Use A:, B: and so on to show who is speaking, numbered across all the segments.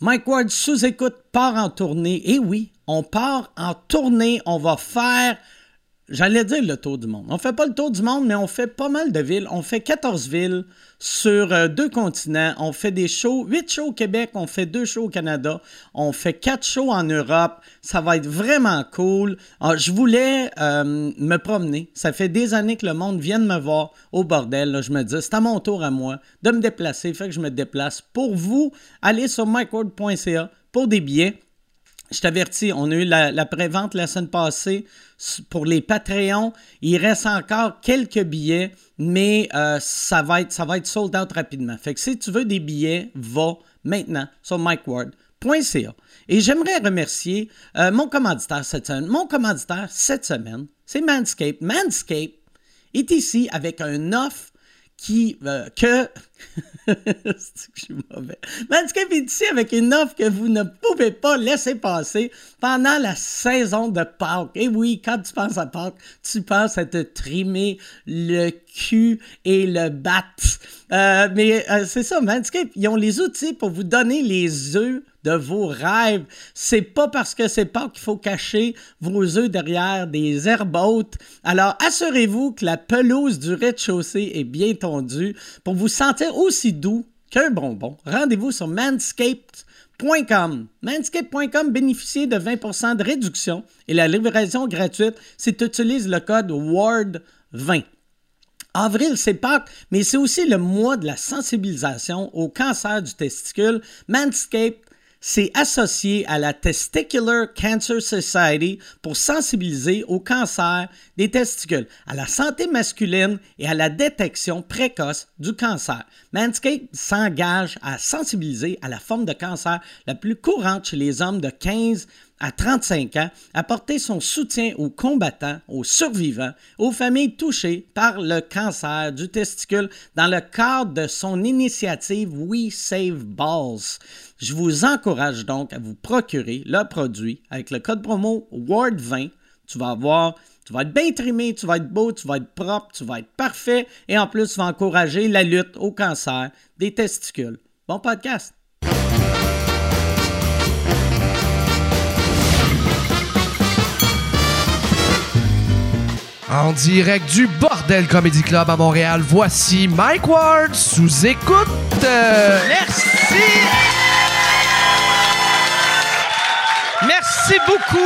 A: Mike Ward sous écoute part en tournée. Et oui, on part en tournée. On va faire, j'allais dire le tour du monde. On fait pas le tour du monde, mais on fait pas mal de villes. On fait 14 villes sur euh, deux continents. On fait des shows, 8 shows au Québec, on fait 2 shows au Canada, on fait 4 shows en Europe. Ça va être vraiment cool. Ah, je voulais euh, me promener. Ça fait des années que le monde vient de me voir au bordel. là. je me dis, c'est à mon tour à moi de me déplacer. Fait que je me déplace. Pour vous, allez sur micword.ca pour des billets. Je t'avertis, on a eu la, la pré-vente la semaine passée s- pour les Patreons. Il reste encore quelques billets, mais euh, ça, va être, ça va être sold out rapidement. Fait que si tu veux des billets, va maintenant sur mikeward.ca. Et j'aimerais remercier euh, mon commanditaire cette semaine. Mon commanditaire cette semaine, c'est Manscape. Manscape est ici avec un offre qui euh, que C'est-tu que je suis mauvais. Manscaped est ici avec une offre que vous ne pouvez pas laisser passer pendant la saison de Pâques. Et oui, quand tu penses à Pâques, tu penses à te trimer le cul et le bat. Euh, mais euh, c'est ça, Manscaped, ils ont les outils pour vous donner les œufs de vos rêves. C'est pas parce que c'est pas qu'il faut cacher vos œufs derrière des herbes hautes. Alors assurez-vous que la pelouse du rez-de-chaussée est bien tondue pour vous sentir aussi doux qu'un bonbon. Rendez-vous sur manscaped.com. Manscaped.com bénéficiez de 20% de réduction et la livraison gratuite si tu utilises le code WARD20. Avril, c'est Pâques, mais c'est aussi le mois de la sensibilisation au cancer du testicule. Manscaped s'est associé à la Testicular Cancer Society pour sensibiliser au cancer des testicules, à la santé masculine et à la détection précoce du cancer. Manscaped s'engage à sensibiliser à la forme de cancer la plus courante chez les hommes de 15 à 35 ans, apporter son soutien aux combattants, aux survivants, aux familles touchées par le cancer du testicule dans le cadre de son initiative We Save Balls. Je vous encourage donc à vous procurer le produit avec le code promo WARD20. Tu vas avoir, tu vas être bien trimé, tu vas être beau, tu vas être propre, tu vas être parfait et en plus, tu vas encourager la lutte au cancer des testicules. Bon podcast!
B: En direct du Bordel Comedy Club à Montréal, voici Mike Ward sous écoute. Euh,
C: Merci! Merci beaucoup!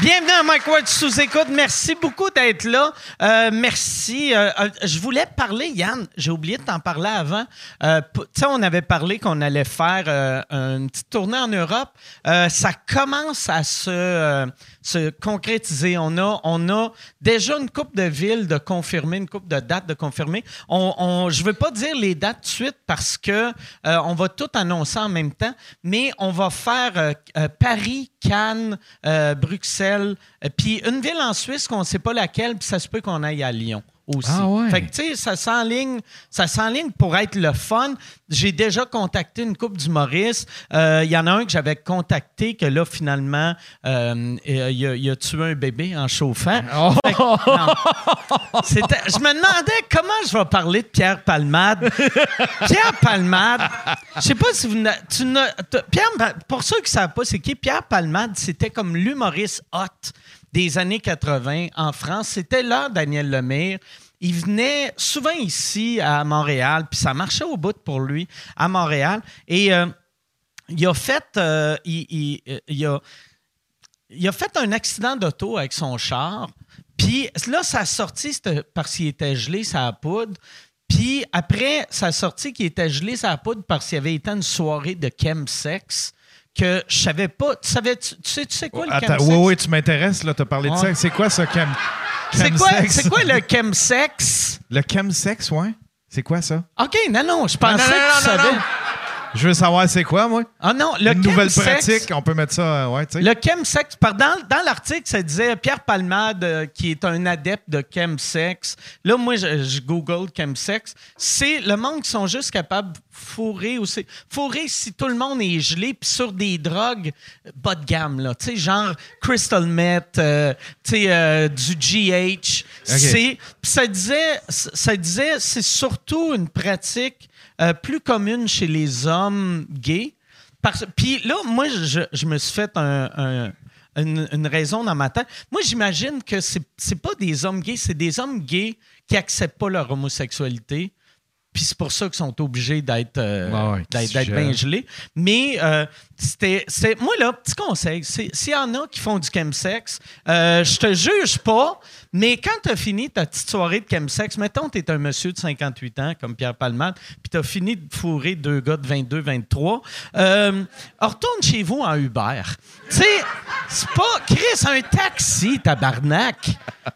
C: Bienvenue à Mike Ward sous écoute. Merci beaucoup d'être là. Euh, merci. Euh, euh, je voulais te parler, Yann. J'ai oublié de t'en parler avant. Euh, p- tu sais, on avait parlé qu'on allait faire euh, une petite tournée en Europe. Euh, ça commence à se, euh, se concrétiser. On a, on a déjà une coupe de villes de confirmer, une coupe de dates de confirmer. On, on- je ne veux pas dire les dates tout de suite parce que euh, on va tout annoncer en même temps, mais on va faire euh, euh, Paris, Cannes, euh, Bruxelles, euh, puis une ville en Suisse qu'on ne sait pas laquelle, puis ça se peut qu'on aille à Lyon aussi.
B: Ah ouais.
C: Fait que, tu sais, ça s'enligne, ça s'enligne pour être le fun. J'ai déjà contacté une coupe d'humoristes. Euh, Il y en a un que j'avais contacté que là, finalement, euh, euh, il, a, il a tué un bébé en chauffant. Fait que- non. C'était- je me demandais comment je vais parler de Pierre Palmade. Pierre Palmade, je sais pas si vous... n'a- Tu n'as- t'as- Pierre, Pa- pour ceux qui ne savent pas, c'est qui? Pierre Palmade, c'était comme l'humoriste hot des années 80 en France. C'était là Daniel Lemire. Il venait souvent ici à Montréal, puis ça marchait au bout pour lui à Montréal. Et euh, il a fait, euh, il- il- euh, il a, il a fait un accident d'auto avec son char. Puis là, sa sortie, c'était parce qu'il était gelé sa poudre. Puis après, sa sortie qui était gelé sa poudre parce qu'il avait été à une soirée de chemsex que je savais pas. Tu savais, tu, tu sais, tu sais quoi le
D: Oh, Attends,
C: chemsex?
D: oui, oui, tu m'intéresses, là, t'as parlé de
C: Ouais.
D: ça. C'est quoi ce chem...
C: C'est quoi,
D: chemsex?
C: c'est quoi le chemsex?
D: Le chemsex, ouais? C'est quoi ça?
C: OK, non, non, je pensais
D: Non, non,
C: que tu
D: non, non,
C: savais.
D: non. Je veux savoir c'est quoi, moi?
C: Ah non, le
D: Une nouvelle
C: chemsex-
D: pratique, on peut mettre ça, euh, ouais, tu sais.
C: Le chemsex, par- dans, dans l'article, ça disait Pierre Palmade, euh, qui est un adepte de chemsex. Là, moi, je, je google chemsex. C'est le monde qui sont juste capables de fourrer aussi. Fourrer si tout le monde est gelé, puis sur des drogues euh, bas de gamme, là. Tu sais, genre crystal meth, euh, tu sais, euh, du GH. C'est- Puis ça disait, ça disait, c'est surtout une pratique. euh,
A: euh, plus commune chez les hommes gays. Parce- Puis là, moi, je, je me suis fait un- un- une, une raison dans ma tête. Moi, j'imagine que c'est c'est pas des hommes gays, c'est des hommes gays qui acceptent pas leur homosexualité. Puis c'est pour ça qu'ils sont obligés d'être euh,
B: Ouais, ouais,
A: d'être-
B: qui
A: d'être
B: se
A: bien
B: gèlent.
A: gelés. Mais euh, c'était, c'est- moi, là, petit conseil, c'est- s'il y en a qui font du chemsex, euh, je te juge pas, mais quand tu as fini ta petite soirée de chemsex, mettons tu es un monsieur de 58 ans, comme Pierre Palmade, puis tu as fini de fourrer deux gars de 22, 23, euh, retourne chez vous en Uber. Tu sais, c'est pas... Chris, un taxi, tabarnak!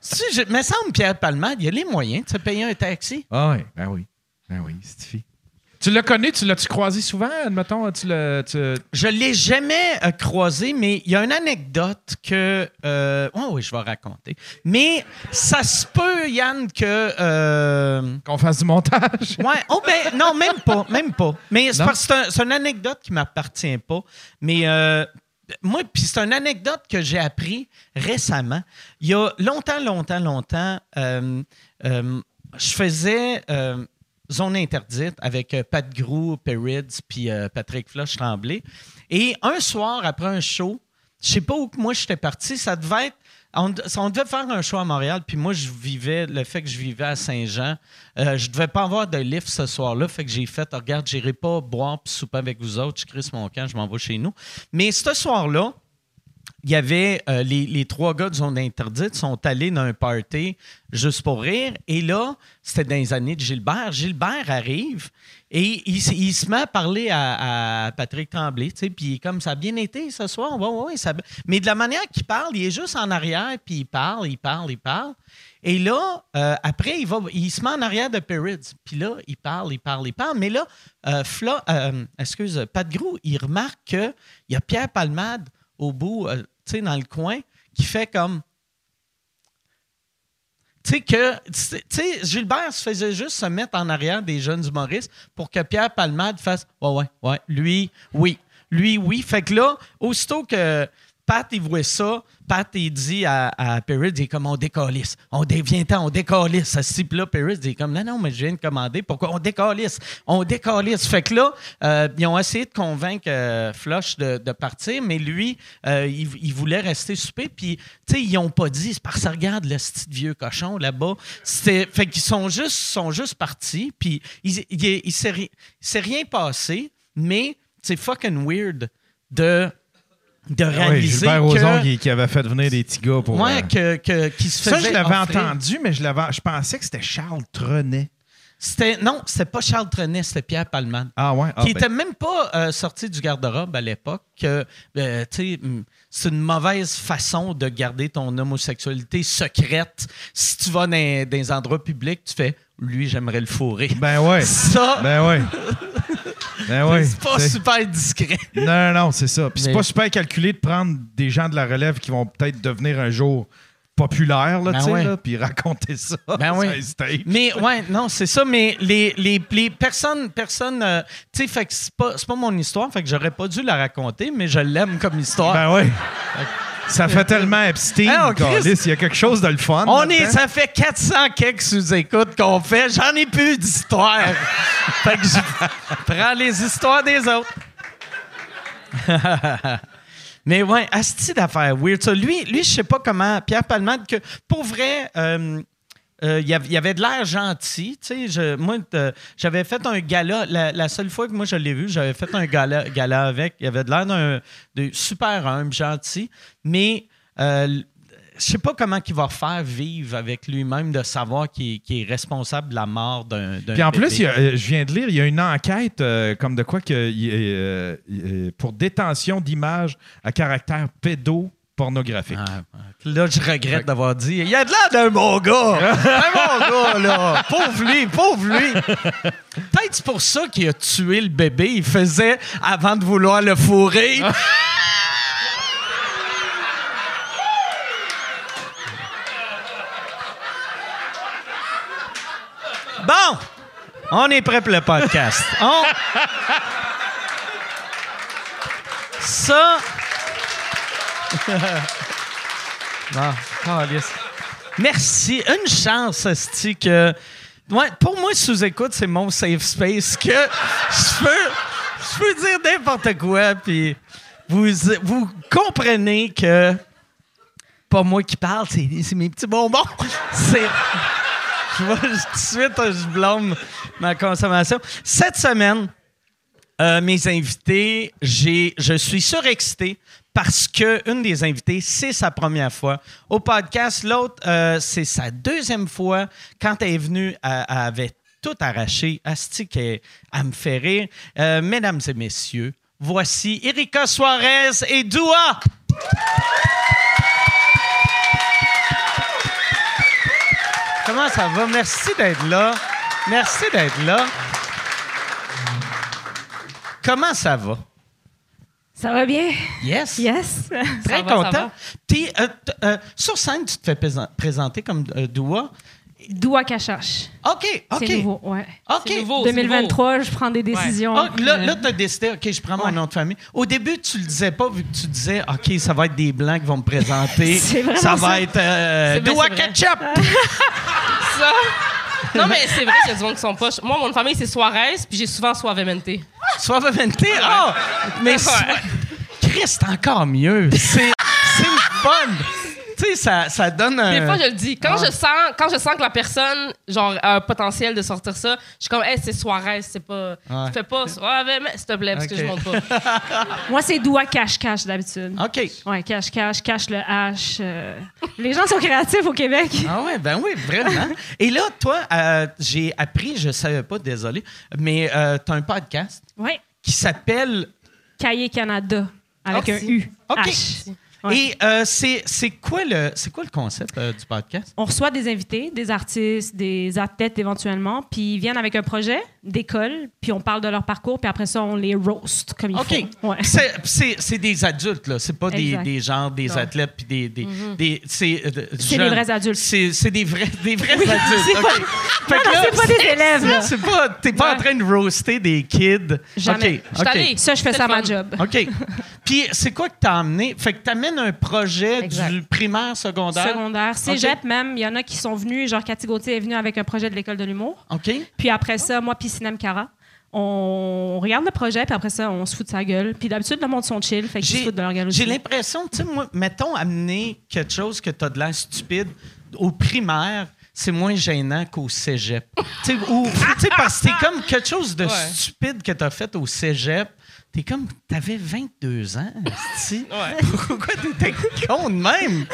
A: Si je, me semble, Pierre Palmade, il y a les moyens de se payer un taxi.
D: Ah ouais, ben oui. Ben oui, c'est fille.
E: Tu l'as connu, tu l'as-tu croisé souvent, admettons? Tu l'as- tu-
A: Je l'ai jamais euh, croisé, mais il y a une anecdote que. Euh, oui, oui, je vais raconter. Mais ça se peut, Yann, que. euh,
D: Qu'on fasse du montage.
A: Ouais. Oh, ben, non, même pas. Même pas. Mais c'est
D: Non?
A: parce que c'est un- c'est une anecdote qui m'appartient pas. Mais euh, moi, puis c'est une anecdote que j'ai appris récemment. Il y a longtemps, longtemps, longtemps, euh, euh, je faisais euh, Zone interdite avec euh, Pat Grou, Perrids, puis euh, Patrick Floch Tremblay. Et un soir, après un show, je sais pas où que moi j'étais parti, ça devait être. On, on devait faire un show à Montréal, puis moi, je vivais, le fait que je vivais à Saint-Jean, euh, je devais pas avoir de lift ce soir-là, fait que j'ai fait, oh, regarde, j'irai pas boire puis souper avec vous autres, je crisse mon camp, je m'en vais chez nous. Mais ce soir-là, il y avait euh, les, les trois gars de Zone Interdite sont allés dans un party juste pour rire. Et là, c'était dans les années de Gilbert. Gilbert arrive et il, s- il se met à parler à, à Patrick Tremblay. tu sais, Puis il est comme ça a bien été ce soir. Ouais, ouais, ouais, ça... a bien- Mais de la manière qu'il parle, il est juste en arrière, puis il parle, il parle, il parle. Et là, euh, après, il, va, il se met en arrière de Perrids. Puis là, il parle, il parle, il parle. Mais là, euh, Fla- euh, excuse, Pat Grou, il remarque qu'il y a Pierre Palmade au bout, euh, tu sais, dans le coin, qui fait comme. Tu sais, que. Tu sais, Gilbert se faisait juste se mettre en arrière des jeunes humoristes pour que Pierre Palmade fasse Ouais, ouais, ouais, lui, oui. Lui, oui. Fait que là, aussitôt que Pat, il voit ça, Pat, il dit à, à Perry, il est comme On décalisse. On dévient on décalisse. Ça se là, Perry, il est comme Non, non, mais je viens de commander. Pourquoi on décalisse? On décalisse. Fait que là, euh, ils ont essayé de convaincre euh, Flush de, de partir, mais lui, euh, il, il voulait rester souper. Puis, tu sais, ils n'ont pas dit, c'est parce que regarde le petit vieux cochon là-bas. C'était- Fait qu'ils sont juste, sont juste partis. Puis, il il- il- il s'est ri- il s'est rien passé, mais c'est fucking weird de, de
D: Ah Oui,
A: réaliser.
D: Gilbert Rozon
A: que,
D: qui, qui avait fait venir des petits gars pour.
A: Ouais, que,
D: euh,
A: que- qu'il se
D: Ça, je
A: faisait
D: l'avais
A: offrir.
D: entendu, mais je, l'avais, je pensais que c'était Charles Trenet.
A: C'était, non, c'était pas Charles Trenet, c'était Pierre Palman.
D: Ah ouais? ah
A: qui
D: ben.
A: était même pas euh, sorti du garde-robe à l'époque. que, euh, tu sais, hum, c'est une mauvaise façon de garder ton homosexualité secrète. Si tu vas dans des endroits publics, tu fais lui, j'aimerais le fourrer.
D: Ben ouais.
A: Ça,
D: Ben ouais. Ben ouais.
A: c'est pas
D: c'est-
A: super discret.
D: Non, non, non, c'est ça. Puis c'est
A: Mais-
D: pas super calculé de prendre des gens de la relève qui vont peut-être devenir un jour populaires, là,
A: Ben
D: tu sais,
A: ouais.
D: là, puis raconter ça
A: Ben
D: sur
A: oui.
D: un stage.
A: Mais ouais, non, c'est ça. Mais les, les, les personnes, personnes euh, tu sais, fait que c'est pas, c'est pas mon histoire, fait que j'aurais pas dû la raconter, mais je l'aime comme histoire.
D: Ben ouais. Ça fait tellement Epstein,
A: Ah, oh, Christ.
D: câlisse, il y a quelque chose de le fun.
A: On est,
D: là-dedans.
A: ça fait 400 quelques sous-écoutes qu'on fait. J'en ai plus d'histoires. fait que je prends les histoires des autres. Mais ouais, asti d'affaires weird. Ça, lui, lui, je sais pas comment. Pierre Palmade, que pour vrai, euh, euh, il y avait- il y avait de l'air gentil. Tu sais, je- moi, euh, j'avais fait un gala. La, la seule fois que moi je l'ai vu, j'avais fait un gala, gala avec. Il y avait de l'air d'un de super humble, gentil. Mais euh, je sais pas comment il va faire vivre avec lui-même de savoir qu'il qu'il est responsable de la mort d'un. d'un
D: Puis en
A: bébé.
D: plus, il y a- euh, je viens de lire, il y a une enquête euh, comme de quoi que, il est, euh, il est pour détention d'images à caractère pédopornographique.
A: Ah, Là, je regrette d'avoir dit. Il y a de l'air d'un bon gars! Un bon gars, là! Pauvre lui, pauvre lui! Peut-être c'est pour ça qu'il a tué le bébé. Il faisait avant de vouloir le fourrer. bon! On est prêt pour le podcast. On... Ça. Ah, Bon, calisse. Merci. Une chance, Asti, que Ouais, pour moi, sous-écoute, c'est mon safe space que je peux, je peux dire n'importe quoi, puis vous, vous comprenez que pas moi qui parle, c'est, c'est mes petits bonbons. C'est. Je vois, je- tout de suite, je blâme ma consommation. Cette semaine, euh, mes invités, j'ai, je suis surexcité parce que une des invitées, c'est sa première fois au podcast. L'autre, euh, c'est sa deuxième fois. Quand elle est venue, elle, elle avait tout arraché. Asti, qu'elle elle me fait rire. Euh, mesdames et messieurs, voici Erika Suarez et Doua. Comment ça va? Merci d'être là. Merci d'être là. Comment ça va?
F: Ça va bien?
A: Yes.
F: Yes.
A: Très content. Puis, euh, t- euh, sur scène, tu te fais présen- présenter comme euh, Doua.
F: Doua Cachache.
A: OK, OK.
F: C'est nouveau, ouais.
A: OK.
G: C'est nouveau, c'est
F: 2023, je prends des décisions.
A: Ah, là,
F: Euh,
A: là tu as décidé, OK, je prends mon
F: Ouais.
A: nom de famille. Au début, tu le disais pas, vu que tu disais, OK, ça va être des Blancs qui vont me présenter.
F: C'est vraiment
A: ça va
F: ça.
A: être euh,
G: C'est bien,
A: Doua
G: c'est vrai.
A: Ketchup.
G: ça. Non, mais c'est vrai qu'il y a du monde qui sont poches. Moi, mon famille, c'est Suarez, puis j'ai souvent Suavemente.
A: Soit Vaventé. Ah! Mais
G: Ouais.
A: soit- Christ, encore mieux. C'est c'est le fun. Tu sais, ça, ça donne un.
G: Des fois, je le dis. Quand, je sens, quand je sens que la personne genre, a un potentiel de sortir ça, je suis comme, hey, c'est Suarez, c'est pas.
A: Ouais.
G: Tu fais pas Suavemente, s'il te plaît, parce
A: Ok.
G: que je monte pas.
F: Moi, c'est Doua Cache-Cache d'habitude.
A: OK.
F: Ouais, Cache-Cache, Cache le H. euh, Les gens sont créatifs au Québec.
A: Ah ouais, ben oui, vraiment. Et là, toi, euh, j'ai appris, je savais pas, désolé, mais euh, t'as un podcast
F: Ouais.
A: qui s'appelle...
F: Cahier Canada avec
G: Ah,
F: un
G: si.
F: U.
A: OK.
F: H. Ouais.
A: Et euh, c'est c'est quoi, le- c'est quoi le concept euh, du podcast?
F: On reçoit des invités, des artistes, des athlètes éventuellement, puis ils viennent avec un projet d'école, puis on parle de leur parcours, puis après ça, on les roast comme il
A: OK.
F: faut. Ouais.
A: C'est- C'est c'est des adultes, là. C'est pas des,
F: Exact. Mm-hmm.
A: des genres, des
G: Non.
A: athlètes, puis des... des, des- c'est euh, de-
F: C'est
A: jeunes.
F: des vrais adultes.
A: C'est c'est des vrais, des vrais adultes.
F: c'est
A: OK.
F: pas-
A: Fait que
F: Non,
A: là,
F: c'est pas des élèves, là.
A: C'est pas... T'es pas en
F: Ouais.
A: train de roaster des kids.
F: Jamais.
A: OK,
G: Je
A: OK.
G: suis allée.
F: Ça, je fais
G: C'est
F: ça à
G: le
F: ma
G: fun.
F: job.
A: OK. Puis, c'est quoi que t'as amené? Fait que t'amènes un projet
G: Exact.
A: du primaire, secondaire?
F: Secondaire, cégep même. Il y en a qui sont venus, genre Cathy Gauthier est venue avec un projet de l'école de l'humour.
A: OK.
F: Puis après ça, moi puis Sinem Cara, on regarde le projet, puis après ça, on se fout de sa gueule. Puis d'habitude, le monde sont chill, fait qu'ils se
A: J'ai
F: foutent de leur gueule
A: j'ai
F: aussi.
A: l'impression, tu sais, moi, mettons, amener quelque chose que t'as de l'air stupide au primaire, c'est moins gênant qu'au cégep. tu sais, ou- tu sais, parce que c'est comme quelque chose de
G: Ouais.
A: stupide que t'as fait au cégep. T'es comme, t'avais 22 ans, esti. Pourquoi t'étais con de même?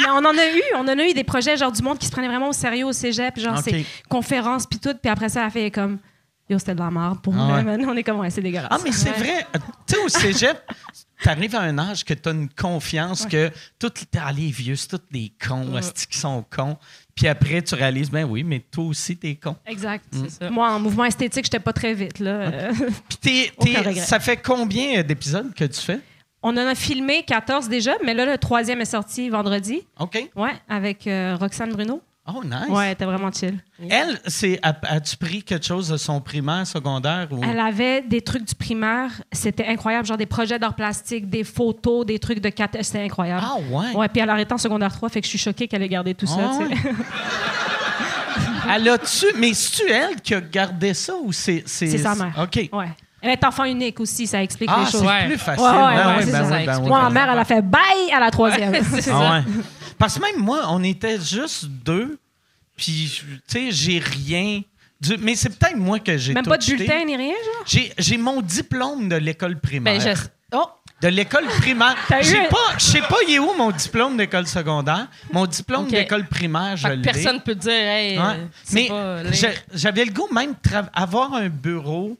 F: Mais on en a eu, on en a eu des projets genre du monde qui se prenaient vraiment au sérieux au cégep, genre
A: Ok.
F: c'est conférences puis tout, puis après ça, la fille est comme yo c'était de la merde pour
A: Ah
F: moi.
A: ouais.
F: Maintenant, on est comme ouais, c'est dégueulasse.
A: Ah, mais c'est
F: Ouais.
A: vrai. Tu sais, au cégep, t'arrives à un âge que t'as une confiance que tous ah, les vieux, c'est tous des cons, asti, qui sont cons. Puis après, tu réalises, ben oui, mais toi aussi, t'es con.
F: Exact.
A: Mm.
G: C'est ça.
F: Moi, en mouvement esthétique, j'étais pas très vite là. Euh,
A: Puis t'es-
F: Aucun
A: t'es-
F: regret.
A: ça fait combien euh, d'épisodes que tu fais?
F: on en a filmé 14 déjà, mais là le troisième est sorti vendredi.
A: OK.
F: Ouais, avec euh, Roxane Bruno.
A: Oh, nice.
F: Ouais, elle était vraiment chill.
A: Elle, c'est, a- as-tu pris quelque chose de son primaire, secondaire? Ou...
F: Elle avait des trucs du primaire, c'était incroyable, genre des projets d'art plastique, des photos, des trucs de cat, c'était incroyable.
A: Ah, ouais.
F: Ouais, puis elle arrêtait en secondaire 3, fait que je suis choquée qu'elle ait gardé tout ça.
A: Ah
F: tu sais.
A: Elle a-tu. Mais c'est-tu elle qui a gardé ça ou c'est.
F: C'est sa mère.
A: OK.
F: Ouais. Elle est enfant unique aussi, ça explique
A: Ah,
F: les
A: c'est
F: choses.
G: Ouais.
A: plus facile.
F: Ouais, ouais,
A: Ben
F: ouais,
A: oui,
F: c'est
A: ben
F: ça,
A: oui,
G: ça
A: ben oui,
G: explique.
F: Moi,
A: ben
F: ma
A: oui.
F: mère, elle a fait bye à la troisième.
G: Ouais, c'est
A: Ah
G: ça.
A: ouais. Parce que même moi, on était juste deux, puis je- tu sais, j'ai rien. du- Mais c'est peut-être moi que j'ai
F: Même
A: tout
F: pas de
A: jeté.
F: bulletin ni rien, genre.
A: J'ai, j'ai mon diplôme de l'école primaire.
G: Ben, je. Oh!
A: De l'école primaire.
F: T'as eu
A: J'ai
F: un-
A: pas, je sais pas, il est où mon diplôme d'école secondaire. Mon diplôme
G: Ok.
A: d'école primaire, je
G: Fait que
A: l'ai.
G: personne peut dire, hey,
A: Ouais.
G: euh, tu sais
A: Mais
G: pas lire.
A: j'ai- j'avais le goût même tra- avoir un bureau.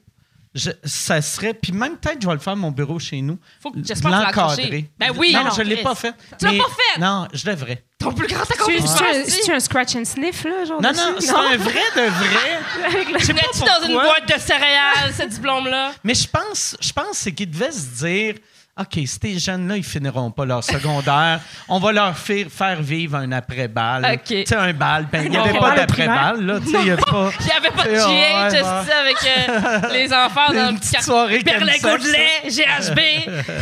A: je- ça serait. Puis même peut-être je vais le faire mon bureau chez nous.
G: Faut que- j'espère que tu l'as
A: L'encadrer.
G: accroché. Ben oui,
A: Non,
G: non,
A: je l'ai
G: Chris.
A: pas fait.
G: Tu l'as
A: mais-
G: pas fait?
A: Non, je devrais.
G: Ton plus grand
F: C'est-
G: accomplissement.
F: C'est un-
G: c'est-
F: c'est un scratch and sniff, là, genre.
A: Non,
F: dessus?
A: non, c'est un vrai de vrai.
F: Avec le-
A: Je sais pas
G: Venais-tu dans une
A: pourquoi,
G: boîte de céréales, ce diplôme-là?
A: Mais je pense, je pense c'est qu'ils devaient se dire OK, ces jeunes-là, ils finiront pas leur secondaire. On va leur faire, faire vivre un après-balle.
G: OK.
A: Tu sais, un bal. Ben, il n'y avait
G: Non.
A: pas
G: Pas
A: d'après-balle, là. Tu sais, il y a pas.
G: Il n'y avait pas de
A: Et ouais,
G: GH
A: ouais.
G: je sais, avec euh, les enfants dans
A: Une
G: le petit
A: petite soirée comme
G: Berlin
A: ça,
G: Gaudelet, GHB.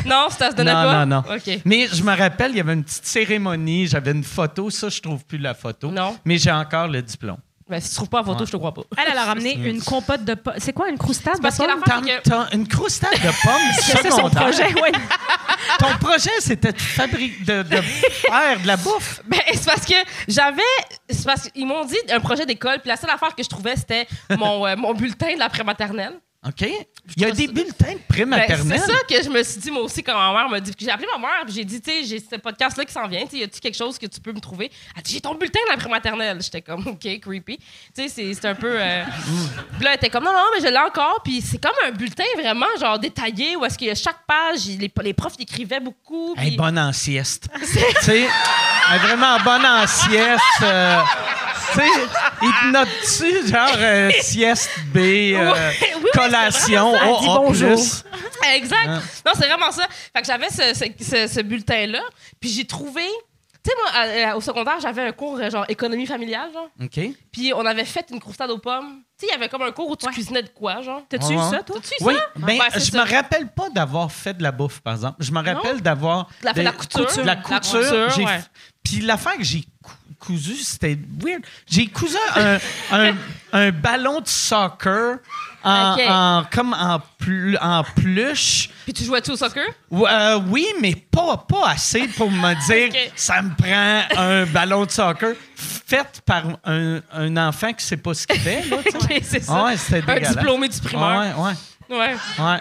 G: Non, ça se donnait
A: non,
G: pas?
A: non, non.
G: OK.
A: Mais je me rappelle, il y avait une petite cérémonie, j'avais une photo, ça, je trouve plus la photo.
G: Non.
A: Mais j'ai encore le diplôme.
G: Ben, si tu trouves pas la photo, je te crois pas.
F: Elle, elle a ramené une compote de pommes. C'est quoi, une croustade de
G: Parce que
F: pommes?
G: l'affaire-
A: T'en- t'en- une croustade de pommes
F: C'est son
A: secondaire.
F: projet, oui.
A: Ton projet, c'était de, fabri- de, de faire de la bouffe.
G: Ben, c'est parce que j'avais. C'est parce qu'ils m'ont dit un projet d'école, puis la seule affaire que je trouvais, c'était mon, euh, mon bulletin de la prématernelle.
A: OK? Il y a
G: trouve
A: des
G: ça-
A: bulletins de
G: Ben,
A: prématernelle.
G: c'est ça que je me suis dit, moi aussi, quand ma mère m'a dit. Puis J'ai appelé ma mère, puis j'ai dit, tu sais, j'ai ce podcast-là qui s'en vient, tu sais, y a-tu quelque chose que tu peux me trouver? Elle dit, j'ai ton bulletin de la prématernelle. J'étais comme, OK, creepy. Tu sais, c'est- c'est un peu. euh, Puis là, elle était comme, non, non, mais je l'ai encore. Puis c'est comme un bulletin vraiment, genre, détaillé, où est-ce que chaque page, il- les, les profs écrivaient beaucoup.
A: Elle est
G: puis-
A: bonne en sieste. tu sais, elle est vraiment bonne en sieste. euh, tu sais, il te note-tu, genre, euh, sieste B, euh,
G: Ouais, oui, oui,
A: collation, Hein? oh,
G: c'est vraiment ça. Elle dit
A: oh,
G: bonjour.
A: plus.
G: Exact. Non, c'est vraiment ça. Fait que j'avais ce, ce- ce- ce bulletin-là, puis j'ai trouvé... Tu sais, moi, à- à- au secondaire, j'avais un cours, euh, genre, économie familiale, genre.
A: OK.
G: Puis on avait fait une croustade aux pommes. Tu sais, il y avait comme un cours où tu cuisinais de quoi, genre.
F: T'as-tu eu
A: Ouais.
F: ça, toi?
G: T'as-tu
A: Oui,
G: ça?
A: ben,
G: Ouais, c'est
A: je
G: ça.
A: me rappelle pas d'avoir fait de la bouffe, par exemple. Je me rappelle d'avoir...
G: La-
A: des-
G: la couture.
A: La
G: La
A: couture.
G: couture,
A: j'ai-
G: ouais.
A: Puis l'affaire que j'ai cou- cousu, c'était weird. J'ai cousu un, un- un ballon de soccer en,
G: Ok.
A: en- comme en, plu- en pluche.
G: Puis tu jouais-tu au soccer?
A: Ou- euh, oui, mais pas, pas assez pour me dire
G: Ok.
A: ça me prend un ballon de soccer fait par un, un enfant qui sait pas ce qu'il fait. Là, tu sais. Ah
G: OK, c'est ça.
A: Ouais, c'était
G: un
A: dégueulasse. Ah
G: diplômé du primaire.
A: Ouais, ouais.
G: Ouais.
A: Ouais.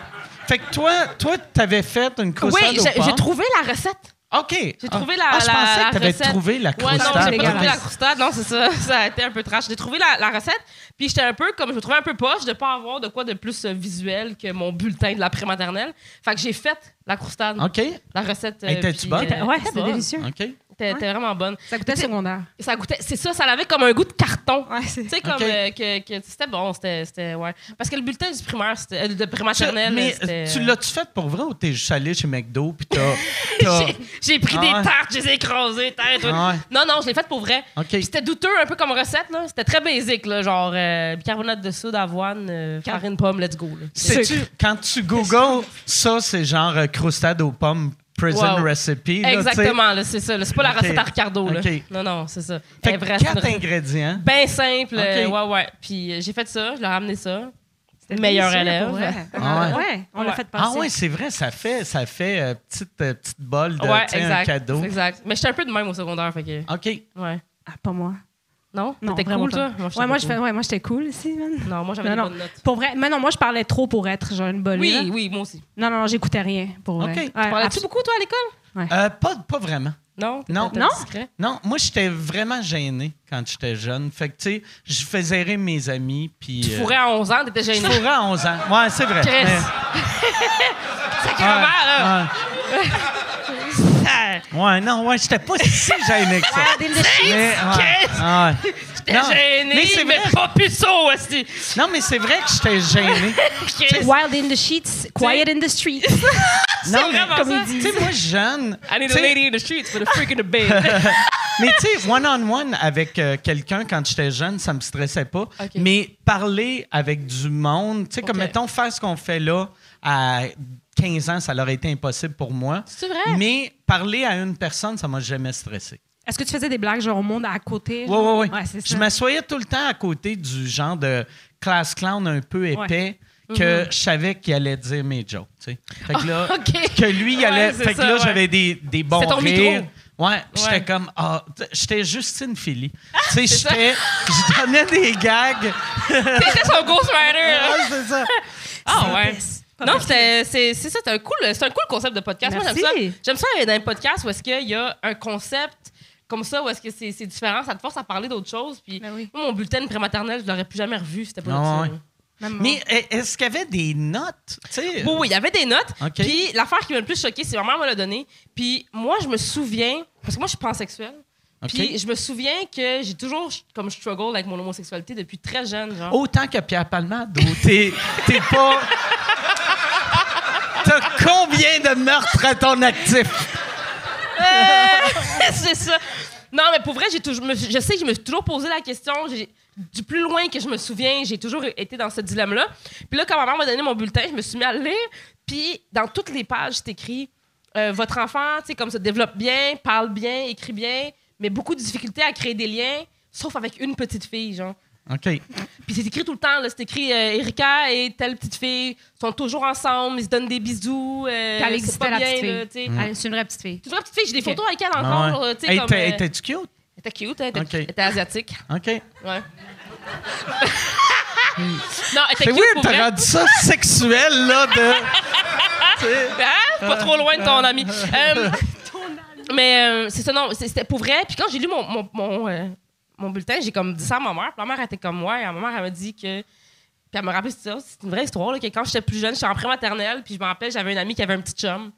A: Fait que toi, toi, t'avais fait une croustade
G: Oui,
A: aux
G: j'ai
A: pommes.
G: j'ai trouvé la recette.
A: OK.
G: J'ai trouvé la,
A: Ah, je
G: la-
A: pensais
G: la
A: que t'avais
G: recette.
A: trouvé la
G: Ouais, non,
A: croustade.
G: j'ai pas trouvé la
A: Ok.
G: croustade. Non, c'est ça. Ça a été un peu trash. J'ai trouvé la, la recette, puis j'étais un peu comme je me trouvais un peu poche de pas avoir de quoi de plus euh, visuel que mon bulletin de la prématernelle. Fait que j'ai fait la croustade,
A: OK.
G: la recette.
A: Elle était-tu bonne?
G: euh,
F: Ouais,
G: était
F: c'était
G: bonne.
F: délicieux.
A: OK.
G: Était- était vraiment bonne.
F: Ça coûtait secondaire.
G: Et ça goûtait, c'est ça, ça avait comme un goût de carton.
F: Ouais, c'est-
G: Tu sais, comme
A: Ok.
G: euh, que, que c'était bon, c'était, c'était, ouais. Parce que le bulletin du primaire, c'était, euh, de
A: Tu-
G: prématernelle,
A: mais
G: c'était... euh,
A: tu l'as-tu fait pour vrai ou t'es juste allé chez McDo pis t'as... t'as-
G: J'ai- J'ai pris
A: Ah ouais.
G: des tartes, je les ai écrasées, tête.
A: Ah ouais.
G: Non, non, je l'ai faite pour vrai.
A: OK.
G: Puis c'était douteux un peu comme recette, là. C'était très basique, là, genre euh, bicarbonate de soude, avoine, euh, farine, pomme, let's go. là.
A: Sais-tu, quand tu googles, ça, c'est genre euh, croustade aux pommes prison
G: Wow.
A: recipe. là,
G: Exactement, là, c'est ça. là. C'est pas la
A: Ok.
G: recette à Ricardo, là.
A: Ok.
G: Non, non, c'est ça.
A: t'sais. Fait
G: Eh,
A: que
G: vrai, c'est une
A: quatre
G: recette
A: ingrédients.
G: bien simple. euh,
A: Ok.
G: ouais, ouais. Puis euh, j'ai fait ça, je leur ai ramené ça.
F: C'était
G: Meilleur
F: délicieux, pour
G: élève.
F: vrai.
A: Ah ouais.
F: Ouais, on l'a
G: Ouais.
F: fait passer.
A: Ah ouais, c'est vrai, ça fait, ça fait euh, petite, euh, petite bol de
G: ouais,
A: t'sais, un
G: exact.
A: cadeau.
G: Exact. Mais j'étais un peu de même au secondaire, fait que.
A: OK.
G: Ouais.
F: Ah, pas moi.
G: Non?
F: Non,
G: T'étais
F: vraiment
G: cool,
F: pas.
G: toi? j'étais
F: Ouais, moi,
G: pas
F: je
G: cool.
F: fais, ouais, moi, j'étais cool ici, man.
G: Non, moi, j'avais
F: Non,
G: des
F: non.
G: bonnes notes.
F: Pour vrai, mais non, moi, je parlais trop pour être genre une bonne. là.
G: Oui, oui, moi aussi.
F: Non, non, non, j'écoutais rien pour vrai.
A: Ok.
F: Ouais,
A: Tu
G: Parlais-tu
F: abs-
G: beaucoup, toi, à l'école?
A: Euh, pas, pas vraiment.
G: Non? t'étais-
A: Non.
G: t'étais
F: Non?
G: discret?
A: Non, moi, j'étais vraiment gêné quand j'étais jeune. Fait que, tu sais, je faisais rire mes amis. Puis,
G: Tu
A: euh,
G: fourrais à 11 ans, t'étais
A: Je
G: gêné.
A: fourrais à 11 ans. Ouais, c'est vrai.
G: Chris.
A: Mais-
G: Sacrément, là!
A: ouais. Ouais, non, ouais, j'étais pas si gêné que ça. Mais, ouais,
G: Chris!
A: ouais.
G: J'étais
A: Non,
G: gêné,
A: mais
G: mais,
A: c'est vrai.
G: pas puceau, aussi.
A: Non, mais c'est vrai que j'étais gêné.
G: Chris!
F: Wild in the sheets, quiet in the streets.
A: non, mais
G: vraiment ça.
A: Tu sais, moi, jeune.
G: I need
A: tu
G: a
A: sais,
G: lady in the streets with a freak in the bed.
A: Mais tu sais, one-on-one avec euh, quelqu'un quand j'étais jeune, ça me stressait pas.
G: Ok.
A: Mais parler avec du monde, tu sais, comme
G: Ok.
A: mettons, faire ce qu'on fait là à 15 ans, ça aurait été impossible pour moi.
G: C'est vrai?
A: Mais parler à une personne, ça m'a jamais stressé.
F: Est-ce que tu faisais des blagues genre au monde à côté?
A: Oui,
F: genre?
A: oui, oui.
F: Ouais, c'est
A: je
F: ça.
A: m'assoyais tout le temps à côté du genre de class clown un peu épais que
G: Mm-hmm.
A: je savais qu'il allait dire mes jokes. tu sais. Fait que là,
G: OK.
A: que lui, il allait.
G: Ouais, c'est
A: fait que
G: ça,
A: là,
G: ouais.
A: j'avais des, des bons
G: C'était ton
A: rires.
G: micro.
A: Ouais, j'étais
G: Ouais.
A: comme ah, t- j'étais Justine Philly. tu sais,
G: ça.
A: j'étais je donnais des gags.
G: T'étais son Ghost Rider! là.
A: Ouais, c'est ça.
G: Ah ouais.
F: baisse. Pas
G: Non,
F: baisse.
G: c'est c'est- c'est ça, c'est un cool, c'est un cool concept de podcast. Moi, j'aime
F: Merci.
G: ça. J'aime ça euh, dans un podcast où est-ce qu'il y a un concept comme ça, où est-ce que c'est c'est différent, ça te force à parler d'autre chose. Puis
F: Ben oui.
G: moi, mon bulletin de prématernelle, je l'aurais plus jamais revu, c'était pas
A: Ah
G: utile.
A: ouais.
F: Maman.
A: Mais e- est-ce qu'il y avait des notes, tu sais?
G: Oui, oui, il y avait des notes.
A: OK.
G: Puis l'affaire qui m'a le plus choquée, c'est ma mère me l'a donné. Puis moi, je me souviens, parce que moi, je suis pansexuelle.
A: OK.
G: Puis je me souviens que j'ai toujours comme struggle avec mon homosexualité depuis très jeune, genre.
A: Autant que Pierre Palmade, ou t'es t'es pas. T'as combien de meurtres à ton actif?
G: c'est ça. Non, mais pour vrai, j'ai toujours, me- je sais que je me suis toujours posé la question. J'ai- Du plus loin que je me souviens, j'ai toujours été dans ce dilemme-là. Puis là, quand ma mère m'a donné mon bulletin, je me suis mis à le lire. Puis dans toutes les pages, c'est écrit euh, Votre enfant, tu sais, comme se développe bien, parle bien, écrit bien, mais beaucoup de difficultés à créer des liens, sauf avec une petite fille, genre.
A: OK.
G: Puis c'est écrit tout le temps, là, c'est écrit euh, Erika et telle petite fille sont toujours ensemble, ils se donnent des bisous. euh,
F: Puis elle
G: c'est
F: existait,
G: pas
F: la
G: bien,
F: petite
G: là,
F: fille.
G: tu sais.
F: Ah, C'est une vraie petite fille.
G: Toujours la petite fille, j'ai des
F: Ok.
G: photos avec elle
A: Ah
G: encore.
A: ouais.
G: euh, tu sais,
A: Hey,
G: comme,
A: t'es-
G: euh,
A: t'es-tu cute?
G: elle était cute, hein, elle était,
A: Ok.
G: elle était asiatique.
A: OK.
G: Ouais. non, elle était
A: C'est
G: cute
A: weird,
G: pour
A: t'as
G: vrai.
A: rendu ça sexuel, là, de...
G: Hein? Pas trop loin de ton ami. Euh, mais euh, c'est ça, non, c'est- c'était pour vrai. Puis quand j'ai lu mon, mon, mon, euh, mon bulletin, j'ai comme dit ça à ma mère. Puis ma mère elle était comme moi. Et ma mère, elle m'a dit que. Puis elle me rappelait ça. C'est une vraie histoire, là, que quand j'étais plus jeune, j'étais en pré-maternelle. Puis je me rappelle, j'avais une amie qui avait un petit chum.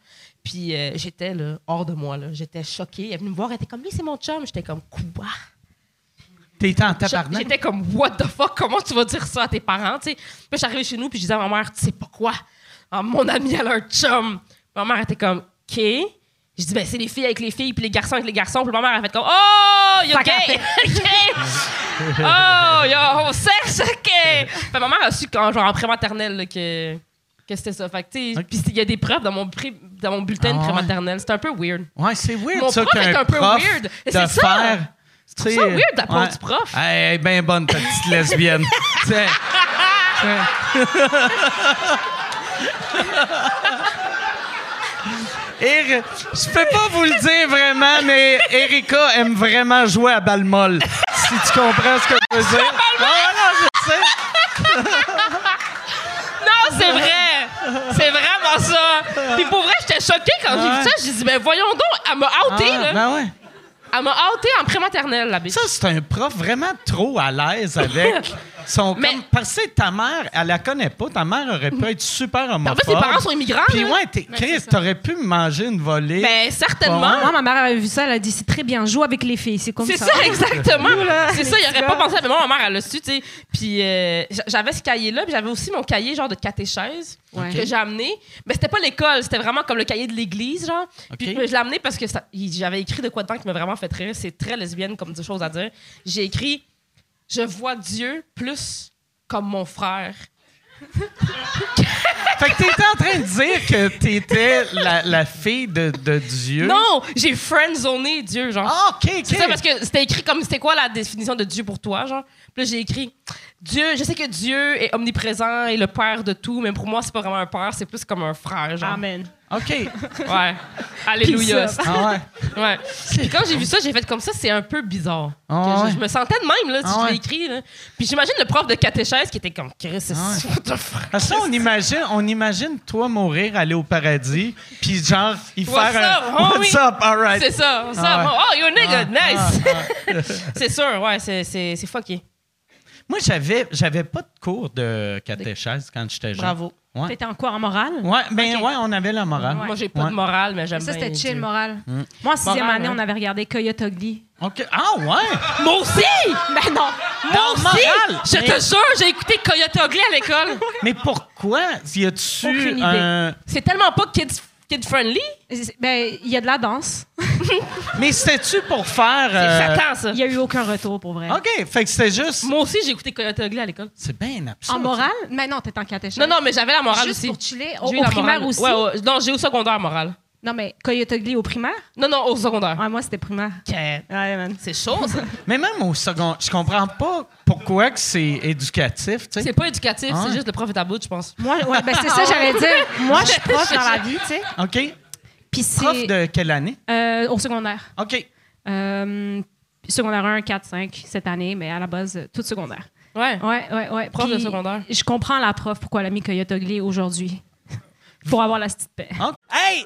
G: Puis euh, j'étais là, hors de moi. là. J'étais choquée. Elle est venue me voir. Elle était comme, lui, c'est mon chum. J'étais comme, quoi?
A: T'étais en
G: J'a-
A: tabarnak.
G: J'étais comme, what the fuck, comment tu vas dire ça à tes parents, tu sais? Puis je suis arrivée chez nous, puis je disais à ma mère, tu sais pas quoi? Ah, mon ami, elle a un chum. Ma mère était comme, OK. Je dis, ben, c'est les filles avec les filles, puis les garçons avec les garçons. Puis ma mère, elle fait comme, oh, you're
F: Sac à
G: gay! OK! oh, yo, on sait, OK! Fait, ma mère a su, quand, genre, en pré-maternelle, là, que, que c'était ça. Fait que, tu sais,
A: Ok.
G: puis il y a des preuves dans mon, pré- dans mon bulletin
A: Ah
G: de
A: ouais.
G: pré-maternelle. C'est un peu weird.
A: Ouais, c'est weird,
G: Mon
A: ça,
G: prof
A: qu'un
G: est un peu
A: prof
G: weird.
A: de
G: Et c'est ça.
A: faire... C'est
G: ça weird, la part du prof.
A: Hey, hey, ben bonne, ta petite lesbienne. Tiens. Tiens. Eri- Je peux pas vous le dire vraiment, mais Erika aime vraiment jouer à balle molle. Si tu comprends ce que je veux dire. Non, non, je sais.
G: Non, c'est vrai! C'est vraiment ça! Puis pour vrai, j'étais choquée quand j'ai
A: Ouais.
G: vu ça. J'ai dit, ben voyons donc, elle m'a outé,
A: Ah,
G: là.
A: ben ouais.
G: Elle m'a outé en prématernelle, la bitch.
A: Ça, c'est un prof vraiment trop à l'aise avec son.
G: Mais-
A: comme- parce que ta mère, elle la connaît pas. Ta mère aurait pu être super homophobe.
G: En fait, ses parents sont immigrants.
A: Puis
G: là.
A: ouais, t'es, Chris, t'aurais pu manger une volée.
G: Ben, certainement.
F: Ah, Moi, ma mère avait vu ça, elle a dit c'est très bien, joue avec les filles, c'est comme
G: C'est
F: ça.
G: ça, exactement. C'est
F: les
G: ça, il
F: petits
G: aurait pas
F: gars.
G: pensé. Mais moi, ma mère, elle l'a su, tu sais. Puis euh, j'a- j'avais ce cahier-là, puis j'avais aussi mon cahier, genre, de catéchèse
F: Ouais.
G: que j'ai amené. Mais c'était pas l'école, c'était vraiment comme le cahier de l'église, genre. Puis
A: Ok.
G: je l'ai amené parce que ça- il- j'avais écrit de quoi dedans qui m'a vraiment fait rire. C'est très lesbienne comme chose à dire. J'ai écrit « Je vois Dieu plus comme mon frère ».
A: Fait que t'étais en train de dire que t'étais la, la fille de, de Dieu.
G: Non, j'ai friendzoné Dieu, genre.
A: Ah, OK, OK.
G: C'est ça, parce que c'était écrit comme c'était quoi la définition de Dieu pour toi, genre. Puis là, j'ai écrit Dieu, je sais que Dieu est omniprésent et le père de tout, mais pour moi, c'est pas vraiment un père, c'est plus comme un frère, genre.
F: Amen.
A: OK.
G: Ouais. Alléluia.
F: Peace
A: Ah ouais.
G: Ouais. Puis quand j'ai vu ça, j'ai fait comme ça, c'est un peu bizarre.
A: Ah
G: Que
A: ouais.
G: je, je me sentais de même, là, si
A: Ah
G: je
A: ouais.
G: l'ai écrit. là. Puis j'imagine le prof de catéchèse qui était comme Chris, c'est
A: Ah ouais.
G: what the fuck?
A: Parce que là, on imagine, on imagine toi mourir, aller au paradis, puis genre, il
G: What's
A: faire
G: up,
A: un...
G: homie?
A: What's up? All right.
G: Oh C'est ça, ça.
A: Ah ouais.
G: Oh, you're a nigga,
A: Ah,
G: nice.
A: ah, ah.
G: c'est sûr, ouais, c'est, c'est, c'est fucké.
A: Moi, j'avais, j'avais pas de cours de catéchèse quand j'étais jeune.
G: Bravo.
A: Ouais.
F: T'étais en quoi, en morale?
A: Ouais, ben
G: Ok.
A: ouais, on avait la morale.
G: Moi, j'ai pas
A: Ouais.
G: de morale, mais j'aime
F: Ça,
G: bien
F: c'était chill,
G: Dieu.
F: morale. Moi, en sixième
G: Morale,
F: année,
G: hein.
F: on avait regardé Coyote Ugly.
A: Ok. Ah ouais.
G: Moi aussi! Ben non! Moi
A: Dans
G: aussi!
A: morale!
G: Je
A: Mais-
G: te jure, j'ai écouté Coyote Ugly à l'école.
A: Mais pourquoi y
F: Aucune
A: a-tu
F: idée.
A: un
G: C'est tellement pas kid, kid friendly.
F: Ben, il y a de la danse.
A: Mais c'était-tu pour faire
G: C'est
A: euh,
G: Satan, ça.
F: Il n'y a eu aucun retour, pour vrai.
A: Ok, fait que c'était juste.
G: Moi aussi, j'ai écouté Coyote Ugly à l'école.
A: C'est bien absurde.
F: En morale? Mais non, t'étais en catéchèse.
G: Non, non, mais j'avais la morale
F: Juste
G: aussi.
F: pour chiller. Au,
G: J'ai eu
F: au
G: la
F: primaire
G: morale.
F: aussi?
G: Ouais, ouais. Non, j'ai eu au secondaire morale.
F: Non, mais Coyote Ugly au primaire?
G: Non, non, au secondaire.
F: Ouais, moi, c'était primaire. Ouais, man.
G: C'est chaud, ça.
A: Mais même au second, je comprends pas pourquoi que c'est éducatif, tu sais.
G: C'est pas éducatif,
A: Ah ouais.
G: c'est juste le prof est à bout, je pense.
F: Moi, ouais, ben, c'est ça, j'allais dire. Moi, je suis prof dans la vie, tu sais.
A: Ok.
F: Puis
A: Prof
F: c'est.
A: de quelle année
F: euh, au secondaire.
A: Ok.
F: Euh, secondaire 1, 4, 5 cette année, mais à la base, euh, toute secondaire.
G: Ouais.
F: Ouais, ouais, ouais.
G: Prof de
F: Puis,
G: secondaire.
F: Je comprends la prof pourquoi elle a mis Coyote Ugly aujourd'hui. Pour avoir la petite paix.
A: Ok. Hein? Hey,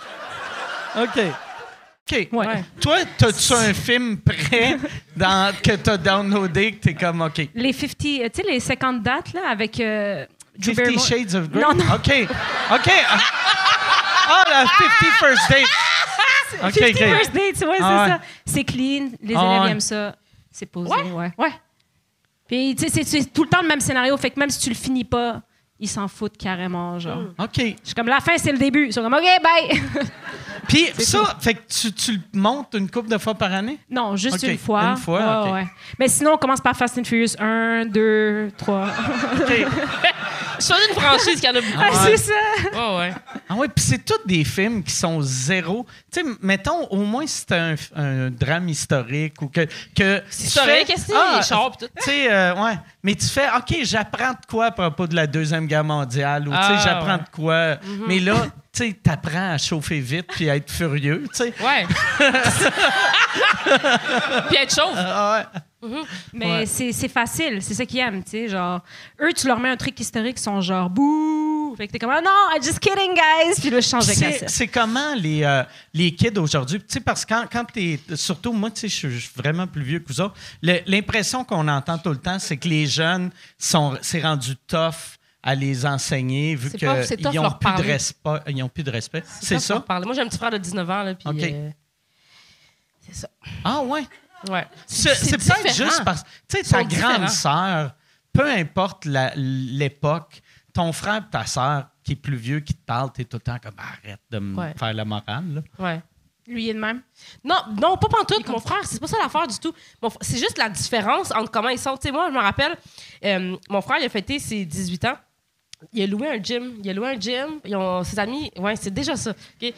A: OK. OK.
F: Ouais.
A: Toi, t'as-tu un film prêt dans, que t'as downloadé que t'es comme OK?
F: Les 50, euh, tu sais, les 50 dates, là, avec. euh, Drew
A: Fifty
F: Barrymore.
A: Shades of Grey?
F: Non, non.
A: OK. OK. Ah, Ah, la 50 First Date. OK,
F: 50
A: OK.
F: First Dates, ouais,
A: Ah
F: c'est
A: ouais.
F: ça. C'est clean, les
A: Ah
F: élèves
A: ouais.
F: aiment ça. C'est posé,
G: Ouais?
F: ouais. Ouais. Puis, tu sais, c'est- c'est tout le temps le même scénario. Fait que même si tu le finis pas, ils s'en foutent carrément, genre.
G: Mm.
A: OK.
F: Je suis comme, la fin, c'est le début. Ils sont comme, OK, bye!
A: Puis ça, fait que tu, tu le montes une couple de fois par année?
F: non, juste
A: OK,
F: une fois.
A: une fois,
F: Ouais,
A: OK.
F: ouais. Mais sinon, on commence par Fast and Furious 1, 2, 3.
G: Je suis une franchise qu'il y en a
F: Ah,
G: beaucoup.
F: c'est ça!
G: Ouais, ouais.
A: Ah oui, puis c'est tous des films qui sont zéro. Tu sais, mettons, au moins, c'était un, un drame historique ou que. que
G: C'est
A: tu
G: historique,
A: fais-
G: est-ce que
A: Ah,
G: les chars pis tout?
A: Tu sais, euh, ouais. Mais tu fais, OK, j'apprends de quoi à propos de la Deuxième Guerre mondiale ou, tu
G: Ah,
A: sais, j'apprends
G: ouais. Mm-hmm.
A: de quoi. Mais là, tu sais, t'apprends à chauffer vite puis à être furieux, tu sais.
G: Ouais. Puis être chauve.
A: Ah ouais.
F: Mais
A: Ouais.
F: c'est c'est facile, c'est ça qu'ils aiment, tu sais. Genre, eux, tu leur mets un truc historique, ils sont genre, bouh! Fait que t'es comme, ah non, I'm just kidding, guys! Puis là, je change de
A: C'est
F: cassette.
A: c'est comment les, euh, les kids aujourd'hui? Tu sais, parce que quand, quand t'es. Surtout, moi, tu sais, je suis- je suis vraiment plus vieux que vous autres. Le- L'impression qu'on entend tout le temps, c'est que les jeunes, sont c'est rendu tough à les enseigner vu
G: C'est pas- c'est tough
A: qu'ils n'ont
G: leur
A: plus, de
G: parler.
A: respe- ils ont plus de respect. C'est
G: Quand on
A: ça?
G: parlait- Moi, j'ai un petit frère de 19 ans, là, puis...
A: OK.
G: euh, c'est ça.
A: Ah, ouais.
G: hein? Ouais.
A: C'est c'est peut-être
G: différent.
A: juste parce que, tu sais,
G: Ils sont
A: ta grande
G: différents.
A: sœur, peu importe la- l'époque, ton frère et ta sœur qui est plus vieux, qui te parle, t'es tout le temps comme arrête de me
G: Ouais.
A: faire la morale. là.
G: Ouais.
F: Lui, il est de même.
G: Non, non, pas pantoute, mon frère, c'est pas ça l'affaire du tout. Mon fr- C'est juste la différence entre comment ils sont. Tu sais, moi, je me rappelle, euh, mon frère, il a fêté ses 18 ans. Il a loué un gym. Il a loué un gym. Ils ont, ses amis, ouais, c'est déjà ça. ok?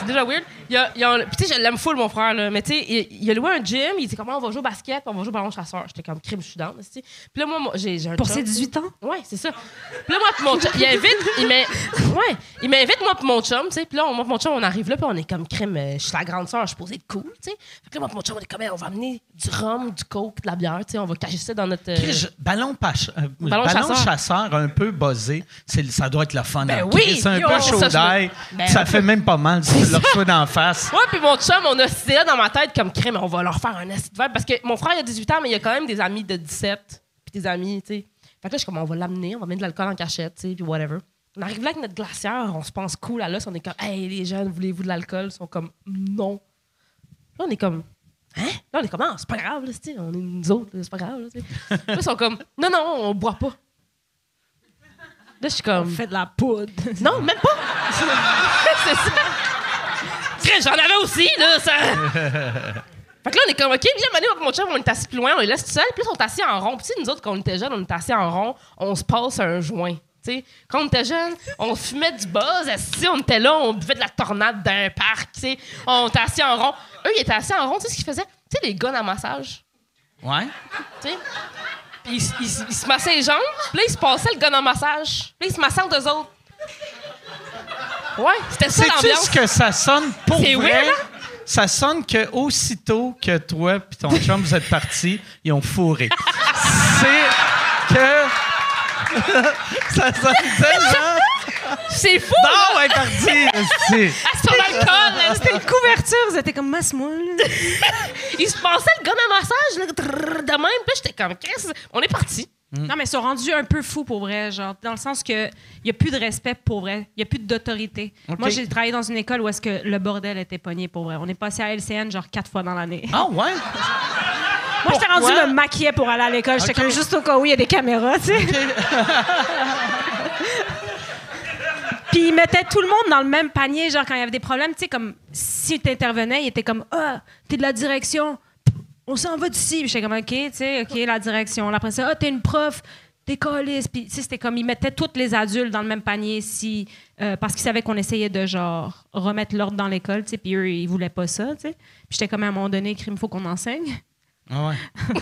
G: C'est déjà weird. Il a, il a- puis tu sais, je l'aime full, mon frère, là. Mais tu sais, il, il a loué un gym. Il dit comment on va jouer au basket, puis on va jouer au ballon chasseur. J'étais comme crime, je suis down. tu sais. Puis là, moi, moi, j'ai j'ai un
F: Pour
G: chum.
F: ses 18 ans?
G: Ouais, c'est ça. Puis là, moi, pis mon chum, il invite, il m'in- ouais, il m'invite, moi, pis mon chum, tu sais. Puis là, on- moi, pis mon chum, on arrive là, puis on est comme crème, euh, je suis la grande sœur, je suis posée de cool, tu sais. Fait que là, moi, pis mon chum, on est comme, Hey, on va amener du rhum, du coke, de la bière, tu sais, on va cacher ça dans notre. euh,
A: Chris, ballon, pach- euh, ballon
G: Ballon
A: chasseur.
G: chasseur.
A: un peu buzzé, c'est- ça doit être le fun.
G: Ben
A: hein.
G: oui,
A: Chris, c'est un
G: yo,
A: peu
G: ça,
A: chaud
G: je me-
A: d'ail.
G: Ben-
A: ça fait même pas mal si tu le reçois d'en face.
G: Moi, puis mon chum, on a cette idée-là dans ma tête comme crème, on va leur faire un acide verbe. Parce que mon frère, il a 18 ans, mais il a quand même des amis de 17, puis des amis, tu sais. Fait que là, je suis comme, on va l'amener, on va mettre de l'alcool en cachette, tu sais, puis whatever. On arrive là avec notre glacière, on se pense cool à l'os, on est comme, hey, les jeunes, voulez-vous de l'alcool? Ils sont comme, non. Là, on est comme, hein? Là, on est comme, non, c'est pas grave, là, tu sais, on est nous autres, là, c'est pas grave, là, tu sais. Là, ils sont comme, non, non, on boit pas. Là, je suis comme,
F: Fais de la poudre.
G: non, même pas. c'est ça. Chris, J'en avais aussi, là, ça. fait que là, on est comme, OK, bien, Manu, mon chum, on est assis plus loin, on les laisse tout seuls, puis là, ils sont assis en rond. Puis, tu sais, nous autres, quand on était jeunes, on était assis en rond, on se passe un joint. tu sais. quand on était jeunes, on fumait du buzz, assis, on était là, on buvait de la tornade d'un parc, tu sais. on était assis en rond. Eux, ils étaient assis en rond, tu sais ce qu'ils faisaient? Tu sais, les guns à massage.
A: Ouais.
G: Tu sais? Puis ils, ils- ils se massaient les jambes, puis là, ils se passaient le gun en massage. Puis là, ils se massaient entre eux autres. Ouais, c'était ça
A: Sais-tu
G: l'ambiance.
A: ce que ça sonne pour
G: C'est
A: vrai?
G: weird, hein?
A: ça sonne que aussitôt que toi puis ton chum vous êtes partis, ils ont fourré. c'est que ça sonne tellement.
G: C'est fou!
F: Ben,
G: hein,
A: Non, elle est partie. esti.
G: Sur l'alcool, hein.
F: C'était une couverture, vous étiez comme masse-moi. là.
G: il se passait le gun à massage, là, trrr, de même. Puis j'étais comme, Chris, on est parti.
F: Non, mais ils sont rendus un peu fous pour vrai, genre, dans le sens que il n'y a plus de respect pour vrai, il n'y a plus d'autorité.
A: Ok.
F: Moi, j'ai travaillé dans une école où est-ce que le bordel était pogné pour vrai. On est passé à LCN genre quatre fois dans l'année.
A: Ah ouais.
F: Moi, j'étais rendu
A: pourquoi?
F: me maquiller pour aller à l'école. J'étais
A: Ok.
F: comme juste au cas où il y a des caméras, tu sais. Puis ils mettaient tout le monde dans le même panier, genre quand il y avait des problèmes, tu sais, comme si tu intervenais, il était comme Ah, t'es de la direction, on s'en va d'ici. Puis j'étais comme OK, tu sais, OK, la direction. Après ça, Ah, t'es une prof, t'es colisse. Puis tu sais, c'était comme ils mettaient tous les adultes dans le même panier si, euh, parce qu'ils savaient qu'on essayait de genre remettre l'ordre dans l'école, tu sais, puis eux, ils voulaient pas ça, tu sais. Puis j'étais comme à un moment donné, crime, faut qu'on enseigne
A: Ah ouais.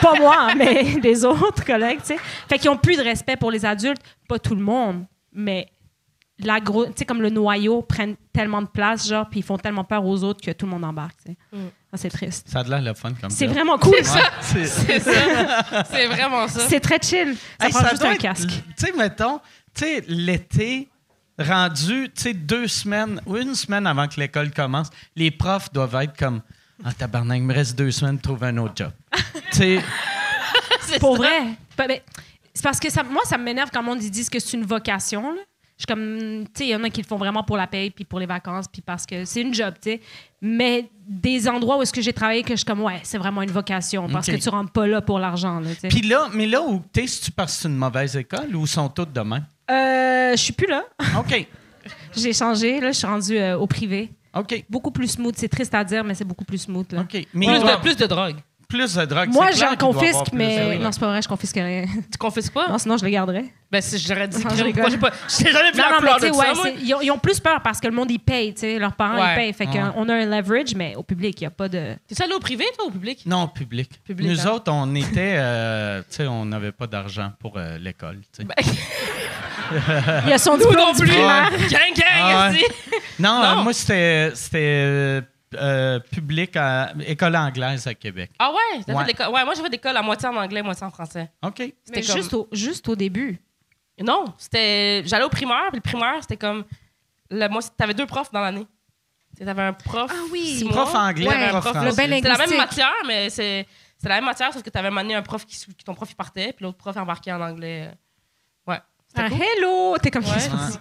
F: pas moi, hein, mais des autres collègues, tu sais. Fait qu'ils ont plus de respect pour les adultes, pas tout le monde, mais la gro- tu sais comme le noyau prennent tellement de place genre puis ils font tellement peur aux autres que tout le monde embarque, tu sais. Ah, c'est triste.
A: Ça a de l'air le fun comme
F: C'est
A: job.
F: vraiment cool.
A: C'est-
G: C'est ça. C'est vraiment ça.
F: C'est très chill. Ça
A: Hey,
F: prend
A: ça
F: juste
A: doit
F: un
A: être-
F: casque.
A: Tu sais, mettons, tu sais, l'été rendu, tu sais, deux semaines ou une semaine avant que l'école commence, les profs doivent être comme Ah, tabarnak, il me reste deux semaines de trouver un autre job. tu sais,
G: C'est
F: Pour
G: ça.
F: vrai. Ben, ben, c'est parce que ça, moi ça m'énerve quand le monde ils disent que c'est une vocation. là. Je suis comme, tu sais, il y en a qui le font vraiment pour la paye, puis pour les vacances, puis parce que c'est une job, tu sais. Mais des endroits où est-ce que j'ai travaillé que je suis comme, ouais, c'est vraiment une vocation, parce
A: OK.
F: que tu rentres pas là pour l'argent, là, tu sais.
A: Puis là, mais là où t'es, si tu passes c'est une mauvaise école ou sont toutes de même?
F: Euh, je suis plus là.
A: OK.
F: j'ai changé, là, je suis rendue euh, au privé.
A: OK.
F: Beaucoup plus smooth, c'est triste à dire, mais c'est beaucoup plus smooth, là.
A: OK. Mais
G: Plus
A: il doit-
G: de, plus de drogue.
A: plus de drogue.
F: Moi,
A: c'est clair
F: j'en
A: qu'il doit avoir
F: confisque,
A: plus
F: mais.
A: de-
F: Non, c'est pas vrai, je confisque rien.
G: Tu confisques pas?
F: non, sinon, je le garderais.
G: Ben, si j'aurais dit
F: Non,
G: crime,
F: je rigole.
G: moi, j'ai pas. J'ai jamais vu
F: Non,
G: la
F: non, mais
G: couleur
F: tu sais,
G: de
F: ouais,
G: ça, moi.
F: c'est- ils, ont, ils ont plus peur parce que le monde, ils payent, tu sais. Leurs parents,
G: Ouais.
F: ils payent. Fait
A: Ouais.
F: qu'on a un leverage, mais au public, il n'y a pas de.
G: T'es-tu allé au privé, toi, ou au public?
A: Non, public.
G: Public,
A: Nous
G: hein.
A: autres, on était, euh, tu sais, on n'avait pas d'argent pour euh, l'école. tu sais.
F: Il y a son diplôme
G: non
F: du
G: plus.
F: primaire.
G: Gang, gang,
A: Ah, ouais.
G: esti.
A: non,
G: Non.
A: euh, moi, c'était, c'était euh, euh, public, à, école anglaise à Québec.
G: Ah ouais? T'as
A: Ouais.
G: fait de l'école? Ouais, moi, j'ai fait d'école à moitié en anglais, moitié en français.
A: OK.
F: Mais
G: C'était comme-
F: juste, au, juste au début.
G: Non, c'était. J'allais au primaire, puis le primaire, c'était comme. Le... Moi, c'est- t'avais deux profs dans l'année. Tu sais, T'avais un prof.
F: Ah oui.
G: six
A: Prof
G: mois,
A: anglais,
G: puis t'avais un
A: prof
G: prof
A: français.
F: Le bel
G: C'est la même
F: linguistique.
G: matière, mais c'est c'est la même matière, sauf que t'avais amené un prof qui, sou- qui- ton prof il partait, puis l'autre prof embarquait en anglais. Ouais. C'était
F: Ah,
G: cool.
F: hello! T'es comme.
G: Ouais.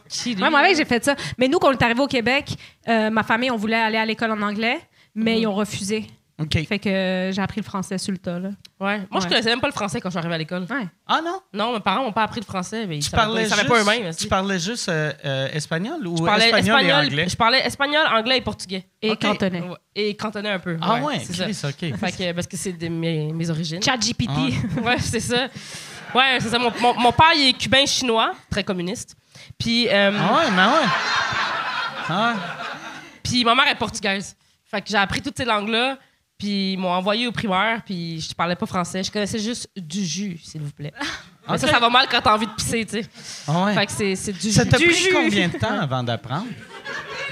G: Qui, lui?
F: Ouais, moi, avec, j'ai fait ça. Mais nous, quand on est arrivé au Québec, euh, ma famille, on voulait aller à l'école en anglais, mais
G: Mhm.
F: ils ont refusé.
A: OK.
F: Fait que euh, j'ai appris le français sur le tas, là.
G: Ouais. Moi, je
F: Ouais.
G: connaissais même pas le français quand je suis arrivée à l'école.
F: Ouais.
A: Ah non?
G: Non, mes parents m'ont pas appris le français, mais ils
A: Tu
G: savaient pas-
A: parlais,
G: ils savaient
A: juste,
G: pas eux-mêmes.
A: tu
G: esti.
A: parlais juste euh, euh, espagnol ou
G: Je parlais
A: espagnol,
G: espagnol,
A: et anglais?
G: je parlais espagnol, anglais et portugais.
F: Et
G: Ok.
F: cantonais.
G: Ouais. Et cantonais un peu.
A: Ah ouais,
G: c'est ça.
A: Chris, OK.
G: Fait que, parce que c'est de mes, mes origines.
F: Chat GPT.
G: Ouais, c'est ça. Ouais, c'est ça. Mon, mon- mon père, il est cubain-chinois, très communiste. Puis, euh,
A: Ah ouais, mais ouais. Ah,
G: puis ma mère est portugaise. Fait que j'ai appris toutes ces langues-là. Puis ils m'ont envoyé au primaire, puis je parlais pas français. Je connaissais juste du jus, s'il vous plaît. Mais ça, ça va mal quand t'as envie de pisser, tu sais.
A: ah ouais.
G: Fait que c'est c'est du
A: Ça
G: jus.
A: t'a
G: Du
A: pris
G: jus.
A: combien de temps avant d'apprendre?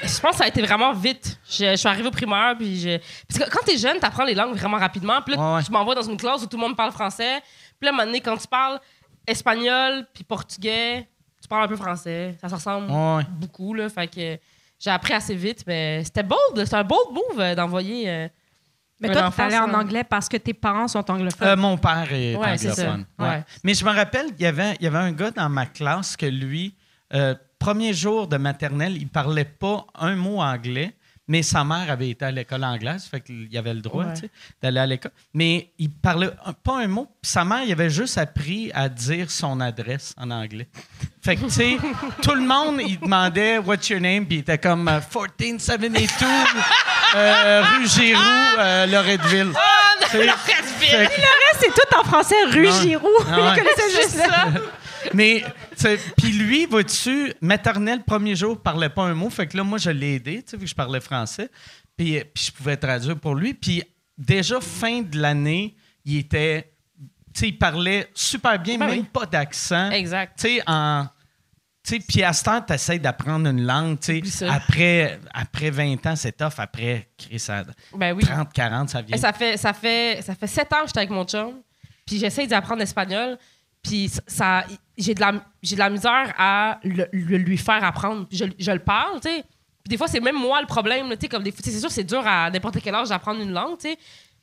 G: Je pense que ça a été vraiment vite. Je, je suis arrivée au primaire, puis je... Parce que quand t'es jeune, t'apprends les langues vraiment rapidement. Puis là,
A: Ouais, ouais.
G: tu m'envoies dans une classe où tout le monde parle français. Puis là, à un moment donné, quand tu parles espagnol puis portugais, tu parles un peu français. Ça se ressemble
A: Ah Ouais.
G: beaucoup, là. Fait que j'ai appris assez vite, mais c'était bold. C'était un bold move euh, d'envoyer... euh,
F: Mais
G: Un
F: toi, t'es
G: enfant,
F: allé
G: ça.
F: en anglais parce que tes parents sont anglophones.
A: Euh, mon père est
G: Ouais, c'est
A: anglophone.
G: ça.
A: Ouais.
G: Ouais.
A: Mais je me rappelle, il y avait, il y avait un gars dans ma classe que lui, euh, premier jour de maternelle, il parlait pas un mot anglais, mais sa mère avait été à l'école anglaise, fait qu'il y avait le droit
G: Ouais.
A: tu sais, d'aller à l'école. Mais il parlait un- pas un mot, puis sa mère, il avait juste appris à dire son adresse en anglais. Fait que, tu sais, tout le monde, il demandait « What's your name? » Puis il était comme euh, 1472 euh, rue Giroux, euh, Loretteville.
G: Ah,
A: Tu sais, fait que-
F: Après, Ah, c'est tout en français, rue
A: Non.
F: Giroux.
A: Ah ouais.
F: Il connaissait juste ça.
A: Mais, tu sais, puis lui, vois-tu, maternelle, premier jour, parlait pas un mot. Fait que là, moi, je l'ai aidé, tu sais, vu que je parlais français. Puis, euh, puis je pouvais traduire pour lui. Puis déjà, fin de l'année, il était. Tu sais, il parlait super bien,
G: Ben
A: même
G: oui.
A: pas d'accent.
G: Exact.
A: Tu sais, en. Tu sais, puis à ce temps, tu essaies d'apprendre une langue. Tu
G: Oublie
A: sais,
G: ça.
A: après, après 20 ans, c'est tough. Après, Chris, à
G: Ben oui.
A: 30, 40, ça vient.
G: Et ça fait ça fait ça fait sept ans que j'étais avec mon chum, puis j'essaie d'apprendre l'espagnol, puis ça j'ai de la j'ai de la misère à le- le- lui faire apprendre, puis je, je le parle, tu sais. Puis des fois c'est même moi le problème, là, tu sais comme des fois- tu sais, c'est sûr c'est dur à n'importe quel âge d'apprendre une langue, tu sais.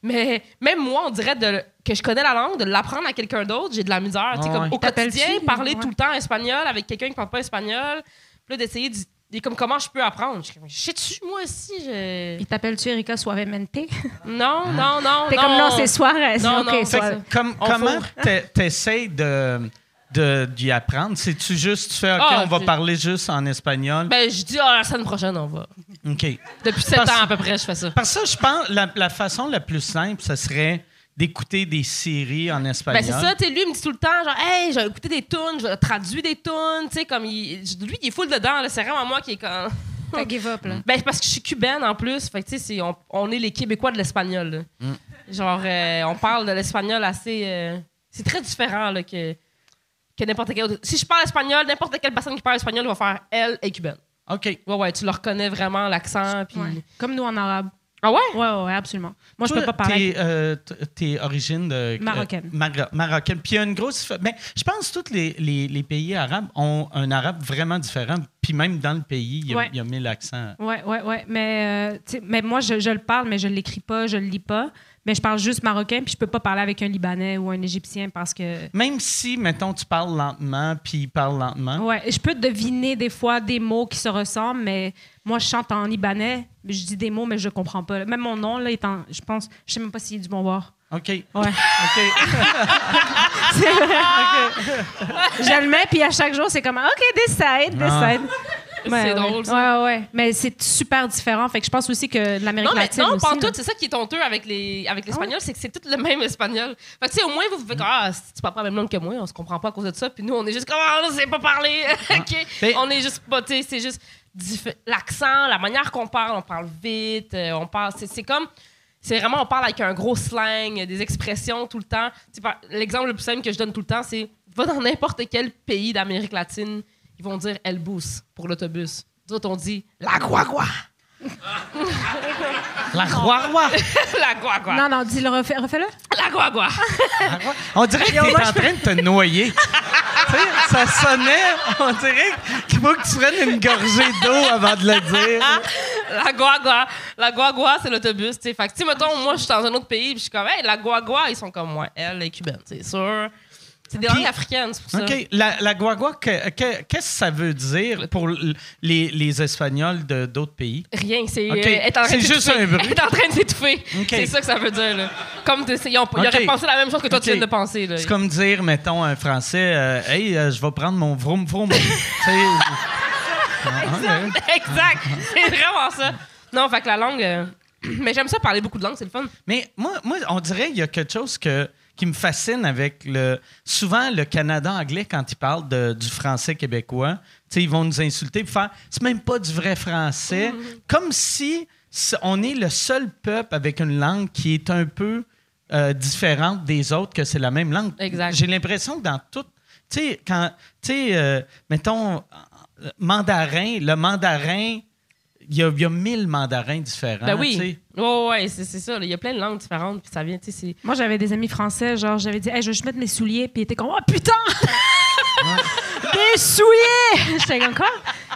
G: Mais même moi, on dirait de, que je connais la langue, de l'apprendre à quelqu'un d'autre, j'ai de la misère. tu sais,
A: Ah
G: comme
A: ouais.
G: Au quotidien,
F: T'appelles-tu?
G: parler
F: Ouais.
G: tout le temps espagnol avec quelqu'un qui ne parle pas espagnol, puis là, d'essayer de- et comme comment je peux apprendre. Je suis comme, Je sais-tu, moi aussi, je...
F: Il t'appelle-tu Erika Suavemente? T'es
G: Non, non, non, non.
F: comme non, c'est Suarez.
G: Non,
F: Ok,
G: non,
A: Fait que
F: Suarez.
A: comme,
G: On
A: comment
G: fourre.
A: t'es- t'essayes de de- d'y apprendre? C'est-tu juste, tu fais, OK,
G: Ah,
A: on va
G: c'est-
A: parler juste en espagnol?
G: Ben, je dis, ah, la semaine prochaine, on va.
F: Ben,
A: OK.
G: Depuis sept
A: Parce-
G: ans, à peu près, je fais ça.
A: Par ça, je pense, la, la façon la plus simple, ce serait d'écouter des séries en
G: Ben,
A: espagnol.
G: c'est ça, tu sais, lui, il me dit tout le temps, genre, hey, j'ai écouté des tunes, j'ai traduit des tunes, tu sais, comme, il- lui, il est full dedans, là. C'est vraiment moi qui est comme.
F: T'as give up, là.
G: Ben, c'est parce que je suis cubaine en plus, fait que, tu sais, c'est- on, on est les Québécois de l'espagnol, là. Genre, euh, on parle de l'espagnol assez. euh, c'est très différent, là, que, que n'importe quel autre. Si je parle espagnol, n'importe quelle personne qui parle espagnol va faire elle est cubaine.
A: OK.
G: Ouais, ouais, tu leur connais vraiment l'accent, puis.
F: Ouais. Comme nous en arabe.
G: Ah ouais?
F: Ouais, ouais, ouais, absolument. Moi, je
A: Toi,
F: peux pas parler.
A: T'es, euh, t- t'es origine de...
F: Marocaine.
A: euh, Mara- marocaine. Puis il y a une grosse... fa- Ben, je pense que tous les, les- les pays arabes ont un arabe vraiment différent Puis même dans le pays, il a,
F: Ouais.
A: il a mis l'accent.
F: Oui, oui, oui. Mais, euh, tu sais, mais moi, je, je le parle, mais je ne l'écris pas, je le lis pas. Mais je parle juste marocain, puis je peux pas parler avec un Libanais ou un Égyptien parce que.
A: Même si, mettons, tu parles lentement, puis il parle lentement.
F: Ouais, je peux deviner des fois des mots qui se ressemblent, mais moi, je chante en Libanais, mais je dis des mots, mais je comprends pas. Même mon nom, là, est en- je pense, je sais même pas s'il est du bon bord.
A: OK.
F: Ouais.
A: OK.
F: C'est vrai. Je le mets, puis à chaque jour, c'est comme OK, decide, decide.
G: C'est drôle, ça.
F: Ouais, ouais. Mais c'est super différent. Fait que je pense aussi que l'Amérique
G: Non, mais
F: latine.
G: non,
F: aussi, là. Ah
G: pantoute, c'est ça qui est honteux avec les avec l'espagnol, c'est que c'est tout le même espagnol. Fait que, tu sais, au moins, vous pouvez dire, ah, c'est pas la même langue que moi, on se comprend pas à cause de ça. Puis nous, on est juste comme, ah, on sait pas parler.
F: Ah.
G: OK.
A: Mais-
G: On est juste pas, tu sais, c'est juste diffé- l'accent, la manière qu'on parle, on parle vite, euh, on parle. C'est c'est comme. C'est vraiment, on parle avec un gros slang, euh, des expressions tout le temps. Tu sais, par- L'exemple le plus simple que je donne tout le temps, c'est va dans n'importe quel pays d'Amérique latine, ils vont dire El Bus pour l'autobus. Nous autres, on dit la guagua.
A: La roi roi.
G: la guagua.
F: Non, non, dis-le, refais- refais-le.
G: La guagua.
A: On dirait que t'es en train de te noyer. Tu sais, ça sonnait, on dirait qu'il faut que tu prennes une gorgée d'eau avant de le dire.
G: la guagua. La guagua, c'est l'autobus. tu sais. Fait que, tu sais, mettons, moi, je suis dans un autre pays, puis je suis comme, hey, la guagua, ils sont comme moi. Elle est cubaine, c'est sûr. C'est des
A: Puis-
G: langues africaines, c'est pour ça.
A: OK, la, la guagua, que- que- qu'est-ce que ça veut dire pour l- les, les Espagnols de- d'autres pays?
G: Rien, c'est
A: OK.
G: euh, être en train
A: C'est
G: de
A: juste
G: s'étouffer.
A: un bruit.
G: Être en train de s'étouffer.
A: OK.
G: C'est ça que ça veut dire, là. Comme, t'es- ils, ont, ils
A: OK.
G: auraient pensé la même chose que toi, tu
A: OK.
G: viens de penser, là.
A: C'est comme dire, mettons, un Français, euh, Hey, euh, je vais prendre mon vroom vroom. Tu sais, Ah,
G: exact. c'est vraiment ça. Non, fait que la langue... euh, Mais j'aime ça parler beaucoup de langues, c'est le fun.
A: Mais moi, moi on dirait qu'il y a quelque chose que, qui me fascine avec le. Souvent, le Canada anglais, quand ils parlent de- du français québécois, tu sais, ils vont nous insulter et faire c'est même pas du vrai français.
G: Mm.
A: Comme si c- on est le seul peuple avec une langue qui est un peu euh, différente des autres, que c'est la même langue.
G: Exact.
A: J'ai l'impression que dans tout. Tu sais, quand. Tu sais, euh, mettons, euh, mandarin, le mandarin. Il y, a, il y a mille mandarins différents.
G: Ben
A: Ah, tu sais.
G: oui. Ouais, ouais, c'est c'est ça. là. Il y a plein de langues différentes, puis ça vient, tu sais, c'est...
F: Moi, j'avais des amis français, genre, j'avais dit, hey, je vais juste mettre mes souliers, puis ils étaient comme, oh putain! Des souliers! J'étais comme, quoi?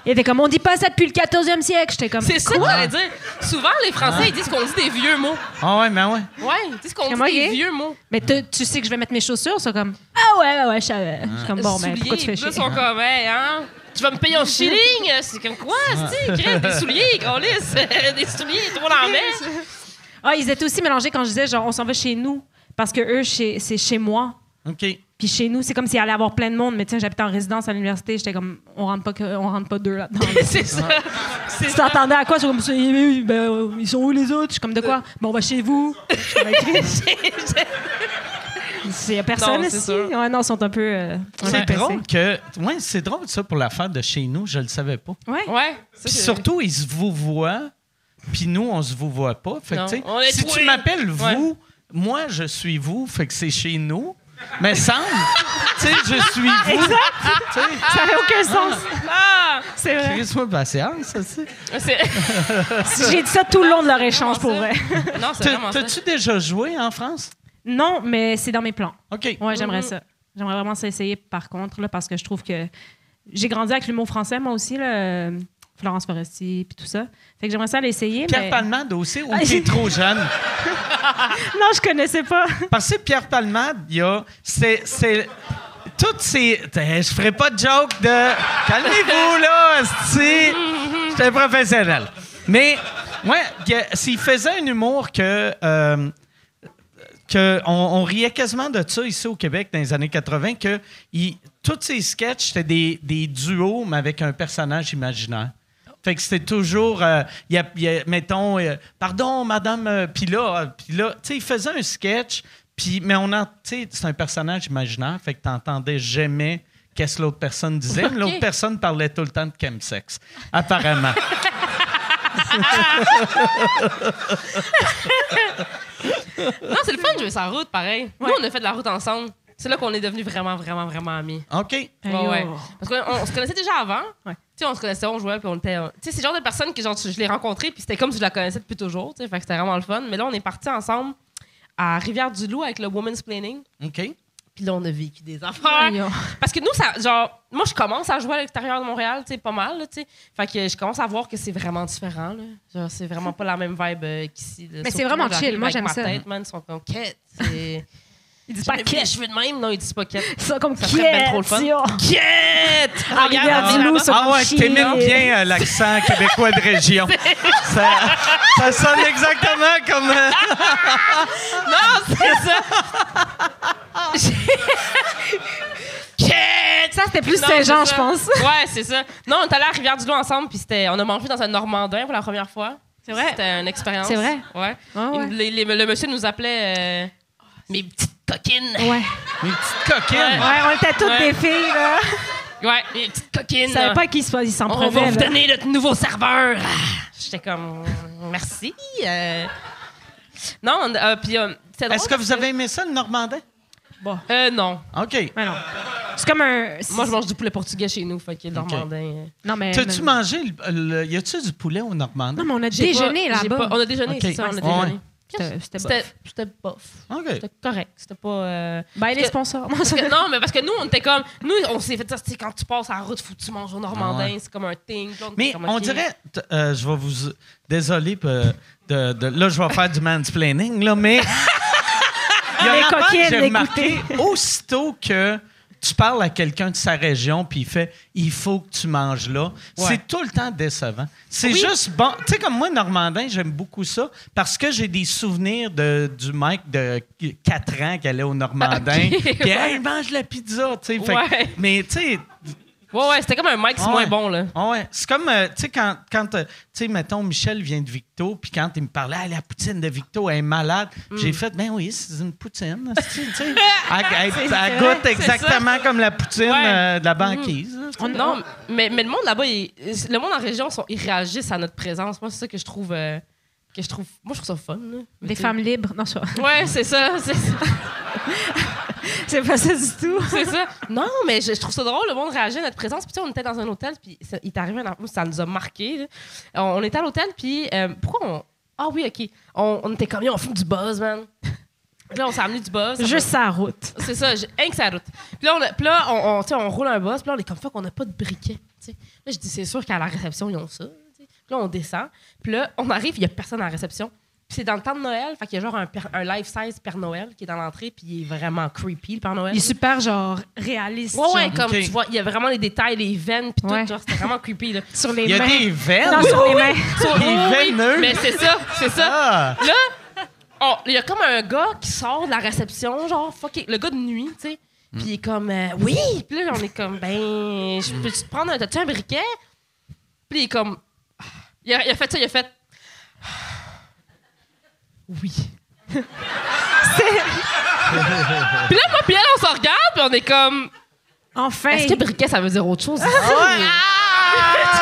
F: Ils étaient comme, on dit pas ça depuis le 14e siècle. J'étais comme,
G: C'est ça que j'allais dire. Souvent, les Français, ils disent qu'on dit des vieux mots.
A: Ah ouais, mais ouais.
G: Ouais, ils disent qu'on dit
F: Comment il
G: des
F: est?
G: vieux mots.
F: Mais te- tu sais que je vais mettre mes chaussures, ça comme, ah ouais, ouais, ouais, je savais. Je suis comme, bon, mais
G: souliers,
F: pourquoi tu fais
G: là,
F: chier?
G: ils sont comme, hey, hein? Tu vas me payer en shilling? C'est comme quoi, c'est crème, des souliers, qu'on lisse, des souliers, trop dans la mer.
F: Ah, ils étaient aussi mélangés quand je disais, genre, on s'en va chez nous, parce que eux, chez- c'est chez moi.
A: OK.
F: Puis chez nous, c'est comme s'il allait avoir plein de monde, mais tiens, j'habitais en résidence à l'université, j'étais comme, on rentre pas, que- on rentre pas deux là-dedans.
G: C'est ça. C'est
F: Tu
G: ça.
F: t'attendais à quoi? C'est comme, c'est- ben, euh, ils sont où les autres? Je suis comme, de quoi? Bon, bah, chez vous. Je suis comme, Il y a personne
G: Non, c'est
F: ici.
G: sûr.
F: Ouais, non, ils sont un peu. euh, un
A: C'est
F: peu
A: drôle que. Ouais, c'est drôle ça pour l'affaire de chez nous, je le savais pas.
F: pressés. Ouais.
G: Ouais.
A: Puis surtout, ils se vous voient, puis nous, on se vous voit pas. Fait que,
G: Non,
A: tu sais,
G: on est
A: si
G: doués.
A: tu m'appelles vous,
G: Ouais.
A: moi, je suis vous, fait que c'est chez nous. Mais semble, tu sais, je suis vous. Tu sais,
F: Ça n'a aucun sens.
G: Ah!
F: C'est vrai.
A: Chris, moi, patience, ça, tu sais.
G: C'est
F: Si J'ai dit ça tout le long de leur échange pour
G: ça.
F: vrai.
G: Non, c'est
A: T'as-
G: vraiment ça.
A: T'as-tu déjà joué en France?
F: Non, mais c'est dans mes plans.
A: OK.
F: Ouais, j'aimerais
G: Mhm.
F: ça. J'aimerais vraiment ça essayer, par contre, là, parce que je trouve que j'ai grandi avec l'humour français, moi aussi, là, euh, Florence Foresti, puis tout ça. Fait que j'aimerais ça l'essayer.
A: Pierre
F: mais...
A: Palmade aussi, ou
F: Ah,
A: t'es
F: j'ai-
A: trop jeune?
F: Non, je connaissais pas.
A: Parce que Pierre Palmade, il y a. C'est. c'est- toutes ces. T'sais, Je ferai pas de joke de. Calmez-vous, là, si. J'étais un professionnel. Mais, ouais, il y a- s'il faisait un humour que. euh, que on, on riait quasiment de ça ici au Québec dans les années 80, que il- tous ces sketchs, c'était des, des duos, mais avec un personnage imaginaire. Fait que c'était toujours, euh, il y a- il y a, mettons, euh, pardon, madame, euh, puis là, euh, puis là, tu sais, il faisait un sketch, puis, mais on en, tu sais, c'est un personnage imaginaire, fait que t'entendais jamais qu'est-ce que l'autre personne disait, mais l'autre personne parlait tout le temps de chemsex, apparemment.
G: Non, c'est le fun de jouer sa route, pareil. Nous, on a fait de la route ensemble. C'est là qu'on est devenus vraiment, vraiment, vraiment amis.
A: OK.
G: Ouais,
F: Ayo.
G: ouais. Parce qu'on on se connaissait déjà avant.
F: oh. Ouais.
G: Tu sais, on se connaissait, on jouait, puis on était. euh, Tu sais, c'est le genre de personne que genre, tu- je l'ai rencontrée, puis c'était comme si je la connaissais depuis toujours. Tu sais, fait que c'était vraiment le fun. Mais là, on est partis ensemble à Rivière-du-Loup avec le Women's Planning.
A: OK.
G: Puis là, on a vécu des affaires.
F: oh.
G: Parce que nous, ça, genre, moi, je commence à jouer à l'extérieur de Montréal, tu sais, pas mal, là, tu sais. Fait que je commence à voir que c'est vraiment différent, là. Genre, c'est vraiment pas la même vibe euh, qu'ici. là.
F: Mais c'est
G: Surtout,
F: vraiment
G: j'arrive
F: chill. Moi,
G: avec
F: j'aime
G: ma
F: ça.
G: tête, man, ils sont comme, quête. C'est.
F: Il dit pas
G: Jamais vu les
F: quête.
G: cheveux de même, non, ils disent pas quête.
F: Ça, comme
G: Ça serait ben trop le fun.
F: question.
G: Quête!
F: Ah, regarde,
G: là-bas.
F: dis-nous sur
A: Ah ouais,
F: Chier.
A: t'émiles bien euh, l'accent québécois de région. ça, ça sonne exactement comme... euh,
G: Non, c'est ça! Quête!
F: Ça, c'était plus
G: Non,
F: ces
G: c'est
F: gens,
G: ça.
F: je pense.
G: Ouais, c'est ça. Non, on est allé à Rivière-du-Loup ensemble, puis c'était, on a mangé dans un Normandin pour la première fois. C'est
F: vrai?
G: C'était une expérience.
F: C'est vrai?
G: Ouais.
F: Ah ouais. Oh,
G: Il- les- les- le monsieur nous appelait euh, mes petites coquines.
F: Ouais.
A: Une petite coquine.
F: Ouais, on était toutes
G: Ouais.
F: des filles, là.
G: Ouais, mes petites coquines.
F: Je savais pas à qui il s'en
G: on va
F: prenait.
G: vous
F: là.
G: donner notre nouveau serveur. Ah, J'étais comme, mm, merci. euh. Non, on- euh, puis euh, c'était drôle
A: Est-ce que vous avez aimé ça, le Normandais?
G: parce que- Euh, non.
A: OK.
F: Mais non. C'est comme un.
G: Moi, je mange du poulet portugais chez nous, fait que le Normandin. euh,
F: Non, mais.
A: T'as-tu
F: mais-
A: mangé... le- le- y a-tu du poulet au Normandais?
F: Non, mais on a
G: j'ai
F: déjeuné
G: pas- j'ai
F: là-bas.
G: pas- On a déjeuné,
A: Ok.
G: c'est ça, on
A: Ouais.
G: a déjeuné.
F: C'était- C'était
G: C'était,
F: bof.
G: c'était bof.
A: OK.
G: C'était correct. C'était pas. euh,
F: Ben, les
G: que-
F: sponsors.
G: parce que- non, mais parce que nous, on était comme. Nous, on s'est fait ça, tu sais, quand tu passes à la route, faut que tu manges au Normandin,
A: Ah ouais.
G: c'est comme un thing. Puis était
A: Mais
G: comme,
A: on
G: OK.
A: dirait, t- euh, je vais vous. Désolé, p- euh, de, de- là, je vais faire du mansplaining, là, mais. Il y a
F: Les
A: un affaire que
F: coquines,
A: j'ai remarqué
F: écoutez.
A: aussitôt que tu parles à quelqu'un de sa région, puis il fait il faut que tu manges là, c'est tout le temps décevant. C'est juste bon. Tu sais, comme moi, Normandin, j'aime beaucoup ça parce que j'ai des souvenirs de, du mec de 4 ans qui allait au Normandin.
G: Ah, ok,
A: Puis,
G: ouais.
A: hey, mange la pizza, tu sais. Fait que-
G: Ouais.
A: Mais, tu sais,
G: Ouais, ouais, c'était comme un Mike, c'est
A: Ouais.
G: moins bon, là.
A: ah ouais. C'est comme, euh, tu sais, quand, quand euh, tu sais, mettons, Michel vient de Victo, puis quand il me parlait, Ah, la poutine de Victo, elle est malade,
F: Mm.
A: j'ai fait, ben oui, c'est une poutine. esti, tu sais. elle, elle- elle goûte exactement comme la poutine
G: Ouais.
A: euh, de
F: Mm.
A: la banquise. là, tu sais.
G: non, mais, mais le monde là-bas, il- le monde en région, sont- ils réagissent à notre présence. Moi, c'est ça que je trouve. euh, que je trouve. Moi, je trouve ça fun, là. Mais
F: Des
G: tu-
F: femmes libres. Non, ça-
G: Ouais, c'est ça. C'est ça.
F: c'est pas ça du tout.
G: C'est ça. Non, mais je, je trouve ça drôle. Le monde réagit à notre présence. Puis, tu sais, on était dans un hôtel, puis ça- il est arrivé un affaire, ça nous a marqué. là. On, on était à l'hôtel, puis euh, pourquoi on. Ah oui, OK. On, on était comme, Yo, on fume du buzz, man. Là, on s'est amené du buzz. Ça
F: Juste sa route.
G: c'est ça, j'ai- rien que ça route. Puis là, on, a- puis là, on, on- tu sais, on roule un boss, puis là, on est comme fuck, on n'a pas de briquet. tu sais. Là, je dis, c'est sûr qu'à la réception, ils ont ça. tu sais. Puis là, on descend, puis là, on arrive, il n'y a personne à la réception. Puis c'est dans le temps de Noël, fait qu'il y a genre un, per- un life-size Père Noël qui est dans l'entrée, puis il est vraiment creepy, le Père Noël.
F: Il est super, genre, réaliste.
G: Ouais, ouais,
F: genre,
G: comme
A: Ok.
G: tu vois, il y a vraiment les détails, les veines, puis
F: Ouais.
G: tout, genre, c'était vraiment creepy, là.
F: Sur les
A: Il y a
F: mains.
A: des veines.
F: Non, sur les mains.
G: So-
A: Il est
G: oui, oui,
A: veineux.
G: Mais c'est ça, c'est ça.
A: Ah!
G: Là, on- il y a comme un gars qui sort de la réception, genre, fuck it, le gars de nuit, tu sais.
A: Mm.
G: Puis il est comme, euh, oui! Puis là, on est comme, ben, je peux-tu te prendre un, t'as-tu un briquet? Puis il est comme, Ah. il a, il a fait ça, il a fait, Ah. oui. puis là, moi, puis elle, on se regarde, puis on est comme,
F: Enfin.
G: est-ce que briquet, ça veut dire autre chose? ici? tu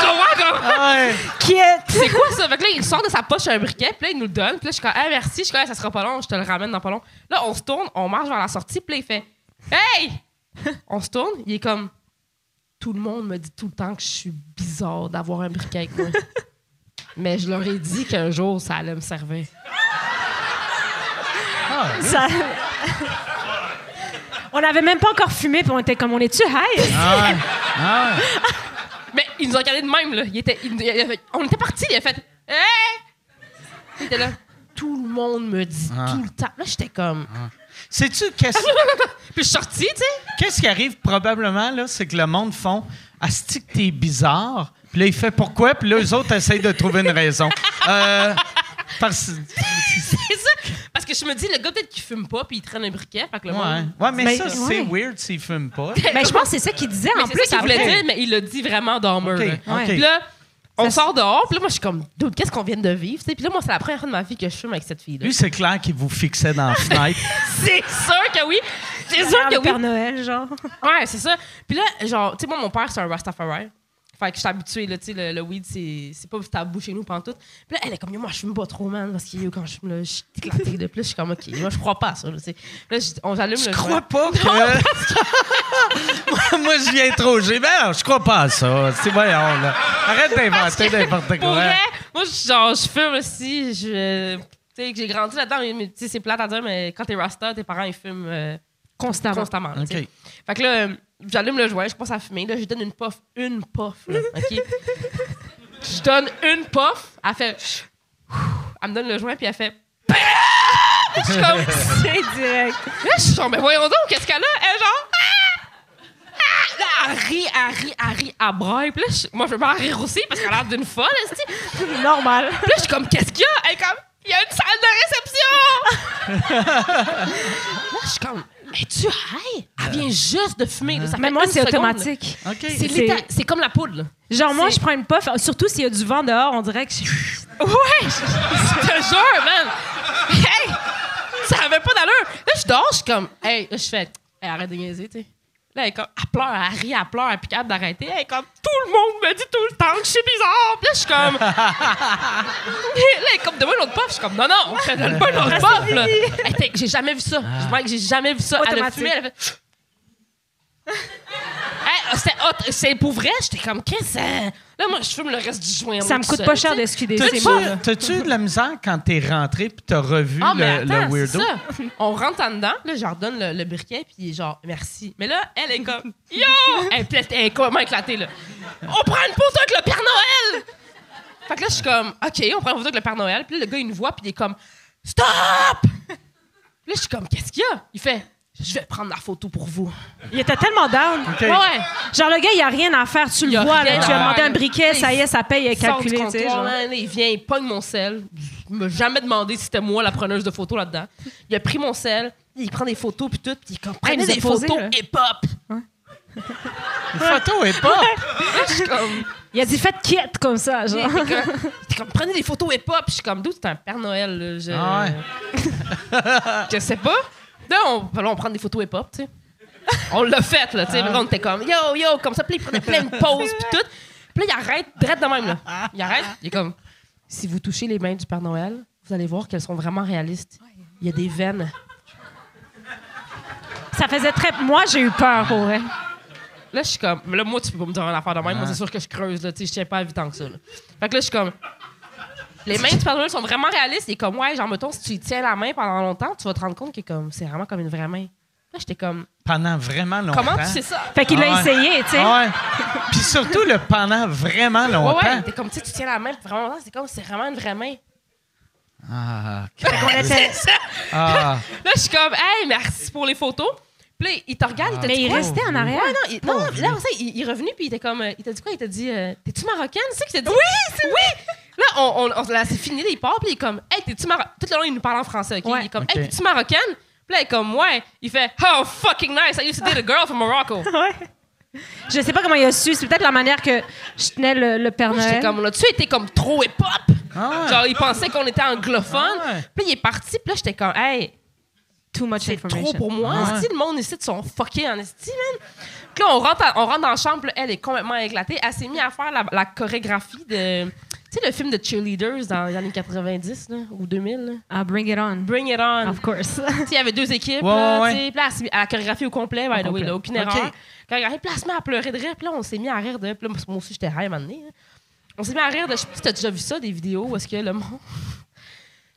G: comprends? Comme...
A: Ouais.
F: Quitte.
G: C'est quoi ça? Fait que là, il sort de sa poche un briquet, puis là, il nous le donne. Puis là, je suis comme, ah, merci, je suis comme, Ah, ça sera pas long, je te le ramène dans pas long. Là, on se tourne, on marche vers la sortie, puis là, il fait, hey! on se tourne, il est comme, tout le monde me dit tout le temps que je suis bizarre d'avoir un briquet avec moi. Mais je leur ai dit qu'un jour, ça allait me servir.
F: Ça- on n'avait même pas encore fumé, puis on était comme, on est-tu high?
G: Mais ils nous ont regardé de même, là. Il était, il- il a fait- on était partis, il a fait, hey! Il était là, tout le monde me dit tout le temps. Là, j'étais comme,
A: Sais-tu qu'est-ce
G: puis je suis sortie, tu sais.
A: qu'est-ce qui arrive probablement, là, c'est que le monde font Asti que t'es bizarre. Puis là, il fait pourquoi? Puis là, eux autres essayent de trouver une raison. Euh, parce
G: C'est ça. Parce que je me dis, le gars, peut-être qu'il fume pas, puis il traîne un briquet. Fait que le
A: Ouais,
G: monde.
A: ouais mais,
F: Mais-
A: ça, c'est
F: ouais.
A: weird s'ils fument pas.
F: Mais Ben, je pense que c'est ça qu'il disait
G: Mais
F: en
G: c'est
F: plus.
G: ça qu'il voulait
F: après.
G: dire, mais il l'a dit vraiment dans le mur,
A: OK,
G: là.
A: OK.
G: Puis là, on sort dehors, puis là, moi, je suis comme, dude, qu'est-ce qu'on vient de vivre? tu sais? Puis là, moi, c'est la première fois de ma vie que je fume avec cette fille-là.
A: Lui, c'est clair qu'il vous fixait dans la fenêtre.
G: C'est sûr que oui. C'est sûr
F: Regarde
G: que
F: le Père
G: oui.
F: Noël, genre.
G: Ouais, c'est ça. Puis là, genre, tu sais, moi, mon père, c'est un Rastafari. Fait que je suis habituée, là, tu sais, le, le weed, c'est c'est pas tabou chez nous, pantoute. Puis là, elle est comme, Yo, moi, je fume pas trop, man, parce que yo, quand je fume, là, je suis éclatée de plus. Je suis comme, OK, moi, je crois pas à ça, là, tu sais. Là, je- on j'allume
A: Je
G: le
A: crois pas que. moi, moi, je viens trop. J'ai ben, je crois pas à ça. C'est voyons, là. Arrête d'inventer n'importe
G: Pour
A: quoi.
G: vrai, moi, je- genre, je fume aussi. Je, tu sais, que j'ai grandi là-dedans, mais, mais, tu sais, c'est plate à dire, mais quand t'es Rasta, tes parents, ils fument euh,
F: Constamment.
G: constamment. tu sais.
A: OK.
G: Fait que là, euh, j'allume le joint, je passe à fumer. Là, je donne une puff, une puff. là, OK? je donne une puff, elle fait. Elle me donne le joint, puis elle fait. Je suis comme.
F: C'est direct.
G: Là, je suis genre, oh, mais voyons donc, qu'est-ce qu'elle a? Elle, genre. Ah! Ah! Là, elle rit, elle rit, elle rit, elle braille. Puis là, je- moi, je veux pas en rire aussi, parce qu'elle a l'air d'une folle, esti.
F: Normal.
G: Puis là, je suis comme, qu'est-ce qu'il y a? Elle est comme, il y a une salle de réception! là, je suis comme, mais tu high? Elle vient juste de fumer. là. Ça fait
F: Mais moi,
G: une
F: c'est
G: seconde, là.
F: automatique.
A: OK.
G: C'est
F: C'est-
G: littér- c'est comme la poudre, là.
F: Genre, moi,
G: C'est-
F: je prends une puff, surtout s'il y a du vent dehors, on dirait que je.
G: Ouais! Je te jure, man! Hey! Ça avait pas d'allure! Là, je dors, je suis comme, hey, là, je fais, hey, arrête de niaiser, tu sais. Là, elle, est comme, elle pleure, elle rit, elle pleure, elle est plus capable d'arrêter. Elle est comme, tout le monde me dit tout le temps que je suis bizarre. Puis là, je suis comme. là, elle est comme, donne-moi une autre puff. Je suis comme, non, non, je te donne pas une autre puff, là. Hey, t'es- j'ai jamais vu ça. Je crois que j'ai jamais vu ça. Elle a
F: Ah. Automatique.
G: fumé, elle a fait. Hey, oh, c'était hot. c'est pour vrai, j'étais comme, qu'est-ce que c'est? Là, moi, je fume le reste du joint.
F: Ça
G: moi,
F: me
G: tout
F: coûte
G: seul,
F: pas
G: tu
F: cher
G: sais.
F: de scuder
G: T'as
F: ces
G: pas-
F: mots-là.
A: T'as-tu de la misère quand t'es rentré puis t'as revu
G: Ah, mais
A: le, le
G: attends, c'est
A: weirdo?
G: ça. On rentre en dedans, là, je leur donne le, le briquet, puis il est genre, merci. Mais là, elle est comme, yo! Elle est, plate- elle est complètement éclatée, là. On prend une photo avec le Père Noël! Fait que là, je suis comme, OK, on prend une photo avec le Père Noël, puis là, le gars, il nous voit, puis il est comme, stop! Puis là, je suis comme, qu'est-ce qu'il y a? Il fait, je vais prendre la photo pour vous.
F: Il était tellement down.
A: OK.
G: Ouais, ouais.
F: Genre, le gars, il n'y a rien à faire, tu
G: Il
F: le
G: a
F: vois,
G: rien
F: là, tu lui
G: à
F: as demandé
G: faire.
F: un briquet,
G: Il
F: ça y est, ça paye, il est
G: sort du
F: calculé, tu sais.
G: comptoir, hein.
F: genre.
G: là, là, il vient, il pogne mon sel. Il m'a jamais demandé si c'était moi la preneuse de photos là-dedans. Il a pris mon sel, il prend des photos puis tout, puis il comme, prenez
F: nous a
G: des
F: posé,
G: photos
F: là.
G: hip-hop.
A: Une photo est pas.
F: Il a dit, faites quitte comme ça, genre.
G: T'es comme- t'es comme, prenez des photos hip-hop. Je suis comme, d'où c'est un Père Noël? là, Je...
A: Ah ouais.
G: je sais pas. Là, on, ben là, on prend des photos hip-hop, tu sais. On l'a fait, là, tu sais. On était comme, yo, yo, comme ça. Puis là, il prenait plein de poses, puis tout. Puis là, il arrête, direct de même, là. Il arrête, il est comme, si vous touchez les mains du Père Noël, vous allez voir qu'elles sont vraiment réalistes. Il y a des veines.
F: Ça faisait très. Moi, j'ai eu peur, pour vrai.
G: Là, je suis comme. Mais là, moi, tu peux pas me dire une affaire de même. Moi, c'est sûr que je creuse, là. Tu sais, je tiens pas à vie tant que ça, là. Fait que là, je suis comme. Les mains du Père Noël sont vraiment réalistes. Et comme, ouais, genre, mettons, si tu y tiens la main pendant longtemps, tu vas te rendre compte que comme, c'est vraiment comme une vraie main. Là, j'étais comme.
A: Pendant vraiment longtemps.
G: Comment tu sais ça?
F: Fait qu'il
A: Ah
F: l'a
A: ouais.
F: essayé, tu sais.
A: Ah ouais. Puis surtout le pendant vraiment
G: Ouais,
A: longtemps.
G: ouais. T'es comme, tu sais, tu tiens la main vraiment longtemps. C'est comme, c'est vraiment une vraie main.
A: Ah,
F: On était-
A: ah.
G: Là, je suis comme, hey, merci pour les photos. Puis là, il te regarde, il hein? te
F: Mais
G: dit
F: il
G: quoi?
F: restait en arrière.
G: Ouais, non, il- non, non, là, on sait, il, il est revenu, puis il était comme. euh, Il t'a dit quoi? Il t'a dit, euh, t'es-tu marocaine? C'est ça qu'il t'a dit? Oui, c'est Oui! Là, on, on, on- là, c'est fini, là, il part, puis il est comme, hey, t'es-tu marocaine? Tout le long, il nous parle en français, OK?
F: Ouais.
G: Il est comme,
A: OK.
G: hey, t'es-tu marocaine? Puis là, il est comme, ouais. Il fait, oh, fucking nice, I used to date a girl from Morocco.
F: Je sais pas comment il a su. C'est peut-être la manière que je tenais le, le Père
G: J'étais
F: Noël.
G: comme, là-dessus, était comme trop hip-hop.
A: Ah ouais.
G: Genre, il pensait qu'on était anglophone.
A: Ah ouais.
G: Puis là, il est parti, puis là, j'étais comme, hey,
F: Too much
G: C'est
F: information.
G: trop pour moi.
A: Ah ouais.
G: Esti, le monde ici, ils sont fuckés en esti, man. Puis là, on rentre, en- on rentre dans la chambre, là, elle est complètement éclatée. Elle s'est mise à faire la, la chorégraphie de. Tu sais, le film de Cheerleaders dans les années 90 là, ou 2000. là.
F: Ah, bring it on.
G: Bring it on.
F: Of course.
G: Tu sais, il y avait deux équipes.
A: Ah. Ouais,
G: là,
A: ouais,
G: tu sais. Puis là, elle, s'est mise- elle a chorégraphié au complet, by the way,
F: complet.
G: là, aucune
A: Ok.
G: erreur. Chorégraphie, puis là, elle se met à pleurer de rire. Puis là, on s'est mis à rire de. Puis là, moi aussi, j'étais high à un moment donné, hein. On s'est mis à rire de. Je sais pas si t'as déjà vu ça, des vidéos où est-ce que le monde.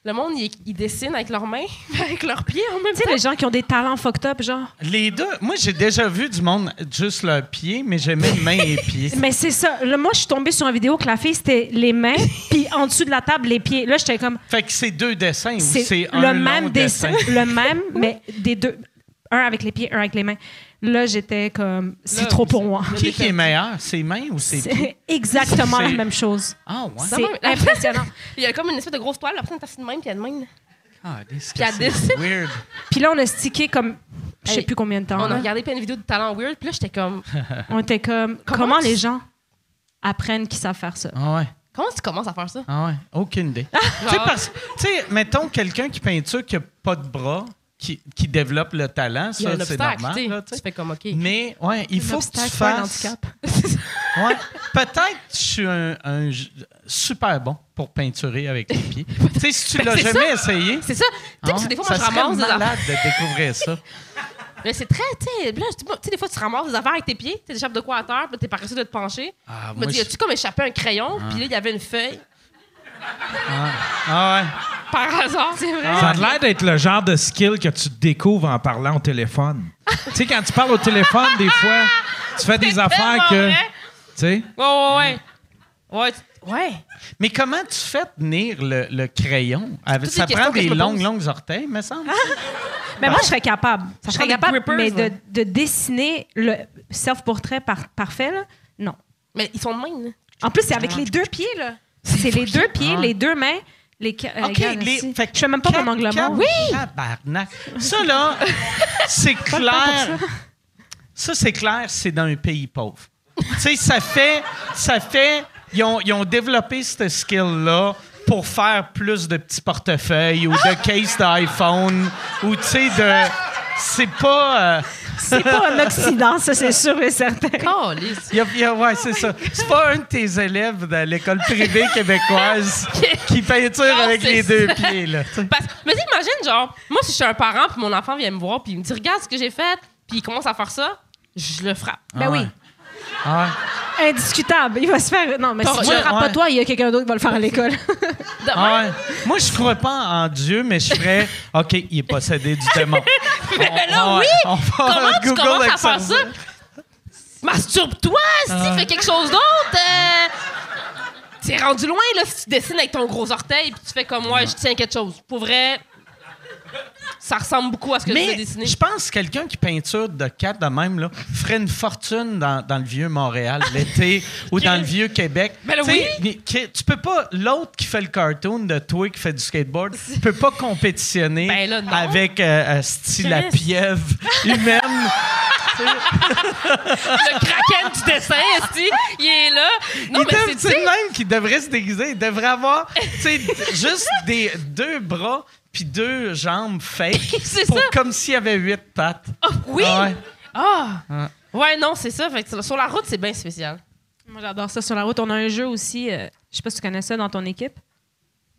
G: Le monde, il, il dessine avec leurs mains, avec leurs pieds en même
F: tu sais,
G: temps.
F: les gens qui ont des talents fucked up, genre.
A: Les deux, moi j'ai déjà vu du monde juste leurs pieds, mais j'aimais mains et pieds.
F: Mais c'est ça. Là, moi, je suis tombée sur une vidéo que la fille, c'était les mains, puis en dessous de la table, les pieds. Là, j'étais comme.
A: Fait que c'est deux dessins ou
F: C'est
A: c'est un
F: le
A: long
F: même dessin. Le même, mais des deux. Un avec les pieds, un avec les mains. Là, j'étais comme. C'est
G: Là,
F: trop pour
G: c'est-
F: moi.
A: Qui, qui est meilleur, ses mains ou ses pieds?
F: C'est exactement la
A: C'est-
F: même chose.
A: Ah ouais.
F: C'est impressionnant.
G: Il y a comme une espèce de grosse toile, la personne est assise de même, puis elle de même.
A: Ah, this-
G: Puis elle
A: c'est
G: dessine.
A: weird.
F: Puis là, on a stické comme. Je sais
G: Hey,
F: plus combien de
A: Ah,
F: temps.
G: On a
A: hein?
F: là.
G: regardé plein de vidéos de talent weird, puis là, j'étais comme,
F: On était comme. Comment,
G: Comment tu-
F: les gens apprennent qu'ils savent faire ça?
A: Ah ouais.
G: comment tu commences à faire ça?
A: Ah ouais, aucune idée. tu sais, parce- tu sais, mettons quelqu'un qui peinture qui n'a pas de bras, qui, qui développe le talent,
G: Il y a
A: ça
G: un
A: c'est
G: obstacle, tu
A: normal.
G: sais.
A: là, tu
G: Tu
A: sais. Mm.
G: fais comme, OK.
A: Mais ouais, il faut que tu
F: L'obstacle, pas un
A: fasses.
F: handicap.
A: Ouais. Peut-être que je suis un, un j- super bon pour peinturer avec les pieds. tu sais, si tu l'as
G: Ben, c'est
A: jamais essayé.
G: C'est ça. Tu sais, parce que des fois, moi, je ramasse des affaires.
A: Ah, malade de découvrir ça.
G: Mais c'est très, tu sais, là, je- tu sais, des fois, tu ramasses des affaires avec tes pieds, tu échappes de quoi à terre, puis t'es paresseux de te pencher.
A: Ah,
G: Je me
A: moi,
G: dis,
A: je- Ah.
G: as-tu comme échappé un crayon, puis là, il y avait une feuille.
A: Ah ouais.
G: par hasard.
F: C'est vrai.
A: Ah,
D: Ça a l'air d'être le genre de skill que tu découvres en parlant au téléphone. tu sais, quand tu parles au téléphone, des fois, tu fais des
G: C'est
D: affaires
G: tellement
D: que. Tu
G: vrai.
D: sais?
G: Ouais, ouais, ouais. Ouais, tu-
A: Ouais. Mais comment tu fais tenir le, le crayon? Ah,
G: Toutes
A: Ça
G: les
A: prend
G: questions que
A: des
G: je me
A: longues,
G: pose. Ah,
A: longues orteils, me semble.
F: Mais moi, je serais capable.
G: Ça
F: je
G: prend
F: serais
G: des
F: capable,
G: grippers,
F: mais de,
G: là.
F: de dessiner le self-portrait par- parfait, là, non.
G: Mais ils sont de même. là.
F: En plus, c'est avec les deux pieds, là. C'est les deux pieds, les deux mains, les... ca- euh,
A: OK,
F: regarde,
A: les-
F: ici.
A: fait que
F: Je fais même pas
A: quatre-
F: mon angle
A: quatre-
F: mort.
A: Tabarnak. Ça, là, c'est clair. Ça, c'est clair, c'est dans un pays pauvre. tu sais, ça fait... Ça fait ils, ont, ils ont développé ce skill-là pour faire plus de petits portefeuilles ou de cases d'iPhone ou, tu sais, de... C'est pas... euh,
F: C'est pas un Occident, ça, c'est sûr et certain.
G: Calisse.
A: Il y a- il y a- ouais,
G: Oh
A: c'est ça. C'est pas un de tes élèves de l'école privée québécoise qui peinture
G: Non,
A: avec
G: c'est
A: les
G: ça.
A: deux pieds, là. tu sais.
G: Parce mais tu sais, imagine, genre, moi, si je suis un parent, puis mon enfant vient me voir, puis il me dit, regarde ce que j'ai fait, puis il commence à faire ça, je le frappe.
A: Ah.
F: Ben oui. Indiscutable. Il va se faire... Non, mais si
G: T'aurais-
F: tu le frappes
A: Ouais.
F: pas toi, il y a quelqu'un d'autre qui va le faire à l'école.
G: De même,
A: Ah ouais. Moi, je crois pas en Dieu, mais je ferais OK, il est possédé du démon.
G: Mais là, oui! Comment tu commences à faire ça? Masturbe-toi, si fais quelque chose d'autre. euh, T'es rendu loin, là, si tu dessines avec ton gros orteil puis tu fais comme moi, je tiens quelque chose. Pour vrai, ça ressemble beaucoup à ce que tu as
A: Mais
G: dessiné.
A: je pense que quelqu'un qui peinture de quatre de même là, ferait une fortune dans, dans le vieux Montréal l'été ou dans le vieux Québec.
G: Ben là,
A: Tu sais,
G: oui.
A: mais qui- tu peux pas l'autre qui fait le cartoon de toi qui fait du skateboard peut pas compétitionner
G: Ben là, non.
A: avec euh, euh, style la
G: Chris.
A: pieuvre humaine.
G: Le kraken du dessin, esti, il est là. Non,
A: Il
G: mais
A: devrait-
G: c'est
A: c'est le même qui devrait se déguiser. Il devrait avoir tu sais, d- juste des deux bras puis deux jambes fake.
G: C'est
A: pour-
G: ça.
A: Comme s'il y avait huit pattes.
G: Ah, oui!
A: Ah ouais.
G: Ah! Ouais, non, c'est ça. Fait que sur la route, c'est bien spécial.
F: Moi, j'adore ça. Sur la route, on a un jeu aussi. euh, je sais pas si tu connais ça dans ton équipe.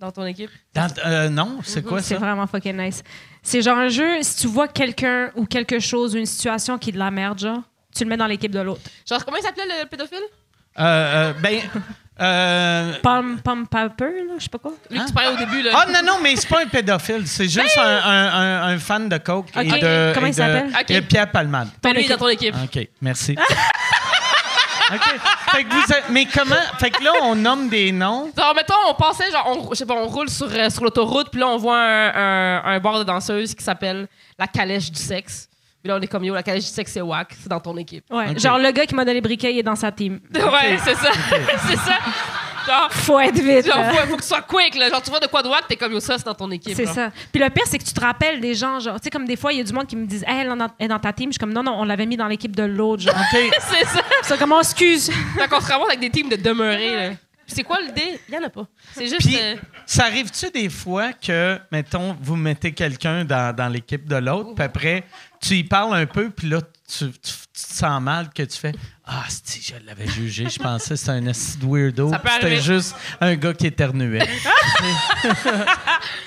G: Dans ton équipe.
A: Dans- euh, non, c'est
G: Mhm,
A: quoi
F: C'est
A: ça?
F: vraiment fucking nice. C'est genre un jeu, si tu vois quelqu'un ou quelque chose ou une situation qui est de la merde, genre, tu le mets dans l'équipe de l'autre.
G: Genre, comment il s'appelait le pédophile?
A: Euh, euh, ben. euh,
F: Pam, pam, paper, là, je sais pas quoi.
G: Lui que tu parlais au début, là.
A: Ah non, non, mais c'est pas un pédophile. C'est juste un, un- un- un fan de Coke. et
F: Ok.
A: de-
F: Comment
A: et
F: il
A: de-
F: s'appelle?
G: Ok.
A: et Pierre Palman.
G: Ben, lui, il est dans ton équipe.
A: OK, merci. OK. Fait que vous êtes- mais comment. Fait que là, on nomme des noms.
G: Genre, mettons, on passait, genre, on, je sais pas, on roule sur, euh, sur l'autoroute, puis là, on voit un, un, un bar de danseuses qui s'appelle La Calèche du Sexe. Puis là, on est comme yo, la calèche du sexe, c'est whack, c'est dans ton équipe.
F: Ouais.
A: Ok.
F: Genre, le gars qui m'a donné le briquet, il est dans sa team.
G: Ouais, c'est ça. c'est ça. Genre,
F: Faut être vite.
G: genre
F: là.
G: faut, faut que tu sois quick, là. Genre, tu vois de quoi de whack, t'es comme yo, ça, c'est dans ton équipe.
F: Euh. C'est
G: genre.
F: ça. Puis le pire, c'est que tu te rappelles des gens, genre, tu sais, comme des fois, il y a du monde qui me disent, hey, elle est dans- elle est dans ta team. Je suis comme, non, non, on l'avait mis dans l'équipe de l'autre, genre.
A: OK.
G: C'est ça.
F: ça, comment, excuse?
G: Fait qu'on se ramasse avec des teams de demeurer, là. Puis c'est quoi l'idée? Y'en a pas. C'est juste.
A: Puis,
G: euh,
A: ça arrive-tu des fois que, mettons, vous mettez quelqu'un dans, dans l'équipe de l'autre, puis après, tu y parles un peu, puis là, tu, tu- tu te sens mal que tu fais Ah, si, je l'avais jugé, je pensais que c'était un acide weirdo,
G: Ça peut
A: puis c'était
G: arriver.
A: juste un gars qui éternuait.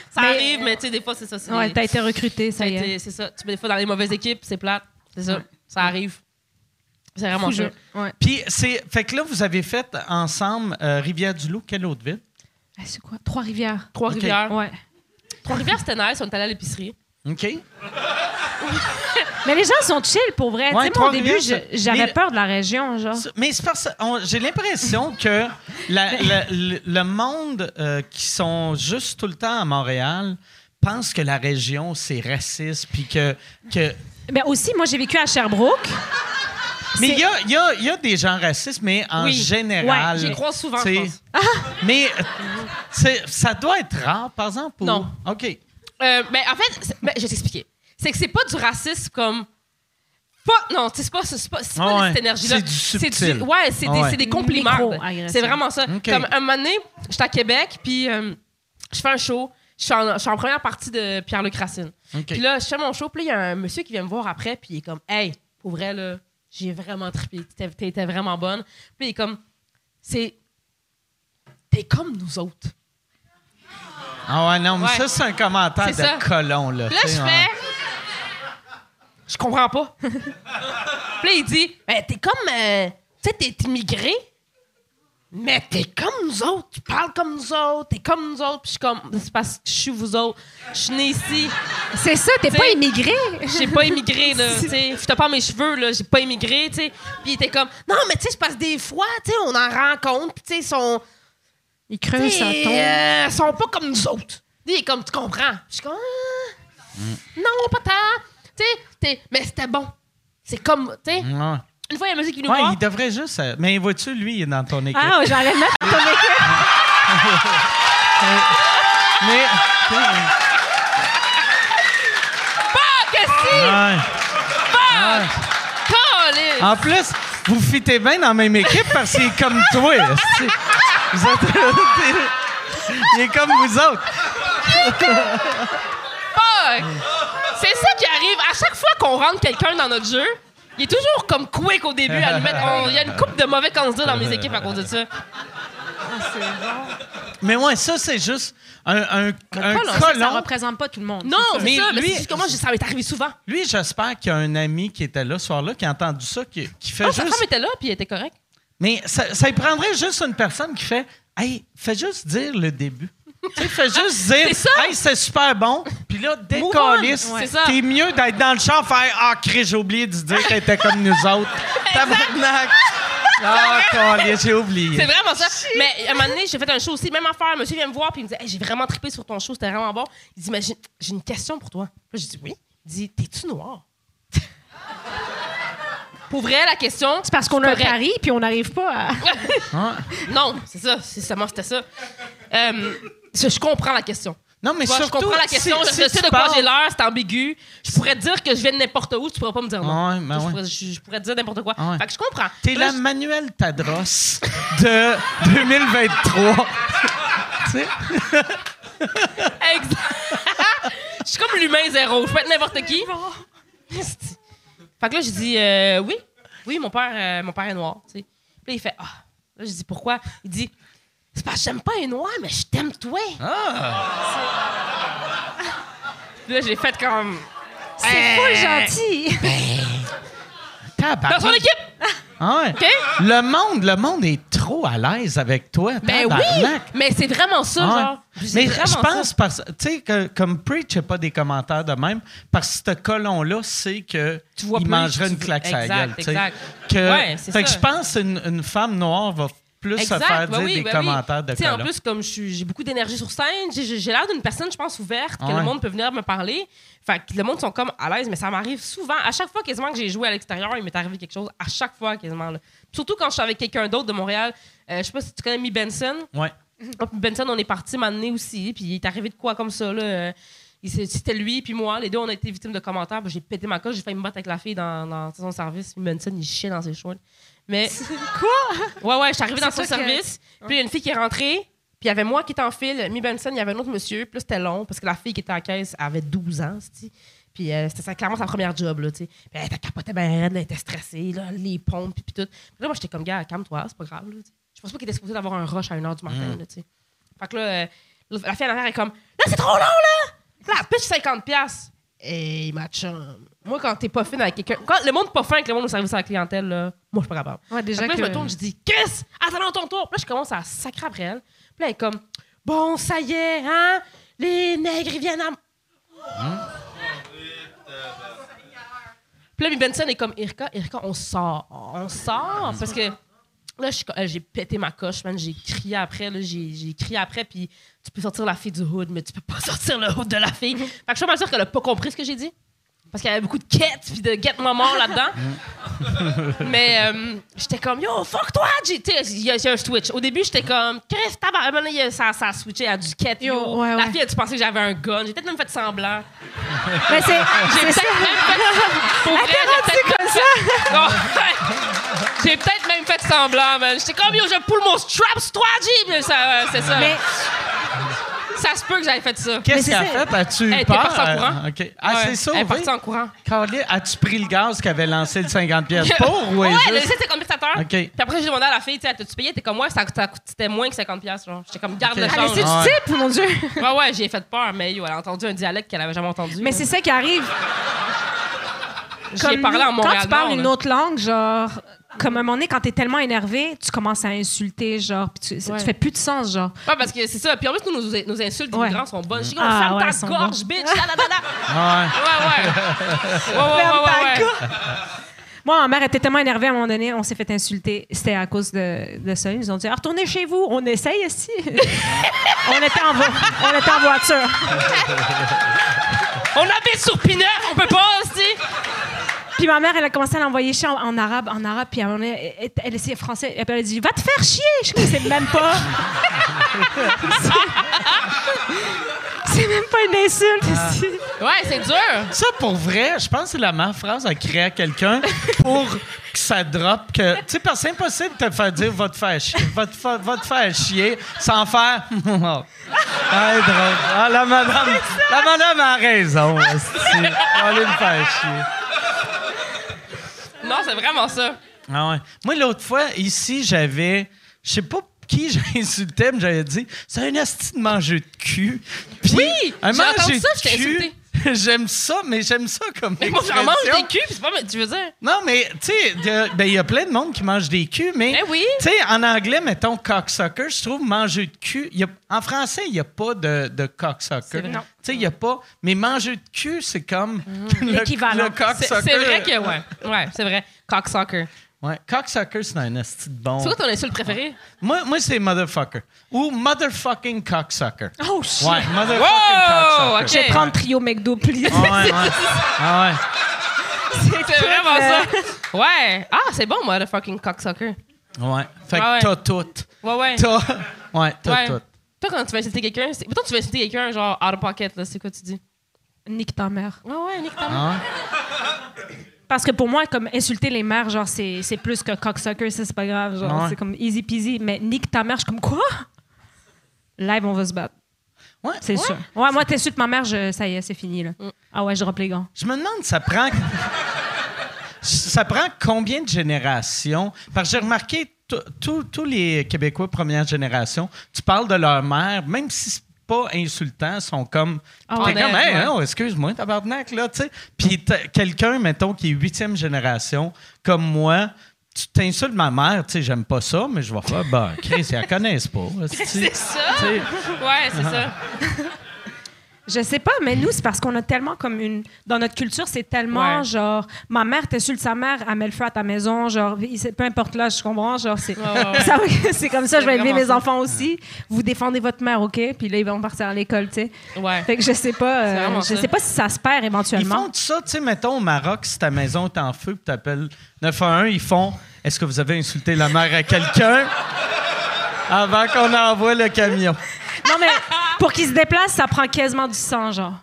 G: ça
F: mais-
G: arrive, mais tu sais, des fois, c'est ça. c'est-
F: Ouais, t'as été recruté, ça
G: T'as
F: y est.
G: été- C'est ça. Tu mets des fois dans les mauvaises équipes, c'est plate. C'est ça. Ça arrive. C'est vraiment
F: Fou
G: ça.
F: jeu. Ouais.
A: Puis, c'est. Fait que là, vous avez fait ensemble euh, Rivière-du-Loup, quelle autre ville?
F: Ah, C'est quoi? Trois-Rivières.
G: Trois-Rivières.
F: Ouais.
G: Trois-Rivières, c'était nice. On est allé à l'épicerie.
A: OK?
F: Mais les gens sont chill pour vrai.
A: Ouais,
F: tu sais, moi, au
A: Trois-Rivières,
F: début,
A: ça-
F: je- j'avais
A: Mais-
F: peur de la région,
G: Ah.
F: genre.
A: Ça- Mais c'est parce que on- j'ai l'impression que la- la- le, le monde euh, qui sont juste tout le temps à Montréal pense que la région, c'est raciste, puis que... que
F: Mais aussi, moi, j'ai vécu à Sherbrooke.
A: mais
F: C'est-
A: il y a, il y a- il y a des gens racistes, mais en
G: Ah, Oui.
A: général...
G: Ouais, j'y crois Ah. souvent, je
A: t'sais,
G: pense.
A: Mais euh, c'est- ça doit être rare, par exemple? ou-
G: Non.
A: OK.
G: Euh, ben, en fait, c'est- ben, je vais t'expliquer. C'est que c'est pas du racisme comme. Pas, non, tu sais, c'est pas, c'est pas, c'est pas
A: Ah ouais.
G: cette énergie-là.
A: C'est du subtil.
G: ouais, c'est des,
A: Ah ouais.
G: c'est des compliments.
F: Micro-agression.
G: C'est vraiment ça.
A: OK.
G: Comme un moment donné, j'étais à Québec, puis euh, je fais un show. Je suis, en, je suis en première partie de Pierre-Luc Racine.
A: OK.
G: Puis là, je fais mon show, puis là, il y a un monsieur qui vient me voir après, puis il est comme, hey, pour vrai, là, j'ai vraiment trippé. T'étais- T'étais vraiment bonne. Puis il est comme, c'est. T'es comme nous autres.
A: Ah ouais, non, mais
G: Ouais.
A: ça, c'est un commentaire de
G: C'est ça.
A: colon, là. hein.
G: Puis là, je
A: t'sais, ouais.
G: fais. Je comprends pas. Puis là, il dit, ben, t'es comme. euh, tu sais, t'es immigré. Mais t'es comme nous autres, tu parles comme nous autres, t'es comme nous autres. Puis je suis comme, c'est parce que je suis vous autres. Je suis née ici,
H: C'est ça, t'es
G: T'sais-
H: pas immigré.
G: j'ai pas immigré, là. tu sais. Je te pas mes cheveux, là, j'ai pas immigré, tu sais. Puis il était comme, non, mais tu sais, je passe des fois, tu sais, on en rencontre, puis tu sais, ils sont.
H: Il
G: tu
H: creuse
G: sais,
H: sa tombe.
G: euh, ils sont pas comme nous autres. Tu sais, il est comme, tu comprends. Puis je suis comme, Ah, non, pas tant. Tu sais, t'es- mais c'était bon. C'est comme, tu sais,
A: Ouais.
G: une fois, il y a un monsieur qui nous
A: Mm. Ouais,
G: voir.
A: il devrait juste. euh, Mais vois-tu, lui, il est dans ton équipe.
H: Ah, ouais, j'allais le mettre dans ton équipe.
A: Mais.
G: Ah, que si!
A: Ouais.
G: Calé!
A: En plus, vous fitez bien dans la même équipe parce qu'il est comme toi. esti. Vous êtes. Il est comme vous autres.
G: Fuck! C'est ça qui arrive. À chaque fois qu'on rentre quelqu'un dans notre jeu, il est toujours comme quick au début à nous mettre. on- Il y a une coupe de mauvais candidats dans mes équipes à cause de ça.
A: Mais ouais, ça, c'est juste un, un, un
F: Pas long, ça, ça
A: colon.
F: représente pas tout le monde.
G: Non, c'est
A: Mais
G: ça, mais
A: lui-
G: c'est juste que moi, je- ça m'est arrivé souvent.
A: Lui, j'espère qu'il y a un ami qui était là ce soir-là, qui a entendu ça, qui, qui fait
G: Ah, sa
A: juste.
G: femme était là, puis elle était correcte.
A: Mais ça, ça y prendrait juste une personne qui fait Hey, fais juste dire le début. tu sais, fais juste dire
G: C'est ça.
A: Hey, c'est super bon. Puis là, décalisse.
G: on. Ouais. C'est ça.
A: T'es mieux d'être dans le char, faire Ah, Chris, j'ai oublié de dire qu'elle était comme nous autres. Tabarnak. Ah, calisse, j'ai oublié.
G: C'est vraiment ça. Mais à un moment donné, j'ai fait un show aussi, même affaire. Monsieur vient me voir, puis il me dit Hey, J'ai vraiment trippé sur ton show, c'était vraiment bon. Il dit Mais j'ai j'ai une question pour toi. Là, j'ai dit Oui. Il dit T'es-tu noir Pour vrai, la question.
H: C'est parce qu'on a un
G: correct.
H: pari puis on n'arrive pas à.
A: Ah.
G: Non, c'est ça, c'est seulement c'était ça. Euh, je, je comprends la question.
A: Non, mais
G: Tu vois,
A: surtout,
G: je comprends la question,
A: si-
G: je
A: si
G: sais
A: tu
G: de quoi
A: parles-
G: j'ai l'air, c'est ambigu. Je pourrais te dire que je viens de n'importe où, tu pourras pas me dire non.
A: Ouais, ben
G: je,
A: ouais.
G: pourrais, je- je pourrais te dire n'importe quoi.
A: Ouais.
G: Fait que je comprends.
A: T'es
G: Là,
A: la Manuel Tadros de 2023. Tu sais?
G: je- Exact. je suis comme l'humain zéro, je peux être n'importe qui. Esti. fait que là, je dis euh, oui, oui, mon père, euh, mon père est noir. tu sais. Puis là, il fait ah. Là, je dis pourquoi Il dit c'est parce que j'aime pas les noirs, mais je t'aime toi.
A: Ah.
G: Puis là, j'ai fait comme
H: C'est full gentil.
G: dans son
A: Tabarnak.
G: équipe.
A: Ah ouais.
G: OK?
A: Le monde, le monde est trop à l'aise avec toi.
G: Ben oui,
A: Ah, tabarnak.
G: mais c'est vraiment ça,
A: Ah ouais.
G: genre. C'est
A: Mais
G: vraiment
A: je pense,
G: ça.
A: parce, tu sais, que comme Preach n'a pas des commentaires de même, parce que ce colon-là sait que
G: Tu vois
A: il
G: plus,
A: mangerait
G: tu
A: une claque
G: vois-
A: à la gueule.
G: exact,
A: tu sais.
G: exact.
A: Que,
G: Ouais, c'est
A: fait que
G: ça.
A: je pense qu'une une femme noire va plus se faire
G: ben
A: dire
G: oui,
A: des
G: ben oui.
A: commentaires de
G: Tu sais,
A: colon.
G: En plus, comme je suis- j'ai beaucoup d'énergie sur scène, j'ai- j'ai j'ai l'air d'une personne, je pense, ouverte, que
A: Ah ouais.
G: le monde peut venir me parler. Fait que le monde sont comme à l'aise, mais ça m'arrive souvent. À chaque fois quasiment que j'ai joué à l'extérieur, il m'est arrivé quelque chose. À chaque fois quasiment. là. Surtout quand je suis avec quelqu'un d'autre de Montréal. Euh, je sais pas si tu connais Mi Benson.
A: Ouais.
G: Ah, puis Benson, on est parti m'amener aussi, puis il est arrivé de quoi comme ça, là. euh, il s'est- C'était lui, puis moi, les deux, on a été victimes de commentaires. puis J'ai pété ma coche, j'ai failli me battre avec la fille dans, dans son service. Puis Benson, il chiait dans ses choix. Mais. Quoi? Ouais, ouais, je suis arrivée dans son
H: C'est toi qui-
G: service, puis il y a une fille qui est rentrée, puis il y avait moi qui était en file, Mi Benson, il y avait un autre monsieur, puis là, c'était long, parce que la fille qui était en caisse elle avait 12 ans, c'ti. Puis euh, c'était ça, clairement sa première job, là, tu sais. Puis elle était capotée, ben raide, là, elle était stressée, là, les pompes, puis puis tout. Puis là, moi, j'étais comme, gars, calme-toi, c'est pas grave, là, tu sais. Je pense pas qu'il était supposé d'avoir un rush à 1h du matin, là, tu sais. Fait que là, euh, la fille en arrière est comme, là, c'est trop long, là! La pitch 50$. piastres. Hey, ma chum. Moi, quand t'es pas fine avec quelqu'un, quand le monde pas fin avec le monde au service à la clientèle, là, moi, je suis pas capable.
H: Ouais, déjà
G: Fait que là, je me
H: que-
G: tourne, je dis Chris, attends ton tour. Puis là, je commence à sacrer après elle. Puis là, elle est comme Bon, ça y est, hein, les nègres, ils viennent à. m- Puis là, mi Benson est comme Irka, Irka, on sort. On sort. Parce que là, je suis co- euh, j'ai pété ma coche, man. J'ai crié après, là, j'ai j'ai crié après. Puis tu peux sortir la fille du hood, mais tu peux pas sortir le hood de la fille. Fait que je suis pas mal sûre qu'elle a pas compris ce que j'ai dit. Parce qu'il y avait beaucoup de quêtes puis de get maman là-dedans. Mais euh, j'étais comme, yo, fuck toi, J. Tu sais, il y, a- il y a un switch. Au début, j'étais comme, Chris, tabar. Ben là, il y a- ça, ça a switché à du quête. Yo,
H: Yo, ouais,
G: la
H: ouais.
G: fille, tu pensais que j'avais un gun. J'ai peut-être même fait semblant.
H: Mais Ben,
F: Ah,
H: c'est.
G: J'ai
H: c'est
G: peut-être même
H: ça.
G: fait. Pour vrai,
H: Elle t'a
G: j'ai
H: rendu
G: peut-être-
H: comme ça.
G: Oh, ouais. J'ai peut-être même fait semblant, man. J'étais comme, yo, je pull mon strap sur toi, J. Mais ça, euh, c'est ça.
H: Mais
G: Ça se peut que j'avais fait ça.
A: Qu'est-ce
H: c'est
A: qu'elle a
H: ça.
A: fait? As-tu eu
G: Elle était
A: peur?
G: partie en
A: Euh,
G: courant.
A: ok. Ah,
G: Ouais.
A: c'est ça,
G: Elle est partie en courant.
A: as-tu pris le gaz qu'avait lancé le 50 pièces pour? ou
G: ouais,
A: est-ce
G: le
A: juste-
G: site, c'est comme versateur.
A: OK.
G: Puis après, j'ai demandé à la fille, tu sais, t'as-tu payé? T'es comme, moi, ça, ça coûtait moins que 50$. piastres, genre. J'étais comme,
A: OK.
G: garde le
H: ah, mais
G: change.
H: c'est
A: Ouais.
H: du type, mon Dieu.
G: Ouais, ouais, j'ai fait peur, mais yo, elle a entendu un dialecte qu'elle avait jamais entendu.
H: Mais c'est ça qui arrive.
G: J'y ai
H: Comme
G: parlé
H: nous,
G: en Montréal.
H: Quand tu parles une autre langue, genre,
F: comme à un moment donné, quand t'es tellement énervé, tu commences à insulter, genre, puis tu, ça-
H: Ouais.
F: tu fais plus de sens, genre.
G: Ouais, parce que c'est ça. Puis en plus, nous, nos, nos insultes
F: Ouais.
G: d'immigrants sont bonnes. Je dis qu'on
F: Ah,
G: ferme
F: ouais, elles
G: ta
F: sont
G: gorge, bitch. La, la, la, la.
A: Ah ouais.
G: Ouais, ouais. Ouais, ouais,
F: Ferme
H: Ah,
G: ouais,
F: ta
G: ouais, ouais.
F: gueule. Moi, ma mère était tellement énervée à un moment donné, on s'est fait insulter. C'était à cause de, de ça. Ils nous ont dit Ah, retournez chez vous, on essaye ici. on, était en vo- on était en voiture.
G: On habite sur Pinot, on peut pas aussi.
F: Puis ma mère, elle a commencé à l'envoyer chier en, en arabe, en arabe. Puis à un moment donné, elle, elle essayait français. Et puis elle a dit Va te faire chier Je ne sais même pas. C'est- C'est même pas une insulte.
A: Ah.
F: ici.
G: Ouais, c'est dur.
A: Ça, pour vrai, je pense que c'est la meilleure phrase à créer à quelqu'un pour que ça drop. Que, tu sais, parce que c'est impossible de te faire dire va te faire chier, va te, fa- va te faire chier sans faire. Ah, drôle. Ah, la madame, la madame a raison. esti. On va aller me faire chier.
G: Non, c'est vraiment ça.
A: Ah ouais. Moi, l'autre fois, ici, j'avais. Je sais pas qui j'insultais, mais j'avais dit c'est un asti de manger de cul. Puis,
G: Oui,
A: un
G: j'ai
A: manger
G: entendu ça,
A: de
G: je t'ai
A: cul,
G: insulté.
A: J'aime ça, mais j'aime ça comme
G: Mais moi, j'en mange
A: expression.
G: des culs, pis c'est pas. Tu veux dire?
A: Non, mais tu sais, il y a- ben, il y a plein de monde qui mange des culs, mais.
G: Eh oui.
A: Tu sais, en anglais, mettons cocksucker, je trouve manger de cul. il y a- en français, il n'y a pas de, de cocksucker.
G: vrai. Mm.
A: Tu sais, il n'y a pas. Mais manger de cul, c'est comme. le-
F: L'équivalent.
A: Le
G: C'est
A: cocksucker.
G: c'est vrai que, ouais. Ouais, c'est vrai. Cocksucker.
A: Ouais, cocksucker, c'est un esti de bon.
G: C'est quoi ton insulte préférée?
A: Moi, moi c'est motherfucker. Ou motherfucking cocksucker.
F: Oh, shit.
A: Ouais, motherfucking
G: Wow,
A: cocksucker.
F: Je vais
G: Ok.
F: prendre trio McDo, please.
A: Ah ouais, ouais. Ah ouais.
G: C'est vraiment ça. Ouais. Ah, c'est bon, moi, le fucking cocksucker.
A: Ouais. Fait que
G: Ah ouais.
A: t'as tout.
G: Ouais, ouais.
A: T'as. Ouais, t'as
G: Ouais.
A: tout.
G: Toi, quand tu vas insulter quelqu'un, c'est- mettons, tu vas insulter quelqu'un, genre, out of pocket, là, c'est quoi tu dis?
F: Nique ta mère.
G: Ouais, ouais, nique ta mère.
A: Hein?
F: Parce que pour moi, comme insulter les mères, genre, c'est c'est plus que cocksucker, ça, c'est pas grave. Genre,
A: Ouais.
F: c'est comme easy peasy. Mais nique ta mère, je suis comme quoi? Live, on va se battre.
A: Ouais.
F: C'est sûr. Ouais, moi, t'insultes ma mère, je- ça y est, c'est fini,
G: Mm.
F: là. Ah ouais, je drop les gants.
A: Je me demande, ça prend. ça prend combien de générations? Parce que j'ai remarqué, tout- tout- tous les Québécois première génération, tu parles de leur mère, même si c'est pas insultant, sont comme.
F: Ah
A: T'es
G: ouais.
A: comme, hey,
G: Ouais.
A: non, excuse-moi, tabarnak, là, tu sais. Puis t'as- quelqu'un, mettons, qui est huitième génération, comme moi, tu t'insultes ma mère, tu sais, j'aime pas ça, mais je vais faire, ben, Chris, ils la connaissent pas. esti.
G: C'est ça? Ouais, c'est ça.
F: Je sais pas, mais nous, c'est parce qu'on a tellement comme une. Dans notre culture, c'est tellement
G: Ouais.
F: genre. Ma mère t'insulte sa mère, elle met le feu à ta maison, genre. il- c'est- Peu importe là, je comprends, genre. C'est
G: ouais, ouais.
F: Ça, c'est comme ça, je vais
G: C'est
F: élever
G: vraiment
F: mes
G: ça.
F: enfants aussi. Vous défendez votre mère, OK? Puis là, ils vont partir à l'école, tu sais.
G: Ouais.
F: Fait que je sais pas. euh,
G: C'est vraiment
F: je
G: ça.
F: sais pas si ça se perd
A: Ils
F: éventuellement.
A: font tout ça, tu sais, mettons au Maroc, si ta maison est en feu, puis t'appelles 911, ils font Est-ce que vous avez insulté la mère à quelqu'un avant qu'on envoie le camion?
F: Non, mais pour qu'ils se déplacent, ça prend quasiment du sang, genre.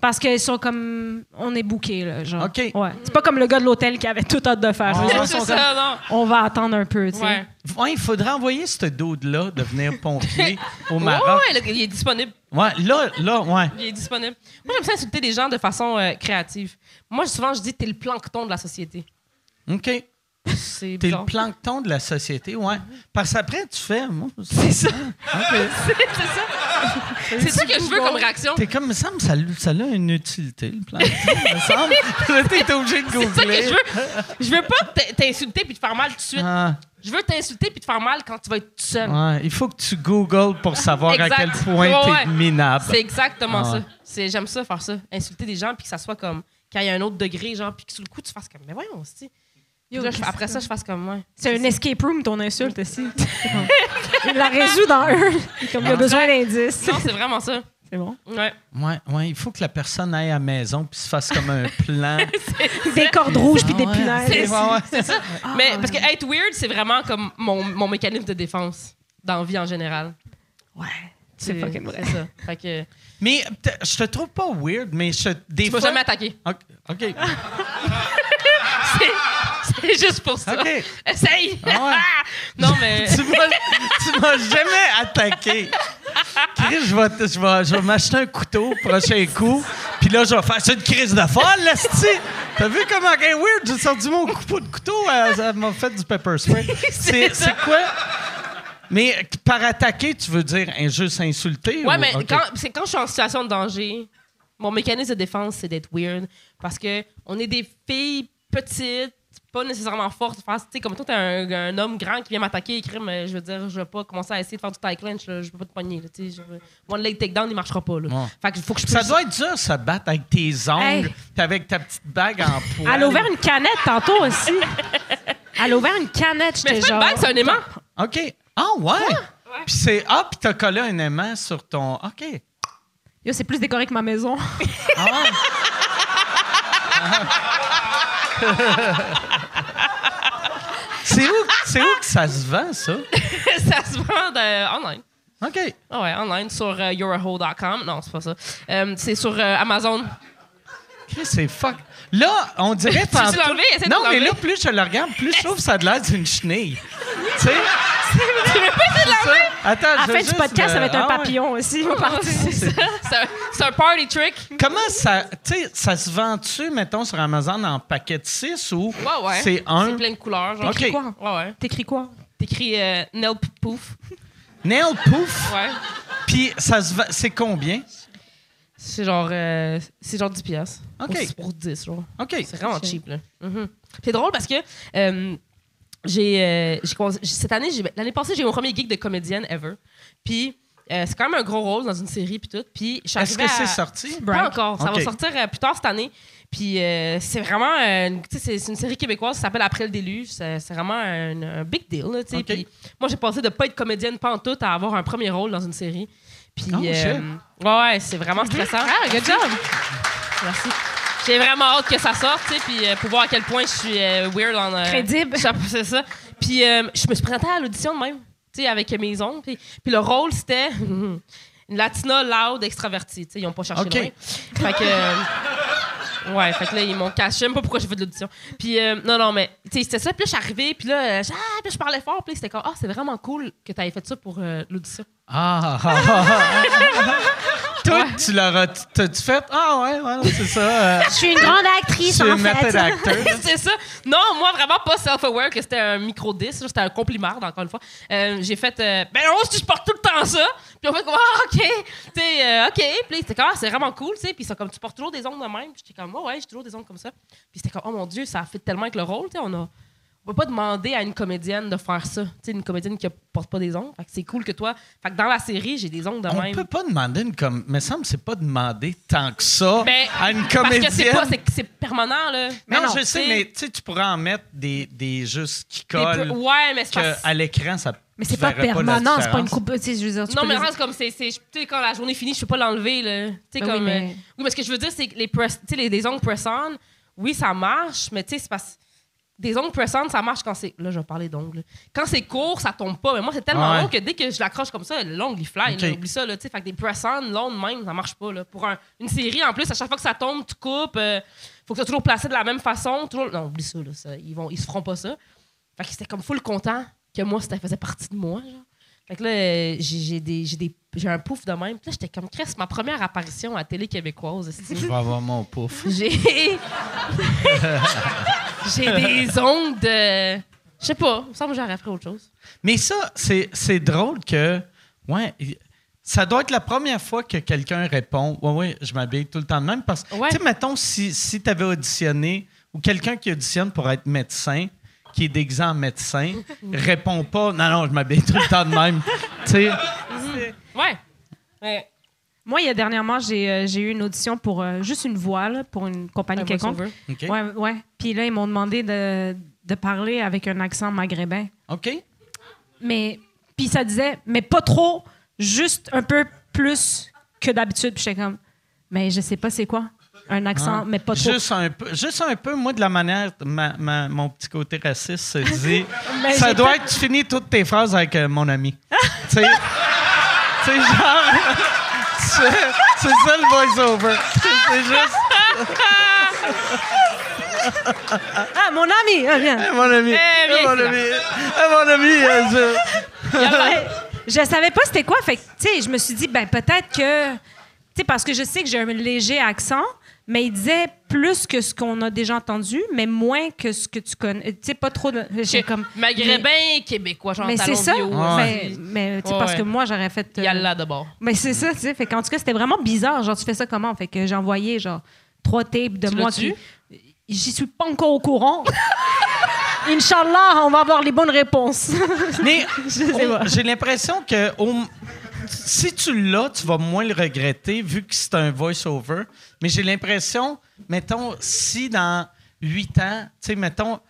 F: Parce qu'ils sont comme. On est bouqués, là, genre.
A: OK.
F: Ouais. C'est pas comme le gars de l'hôtel qui avait tout hâte de faire. Eux autres
G: C'est
F: sont
G: ça, non?
F: comme, On va attendre un peu, tu sais.
G: Ouais.
A: Ouais, il faudrait envoyer ce dude-là devenir pompier au
G: Ouais,
A: Maroc.
G: ouais, là, il est disponible.
A: Ouais, là, là, ouais.
G: Il est disponible. Moi, j'aime ça insulter les gens de façon euh, créative. Moi, souvent, je dis, t'es le plancton de la société.
A: OK.
G: C'est
A: T'es
G: bizarre.
A: le plancton de la société, ouais. Parce qu'après, tu fais. moi,
G: C'est ça.
A: OK.
G: C'est ça que je veux comme réaction.
A: T'es comme, il me semble, ça, ça a une utilité, le plancton. Il me semble. Là, t'es obligé de googler.
G: C'est ça que je veux. Je veux pas t- t'insulter puis te faire mal tout de suite.
A: Ah.
G: Je veux t'insulter puis te faire mal quand tu vas être tout seul.
A: Ouais, il faut que tu googles pour savoir à
G: Exact.
A: quel point
G: Ouais,
A: t'es
G: ouais.
A: minable.
G: C'est exactement
A: Ah ouais.
G: ça. C'est, j'aime ça, faire ça. Insulter des gens puis que ça soit comme quand il y a un autre degré, genre, puis que sous le coup, tu fasses comme, mais voyons, aussi.
F: Yo, qu'est-ce
G: après ça, je fasse comme, ouais.
F: C'est un escape room, ton insulte, aussi. Il la résout dans un. Comme il a besoin d'indices.
G: Non, c'est vraiment ça.
F: C'est bon.
G: Ouais.
A: Ouais, ouais, il faut que la personne aille à la maison puis se fasse comme un plan.
F: Des cordes rouges puis des
A: Ah ouais, c'est-
F: punaises.
A: ouais, ouais.
F: Ah,
G: mais parce que être weird, c'est vraiment comme mon, mon mécanisme de défense dans la vie en général.
F: Ouais. C'est fucking vrai.
G: Mm. C'est ça. Fait que
A: Mais t- je te trouve pas weird, mais je, des
G: tu
A: fois...
G: vas jamais attaquer.
A: Ok, OK.
G: C'est juste pour ça.
A: OK.
G: Essaye.
A: Ah ouais.
G: non, mais.
A: tu m'as tu m'as jamais attaqué. Chris, je vais, te- je vais, je vais m'acheter un couteau, prochain coup, puis là, je vais faire c'est une crise de folle, là, c'ti. T'as vu comment elle est weird? J'ai sorti mon coupeau de couteau, elle, elle m'a fait du pepper spray. C'est c'est quoi? Mais par attaquer, tu veux dire un juste insulter?
G: Ouais,
A: ou-
G: mais
A: ok.
G: quand, c'est quand je suis en situation de danger, mon mécanisme de défense, c'est d'être weird. Parce que on est des filles petites, pas nécessairement forte. Enfin, tu sais, comme toi, t'es un, un homme grand qui vient m'attaquer et crime, euh, je veux dire, je vais pas commencer à essayer de faire du tie clench, là. je peux pas te pogner. Là, tu sais, je- One leg takedown, il marchera pas. Là.
A: Ouais.
G: Fait que faut que je
A: Ça
G: puisse-
A: doit être dur se battre avec tes ongles,
F: Hey.
A: pis avec ta petite bague en poids.
F: Elle a ouvert une canette tantôt aussi. Elle a ouvert une canette,
G: Mais
F: j'étais
G: c'est pas
F: genre...
G: une bague, c'est un aimant.
A: OK. Ah ouais? Puis c'est ah, puis t'as collé un aimant sur ton. OK.
F: Yo, c'est plus décoré que ma maison.
A: Ah ouais? c'est où, c'est où que ça se vend, ça?
G: ça se vend euh, online.
A: OK.
G: Ah ouais, online sur euh, youraho.com. Non, c'est pas ça. Euh, c'est sur euh, Amazon.
A: Chris, C'est fuck. Là, on dirait
G: Tu veux-tu
A: tantôt-
G: l'enlever? Essaie de
A: Non, mais
G: l'enlever.
A: là, plus je le regarde, plus je trouve que ça a de l'air d'une chenille. tu sais?
G: Ah Tu veux pas essayer de
A: Ça-
G: l'enlever?
A: Attends,
F: À la
A: je
F: fin
A: veux
F: du
A: juste,
F: podcast, ça va
A: euh,
F: être un
A: ah ouais.
F: papillon aussi. on va partir.
G: Ah, C'est ça. C'est un- C'est un party trick.
A: Comment ça, tu sais, ça se vend-tu, mettons, sur Amazon en paquet de 6 ou
G: Ouais, ouais.
A: c'est un?
G: C'est plein de couleurs. Genre.
A: OK.
G: T'écris quoi? Ouais, ouais.
F: T'écris quoi?
G: T'écris euh, Nelp Pouf.
A: Nail Pouf,
G: Ouais.
A: puis ça se vend, c'est combien?
G: C'est genre, euh, c'est genre 10 piastres.
A: OK.
G: Ou C'est pour 10, genre.
A: OK.
G: C'est vraiment cheap, là. Mhm. C'est drôle parce que euh, j'ai, euh, j'ai commencé- j'ai- cette année, j'ai- l'année passée, j'ai eu mon premier gig de comédienne ever. Puis euh, c'est quand même un gros rôle dans une série, puis tout. Puis je suis
A: Est-ce
G: arrivée
A: que c'est
G: à-
A: sorti?
G: Pas encore. Ça
A: Ok.
G: va sortir euh, plus tard cette année. Puis euh, c'est vraiment euh, une, tu sais, c'est c'est une série québécoise qui s'appelle Après le déluge. C'est c'est vraiment un, un big deal. là, tu sais.
A: Ok.
G: Puis moi, j'ai passé de pas être comédienne pantoute à avoir un premier rôle dans une série. Puis euh,
A: Oh, shit.
G: ouais, ouais, c'est vraiment stressant.
F: Ah, good job!
G: Merci. J'ai vraiment hâte que ça sorte, tu sais, puis euh, pour voir à quel point je suis euh, weird en. euh,
F: Crédible.
G: ça- C'est ça. Puis euh, je me suis présentée à l'audition de même, tu sais, avec mes oncles. Puis, puis le rôle, c'était une latina loud, extravertie. Tu sais, ils n'ont pas cherché
A: OK.
G: loin. Fait que. euh, ouais, fait que là, ils m'ont caché. Je sais même pas pourquoi j'ai fait de l'audition. Puis euh, non, non, mais tu sais, c'était ça. Puis là, je suis arrivée, puis là, je- ah, puis je parlais fort, puis là, c'était comme, ah, c'est vraiment cool que tu avais fait ça pour euh, l'audition.
A: Ah, ah, ah, ah. Toi, tu l'auras, t'as-tu fait? Ah ouais, voilà, c'est ça. euh,
H: Je suis une grande
A: je
H: actrice,
A: suis
H: en
A: une méthode
H: fait.
A: acteur.
G: c'est ça. Non, moi, vraiment pas self-aware que c'était un micro-disque. C'était un compliment, encore une fois. Euh, j'ai fait, euh, ben non, si je porte tout le temps ça. Puis on fait comme, ah, OK. Tu sais, euh, OK. Puis c'était comme, ah, c'est vraiment cool, tu sais. Puis c'est comme, tu portes toujours des ongles de même. Puis j'étais comme, oh, ouais, j'ai toujours des ongles comme ça. Puis c'était comme, oh mon Dieu, ça fit tellement avec le rôle, tu sais. On a. On peut pas demander à une comédienne de faire ça. Tu sais, une comédienne qui porte pas des ongles. Fait que c'est cool que toi. Fait que dans la série, j'ai des ongles de
A: On
G: même.
A: peut pas demander une comme, mais semble que c'est pas demandé tant que ça
G: Ben,
A: à une
G: Parce
A: comédienne.
G: que c'est pas, c'est, c'est permanent, là.
A: non,
G: Mais
A: je sais,
G: t'sais,
A: mais tu sais, tu pourrais en mettre des, des juste qui
G: des peu-
A: collent.
G: Ouais, mais c'est
A: que
G: parce-
A: à l'écran, ça.
F: Mais
A: tu
F: c'est pas
A: verrais la
F: permanent, c'est pas une
A: différence.
F: coupe. Tu sais, je veux dire, tu
G: Non,
F: peux
G: mais
F: les-
G: reste comme c'est. c'est- je- tu sais, quand la journée est finie, je peux pas l'enlever. là. Tu sais,
F: Ben oui,
G: comme.
F: mais-
G: euh, Oui, parce que je veux dire, c'est que les, press, tu sais, les, les ongles press-on, oui, ça marche, mais tu sais, c'est parce. Des ongles press-on, ça marche quand c'est. Là, je vais parler d'ongles. Quand c'est court, ça tombe pas. Mais moi, c'est tellement
A: Ouais.
G: long que dès que je l'accroche comme ça, l'ongle, il fly.
A: Ok.
G: là. oublie ça, là. Tu sais, fait que des press-on, longs de même, ça marche pas, là. Pour un- une série, en plus, à chaque fois que ça tombe, tu coupes. euh, faut que ça soit toujours placé de la même façon. Toujours... Non, oublie ça, là. ça, ils, vont, ils se feront pas ça. Fait que c'était comme full content que moi, ça faisait partie de moi, genre. Fait que là, euh, j'ai j'ai des, j'ai des- j'ai un pouf de même. Puis là, j'étais comme, Chris, ma première apparition à la télé québécoise. esti.
A: Je vais avoir mon pouf.
G: J'ai. j'ai des ondes de. Je sais pas, il me semble que j'aurais fait autre chose.
A: Mais ça, c'est c'est drôle que. Ouais. y- Ça doit être la première fois que quelqu'un répond Ouais, ouais, je m'habille tout le temps de même. Parce que,
G: Ouais.
A: tu sais, mettons, si, si tu avais auditionné ou quelqu'un qui auditionne pour être médecin, qui est déguisé en médecin, répond pas Non, non, je m'habille tout le temps de même. tu sais,
G: Ouais. Ouais.
F: Moi, il y a dernièrement, j'ai euh, j'ai eu une audition pour euh, juste une voix, là, pour une compagnie
G: Un
F: quelconque.
G: voice-over.
A: OK.
F: Ouais, ouais. Puis là, ils m'ont demandé de, de parler avec un accent maghrébin.
A: OK.
F: Mais, puis ça disait, mais pas trop, juste un peu plus que d'habitude. Puis j'étais comme, mais je sais pas c'est quoi, un accent,
A: Ah.
F: mais pas trop.
A: Juste un, peu, juste un peu, moi, de la manière, ma- ma- mon petit côté raciste se dit
F: Mais
A: ça
F: j'ai
A: doit
F: pas-
A: être, tu finis toutes tes phrases avec euh, mon ami. tu sais, tu sais, genre, c'est c'est ça le voice-over. C'est juste
F: Ah, mon ami, ah, viens.
A: Eh, mon ami, eh,
G: viens
A: mon
G: ici,
A: ami, eh, mon ami. euh, je-
F: Ouais. je savais pas c'était quoi. Fait que, tu sais, je me suis dit, ben peut-être que. Tu sais, parce que je sais que j'ai un léger accent, mais il disait plus que ce qu'on a déjà entendu, mais moins que ce que tu connais. Tu sais, pas trop. de- J'ai comme.
G: Maghrébin, québécois, genre
F: Mais, mais c'est
G: talon
F: ça.
G: bio.
F: Mais, mais, tu sais,
G: Ouais,
F: parce que
G: ouais.
F: moi, j'aurais fait. euh,
G: Yalla d'abord.
F: Mais c'est ça, tu sais. Fait qu'en tout cas, c'était vraiment bizarre. Genre, tu fais ça comment? Fait que j'ai envoyé, genre, trois tapes de
G: Tu
F: moi
G: l'as-tu?
F: qui. J'y suis pas encore au courant. Inch'Allah, on va avoir les bonnes réponses.
A: Mais on- j'ai l'impression que au- si tu l'as, tu vas moins le regretter vu que c'est un voice-over. Mais j'ai l'impression, mettons, si dans huit ans, tu sais, mettons,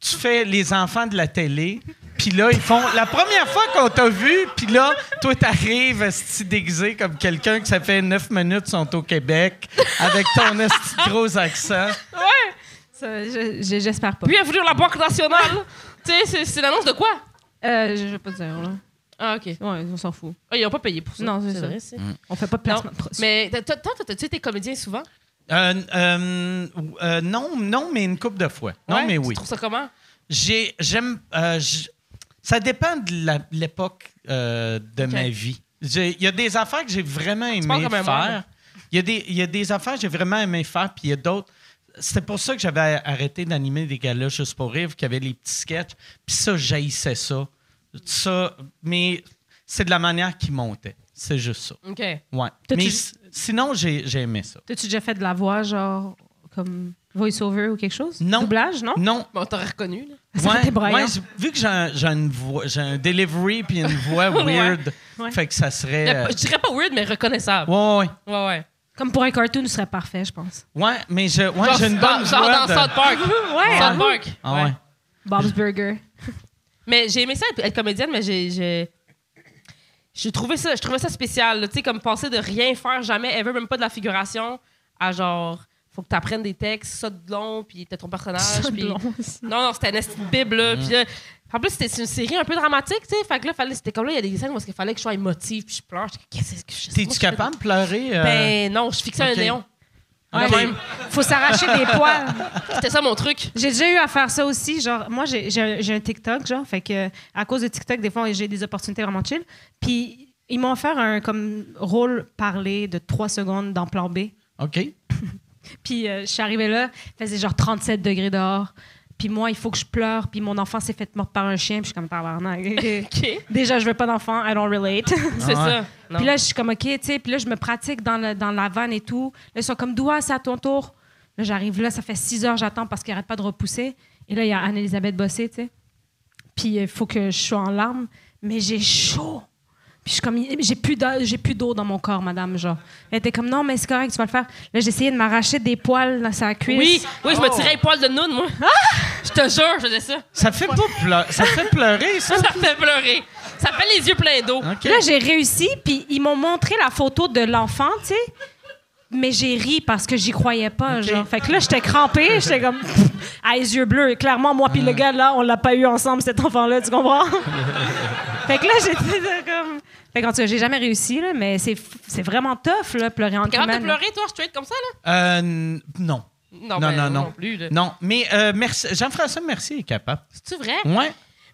A: tu fais les enfants de la télé, puis là, ils font la première fois qu'on t'a vu, puis là, toi, t'arrives esti déguisé comme quelqu'un que ça fait neuf minutes sont au Québec avec ton esti gros accent.
G: Ouais.
F: Ça, je- je- J'espère pas.
G: Puis il a voulu la Banque nationale. tu sais, c'est- c'est l'annonce de quoi?
F: Euh, je je vais pas dire, là.
G: Ah, OK.
F: Ouais, on s'en fout.
G: Ah, ils n'ont pas payé pour ça.
F: Non, c'est ça.
G: c'est-
F: On fait pas de
G: Non,
F: placement de produits.
G: mais t'as- t'as- toi, t'as-tu été comédien souvent?
A: Euh, euh, euh, non, non, mais une coupe de fois. Non,
G: Ouais?
A: mais oui.
G: Tu trouves ça comment?
A: J'ai, j'aime. euh, j- ça dépend de la- l'époque euh, de
G: Ok.
A: ma vie. J'ai- Il y a des affaires que j'ai vraiment
G: parles
A: aimé
G: comme un
A: faire. Il y, a des, il y a des affaires que j'ai vraiment aimé faire, puis il y a d'autres. C'était pour ça que j'avais arrêté d'animer des galas juste pour rire, qu'il y avait les petits sketchs. Puis ça, j'haïssais ça. Ça, mais c'est de la manière qui montait. C'est juste ça.
G: OK.
A: Ouais.
F: T'as-tu
A: Mais
F: ju-
A: s- sinon, j'ai, j'ai aimé ça.
F: T'as-tu déjà fait de la voix, genre, comme voice-over ou quelque chose?
A: Non.
F: Doublage, non?
A: Non,
G: Bon, t'aurais reconnu, là.
F: Ça aurait été braillant.
A: j'ai- vu que j'ai un, j'ai une voix, j'ai un delivery puis une voix weird,
F: Ouais.
A: fait que ça serait. euh,
G: Je dirais pas weird, mais reconnaissable.
A: ouais, ouais,
G: Ouais, ouais.
F: Comme pour un cartoon, ce serait parfait, je pense.
A: ouais, mais je, ouais,
G: Genre,
A: j'ai une bonne
G: dans, genre
A: voix.
G: dans
A: de-
G: South Park.
F: Ouais.
G: South Park.
A: Ah ouais.
G: Ouais.
F: Bob's Burger.
G: Mais j'ai aimé ça être, être comédienne, mais j'ai. j'ai- J'ai trouvé ça, je trouvais ça spécial, là, tu sais, comme passer de rien faire jamais, ever, même pas de la figuration, à genre, faut que t'apprennes des textes, ça de long, puis t'as ton personnage.
F: Ça,
G: puis-
F: blond aussi.
G: Non, non, c'était une esti de bible, là. Puis là, en plus, c'était une série un peu dramatique, tu sais. Fait que là, fallait- c'était comme là, il y a des scènes où il fallait que je sois émotive, puis je pleure. J'étais comme, Qu'est-ce que je moi,
A: T'es-tu
G: je fais-
A: capable de pleurer? euh,
G: Ben non, je fixais
A: ok.
G: un néon.
A: ok.
F: Ouais, mais Faut s'arracher des poils.
G: C'était ça mon truc.
F: J'ai déjà eu à faire ça aussi. Genre, moi, j'ai- j'ai un- j'ai un TikTok, genre, fait que à cause de TikTok, des fois, j'ai des opportunités vraiment chill. Puis, ils m'ont offert un comme rôle parlé de trois secondes dans Plan B.
A: OK.
F: Puis euh, je suis arrivée là, il faisait genre 37 degrés dehors. Puis moi, il faut que je pleure. Puis mon enfant s'est fait mordre par un chien. Puis je suis comme, tabarnak.
G: OK. C'est
F: Déjà, je veux pas d'enfant. I don't relate.
G: ça. Ah Non.
F: puis là, je suis comme, OK, tu sais. Puis là, je me pratique dans, le- dans la vanne et tout. Là, ils sont comme, Doua, c'est à ton tour. Là, j'arrive là, ça fait 6 heures, j'attends parce qu'il arrête pas de repousser. Et là, il y a Anne-Elisabeth Bossé, tu sais. Puis il faut que je sois en larmes. Mais j'ai chaud. Puis je suis comme, j'ai plus d'eau- j'ai plus d'eau dans mon corps, madame, genre. Elle était comme, non, mais c'est correct, tu vas le faire. Là, j'ai essayé de m'arracher des poils dans sa cuisse.
G: oui, oui, je me tirais les poils de noun, moi. Je te jure, je faisais ça.
A: Ça fait pas pleurer. Ça fait pleurer, ça?
G: Ça me fait pleurer. Ça fait les yeux pleins d'eau.
A: OK.
F: Puis Là, j'ai réussi, puis ils m'ont montré la photo de l'enfant, tu sais. Mais j'ai ri parce que j'y croyais pas, genre. Fait que là, j'étais crampée, j'étais comme... pff, à les yeux bleus. Et clairement, moi puis le gars, là, on l'a pas eu ensemble, cet enfant-là, tu comprends? fait que là, j'étais là, comme... Fait qu'en tout cas, j'ai jamais réussi, là, mais c'est, f- c'est vraiment tough, là, pleurer en
G: T'es capable de
F: commun, là.
G: pleurer, toi, straight comme ça, là?
A: Euh, n- non. Non,
G: ben,
A: non,
G: moi
A: non.
G: plus, là.
A: Non, mais euh, merci- Jean-François Mercier est capable.
G: C'est-tu vrai?
A: Ouais.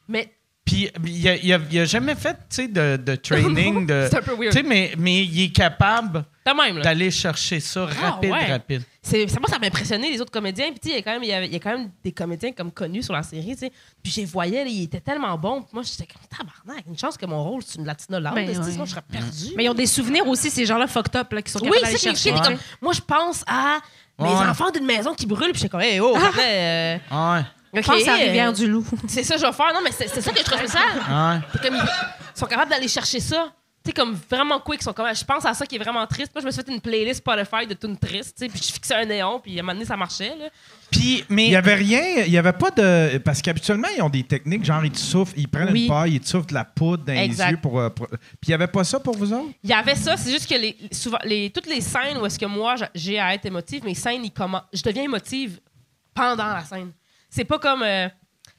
G: Mais
A: Puis il a, il a- il a jamais fait, tu sais, de, de training. de-
G: C'est un peu weird.
A: Tu sais, mais, mais il est capable
G: quand même, là.
A: d'aller chercher ça
G: Ah,
A: rapide,
G: ouais.
A: rapide.
G: C'est, ça, moi, ça m'a impressionné, les autres comédiens. Puis, tu sais, il y a quand même- il y, avait- il y a quand même des comédiens comme connus sur la série, tu sais. Puis, je les voyais, là, ils étaient tellement bons. Puis moi, j'étais comme, tabarnak, une chance que mon rôle, c'est une latina lente.
F: Ben,
G: esti,
F: ouais.
G: Sinon, je serais perdue.
F: Mais ils ont des souvenirs aussi, ces gens-là fucked up, là, qui sont
G: Oui,
F: capables d'aller
G: c'est que les
F: chercher.
G: filles, t'es comme, moi, je pense à mes
A: Ouais.
G: enfants d'une maison qui brûle. Puis, j'étais comme, hey, oh, mais,
A: Ouais.
G: euh, ok,
F: Pense à
G: euh,
F: Rivière-du-Loup.
G: C'est ça, que je vais faire. Non, mais c'est, c'est ça que je trouve spécial.
A: Ouais.
G: T'es comme, ils sont capables d'aller chercher ça. Tu sais, comme vraiment quick. Ils sont comme, je pense à ça qui est vraiment triste. Moi, je me suis fait une playlist Spotify de tunes tristes. tu sais, Puis je fixais un néon. Puis à un moment donné, ça marchait. Là.
A: Puis,
D: Il
A: mais.
D: n'y avait rien, il n'y avait pas de. Parce qu'habituellement, ils ont des techniques, genre, ils te soufflent, ils prennent
G: Oui.
D: une paille, ils te soufflent de la poudre dans
G: Exact.
D: les yeux pour. euh, pour- Puis il n'y avait pas ça pour vous autres?
G: Il y avait ça. C'est juste que les, souvent, les, toutes les scènes où est-ce que moi, j'a- j'ai à être émotive, mes scènes, ils commen- je deviens émotive pendant la scène. C'est pas comme. euh,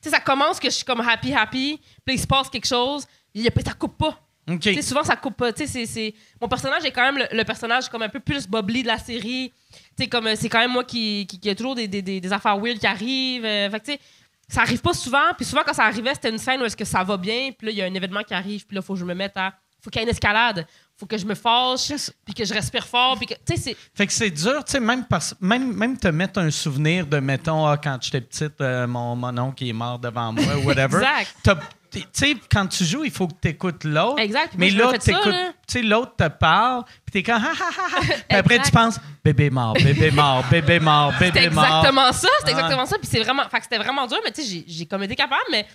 G: tu sais, ça commence que je suis comme happy, happy. Puis il se passe quelque chose. Il, ça coupe pas.
A: OK.
G: Tu sais, souvent, ça coupe pas. Tu sais, c'est- c'est- Mon personnage est quand même le, le personnage comme un peu plus bubbly de la série. Tu sais, comme, euh, c'est quand même moi qui, qui, qui a toujours des, des- des- des affaires weird qui arrivent. Euh, fait que, tu sais, ça arrive pas souvent. Puis souvent, quand ça arrivait, c'était une scène où est-ce que ça va bien. Puis là, il y a un événement qui arrive. Puis là, faut que je me mette à. Faut qu'il y ait une escalade. Faut que je me fâche. Puis que je respire fort. Puis que. Tu sais, c'est.
A: Fait que c'est dur, tu sais, même, parce- même, même te mettre un souvenir de, mettons, ah, quand j'étais petite, euh, mon, mon oncle qui est mort devant moi, whatever.
G: Exact.
A: T'as- Puis, tu sais, quand tu joues, il faut que tu écoutes l'autre.
G: Exact. Puis
A: Mais
G: moi, j'ai
A: l'autre
G: fait ça,
A: t'écoute-
G: là.
A: Tu sais, l'autre te parle, puis t'es comme. Ah, ah, ah, ah. Puis après,
G: Exact.
A: tu penses bébé mort, bébé mort, bébé mort,
G: C'était
A: bébé mort.
G: exactement ça,
A: Ouais.
G: c'était exactement ça. Puis c'est vraiment, fait que c'était vraiment dur, mais tu sais, j'ai- j'ai comme été capable, mais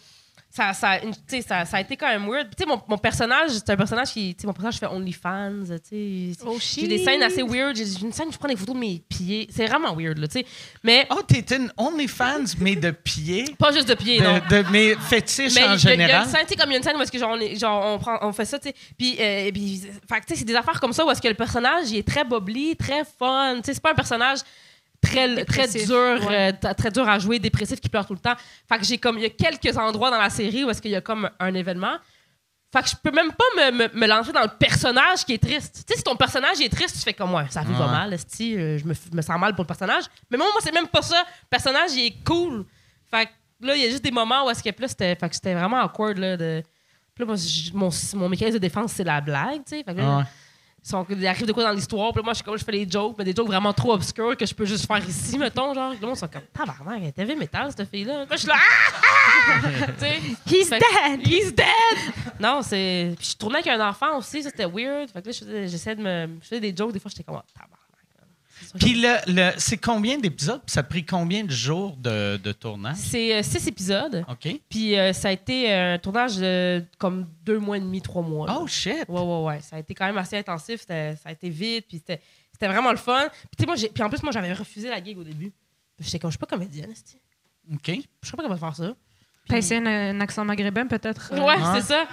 G: ça, ça, une- tu sais, ça, ça a été quand même weird. Puis tu sais, mon, mon personnage, c'est un personnage qui, tu sais, mon personnage fait OnlyFans, tu sais.
F: Oh,
G: j'ai des
F: shit.
G: scènes assez weird. J'ai j'ai une scène où je prends des photos de mes pieds. C'est vraiment weird, là, tu sais. Mais
A: Oh, t'es une OnlyFans, mais de pied.
G: pas juste de pieds, non.
A: De, de mes fétiches
G: Mais
A: en
G: il y a- il y a
A: général.
G: une scène, tu sais, comme il y a une scène où est-ce que genre, on, est- genre, on, prend, on fait ça, tu sais. Puis, euh, et puis fait que, tu sais, c'est des affaires comme ça où est-ce que le personnage, il est très bobli, très fun. Tu sais, c'est pas un personnage très, très
F: Dépressif,
G: dur, euh, t- très dur à jouer, dépressif, qui pleure tout le temps. Fait que j'ai comme, il y a quelques endroits dans la série où est-ce qu'il y a comme un événement. Fait que je peux même pas me, me- me lancer dans le personnage qui est triste. Tu sais, si ton personnage il est triste, tu fais comme moi, ça fait pas mal, esti, euh, je me, f- me sens mal pour le personnage. Mais moi, moi c'est même pas ça. Le personnage, il est cool. Fait que là, il y a juste des moments où est-ce que, puis là, c'était, fait que c'était vraiment awkward, là, de... Puis là, moi, j- mon, mon mécanisme de défense, c'est la blague, tu sais. Fait que là,
A: Ouais.
G: ils sont- il arrive de quoi dans l'histoire, puis là, moi, je suis comme, je fais des jokes, mais des jokes vraiment trop obscurs que je peux juste faire ici, mettons, genre. Là, on sont comme, tabarnak, elle t'avait métal, cette fille-là. Puis là, je suis là, ah! ah! Tu sais.
H: He's
G: Fait-
H: dead!
G: He's dead! Non, c'est. Puis je tournais avec un enfant aussi, ça c'était weird. Fait que là, je faisais- j'essayais de me. Je faisais des jokes, des fois j'étais comme, Ah, tabarnak.
A: Puis le, le- c'est combien d'épisodes? Puis Ça a pris combien de jours de, de tournage?
G: C'est euh, six épisodes.
A: OK.
G: Puis euh, ça a été euh, un tournage de comme deux mois et demi, trois mois. là.
A: Oh, shit!
G: Ouais, ouais, ouais. Ça a été quand même assez intensif. c'était- Ça a été vite. Puis c'était c'était vraiment le fun. Puis, tu sais, moi, j'ai- puis en plus, moi, j'avais refusé la gig au début. J'étais comme, je suis pas comédienne, esti.
A: OK.
G: je sais pas comment faire ça.
F: Passer un, un accent maghrébin, peut-être. euh,
G: Ouais, c'est ça.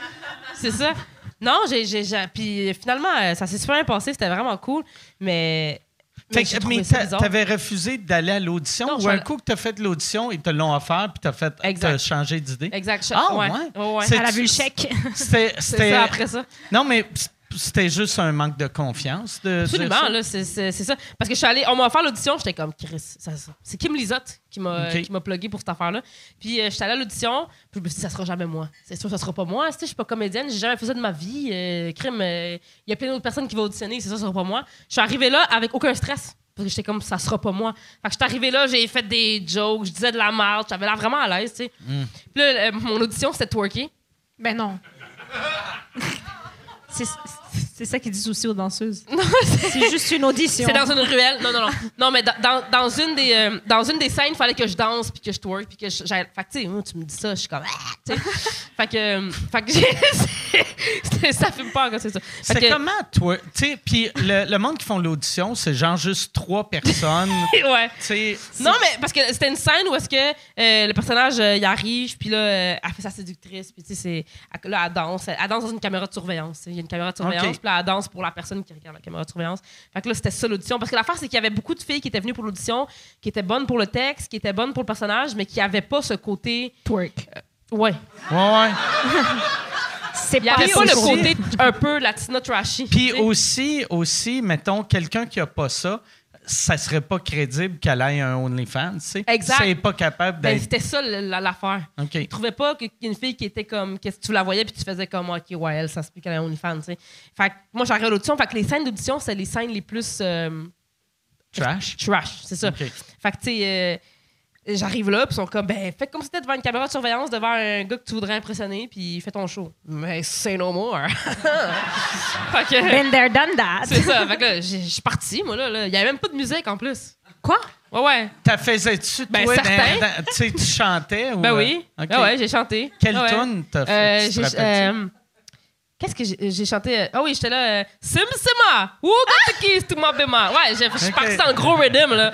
G: C'est ça. Non, j'ai, j'ai, j'ai- puis finalement, euh, ça s'est super bien passé. C'était vraiment cool. Mais.
A: Fait
G: j'ai
A: que,
G: trouvé
A: mais
G: ça
A: t'a-
G: bizarre.
A: t'avais refusé d'aller à l'audition
G: Non, je
A: ou
G: suis
A: un
G: allée-
A: coup que t'as fait l'audition, ils te l'ont offert puis t'as fait
G: Exact.
A: t'as changé d'idée?
G: Exact. je-
A: Ah,
G: ouais.
A: ouais.
G: ouais.
A: C'est-
F: Elle a vu le chèque.
A: C'était,
G: C'est
A: c'était-
G: ça après ça.
A: Non, mais c'était juste un manque de confiance. De, de
G: Absolument,
A: ça.
G: là, c'est, c'est, c'est ça. Parce que je suis allée, on m'a offert l'audition, j'étais comme, Chris, ça, ça- c'est Kim Lizotte qui m'a,
A: Ok.
G: qui m'a plugué pour cette affaire-là. Puis euh, je suis allée à l'audition, puis je me suis dit, ça sera jamais moi. C'est sûr, ça sera pas moi. Tu sais, je suis pas comédienne, j'ai jamais fait ça de ma vie. Euh, crime, euh, il y a plein d'autres personnes qui vont auditionner, c'est sûr, ça sera pas moi. Je suis arrivée là avec aucun stress. Parce que j'étais comme, ça sera pas moi. Fait que je suis arrivée là, j'ai fait des jokes, je disais de la merde, j'avais l'air vraiment à l'aise, tu sais.
A: Mm.
G: Puis là, euh, mon audition, c'était twerker.
F: Ben non. C'est c'est ça qu'ils disent aussi aux danseuses. C'est juste une audition.
G: C'est dans une ruelle. Non, non, non. Non, mais dans, dans, dans une, des, euh, dans une des scènes, il fallait que je danse, puis que je twerk, puis que je... j'aille- Fait que, tu sais, moi, tu me dis ça, je suis comme... Ah! tu sais. fait que... euh, Fait que j'ai... c'est- ça fume pas quand c'est ça. Fait
A: C'était
G: que-
A: comment, toi? Tu sais, puis le, le monde qui font l'audition, c'est genre juste trois personnes.
G: Ouais.
A: tu sais.
G: Non, mais parce que c'était une scène où est-ce que euh, le personnage, euh, il arrive, puis là, euh, elle fait sa séductrice, puis tu sais, c'est... elle- Là, elle danse. Elle, elle danse dans une caméra de surveillance. Il y a une caméra de surveillance,
A: Ok.
G: puis là, elle danse pour la personne qui regarde la caméra de surveillance. Fait que là, c'était ça l'audition. Parce que l'affaire, c'est qu'il y avait beaucoup de filles qui étaient venues pour l'audition, qui étaient bonnes pour le texte, qui étaient bonnes pour le personnage, mais qui n'avaient pas ce côté...
F: twerk.
G: Ouais.
A: Ouais, ouais.
F: C'est
G: Il n'y avait
F: pas
G: pas le
F: ça.
G: côté un peu latina trashy.
A: Puis
G: tu sais.
A: aussi, aussi, mettons, quelqu'un qui a pas ça, ça serait pas crédible qu'elle ait un OnlyFans, tu sais.
G: Exact.
A: C'est pas capable
G: Ben,
A: d'être...
G: c'était ça le- la- l'affaire.
A: OK.
G: Je trouvais pas que- qu'une fille qui était comme. que tu la voyais puis tu faisais comme, OK, ouais, elle, ça se peut qu'elle est OnlyFans, tu sais. Fait que moi, j'arrive à l'audition. Fait que les scènes d'audition, c'est les scènes les plus euh,
A: Trash.
G: trash, c'est ça.
A: OK.
G: Fait que, tu sais, euh, j'arrive là, puis ils sont comme, ben, fais comme si t'étais devant une caméra de surveillance, devant un gars que tu voudrais impressionner, puis fais ton show. Mais c'est no more. fait que.
F: Ben,
H: Been there, done that.
G: C'est ça. Fait que là, j'ai- je suis partie, moi, là. là. Il y avait même pas de musique en plus.
F: Quoi?
G: Ouais, ouais.
A: T'as faisais-tu, toi,
G: Ben,
A: dans-
G: certain.
A: dans- tu sais, tu chantais? Ou,
G: Ben oui.
A: euh, OK.
G: Ah ouais, j'ai chanté.
A: Quelle
G: Ah ouais.
A: toune t'as
G: Euh,
A: fait? tu te
G: j'ai-
A: rappelles-tu?
G: euh, Qu'est-ce que j'ai j'ai chanté? euh, Ah oui, j'étais là. euh, Sim Sima! Woo, the keys to my bema. Ouais, j'ai- je suis partie dans le gros rhythm, là.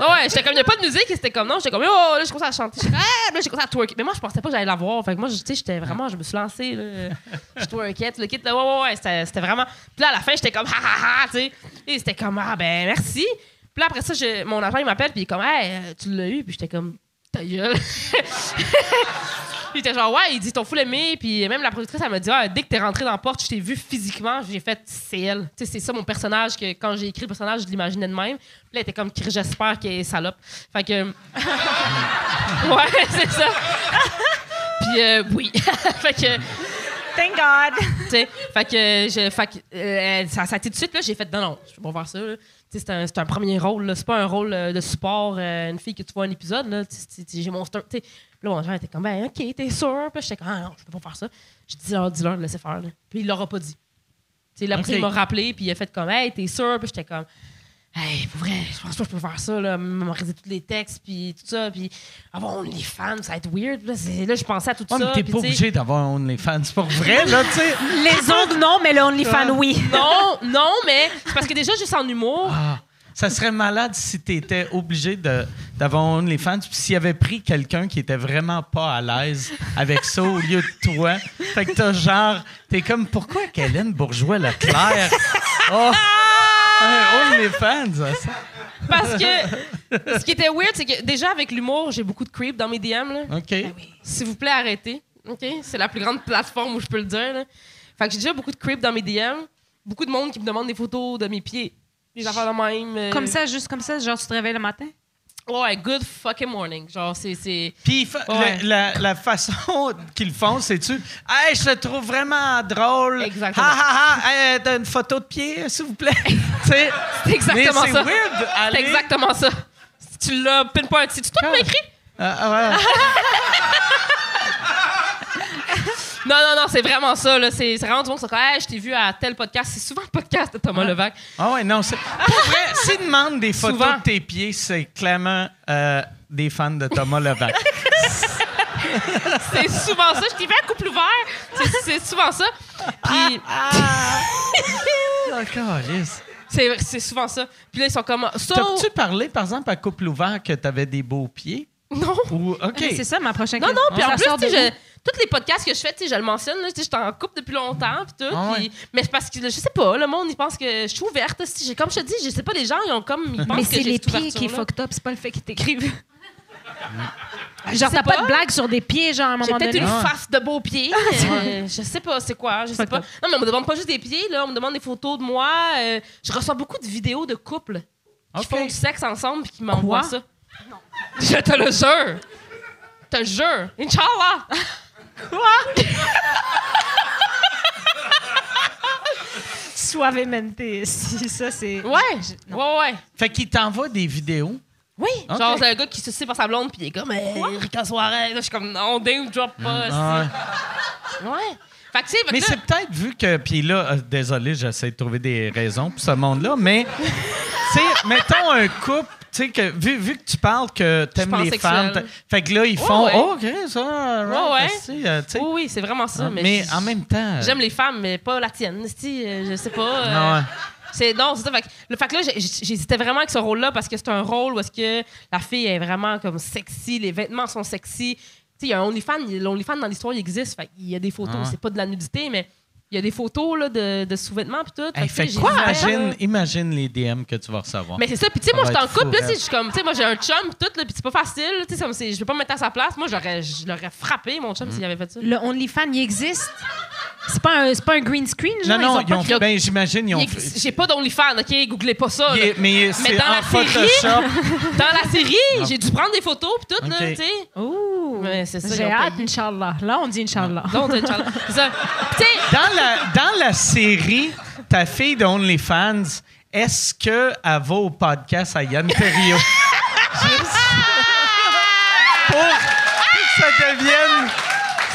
G: Ah ouais, j'étais comme, il n'y a pas de musique. Et c'était comme, non, j'étais comme, oh, là, je commence à chanter. J'étais, ah, là, j'ai commencé à twerker. Mais moi, je pensais pas que j'allais la voir. Fait que moi, je- tu sais, j'étais vraiment, je me suis lancée, là. Je twerkais, tout le kit, là. Ouais, ouais, ouais. C'était c'était vraiment. Puis là, à la fin, j'étais comme, ha, ha, ha, tu sais. Et c'était comme, ah, ben, merci. Puis là, après ça, je- mon agent, il m'appelle, puis il est comme, hey, euh, tu l'as eu. Puis j'étais comme, ta gueule. Il était genre, ouais, il dit, t'ont fou aimé. Puis même la productrice, elle m'a dit, Ah, dès que t'es rentré dans la porte, je t'ai vu physiquement, j'ai fait, c'est elle. Tu sais, c'est ça mon personnage, que quand j'ai écrit le personnage, je l'imaginais de même. Puis là, elle était comme, Cri, j'espère qu'elle est salope. Fait que. ouais, c'est ça. Puis euh, oui. fait que.
H: Thank God.
G: tu sais. Fait que, euh, je, fait que, euh, ça, ça a été tout de suite, là, j'ai fait, non, non, je peux pas faire ça. là. Tu sais, C'est un, c'est un premier rôle, là. c'est pas un rôle euh, de support, euh, une fille que tu vois un épisode, là, Tu sais, tu sais, j'ai mon star. tu sais. Puis là, mon genre était comme, ben, ok, t'es sûr. Puis là, j'étais comme, ah non, je peux pas faire ça. J'ai dit, dis dis-leur de laisser faire. là. Puis il l'aura pas dit. Tu sais, là, après,
A: Ok.
G: il m'a rappelé, puis il a fait comme, hey, t'es sûr. Puis j'étais comme, hey, pour vrai, je pense pas que je peux faire ça, là, mémoriser tous les textes, puis tout ça, puis avoir les fans, ça va être weird. Puis Là, c'est- là, je pensais à tout
A: Ouais,
G: ça.
A: mais t'es
G: puis
A: pas
G: tu sais-
A: obligé d'avoir un OnlyFans pour vrai, là, tu sais.
H: Les ongles, non, mais le OnlyFans, oui.
G: Non, non, mais c'est parce que déjà, juste en humour,
A: Ah, ça serait malade si t'étais obligé de- d'avoir un OnlyFans, puis s'il avait pris quelqu'un qui était vraiment pas à l'aise avec ça au lieu de toi. Fait que t'as genre, t'es comme, pourquoi qu'Hélène Bourgeois-Leclerc oh,
G: Ah!
A: un OnlyFans? ah, ça.
G: parce que ce qui était weird, c'est que déjà avec l'humour, j'ai beaucoup de creep dans mes DM. là.
A: OK.
G: S'il vous plaît, arrêtez. OK? C'est la plus grande plateforme où je peux le dire. là. Fait que j'ai déjà beaucoup de creep dans mes DM. Beaucoup de monde qui me demande des photos de mes pieds. Des affaires de même. euh,
F: Comme ça, juste comme ça, genre tu te réveilles le matin.
G: Ouais, good fucking morning. Genre, c'est- c'est.
A: Puis il fa-
G: Ouais.
A: le- la, la façon qu'ils le font, c'est-tu « Hey, je le trouve vraiment drôle.
G: Exactement.
A: Ha, ha, ha. Hey, euh, t'as une photo de pied, s'il vous plaît. » C'est
G: C'est exactement
A: Mais c'est
G: ça.
A: weird,
G: C'est
A: aller-
G: exactement ça. Si tu l'as pinpoint. C'est toi qui m'as écrit?
A: Ah, ouais.
G: Non, non, non, c'est vraiment ça. là. C'est c'est vraiment du monde qui sont comme, hey, je t'ai vu à tel podcast. C'est souvent le podcast de Thomas Levac.
A: Ah ouais, non, c'est... Pour vrai, s'ils demandent des photos
G: Souvent.
A: de tes pieds, c'est clairement euh, des fans de Thomas Levac.
G: C'est souvent ça. Je t'ai fait un couple ouvert. C'est- C'est souvent ça.
F: Ah!
G: Puis Ah!
A: D'accord, yes.
G: c'est c'est souvent ça. Puis là, ils sont comme. So...
A: T'as-tu parlé, par exemple, à Couple Ouvert que t'avais des beaux pieds?
G: Non.
A: Ou... OK.
F: Mais C'est ça ma prochaine
G: Non,
F: question.
G: non, puis en
F: Ça
G: plus,
F: sort
G: tu
F: de
G: sais, je- tous les podcasts que je fais, tu sais, je le mentionne, là, tu sais, je suis en couple depuis longtemps, puis tout.
A: Ah ouais.
G: puis- Mais c'est parce que, là, je sais pas, le monde, il pense que je suis ouverte. si j'ai- Comme je te dis, je sais pas, les gens, ils ont comme. Ils pensent
F: Mais
G: que
F: c'est
G: j'ai
F: les
G: cette
F: pieds qui est
G: ouverture-là.
F: fucked up, c'est pas le fait qu'ils t'écrivent. genre,
G: sais
F: t'as pas
G: pas.
F: de blague sur des pieds, genre, à un
G: J'ai
F: moment
G: peut-être
F: donné.
G: une face de beaux pieds. euh, je sais pas, c'est quoi, je sais pas. Non, mais on me demande pas juste des pieds, là. On me demande des photos de moi. euh, je reçois beaucoup de vidéos de couples qui
A: OK.
G: font du sexe ensemble puis qui m'envoient
F: Quoi?
G: ça. Je te le jure. Je te le jure. Inch'Allah. quoi?
H: Suavemente. Si, ça, c'est.
G: Ouais. Ouais, ouais.
A: Fait qu'ils t'envoient des vidéos.
G: Oui. Genre, c'est un gars qui se suit par sa blonde puis il est comme, hey, Rica Suarez. Là, Je suis comme, non, dame, drop pas.
A: Ah,
G: c'est- Ouais. Fait que, tu sais, fait que
A: Mais
G: là-
A: c'est peut-être vu que. Puis là, euh, désolé, j'essaie de trouver des raisons pour ce monde-là, mais. tu sais, mettons un couple. Tu sais, que, vu, vu que tu parles que t'aimes les
G: pansexuelle.
A: femmes, t'a- fait que là, ils font.
G: ouais.
A: Oh, OK, ça. right,
G: Ouais, ouais.
A: esti, euh, tu sais.
G: Oui, oui, c'est vraiment ça.
A: mais
G: mais
A: en
G: je-
A: même temps.
G: J'aime les femmes, mais pas la tienne. Si, euh, je sais pas. euh,
A: Euh. Ah ouais.
G: C'est non, c'est ça. Fait que, le fait que là, j'ai- j'ai- j'hésitais vraiment avec ce rôle-là parce que c'est un rôle où est-ce que la fille est vraiment comme sexy, les vêtements sont sexy. Tu sais, il y a un OnlyFans, il- l'OnlyFans dans l'histoire il existe. Fait il y a des photos,
A: Ah ouais.
G: c'est pas de la nudité, mais il y a des photos là, de, de sous-vêtements puis tout.
A: Hey,
G: que,
A: fait
G: tu sais,
A: quoi?
G: j'hésitais, là.
A: Imagine, imagine les DM que tu vas recevoir.
G: euh, Mais c'est ça, puis tu sais,
A: Ça
G: moi,
A: va
G: je t'en
A: être fou, hein.
G: couple, là, tu
A: raide.
G: sais, je suis comme, tu sais, moi, j'ai un chum, puis tout, là, puis c'est pas facile, là, tu sais, c'est comme c'est- je peux pas me mettre à sa place. Moi, j'aurais, je l'aurais frappé, mon chum,
A: Hmm.
G: s'il avait fait ça.
F: Le OnlyFans, il existe. C'est pas, un, c'est pas un green screen, genre.
A: non, non,
F: ils
A: ils
F: ont
A: ont
F: pas-
A: fait- ben, j'imagine, ils ont.
G: Il ex- J'ai pas d'OnlyFans, OK? Googlez pas ça.
A: Il
G: là.
A: est- mais c'est
G: dans
A: en
G: la série-
A: Photoshop.
G: Dans la série, j'ai dû prendre des photos puis tout,
A: Ok.
G: là, tu sais.
F: Ouh!
G: Ouais, c'est ça, ils
F: J'ai
G: ont
F: hâte,
G: payé.
F: Inch'Allah. Là, on dit Inch'Allah.
G: Donc, c'est Charles- c'est ça. Tu sais,
A: dans la, dans la série, ta fille de OnlyFans, est-ce qu'elle va au podcast à Yann Terrio? Juste pour que ça devienne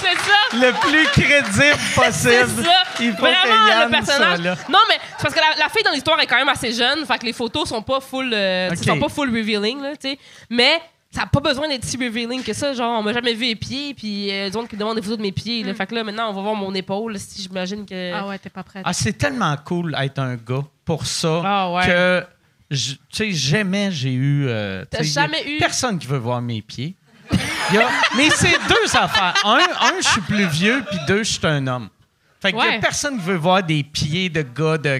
G: c'est ça.
A: le plus crédible
G: C'est
A: possible.
G: ça.
A: Il faut
G: Vraiment,
A: que Yann
G: le personnage.
A: soit là.
G: Non, mais c'est parce que la, la fille dans l'histoire est quand même assez jeune, fait que les photos sont pas full, euh, tu sais,
A: Ok.
G: sont pas full revealing, là, tu sais. Mais ça n'a pas besoin d'être si revealing que ça. Genre, on m'a jamais vu les pieds, puis euh, du monde qui me demande des photos de mes pieds. là. Fait que là, maintenant, on va voir mon épaule, si j'imagine que.
F: Mm. Ah ouais, t'es pas prête.
A: Ah, c'est tellement cool d'être un gars pour ça
G: Ah ouais.
A: que je- tu sais jamais j'ai eu euh, tu
G: T'as
A: sais, y a
G: jamais eu-
A: personne qui veut voir mes pieds. Y a- mais c'est deux affaires. Un, un je suis plus vieux puis deux je suis un homme. Fait que y a
G: Ouais.
A: personne qui veut voir des pieds de gars de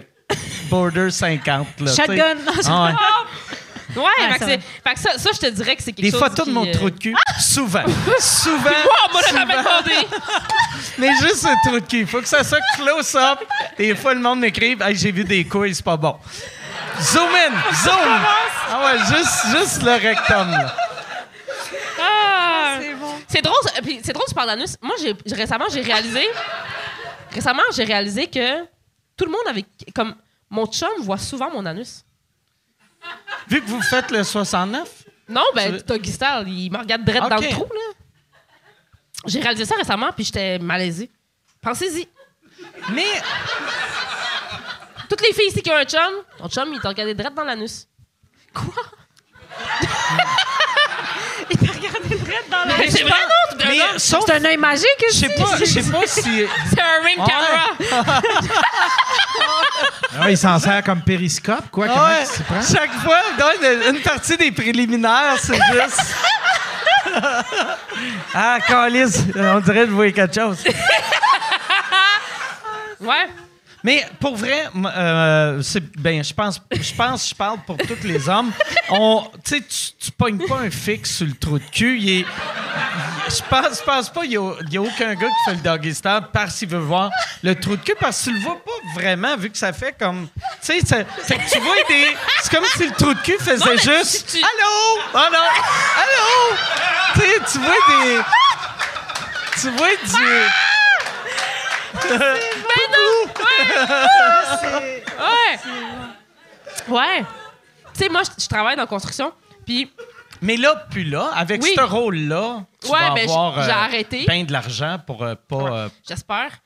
A: border 50 là, tu sais.
F: Shotgun!
A: Ah ouais.
G: Ouais, fait,
F: ça
G: que c'est- fait que ça, ça, je te dirais que c'est quelque
A: Des
G: chose.
A: photos de
G: qui,
A: mon
G: euh,
A: trou de cul, souvent. Souvent.
G: Wow, moi, j'aurais jamais demandé!
A: Mais juste le trou de cul. Il faut que ça soit close-up. Des fois, le monde m'écrive hey, J'ai vu des couilles, c'est pas bon. Zoom in, zoom. Ah ouais, juste, juste le rectum. là.
G: Ah!
H: C'est bon.
G: C'est drôle, ça- puis c'est drôle, tu parles d'anus. Moi, j'ai, j'ai- récemment, j'ai réalisé récemment, j'ai réalisé que tout le monde avec. Comme mon chum voit souvent mon anus.
A: Vu que vous faites le 69,
G: Non,
A: Tu
G: ben,
A: veux-
G: Doggy Style, il me regarde direct
A: Ok.
G: dans le trou, là. J'ai réalisé ça récemment, puis j'étais malaisée. Pensez-y.
A: mais
G: Toutes les filles ici qui ont un chum, ton chum, il t'a regardé direct dans l'anus. Quoi?
H: Il t'a regardé direct dans la
G: Mais c'est vrai, non? C'est
A: mais
G: un homme.
A: sauf
F: C'est un œil magique,
A: je sais pas, je sais pas si Ah
G: C'est un ring
A: Ouais.
G: camera.
D: Ah, il s'en sert comme périscope, quoi. Comment
A: Ouais,
D: il s'y prend?
A: chaque fois, donc, une partie des préliminaires, c'est juste. ah, Calice, on dirait que je voyais quelque chose.
G: Ouais.
A: Mais pour vrai, m- euh, c'est ben, je pense, je pense, que je parle pour tous les hommes. On, tu sais, tu- tu pognes pas un fixe sur le trou de cul. il est- je pense, je pense pas qu'il y, a- il y a aucun gars qui fait le doggy style parce qu'il veut voir le trou de cul parce que tu le vois pas vraiment vu que ça fait comme, tu sais, ça- fait que tu vois des, c'est comme si le trou de cul faisait
G: mais
A: juste,
G: si tu-
A: allô, oh non, allô, tu sais, tu vois des, tu vois du.
G: Ouais. Ouais. Tu sais, moi, je- je travaille dans la construction, puis
A: Mais là, puis là, avec
G: Oui.
A: ce rôle-là, tu
G: Ouais,
A: vas
G: ben, j-
A: avoir
G: j'ai arrêté.
A: ben de l'argent pour euh, pas... euh,
G: J'espère.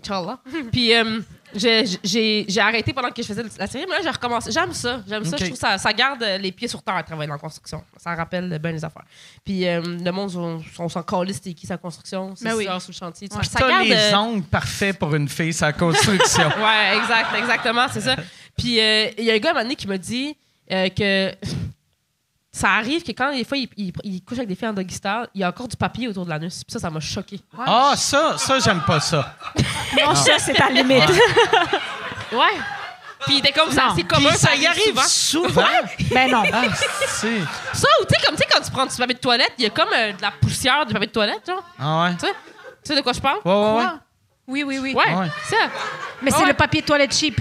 G: Inch'Allah. Puis, euh, j'ai- j'ai j'ai arrêté pendant que je faisais la série, mais là, j'ai recommencé. J'aime ça. J'aime ça.
A: Ok.
G: Je trouve ça, ça garde euh, les pieds sur terre à travailler dans la construction. Ça rappelle bien les affaires. Puis, euh, le monde, on, on s'en calisse, c'était qui sa construction? C'est
F: Mais oui.
G: ça, sous le chantier. tout
A: puis
G: ça. Ça
A: t'as
G: garde,
A: les
G: euh,
A: ongles parfaits pour une fille, sa construction.
G: Ouais, exact, exactement, c'est ça. Puis euh, il y a un gars à un moment donné qui m'a dit euh, que ça arrive que quand des fois il, il- il couche avec des filles en doggy style, il y a encore du papier autour de l'anus. Puis ça, ça m'a choqué.
A: Ah, ça, ça, j'aime pas ça.
H: Non, ça, c'est ta limite.
G: Ouais. Puis il était comme ça, c'est commun,
A: Puis
G: ça, arrive, souvent.
A: souvent.
H: Ben non.
A: Ah, c'est...
G: Ça, ou tu sais, comme tu sais, quand tu prends du papier de toilette, il y a comme euh, de la poussière du papier de toilette, genre.
A: Ah ouais?
G: Tu sais, tu sais de quoi je parle?
A: Ouais, ouais, ouais.
F: Oui, oui, oui.
G: Ah. Ouais,
A: Ouais.
G: ça.
F: Mais c'est
G: Ouais.
F: le papier de toilette cheap.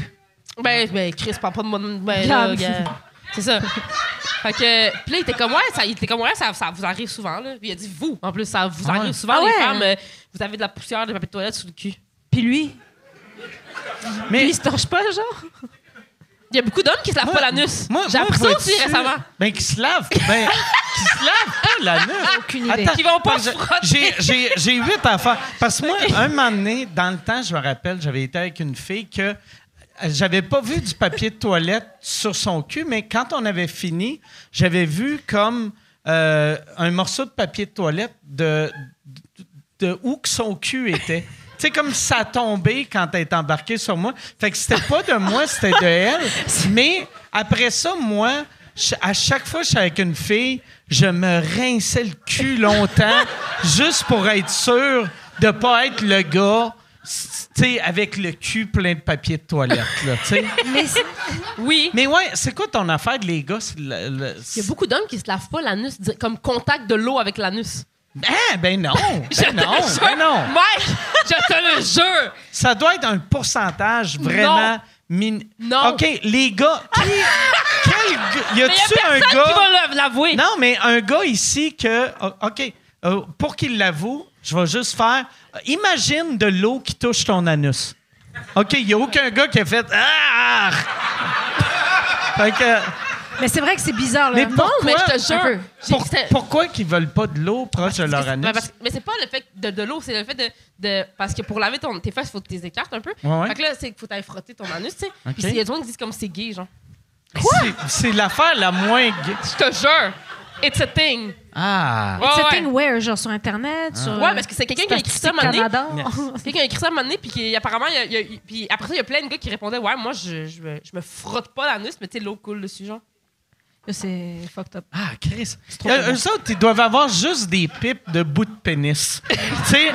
G: Ben, ben, Chris, parle pas de moi. de- Ben, là,
F: Regarde.
G: gars. C'est ça. Fait que, puis là, il était comme, ouais, ça, il était comme, ouais, ça, ça vous arrive souvent, là. Puis il a dit, vous, en plus, ça vous
A: Ah ouais.
G: arrive souvent,
F: Ah
G: les
F: ouais.
G: femmes, euh, vous avez de la poussière de papier de toilette sous le cul.
F: Puis lui,
A: Mais
F: lui, il se torche pas, genre?
G: Il y a beaucoup d'hommes qui se lavent
A: Moi-
G: pas l'anus.
A: moi,
G: J'ai
A: moi,
G: appris ça
A: vois-tu-
G: aussi récemment.
A: Ben, qui se lave. Ben, qui se lave pas la nuit.
F: Aucune idée.
G: Qui vont pas
A: parce
G: se
A: que
G: frotter.
A: J'ai, j'ai, j'ai huit affaires. Parce que moi, un moment donné, dans le temps, je me rappelle, j'avais été avec une fille que euh, j'avais pas vu du papier de toilette sur son cul, mais quand on avait fini, j'avais vu comme euh, un morceau de papier de toilette de, de, de où que son cul était. Tu sais, comme ça tombait quand elle est embarquée sur moi. Fait que c'était pas de moi, c'était de elle. Mais après ça, moi, je- à chaque fois que je suis avec une fille, je me rinçais le cul longtemps juste pour être sûr de pas être le gars, s- tu sais, avec le cul plein de papier de toilette, là, tu sais.
F: Mais c'est-
G: Oui.
A: Mais ouais, c'est quoi ton affaire de les gars? c'est le- le-
G: Il y a beaucoup d'hommes qui se lavent pas l'anus di- comme contact de l'eau avec l'anus.
A: Hein? Ben non!
G: Je te
A: Ben non!
G: le jure.
A: Ben non!
G: Mike, je te le jure.
A: Ça doit être un pourcentage vraiment min...
G: Non.
A: OK, les gars, qui- quel gars- Y
G: Mais il y
A: a-tu
G: a
A: un
G: personne qui
A: gars...
G: va le- l'avouer.
A: Non, mais un gars ici que... oh, OK, euh, pour qu'il l'avoue, je vais juste faire... euh, Imagine de l'eau qui touche ton anus. OK, il n'y a aucun gars qui a fait... Ah! Fait que-
F: mais c'est vrai que c'est bizarre, là.
A: mais pourquoi,
G: mais je te
F: Un peu.
G: jure. J'ai-
A: pour-
G: c'était-
A: pourquoi qu'ils veulent pas de l'eau proche de leur
G: Ben,
A: anus?
G: parce que- mais c'est pas le fait de, de l'eau, c'est le fait de, de- Parce que pour laver ton, tes fesses, faut que tu les écartes un peu.
A: Ouais, ouais.
G: Fait que là, c'est qu'il faut t'aller frotter ton anus, tu sais.
A: Ok.
G: Puis il y a des gens qui disent comme c'est gay, genre.
A: C'est- C'est l'affaire la moins... gay.
G: Je te jure, it's a thing.
A: Ah!
G: Ouais,
F: C'est
G: ouais. Ah.
F: thing where, genre sur Internet, sur...
G: Ouais, parce que c'est quelqu'un qui a écrit ça à un moment donné.
F: Canada.
G: Quelqu'un a écrit ça à un moment donné, puis qui- apparemment, il y a- il y a eu- puis après ça, il y a plein de gars qui répondaient Ouais, moi, je, je, me, je me frotte pas l'anus, mais tu sais, l'eau coule dessus, genre.
F: Là, C'est fucked up.
A: Ah, Chris.
F: trop
A: Euh,
F: tellement.
A: eux autres, ils doivent avoir juste des pipes de bout de pénis. tu sais,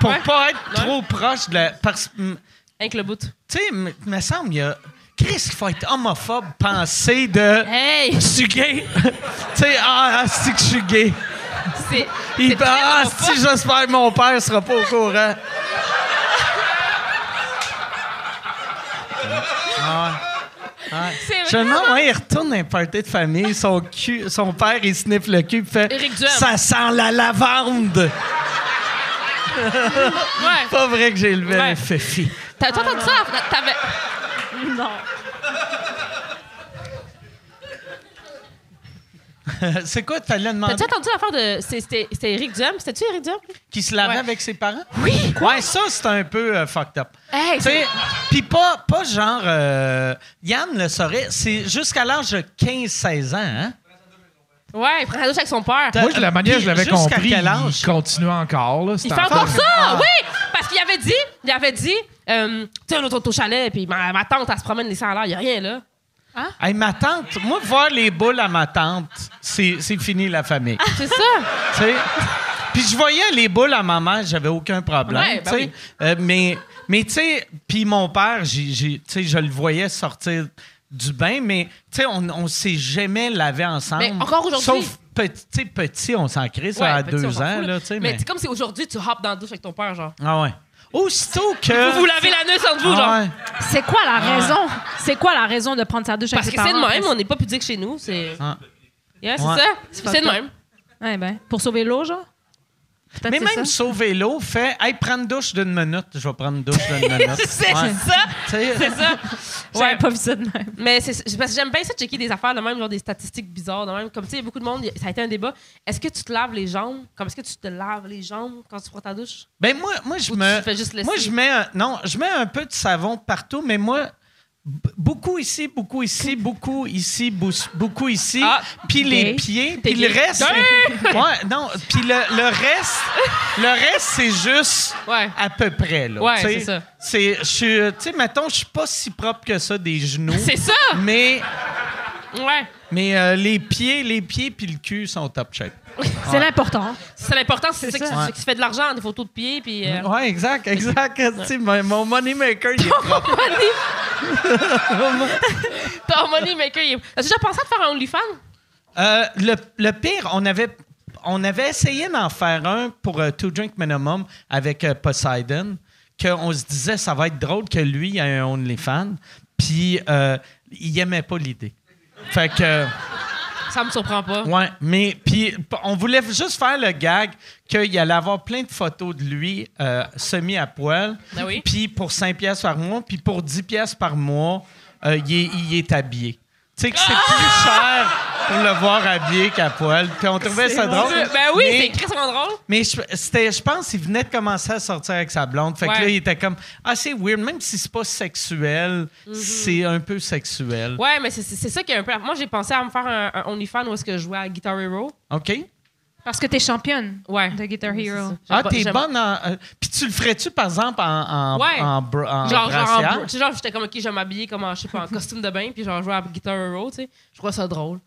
A: pour pas être trop proche de la. Parce que, hum,
G: Avec le bout.
A: tu sais, me- me semble, il y a. Chris, il faut être homophobe, penser de.
G: Hey!
A: Je suis gay. tu sais, ah, ah, c'est que je suis gay.
G: C'est.
A: Il
G: c'est
A: peut-
G: très
A: ah,
G: homophobe.
A: si, j'espère que mon père sera pas au courant.
G: C'est
A: Je me
G: vraiment-
A: demande, ouais, il retourne à un party de famille, son, cul, son père, il sniffe le cul, il fait
G: Éric Duhem.
A: Ça sent la lavande!
G: Ouais.
A: Pas vrai que j'ai levé
G: Ouais.
A: un Fifi.
G: T'as t'as entendu ça? à la fenêtre? T'avais...
H: Non.
A: c'est quoi, t'allais demander?
G: T'as-tu entendu l'affaire de. c'est- C'était c'était Eric Duhem? C'était-tu Eric Duhem?
A: Qui se lavait
G: Ouais.
A: avec ses parents?
G: Oui!
A: Ouais, ça, c'est un peu euh, fucked up.
G: Hey,
A: Tu sais, Puis pas, pas genre. euh, Yann le saurait, c'est jusqu'à l'âge de 15-16 ans, hein?
G: Ouais, il prend la douche avec son père.
E: Moi, je- la manière, je l'avais
A: Jusqu'à
E: compris.
A: quel âge?
E: Il continue encore. Là,
G: Il fait encore ça!
A: Ah.
G: Oui! Parce qu'il avait dit, il avait dit, euh, tu sais, on est au- au chalet, puis ma, ma tante, elle se promène les sangs à l'air, il n'y a rien, là.
A: Hey, ma tante, moi, voir les boules à ma tante, c'est c'est fini la famille.
G: C'est ça?
A: Tu sais? Puis je voyais les boules à ma mère, j'avais aucun problème.
G: Ouais, ben
A: tu sais.
G: oui.
A: Euh, mais, mais tu sais, puis mon père, j'ai- j'ai- tu sais, je le voyais sortir du bain, mais tu sais, on ne s'est jamais lavé ensemble.
G: Mais encore aujourd'hui.
A: Sauf petit, tu sais, petit, on s'en crée, ça
G: Ouais,
A: à
G: petit, on
A: deux
G: s'en
A: ans.
G: fout,
A: Là, tu sais,
G: mais
A: mais
G: c'est comme si aujourd'hui, tu hoppes dans la douche avec ton père, genre.
A: Ah ouais. Aussitôt que.
G: Vous vous lavez la nuque entre vous, genre.
A: Euh, Ah ouais.
F: C'est quoi la raison? C'est quoi la raison de prendre sa douche
G: Ah. Parce que
F: avec
G: c'est
F: ses
G: de
F: parents?
G: même, on n'est pas pudique chez nous. C'est.
A: Ah.
G: Yeah, c'est
A: Ouais.
G: ça? C'est de même.
F: Ouais, ben, pour sauver l'eau, genre? Peut-être
A: Mais
F: c'est
A: même
F: ça.
A: sauver l'eau fait, hey, prends une douche d'une minute, je vais prendre une douche d'une minute.
G: C'est
A: Ouais.
G: ça!
A: Tu sais,
G: C'est ça!
F: J'avais
G: Ouais.
F: pas vu ça de même.
G: Mais c'est c'est parce que j'aime bien ça de checker des affaires de même, genre des statistiques bizarres de même. Comme tu sais, il y a beaucoup de monde, ça a été un débat. Est-ce que tu te laves les jambes? Comme est-ce que tu te laves les jambes quand tu prends ta douche?
A: Ben moi, moi je
G: Ou tu
A: me,
G: fais juste laisser?
A: moi je mets, un- non, je mets un peu de savon partout, mais moi b- beaucoup ici, beaucoup ici, beaucoup ici, bou- beaucoup ici,
G: Ah,
A: puis
F: gay.
A: les pieds, puis le
G: gay.
A: reste, ouais, non, puis le, le reste, le reste c'est juste
G: Ouais.
A: à peu près là.
G: Ouais,
A: tu sais.
G: c'est ça.
A: C'est, je suis, tu sais, mettons, je suis pas si propre que ça des genoux,
G: C'est ça!
A: mais
G: Ouais.
A: mais euh, les pieds, les pieds puis le cul sont top shape.
F: C'est l'important.
G: C'est l'important, c'est ça,
F: ça.
G: que tu- que tu fais de l'argent, des photos de pieds, puis. euh,
A: Ouais, exact, exact. Esti, mon- Mon moneymaker, il est propre.
G: Ton money maker, il est- As-tu déjà pensé à te faire un OnlyFans?
A: Euh, le, le pire, on avait, on avait essayé d'en faire un pour euh, Two Drink Minimum avec euh, Poseidon, qu'on se disait ça va être drôle que lui il a un OnlyFans, puis euh, il aimait pas l'idée. Fait que, euh,
G: Ça me surprend pas.
A: ouais, mais puis p- on voulait juste faire le gag qu'il allait avoir plein de photos de lui euh, semi à poil,
G: Ben oui.
A: puis pour 5 pièces par mois, puis pour 10 pièces par mois, euh, il, est, il est habillé. Tu sais que c'est
G: Ah!
A: plus cher pour le voir habillé qu'à poil. Puis on trouvait ça drôle.
G: Ben oui,
A: Mais-
G: c'est extrêmement drôle.
A: mais je, c'était, je pense qu'il venait de commencer à sortir avec sa blonde. Fait que
G: Ouais.
A: là, il était comme Ah, c'est weird. Même si c'est pas sexuel,
G: Mhm.
A: c'est un peu sexuel.
G: Ouais, mais c'est- c'est c'est ça qui est un peu. Moi, j'ai pensé à me faire un, un OnlyFans où est-ce que je jouais à Guitar Hero.
A: OK?
F: Parce que t'es championne
G: Ouais.
F: de Guitar
G: C'est ça.
F: Hero.
G: J'aime
A: Ah,
G: pas-
A: t'es
G: j'aime-
A: bonne en. euh, Puis tu le ferais-tu, par exemple, en, en,
G: Ouais.
A: en, bra- en
G: Genre, genre, en
A: brassière?
G: bro- tu sais, genre, j'étais comme, OK, je vais m'habiller comme, en, je sais pas, en costume de bain, puis genre, jouer à Guitar Hero, tu sais. Je trouvais ça drôle.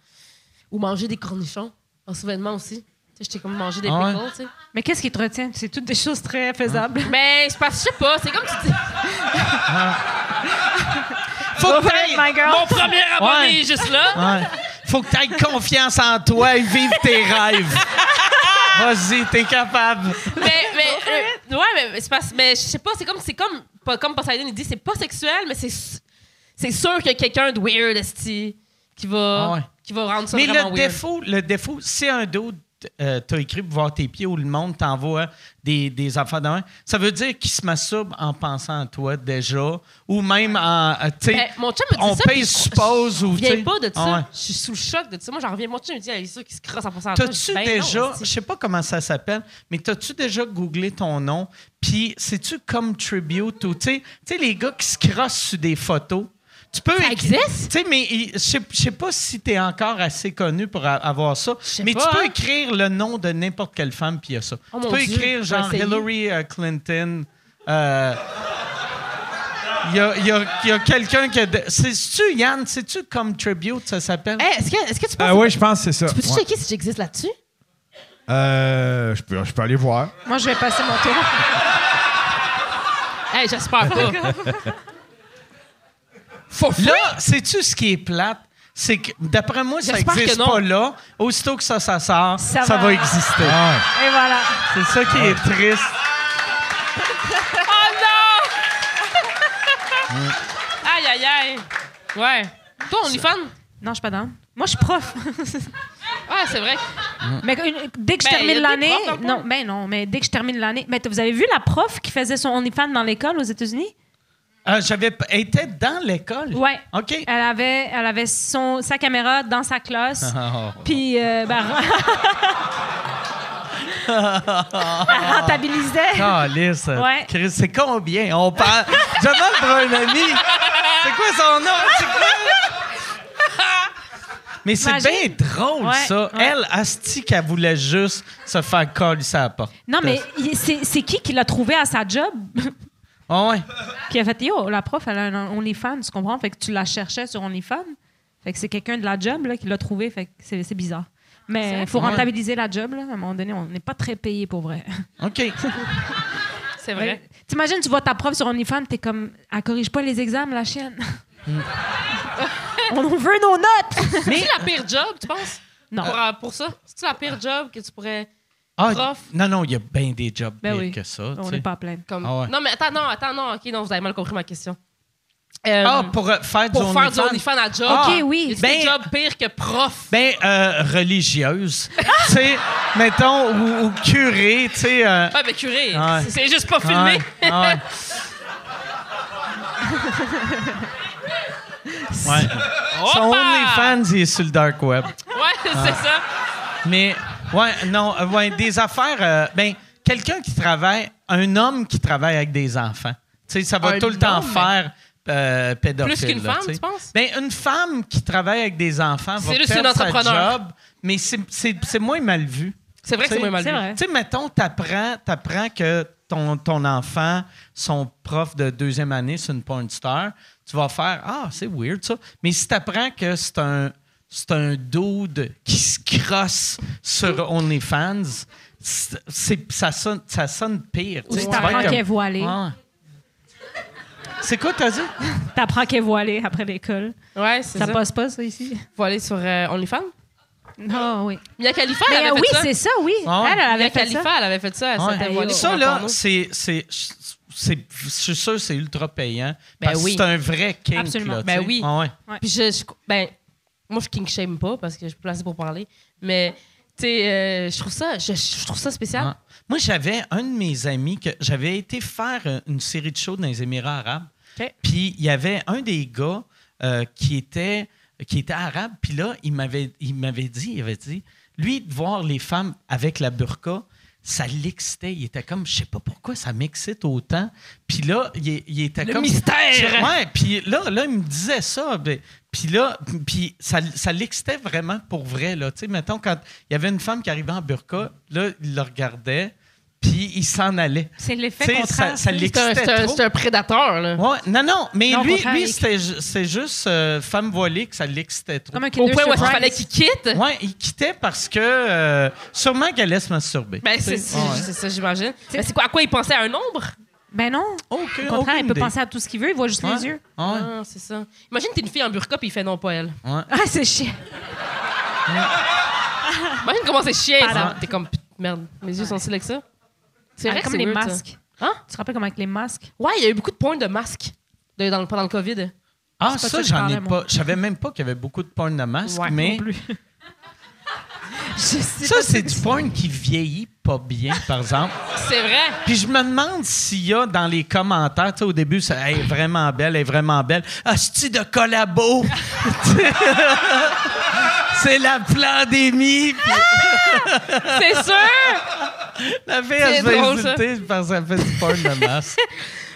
G: Ou manger des cornichons, en souvenirs aussi. Tu sais, j'étais comme manger des
A: Ah ouais?
G: pickles, tu sais.
F: Mais qu'est-ce qui te retient? C'est toutes des choses très faisables.
G: Mais c'est parce que je sais pas, c'est comme tu dis.
A: Faut que t'ailles-
F: My girl.
G: Mon premier abonné
A: Ouais.
G: est juste là.
A: Ouais. Faut que t'ailles confiance en toi et vive tes rêves. Vas-y, t'es capable.
G: mais, mais, euh, ouais, mais c'est parce mais je sais pas, c'est comme, c'est comme, pas- comme Poseidon, il dit, c'est pas sexuel, mais c'est, su- c'est sûr qu'il y a quelqu'un de weird, esti, qui va,
A: Ah ouais.
G: qui va rendre ça
A: Mais
G: vraiment
A: le
G: weird.
A: défaut, le défaut, c'est un dos. Euh, t'as écrit pour voir tes pieds ou le monde t'envoie des, des affaires de même. Ça veut dire qu'ils se masturbent en pensant à toi déjà ou même en. euh, tu sais,
G: Ben, mon chum me dit
A: on
G: ça,
A: paye
G: puis
A: suppose ou.
G: Je
A: tu
G: viens
A: sais.
G: pas de ça.
A: Ah ouais.
G: Je suis sous le choc de ça. Moi, j'en reviens. Mon chum me dit, il y a sûr qui se crosse en pensant à toi. Je
A: T'as-tu
G: dis, ben
A: déjà,
G: non,
A: je
G: c'est-
A: sais pas comment ça s'appelle, mais t'as-tu déjà googlé ton nom? Puis, c'est-tu comme tribute ou, tu sais- tu sais, les gars qui se crossent sur des photos? Tu peux
G: Ça
A: écrire-
G: existe?
A: Tu sais, mais il- je sais- je sais pas si t'es encore assez connu pour a- avoir ça,
G: sais
A: mais
G: pas,
A: tu peux
G: hein.
A: écrire le nom de n'importe quelle femme, puis il y a ça.
G: Oh,
A: tu
G: mon
A: peux
G: Dieu,
A: écrire
G: je
A: genre
G: vais essayer.
A: Hillary euh, Clinton. euh, Il y a, il y a- il y a quelqu'un qui a. de- C'est-tu, Yann? C'est-tu comme tribute, ça s'appelle?
G: Hey, Eh, est-ce, que, est-ce que tu penses.
A: Ben
D: Ah ouais, je pense que c'est ça.
G: Peux-tu
D: Ouais.
G: checker si j'existe là-dessus?
D: Euh, je, peux, je peux aller voir.
F: Moi, je vais passer mon tour.
G: Hey, Eh, j'espère pas.
A: Là, sais-tu ce qui est plate? C'est que, d'après moi, ça
G: J'espère que
A: n'existe
G: non.
A: pas là. Aussitôt que ça, ça sort, ça,
F: Ça
A: va.
F: va.
A: exister.
D: Ah.
F: Et voilà.
A: C'est ça qui est triste.
G: oh non! aïe, aïe, aïe. Ouais. Toi, on est fan?
F: Non, je suis pas dans. Moi, je suis prof.
G: Ouais, Ah, c'est vrai.
F: Mais une- dès que je
G: Ben,
F: termine
G: y a des
F: l'année.
G: profs dans le
F: Non,
G: coin.
F: ben non, mais dès que je termine l'année. Mais t- vous avez vu la prof qui faisait son OnlyFans dans l'école aux États-Unis?
A: Ah, j'avais, p- elle était dans l'école?
F: Ouais. Euh.
A: OK.
F: Elle avait, elle avait son, sa caméra dans sa
G: Uh-huh.
F: classe.
A: Ah, oh.
F: Puis, euh, ben, elle rentabilisait.
A: Calisse.
F: Ouais.
A: Chris, c'est combien? On parle. Demande pour un ami. C'est quoi son nom? C'est quoi? Mais c'est bien
F: Imagine.
A: drôle,
F: Ouais,
A: ça.
F: ouais.
A: Elle, Asti, qu'elle voulait juste se faire coller ça la porte.
F: Non, mais il- c'est c'est qui qui l'a trouvé à sa job?
A: Ah ouais.
F: qui a fait Yo, la prof, elle a un OnlyFans, tu comprends? Fait que tu la cherchais sur OnlyFans. Fait que c'est quelqu'un de la job là, qui l'a trouvé. Fait que c'est c'est bizarre. Mais il faut rentabiliser la job. Là. À un moment donné, on n'est pas très payé pour vrai.
A: OK.
G: C'est vrai.
F: T'imagines, tu vois ta prof sur OnlyFans, t'es comme, elle corrige pas les examens, la chienne. on veut nos notes!
G: Mais la pire job, tu penses?
F: Non.
G: Pour, euh, pour ça? C'est-tu la pire job que tu pourrais.
A: Ah,
G: Prof.
A: Non, non, il y a bien des jobs
F: Ben
A: pires
F: oui.
A: que ça. tu
F: on
A: sais.
F: n'est pas à plaindre.
G: Comme...
A: Ah ouais.
G: Non, mais attends, non, attends, non, ok, non, vous avez mal compris ma question. Euh,
A: Ah, pour euh, faire
G: pour
A: du
G: faire du
A: OnlyFans.
G: OnlyFans à job.
A: Ah,
F: Ok, oui.
G: Y a-tu
A: ben-
G: des jobs pires que prof?
A: Ben, euh, religieuse. tu sais, mettons, ou, ou curé, tu sais. euh,
G: Ah, ben curé,
A: Ah ouais. Ah
G: c'est- c'est juste pas filmé.
A: Ouais, ouais. ouais. Son
G: Hoppa!
A: OnlyFans, il est sur le dark web.
G: Ouais,
A: Ah.
G: c'est ça.
A: Mais, ouais, non, euh, ouais, des affaires... euh, ben, quelqu'un qui travaille... Un homme qui travaille avec des enfants. Tu sais, ça va
E: Un
A: tout le temps
E: homme,
A: faire euh, pédophile.
G: Plus qu'une
A: là,
G: femme,
A: sais.
G: tu penses?
A: Ben, une femme qui travaille avec des enfants va
G: C'est juste une
A: perdre sa
G: entrepreneur.
A: job, mais c'est- c'est c'est moins mal vu.
G: C'est vrai que c'est moins mal
F: C'est
G: vu.
F: vrai.
A: Tu sais, mettons, t'apprends, t'apprends que ton, ton enfant, son prof de deuxième année, c'est une porn star, tu vas faire Ah, c'est weird ça. Mais si t'apprends que c'est un c'est un dude qui se crosse sur OnlyFans, c'est- c'est- ça sonne, ça sonne pire. tu
F: Ou
A: sais.
F: si
A: Tu vas
F: t'apprends
A: être comme-
F: qu'elle est voilée.
A: Ouais. C'est quoi, t'as dit?
F: T'apprends qu'elle est voilée après l'école.
G: Ouais, c'est ça.
F: Ça passe pas, ça, ici?
G: Faut aller sur euh, OnlyFans.
F: Non, oui.
G: Mia Khalifa, elle
F: Mais
G: avait
F: euh, oui,
G: fait ça.
F: c'est ça, oui.
A: Ah ouais.
F: Elle, elle
G: Mia
F: avait fait ça.
G: Khalifa, elle avait fait ça. Elle
A: Ouais. Ben
G: s'était voilée
A: Ça,
G: pour un
A: là,
G: porno.
A: c'est. c'est- c'est- Je suis sûr que c'est ultra payant.
G: Ben
A: parce
G: oui.
A: que c'est un vrai kink.
F: Absolument.
A: là, tu
G: Ben
A: sais.
G: oui.
A: Ah ouais.
F: Ouais.
G: Puis je, je- ben, moi, je king shame pas parce que je suis placée pour parler. Mais, tu sais, euh, je trouve ça, je, je trouve ça spécial.
A: Ouais. Moi, j'avais un de mes amis que j'avais été faire euh, une série de shows dans les Émirats arabes.
G: OK.
A: Puis il y avait un des gars euh, qui était qui était arabe. Puis là, il m'avait il m'avait dit, il avait dit, lui de voir les femmes avec la burqa, ça l'excitait. Il était comme, je sais pas pourquoi ça m'excite autant. Puis là, il, il était comme
G: mystère!
A: Ouais. Puis là, là, il me disait ça. ben, Puis là, puis ça, ça l'excitait vraiment pour vrai. Là, tu sais, mettons quand il y avait une femme qui arrivait en burqa, là, il la regardait. Puis il s'en allait.
F: C'est
A: Tu
F: l'effet
A: sais, ça,
F: contraire.
A: ça
G: C'est un, c'est
A: l'excitait
G: un-
A: trop.
G: c'est un prédateur, là.
A: Ouais, non, non, mais
F: Non, au
A: lui,
F: contraire,
A: lui
F: il-
A: c'était ju- c'est juste euh, femme voilée que ça l'excitait trop.
F: Comme un
G: Au
F: Kinder
G: point où il
F: Surprise.
G: fallait qu'il quitte.
A: Ouais, il quittait parce que euh, sûrement qu'elle laisse masturber.
G: Ben, c'est
A: Ouais.
G: c'est ça, j'imagine. Mais c'est quoi, à quoi il pensait? À un nombre?
F: Ben non.
A: Aucun-
F: Au contraire,
A: aucune
F: il peut
A: idée.
F: penser à tout ce qu'il veut, il voit juste
A: Ouais,
F: les yeux. Euh,
A: ouais,
G: Ah, c'est ça. Imagine, t'es une fille en burqa puis il fait non, pas elle.
F: Ah, c'est chiant.
G: Imagine comment c'est chiant, ça.
F: Pardon.
G: T'es comme, Put- merde, mes yeux sont si avec ça? C'est
F: Ah,
G: vrai que
F: comme
G: c'est
F: les
G: weird, ça.
F: masques.
G: Hein?
F: Tu te rappelles comme avec les masques?
G: Ouais, il y a eu beaucoup de points de masques de- dans, le- pendant le COVID.
A: Ah,
F: C'est pas
A: ça,
F: ça que je
A: j'en ai
F: parlais, moi.
A: pas. Je savais même pas qu'il y avait beaucoup de porn à masque,
G: Ouais,
A: mais
G: non plus.
A: ça, c'est du porn qui vieillit pas bien, par exemple.
G: C'est vrai.
A: Puis je me demande s'il y a dans les commentaires, tu sais, au début, c'est elle est vraiment belle, elle est vraiment belle. Asti de collabo! c'est la pandémie! Puis
G: C'est sûr!
A: la fille,
G: C'est
A: elle se fait
G: drôle, ça.
A: insulter parce qu'elle fait du porn de masse.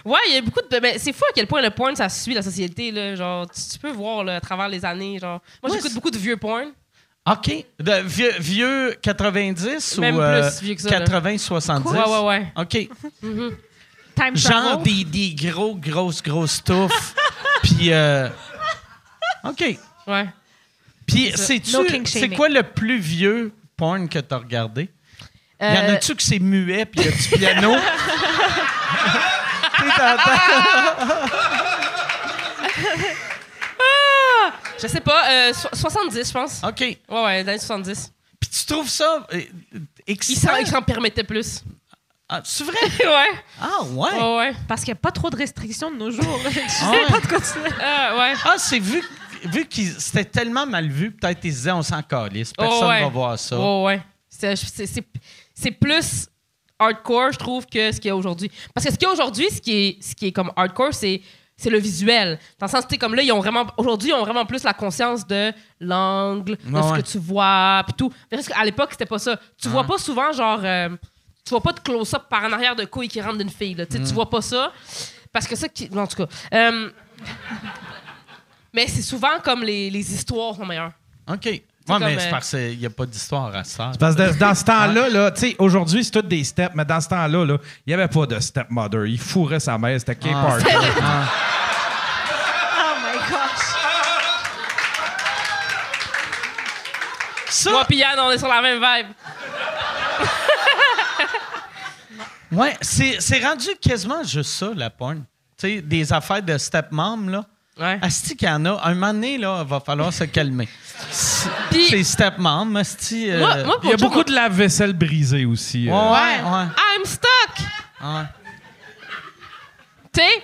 G: Ouais, il y a beaucoup de. Mais c'est fou à quel point le porn, ça suit la société, là. Genre, tu, tu peux voir, là, à travers les années. Genre, moi,
A: Ouais,
G: j'écoute
A: c'est-
G: beaucoup de vieux porn.
A: OK. De vieux, vieux 90
G: Même
A: ou
G: plus
A: euh,
G: vieux que ça, là.
A: 80, 70?
G: Ouais, ouais, ouais.
A: OK.
F: Time
A: Genre
F: travel.
A: des, des gros, grosses, grosses touffes. Puis, euh, OK.
G: Ouais.
A: Puis,
G: ça.
A: sais-tu,
F: No kink
A: c'est
F: shaming.
A: quoi le plus vieux porn que t'as regardé?
G: Euh,
A: Y en a-tu que c'est muet, puis y a du piano? Tu sais, t'entends-
G: je sais pas, euh, so- 70, je pense.
A: OK.
G: Ouais, ouais, dans les 70.
A: Puis tu trouves ça euh,
G: Ils
A: excitant?
G: s'en, ils s'en permettaient plus.
A: Ah, c'est vrai?
G: ouais.
A: Ah, ouais.
G: Ouais, ouais.
F: Parce qu'il n'y a pas trop de restrictions de nos jours. Je sais
A: Ah ouais.
F: pas de quoi tu
G: Ah, ouais.
A: Ah, c'est vu, vu que c'était tellement mal vu, peut-être ils se disaient, on s'en calisse. Personne
G: Oh, ouais.
A: va voir ça.
G: Ouais, ouais. C'est- c'est- C'est c'est plus hardcore, je trouve, que ce qu'il y a aujourd'hui. Parce que ce qu'il y a aujourd'hui, ce, qui est- ce qui est comme hardcore, c'est c'est le visuel. Dans le sens, tu sais, comme là, ils ont vraiment, aujourd'hui, ils ont vraiment plus la conscience de l'angle, de
A: Ouais,
G: ce
A: ouais.
G: que tu vois, puis tout. Parce qu'à l'époque, c'était pas ça. Tu vois pas souvent, genre, euh, tu vois pas de close-up par en arrière de couilles qui rentrent d'une fille, là. Tu sais,
A: Mm.
G: tu vois pas ça. Parce que ça, qui... en tout cas. Euh, mais c'est souvent comme les, les histoires sont meilleures.
A: OK. Ouais,
G: comme,
A: mais c'est
G: euh,
A: parce qu'il n'y a pas d'histoire à ça.
D: Parce que dans ce temps-là, là, tu sais, aujourd'hui, c'est toutes des steps, mais dans ce temps-là, là, il n'y avait pas de stepmother. Il fourrait sa mère, c'était Kay
G: Ah,
D: Parker.
A: Ah.
H: Oh my gosh.
A: Ça,
G: Moi, puis Yann, on est sur la même vibe.
A: ouais, c'est c'est rendu quasiment juste ça, la porn. Tu sais, des affaires de stepmom, là.
G: Ouais.
A: Asti qu'il y en a. Un moment donné, là, va falloir se calmer. C'est
G: Puis-
A: c'est stepmom, Asti. euh,
G: Moi- moi,
D: Il y a
G: Pour-
D: beaucoup de lave-vaisselle brisée aussi. euh.
A: Ouais, ouais, ouais.
G: I'm stuck!
A: ouais.
G: Tu sais,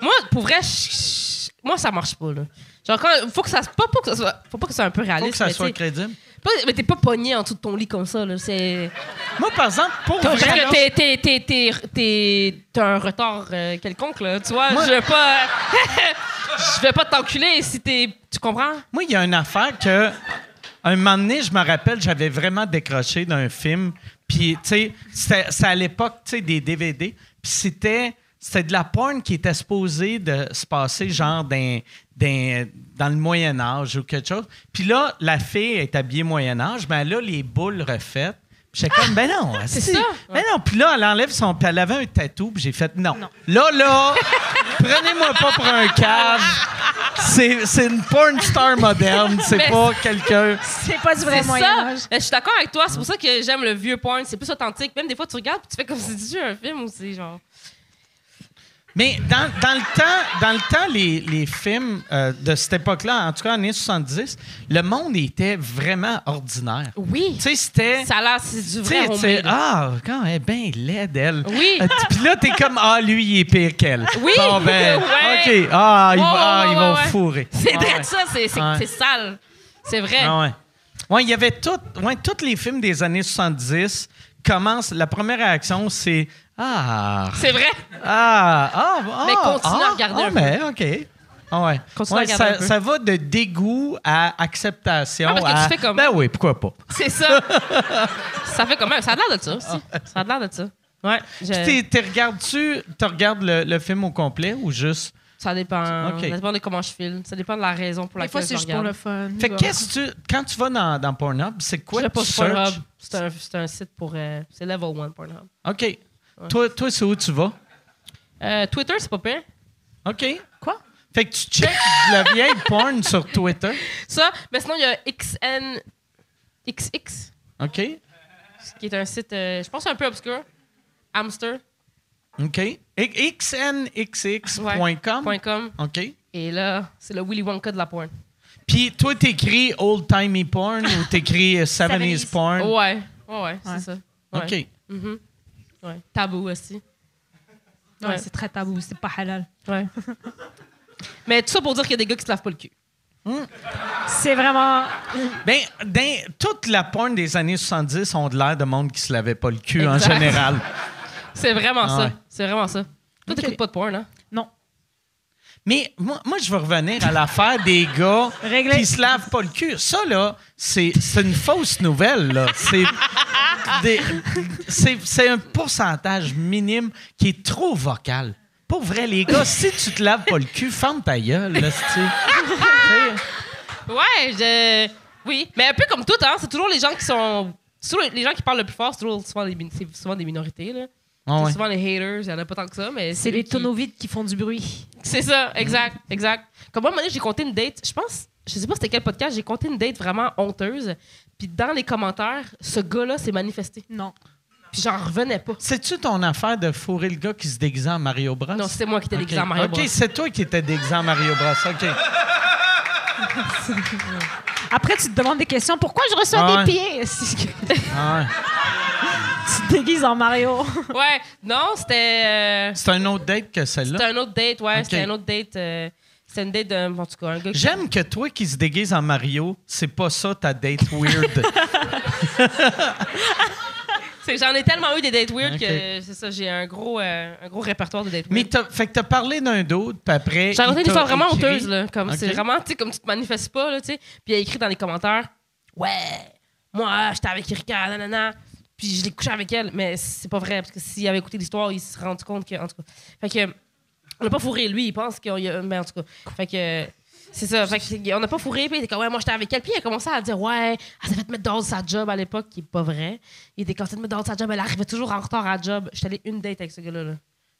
G: moi, pour vrai, je- je- moi, ça marche pas, là. Genre, quand, faut que ça, pas, pas que ça soit, faut pas que ça soit un peu réaliste.
A: Faut que ça
G: mais
A: soit
G: tu sais,
A: crédible.
G: pas- mais t'es pas pogné en dessous de ton lit comme ça, là. C'est.
A: Moi, par exemple, pour
G: Parce
A: vrai, là,
G: que t'es, t'es, t'es, t'es, t'es- t'as un retard euh, quelconque, là. Tu vois, je vais pas. Je vais pas t'enculer si t'es. Tu comprends?
A: Moi, il y a une affaire que. Un moment donné, je me rappelle, j'avais vraiment décroché d'un film. Puis, tu sais, c'était c'était à l'époque, tu sais, des DVD. Puis c'était. C'était de la porn qui était supposée de se passer genre dans, dans, dans le Moyen Âge ou quelque chose. Puis là, la fille est habillée Moyen Âge, mais elle a les boules refaites. Puis j'étais comme, ben non, c'est
G: ça?
A: Ben non, puis là, elle enlève son... Puis elle avait un tatou, puis j'ai fait, non. Là, là, prenez-moi pas pour un cave. C'est, c'est une porn star moderne, c'est
G: Mais-
A: pas quelqu'un.
H: C'est pas du vrai
G: C'est ça.
H: Moyen-Âge.
G: Euh, Je suis d'accord avec toi. C'est pour ça que j'aime le vieux porn. C'est plus authentique. Même des fois, tu regardes puis tu fais comme si c'était un film ou c'est genre.
A: Mais dans, dans le temps, dans le temps les, les films euh, de cette époque-là, en tout cas années 70, le monde était vraiment ordinaire.
G: Oui.
A: Tu sais, c'était.
G: Ça a l'air, c'est du
A: tu
G: vrai
A: sais, tu sais,
G: homemade.
A: ah, quand elle est bien laide, elle.
G: Oui.
A: Euh, Puis là, t'es comme, ah, lui, il est pire qu'elle.
G: Oui.
A: Bon, ben,
G: Ouais.
A: OK. Ah, il
G: Ouais,
A: va, ah,
G: ouais,
A: ils
G: ouais,
A: vont
G: ouais.
A: fourrer.
G: C'est
A: Ah,
G: vrai
A: ouais.
G: ça, c'est, c'est,
A: Ouais.
G: c'est sale. C'est vrai.
A: Ah ouais. Ouais, il y avait tout. Ouais, tous les films des années 70 commencent. La première réaction, c'est Ah,
G: C'est vrai.
A: ah, ah, ah.
G: Mais continue à
A: ah,
G: regarder
A: ah,
G: un peu.
A: mais, OK. Ah ouais.
G: Continue à
A: Ouais,
G: regarder
A: ça,
G: un peu.
A: ça va de dégoût à acceptation.
G: Ah, parce que
A: à-
G: tu fais comme-
A: Ben oui, pourquoi pas.
G: C'est ça. ça fait quand même. Ça a l'air de ça aussi. Ça a l'air de ça. Ouais. je-
A: Ah Puis t'es- t'es regardes-tu, tu regardes le, le film au complet ou juste.
G: Ça dépend.
A: Ok.
G: Ça dépend de comment je filme. Ça dépend de la raison pour
H: Des
G: laquelle
H: fois, c'est
G: je
H: juste pour
G: regarde.
H: le fun.
A: Fait que qu'est-ce que tu. Quand tu vas dans, dans Pornhub, c'est quoi
G: Je sais
A: tu
G: pas, c'est
A: searches?
G: Pornhub. C'est un, c'est un site pour. euh, c'est level 1 Pornhub.
A: OK. Toi, toi c'est où tu vas?
G: Euh, Twitter, c'est pas pire.
A: OK.
G: Quoi?
A: Fait que tu checkes de la vieille porn sur Twitter.
G: Ça, mais sinon, il y a XN. XX,
A: OK.
G: qui est un site, euh, je pense, un peu obscur. Hamster.
A: OK. I-
G: ouais,
A: XNXX.com.
G: point com.
A: OK.
G: Et là, c'est le Willy Wonka de la porn.
A: Puis toi, t'écris Old Timey Porn ou t'écris euh, 70s
H: 70s.
A: Porn.
G: Ouais, ouais, ouais, c'est
H: Ouais.
G: ça.
A: OK.
G: Ouais. Mhm. Ouais. Tabou aussi.
H: Ouais, c'est très tabou, c'est pas halal.
G: Ouais. Mais tout ça pour dire qu'il y a des gars qui se lavent pas le cul.
H: C'est vraiment.
A: Ben, dans- toute la porn des années 70 ont de l'air de monde qui se lavait pas le cul en
G: Exact.
A: général.
G: C'est vraiment
A: Ah
G: ça.
A: ouais.
G: C'est vraiment ça. Toi,
A: Ok.
G: t'écoutes pas de porn, hein?
H: Non.
A: Mais moi, moi, je vais revenir à l'affaire des gars
H: Régler.
A: qui se lavent pas le cul. Ça, là, c'est c'est une fausse nouvelle. là. C'est des- c'est- c'est un pourcentage minime qui est trop vocal. Pour vrai, les gars, si tu te laves pas le cul, ferme ta gueule. Là, c'est- c'est-
G: Ouais, je. Oui. Mais un peu comme tout, hein? C'est toujours les gens qui sont. c'est toujours les gens qui parlent le plus fort, c'est toujours souvent des, min- c'est souvent des minorités, là.
A: Ah ouais.
G: C'est souvent les haters, il y en a pas tant que ça, mais.
H: C'est
G: eux
H: les
G: qui-
H: tonneaux vides qui font du bruit.
G: C'est ça, exact, exact. Comme moi, un moment donné, j'ai compté une date, je pense, je sais pas c'était quel podcast, j'ai compté une date vraiment honteuse. Puis dans les commentaires, ce gars-là s'est manifesté.
H: Non.
G: Puis j'en revenais pas.
A: C'est-tu ton affaire de fourrer le gars qui se déguisait en Mario Bros?
G: Non, c'était moi qui étais
A: Ok.
G: déguisé en Mario
A: OK,
G: Bros.
A: c'est toi qui étais déguisé en Mario Bros. OK.
H: Après, tu te demandes des questions. Pourquoi je reçois
A: Ah ouais.
H: des pieds? C'est que tu
A: Ah ouais.
H: te déguises en Mario.
G: Ouais, non, c'était. euh,
A: C'est un autre date que celle-là?
G: C'était un autre date, ouais.
A: Ok.
G: C'était un autre date. euh, c'était une date d'un. En tout cas, un gars. qui-
A: J'aime que toi qui se déguise en Mario, c'est pas ça ta date weird.
G: C'est que j'en ai tellement eu des dates weird
A: Ok.
G: que c'est ça, j'ai un gros, euh, un gros répertoire de dates
A: Mais
G: weird.
A: t'as, fait que t'as parlé d'un d'autre, puis après.
G: J'ai
A: il
G: raconté une
A: t'a
G: histoire vraiment
A: écrit.
G: honteuse, là. Comme c'est
A: Ok.
G: vraiment, tu sais, comme tu te manifestes pas, là, tu sais. Puis il a écrit dans les commentaires Ouais, moi, j'étais avec Erika, nanana. Puis je l'ai couché avec elle. Mais c'est pas vrai, parce que s'il avait écouté l'histoire, il se serait rendu compte que. En tout cas. Fait que. On n'a pas fourré, lui, il pense qu'on y a. Mais en tout cas. Fait que. C'est ça. Fait que, on n'a pas fourré, puis il était comme, ouais, moi, j'étais avec elle. Puis il a commencé à dire, ouais, elle s'est fait mettre dehors de sa job à l'époque, qui est pas vrai. Il était commencé à mettre dehors de sa job, elle arrivait toujours en retard à la job. J'étais allée une date avec ce gars-là. là.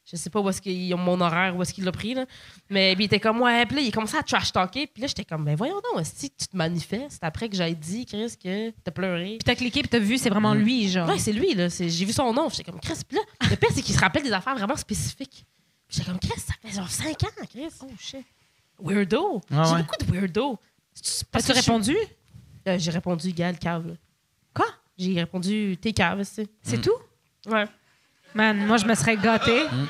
G: Je sais pas où est-ce qu'ils ont mon horaire, où est-ce qu'il l'a pris, là. Mais puis il était comme, ouais, puis là, il commençait à trash talker. Puis là, j'étais comme, ben voyons donc, si tu te manifestes après que j'aille dit, Chris, que t'as pleuré.
F: Puis t'as cliqué, puis t'as vu, c'est vraiment lui, genre.
G: Ouais, c'est lui, là. C'est- J'ai vu son nom. J'étais comme, Chris. Puis là, le pire, c'est qu'il se rappelle des affaires vraiment spécifiques. Puis J'étais comme, Chris, ça fait genre 5 ans, Chris. Oh, shit. Weirdo.
A: Ah
G: J'ai
A: ouais.
G: beaucoup de weirdo. C'est-tu parce
F: As-tu
G: que je-
F: répondu?
G: Euh, J'ai répondu, Gal, cave. là.
F: Quoi?
G: J'ai répondu, t'es cave, c'est.
A: Mm.
F: C'est tout?
G: Ouais.
F: Man, moi, je me serais gâtée.
A: Mm.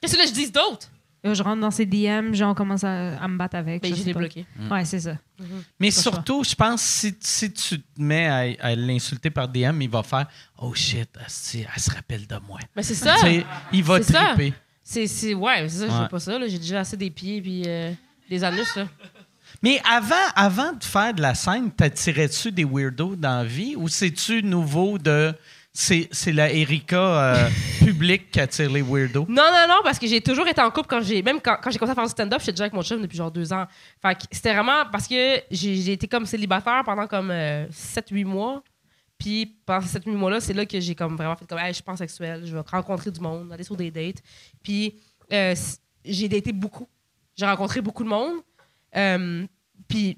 G: Qu'est-ce que là, je dis d'autre?
F: Là, je rentre dans ses DM, genre, on commence à, à me battre avec.
G: Ben, je
F: sais
G: l'ai
F: pas.
G: bloqué.
A: Mm.
F: Ouais, c'est ça.
A: Mais surtout, je pense si, si tu te mets à, à l'insulter par DM, il va faire Oh shit, asti, elle se rappelle de moi.
G: Mais c'est ça.
A: Tu sais, il va
G: C'est ça.
A: triper.
G: C'est, c'est, ouais, c'est ça, je
A: Ouais.
G: veux pas ça. là. J'ai déjà assez des pieds puis euh, des anus. Là.
A: Mais avant, avant de faire de la scène, t'attirais-tu des weirdos dans la vie ou c'est-tu nouveau de. C'est, c'est la Erika euh, publique qui attire les weirdos?
G: Non, non, non, parce que j'ai toujours été en couple quand j'ai. Même quand, quand j'ai commencé à faire du stand-up, j'étais déjà avec mon chum depuis genre deux ans. Fait que c'était vraiment parce que j'ai, j'ai été comme célibataire pendant comme 7-8 mois. Puis pendant ces 7-8 mois-là, c'est là que j'ai comme vraiment fait comme, hey, je suis pansexuelle, je vais rencontrer du monde, aller sur des dates. Puis euh, c- j'ai daté beaucoup. J'ai rencontré beaucoup de monde. Euh, puis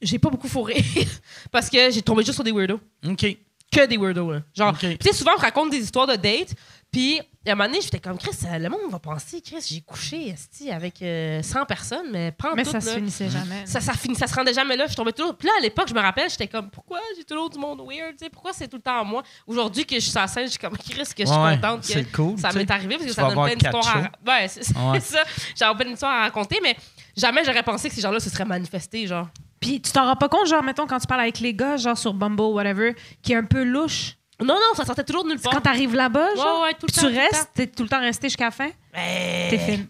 G: j'ai pas beaucoup fourré parce que j'ai tombé juste sur des weirdos
A: OK.
G: que des weirdos. Là. Genre,
A: Ok.
G: pis tu sais, souvent, on raconte des histoires de dates. Puis, à un moment donné, j'étais comme, Chris, euh, le monde va penser, Chris, j'ai couché esti, avec euh, 100 personnes, mais pas en
F: Mais
G: tout,
F: ça
G: là.
F: se finissait
A: Mm.
F: jamais.
G: Ça, ça, finit- ça se rendait jamais là. Je tombais toujours. Puis là, à l'époque, je me rappelle, j'étais comme, pourquoi j'ai toujours du monde weird? tu sais, pourquoi c'est tout le temps à moi? Aujourd'hui que je suis sur la scène, je suis comme, Chris, que je suis
A: Ouais,
G: contente que
A: c'est cool,
G: ça
A: tu sais.
G: m'est arrivé parce que
A: Tu
G: ça
A: vas
G: donne
A: avoir
G: plein
A: quatre
G: d'histoires à Ouais, c'est c'est
A: Ouais.
G: ça. J'avais plein d'histoires à raconter, mais jamais j'aurais pensé que ces gens-là se seraient manifestés, genre.
F: Puis tu t'en rends pas compte, genre, mettons, quand tu parles avec les gars, genre sur Bumble, whatever, qui est un peu louche.
G: Non, non, ça sortait toujours de nulle
F: C'est
G: part.
F: quand t'arrives là-bas, genre,
G: Ouais, ouais, tout le
F: puis
G: temps,
F: tu
G: tout le
F: restes,
G: temps.
F: t'es tout le temps resté jusqu'à la fin.
G: Ben,
F: T'es fait.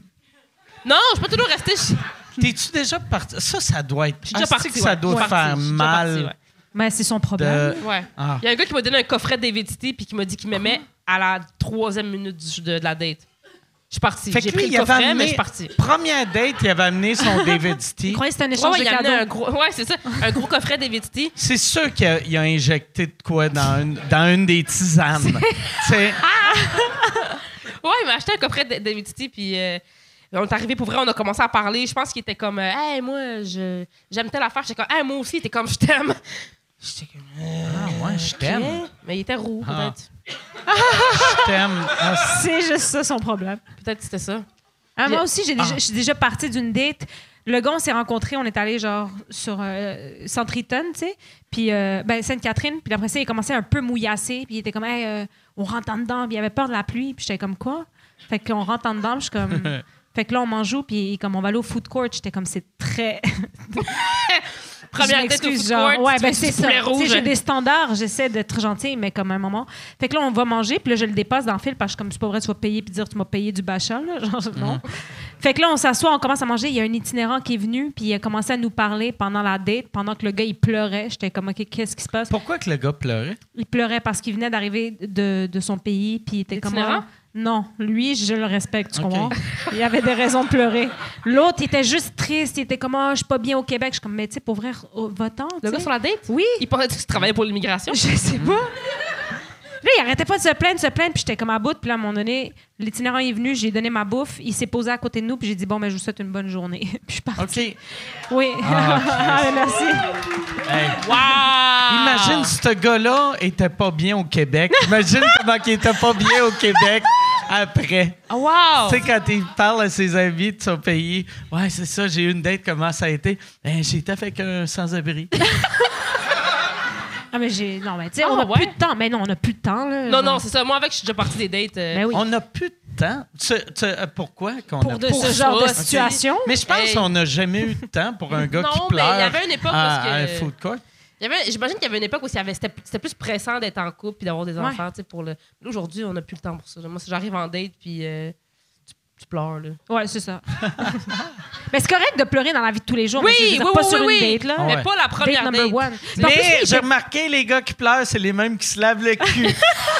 G: Non, je peux toujours rester. je-
A: T'es-tu déjà parti? Ça, ça doit être.
G: Je suis déjà
A: Asti Ah, que
G: partie,
A: ça
G: ouais.
A: doit
G: Je suis
A: faire
G: partie, je suis déjà
A: mal.
G: partie, ouais. Ben
F: Mais c'est son problème.
A: De-
G: Ouais.
A: Ah.
G: Il y a un gars qui m'a donné un coffret de DVD puis qui m'a dit qu'il m'aimait à la troisième minute du- de, de la date. Je suis partie.
A: Fait que
G: J'ai
A: lui,
G: pris
A: il
G: le
A: avait
G: coffret,
A: amené-
G: mais je suis partie. Ouais,
A: Première date, il avait amené son
F: Je
A: DVD.
F: croyais que c'était un
G: ouais,
F: échange
G: il
F: de
G: a amené un
F: cadeaux.
G: gros, ouais, c'est ça, un gros coffret DVD.
A: C'est sûr qu'il a, il a injecté de quoi dans une, dans une des tisanes. C'est
G: Ah, Ouais, il m'a acheté un coffret de DVD puis euh, on est arrivé pour vrai, on a commencé à parler. Je pense qu'il était comme, euh, hey, moi, je- j'aime telle affaire. J'étais comme, hey, moi aussi, il était comme, je t'aime. J'étais comme,
A: ah ouais, je t'aime,
G: Ok. Mais il était roux,
A: Ah.
G: peut-être.
A: je t'aime. Ah, c'est-
F: C'est juste ça son problème.
G: Peut-être que c'était ça.
F: Ah, moi
G: Je-
F: aussi, j'ai déjà- je suis déjà partie d'une date. Le gars, on s'est rencontrés, on est allé genre sur euh, Centriton, tu sais, puis euh, ben, Sainte-Catherine, puis après ça, il commençait un peu mouillassé, puis il était comme, Hey, euh, on rentre en dedans, puis il avait peur de la pluie, puis j'étais comme, quoi? Fait que là, on rentre en dedans, puis je suis comme, fait que là, on m'en joue, puis comme, on va aller au food court, j'étais comme, c'est très.
G: Première
F: Je
G: tête au
F: m'excuse,
G: food
F: genre.
G: court,
F: Ouais,
G: tu
F: ben
G: fais
F: c'est
G: du poulet
F: ça. Tu sais,
G: rouge.
F: J'ai des standards, j'essaie d'être gentille, mais comme à un moment. Fait que là, on va manger, puis là, je le dépasse dans le fil parce que comme c'est pas vrai, tu vas payer puis dire tu m'as payé du bachat, là. Genre, non.
G: Mm.
F: Fait que là, on s'assoit, on commence à manger. Il y a un itinérant qui est venu, puis il a commencé à nous parler pendant la date, pendant que le gars, il pleurait. J'étais comme, OK, qu'est-ce qui se passe?
A: Pourquoi que le gars pleurait?
F: Il pleurait parce qu'il venait d'arriver de, de son pays, puis il était comme.
G: Itinérant?
F: ah, Non, lui, je le respecte, tu
A: Ok.
F: comprends? Il avait des raisons de pleurer. L'autre, il était juste triste, il était comme, ah, je suis pas bien au Québec. Je suis comme, mais tu sais, pour vrai, votant.
G: Le gars sur la date?
F: Oui.
G: Il pensait que tu travaillais pour l'immigration?
F: Je sais pas. Là, il arrêtait pas de se plaindre, de se plaindre, puis j'étais comme à bout. Puis là, à un moment donné, l'itinérant est venu, j'ai donné ma bouffe, il s'est posé à côté de nous, puis j'ai dit bon, ben, je vous souhaite une bonne journée. Puis je suis partie.
A: OK. Hey,
F: Oui.
A: Ah,
F: Ah, merci.
G: Wow! Ah.
A: Imagine si ce gars-là était pas bien au Québec. Imagine comment qu'il était pas bien au Québec après.
G: Oh, Wow!
A: Tu sais, quand il parle à ses amis de son pays, ouais, c'est ça, j'ai eu une date, comment ça a été? Ben, j'étais avec un sans-abri.
F: Ah, mais j'ai. Non, mais tu sais,
G: Ah,
F: on a
G: ouais?
F: plus de temps. Mais non, on a plus de temps, là.
G: Non,
F: Genre.
G: non, c'est ça. Moi, avec, je suis déjà partie des dates. euh,
F: Ben oui.
A: On n'a plus de temps. Tu- tu- euh, pourquoi qu'on
F: Pour
A: a
F: de
A: pas-
F: ce genre
G: ça,
F: de
G: c'est-
F: situation.
A: Mais je pense
G: Hey.
A: qu'on n'a jamais eu de temps pour un gars
G: Non,
A: qui
G: mais
A: pleure Ah,
G: il y avait une époque
A: à,
G: parce que-
A: à un food court.
G: Il y avait- J'imagine qu'il y avait une époque où il y avait- c'était c'était plus pressant d'être en couple puis d'avoir des enfants. tu sais, Pour le... Là, Aujourd'hui, on n'a plus le temps pour ça. Moi, si j'arrive en date puis euh, tu, tu pleures. Là.
F: Ouais, c'est ça. mais c'est correct de pleurer dans la vie de tous les jours. mais je veux dire, pas sur une date, là.
A: Ah ouais.
G: Mais pas la
F: Date
G: première
F: number
G: date.
F: one. Puis en plus, lui,
A: Mais
F: il
A: j'ai
F: fait-
A: remarqué, les gars qui pleurent, c'est les mêmes qui se lavent le cul.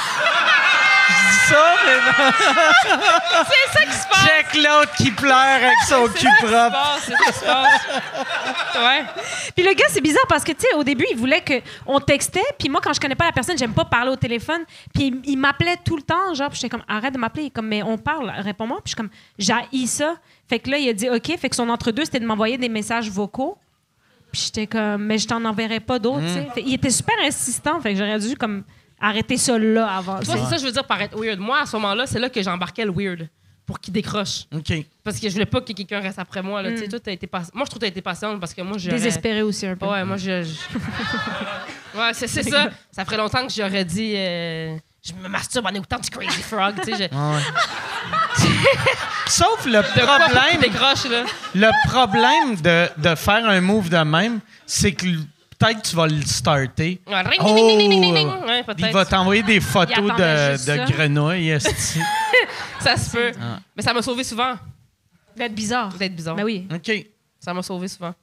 A: Je dis ça, mais non.
G: C'est ça qui se passe.
A: Check l'autre qui pleure avec son
G: C'est
A: cul
G: ça qui se
A: propre.
G: passe, C'est ça qui se passe. Ouais.
F: Puis le gars, c'est bizarre parce que, tu sais, au début, il voulait que on textait. Puis moi, quand je connais pas la personne, j'aime pas parler au téléphone. Puis il- il m'appelait tout le temps. Genre, puis j'étais comme, arrête de m'appeler. Il est Comme, mais on parle, réponds-moi. Puis je suis comme, j'haïs ça. Fait que là, il a dit, OK. Fait que son entre-deux, c'était de m'envoyer des messages vocaux. Puis j'étais comme, mais je t'en enverrai pas d'autres, tu sais. Fait- Il était super insistant. Fait que j'aurais dû, comme, arrêter ça là avant.
G: Toi, c'est ça que je veux dire par être weird. Moi, à ce moment-là, c'est là que j'embarquais le weird pour qu'il décroche.
A: OK.
G: Parce que je voulais pas que quelqu'un reste après moi. Là. Tu sais,
F: Mm.
G: Toi, t'as été pas... Moi, je trouve que t'as été patiente parce que moi, j'ai.
F: Désespéré aussi un peu.
G: Ouais, moi, je. je- ouais, c'est c'est ça. Ça ferait longtemps que j'aurais dit. euh, Je me masturbe en écoutant du Crazy Frog. Tu sais, je...
A: Sauf le
G: De quoi pour qu'il
A: problème,
G: décroche, là.
A: le problème de, de faire un move de même, c'est que l- peut-être tu vas le starter. Oh!
G: Ouais, ring, ding, ding, ding, ding, ding, ding. Ouais, peut-être.
A: il va t'envoyer des
F: Il
A: photos
F: attendait
A: de,
F: juste ça.
A: de grenouilles. esti.
G: Ça se peut.
A: Ah.
G: Mais ça m'a sauvé souvent
F: D'être bizarre.
G: d'être bizarre.
F: Mais Ben oui.
A: OK.
G: Ça m'a sauvé souvent. Ouais,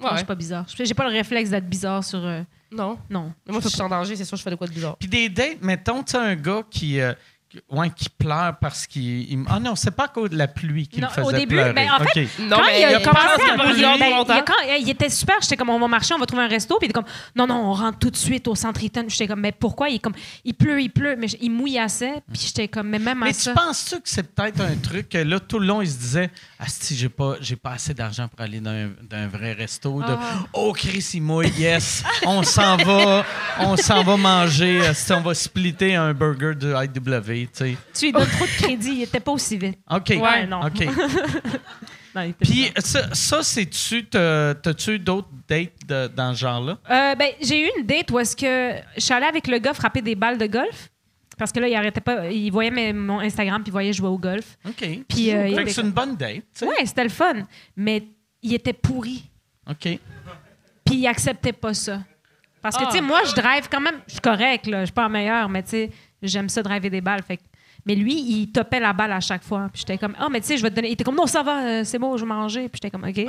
F: Non, je
G: ouais.
F: suis pas bizarre. Je- J'ai pas le réflexe d'être bizarre sur. euh,
G: Non.
F: Non.
G: Mais moi, si je suis en danger, c'est sûr que je fais de quoi de bizarre.
A: Puis des dates, mettons, tu sais, un gars qui, euh, qui- ouais, qui pleure parce qu'il. il- Ah non, c'est pas à cause de la pluie qu'il
F: Non,
A: me faisait
F: au début,
A: pleurer.
F: ben, en fait,
A: OK.
G: Non,
F: quand il a
G: je
F: commencé
G: pense
F: à
G: qu'il y a pas
F: brûler,
G: eu
F: ben,
G: longtemps.
F: il a- quand- il était super, j'étais comme on va marcher, on va trouver un resto, puis il était comme non non, on rentre tout de suite au centre Eaton. J'étais comme mais pourquoi il est comme il pleut, il pleut, mais j- il mouille assez, puis j'étais comme mais même à
A: Mais
F: ça.
A: tu penses-tu que c'est peut-être un truc que là, tout le long, il se disait Ah, si, j'ai pas, j'ai pas assez d'argent pour aller dans un, dans un vrai resto. De,
F: Ah.
A: Oh, Chris, il mouille, yes, on s'en va, on s'en va manger, si on va splitter un burger de IW, tu sais.
F: Tu lui donnes trop de crédit, il était pas aussi vite.
A: OK.
F: Ouais, non.
A: OK.
F: Non, il était
A: Puis ça, ça, c'est-tu, t'as- t'as-tu d'autres dates de- dans ce genre-là?
F: Euh, ben, j'ai eu une date où est-ce que je suis allée avec le gars frapper des balles de golf parce que là il arrêtait pas, il voyait mes- mon Instagram puis il voyait jouer au golf.
A: OK.
F: Puis, euh, il
A: Fait que
F: était
A: c'est une bonne date, tu sais.
F: Ouais, c'était le fun, mais il était pourri.
A: OK.
F: Puis il acceptait pas ça. Parce que, tu sais, moi, je drive quand même. Je suis correct, là. Je suis pas la meilleure, mais tu sais, j'aime ça driver des balles. Fait que- Mais lui, il topait la balle à chaque fois. Puis j'étais comme, oh, mais tu sais, je vais te donner. Il était comme, non, ça va, euh, c'est beau, je vais manger. Puis j'étais comme, OK. Et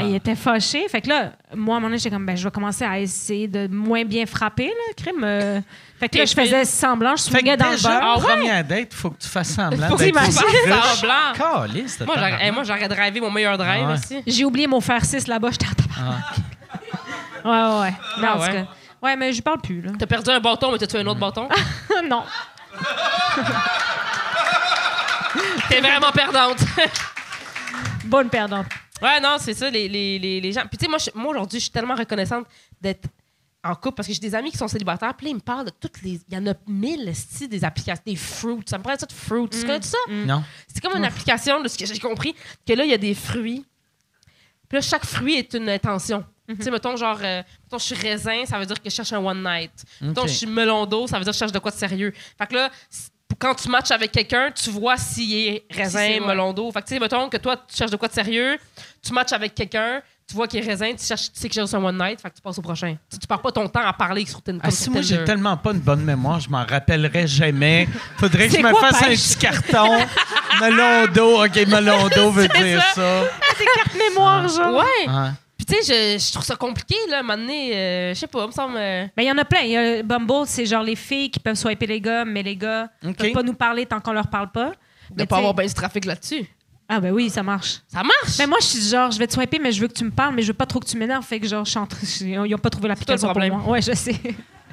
F: il était fâché. Fait que là, moi, à un moment donné, j'étais comme, ben, je vais commencer à essayer de moins bien frapper, là, crime. euh. Fait que là, je faisais semblant, je
A: Fait que
F: swingais dans le
A: déjà, ah
F: bar.
A: en première date, faut que tu fasses semblant
F: Faut que
A: d'être
F: t'imagines.
G: Faire semblant.
A: Caliste,
G: Moi,
A: tabarnak.
G: j'aurais- hey, Moi, j'aurais drivé mon meilleur drive
A: Ah ouais.
G: aussi.
F: J'ai oublié mon fer 6 là-bas, j'étais en tabarnak. Ouais, ouais, ouais. Mais
G: Ah
F: en tout
G: ouais.
F: cas. Ouais, mais je parle plus, là.
G: T'as perdu un bâton, mais t'as tué un autre bâton.
F: non.
G: T'es vraiment perdante.
F: Bonne perdante.
G: ouais, non, c'est ça, les, les, les, les gens. Puis, tu sais, moi, je- moi aujourd'hui, je suis tellement reconnaissante d'être en couple parce que j'ai des amis qui sont célibataires. Puis, là, ils me parlent de toutes les. Il y en a mille, sti, des applications, des fruits. Ça me prend ça de fruits. Tu connais tout ça?
A: Non.
G: C'est
A: Ah.
G: comme une application de ce que j'ai compris, que là, il y a des fruits. Puis là, chaque fruit est une intention.
A: Mhm.
G: Tu sais, mettons, genre, euh, mettons, je suis raisin, ça veut dire que je cherche un one night. Mettons,
A: Ok.
G: je suis melon d'eau, ça veut dire que je cherche de quoi de sérieux. Fait que là, c- quand tu matches avec quelqu'un, tu vois s'il est raisin,
F: Si c'est, ouais.
G: melon d'eau. Fait que, tu sais, mettons que toi, tu cherches de quoi de sérieux, tu matches avec quelqu'un, tu vois qu'il est raisin, tu, cherches, tu sais que j'ai reçu un one night, fait que tu passes au prochain. Tu, sais, tu perds pas ton temps à parler sur Tin-
A: Ah,
G: comme
A: si
G: sur
A: moi, j'ai
G: Tinder.
A: tellement pas une bonne mémoire, je m'en rappellerai jamais. Faudrait que
F: C'est
A: je me
F: quoi,
A: fasse un
F: pêche?
A: petit carton. melon d'eau. OK, melon d'eau veut dire ça.
F: Mémoire, genre.
G: Ouais!
A: Ouais.
G: Puis tu sais, je, je trouve ça compliqué, là, à un moment donné, euh, je sais pas, il me semble... euh,
F: Mais il y en a plein. Il y a Bumble, c'est genre les filles qui peuvent swiper les gars, mais les gars ne
A: OK.
F: peuvent pas nous parler tant qu'on leur parle pas.
G: de
F: Mais
G: pas
F: tu sais-
G: avoir bien du trafic là-dessus.
F: Ah ben oui, ça marche.
G: Ça marche!
F: Mais moi, je suis du genre, je vais te swiper, mais je veux que tu me parles, mais je veux pas trop que tu m'énerves. Fait que genre, je suis en train- je- ils ont pas trouvé l'application
G: C'est toi
F: pour
G: le
F: moi. Ouais, je sais.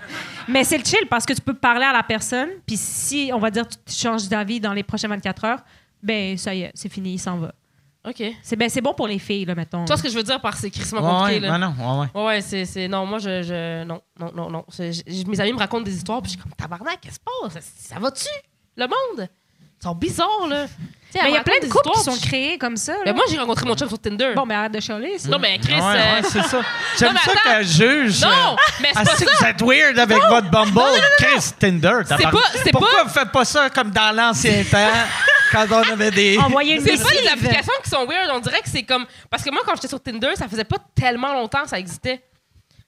F: mais c'est le chill parce que tu peux parler à la personne, puis si, on va dire, tu changes d'avis dans les prochaines 24 heures, ben ça y est, c'est fini, il s'en va.
G: OK. Tu
F: C'est ben, c'est bon pour les filles, là, mettons.
G: vois ce que je veux dire par c'est crissement
A: Ouais,
G: compliqué,
A: ouais,
G: là?
A: ouais, ben non, ouais, ouais.
G: Ouais, ouais, c'est, c'est- Non, moi, je... je- non, non, non, non. C'est- je- mes amis me racontent des histoires, puis je suis comme, tabarnak, qu'est-ce qui se passe? Ça, ça va-tu? Le monde? Ils sont bizarres, là. Tu sais,
F: mais
G: elles
F: il y a
G: me
F: plein
G: racontent
F: de
G: des
F: couples qui
G: histoires,
F: sont
G: puis
F: créés comme ça.
G: je-
F: là.
G: Ben, moi, j'ai rencontré mon chum sur Tinder.
F: Bon, mais arrête de chialer. ça.
G: non, mais Chris...
A: Ouais,
G: euh,
A: ouais, c'est ça. J'aime
G: mais
A: ça
G: attends.
A: qu'elle juge.
G: Non, mais c'est
A: Ah,
G: pas
A: c'est que vous êtes weird avec votre Bumble. Chris Tinder. tabarnak.
G: pas- c'est
A: Pourquoi
G: pas-
A: vous faites pas ça comme dans l'ancien temps, quand on avait des...
F: Envoyer une
G: C'est pas
F: missive.
G: les applications qui sont weird. On dirait que c'est comme. Parce que moi, quand j'étais sur Tinder, ça faisait pas tellement longtemps que ça existait.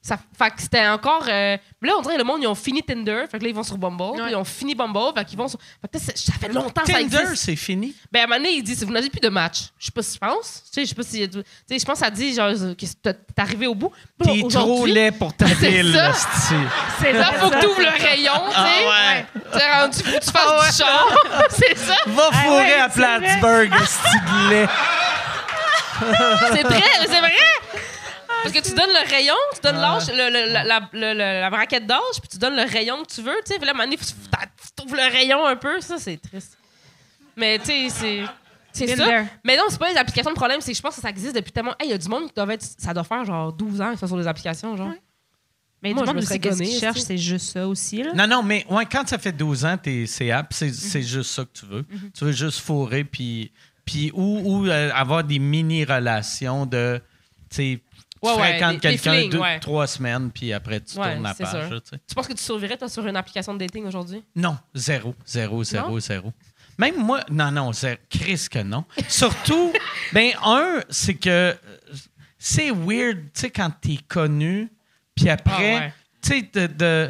G: Ça, fait que c'était encore. euh, là, on dirait le monde, ils ont fini Tinder. Fait que là, ils vont sur Bumble. puis Ils ont fini Bumble. Fait qu'ils vont sur. Fait que là, c'est- ça fait longtemps que ça
A: Tinder,
G: existe.
A: c'est fini.
G: Ben, à un moment donné, il dit si vous n'avez plus de match. Je sais pas si je pense. Tu sais, je sais pas si. Tu sais, je pense que ça dit genre que t'es t'es arrivé au bout. Puis
A: T'es trop
G: aujourd'hui,
A: laid pour ta
G: C'est
A: ville,
G: ça.
A: esti.
G: C'est là, faut que t'ouvres le rayon, tu sais.
A: Ah
G: T'es rendu, faut que tu fasses du char. c'est ça.
A: Va
H: Ah
A: fourrer
H: ouais,
A: à
H: c'est vrai.
A: Plattsburgh, esti de laid.
G: C'est vrai, c'est vrai. Parce que tu donnes le rayon, tu donnes l'âge, le- le- la, la, le- le- la braquette d'âge, puis tu donnes le rayon que tu veux. Tu sais, Puis là, à un moment donné, faut- faut- t'as- tu ouvres le rayon un peu. Ça, c'est triste. Mais tu sais, c'est. C'est ça.
F: Tinder.
G: Mais non, c'est pas les applications. Le problème, c'est que je pense que ça existe depuis tellement. Hey, il y a du monde qui doit être. Ça doit faire genre 12 ans, ça, sur les applications, genre.
F: Mais
G: Moi,
F: tout
G: je
F: le
G: me
F: monde
G: serais
F: sait qu'est-ce
G: gonnée,
F: qu'ils cherchent,
G: tu sais.
F: c'est juste ça aussi. Là.
A: Non, non, mais ouais, quand ça fait 12 ans, t'es c'est app,
G: Mhm.
A: c'est c'est juste ça que tu veux. Tu veux juste fourrer, puis, puis ou, ou, euh, avoir des mini-relations de, tu sais, tu
G: Ouais, ouais,
A: fréquentes
G: des- des
A: quelqu'un
G: flings,
A: deux,
G: ouais.
A: trois semaines, puis après, tu
G: Ouais,
A: tournes la
G: c'est
A: page.
G: sûr.
A: là, tu sais.
G: Tu penses que tu survivrais, toi, sur une application de dating aujourd'hui?
A: Non, zéro, zéro, zéro, zéro. Même moi, non, non, zéro. Chris que non. Surtout, ben un, c'est que euh, c'est weird, tu sais, quand t'es connu, puis après,
G: Ah ouais.
A: tu sais, de- de-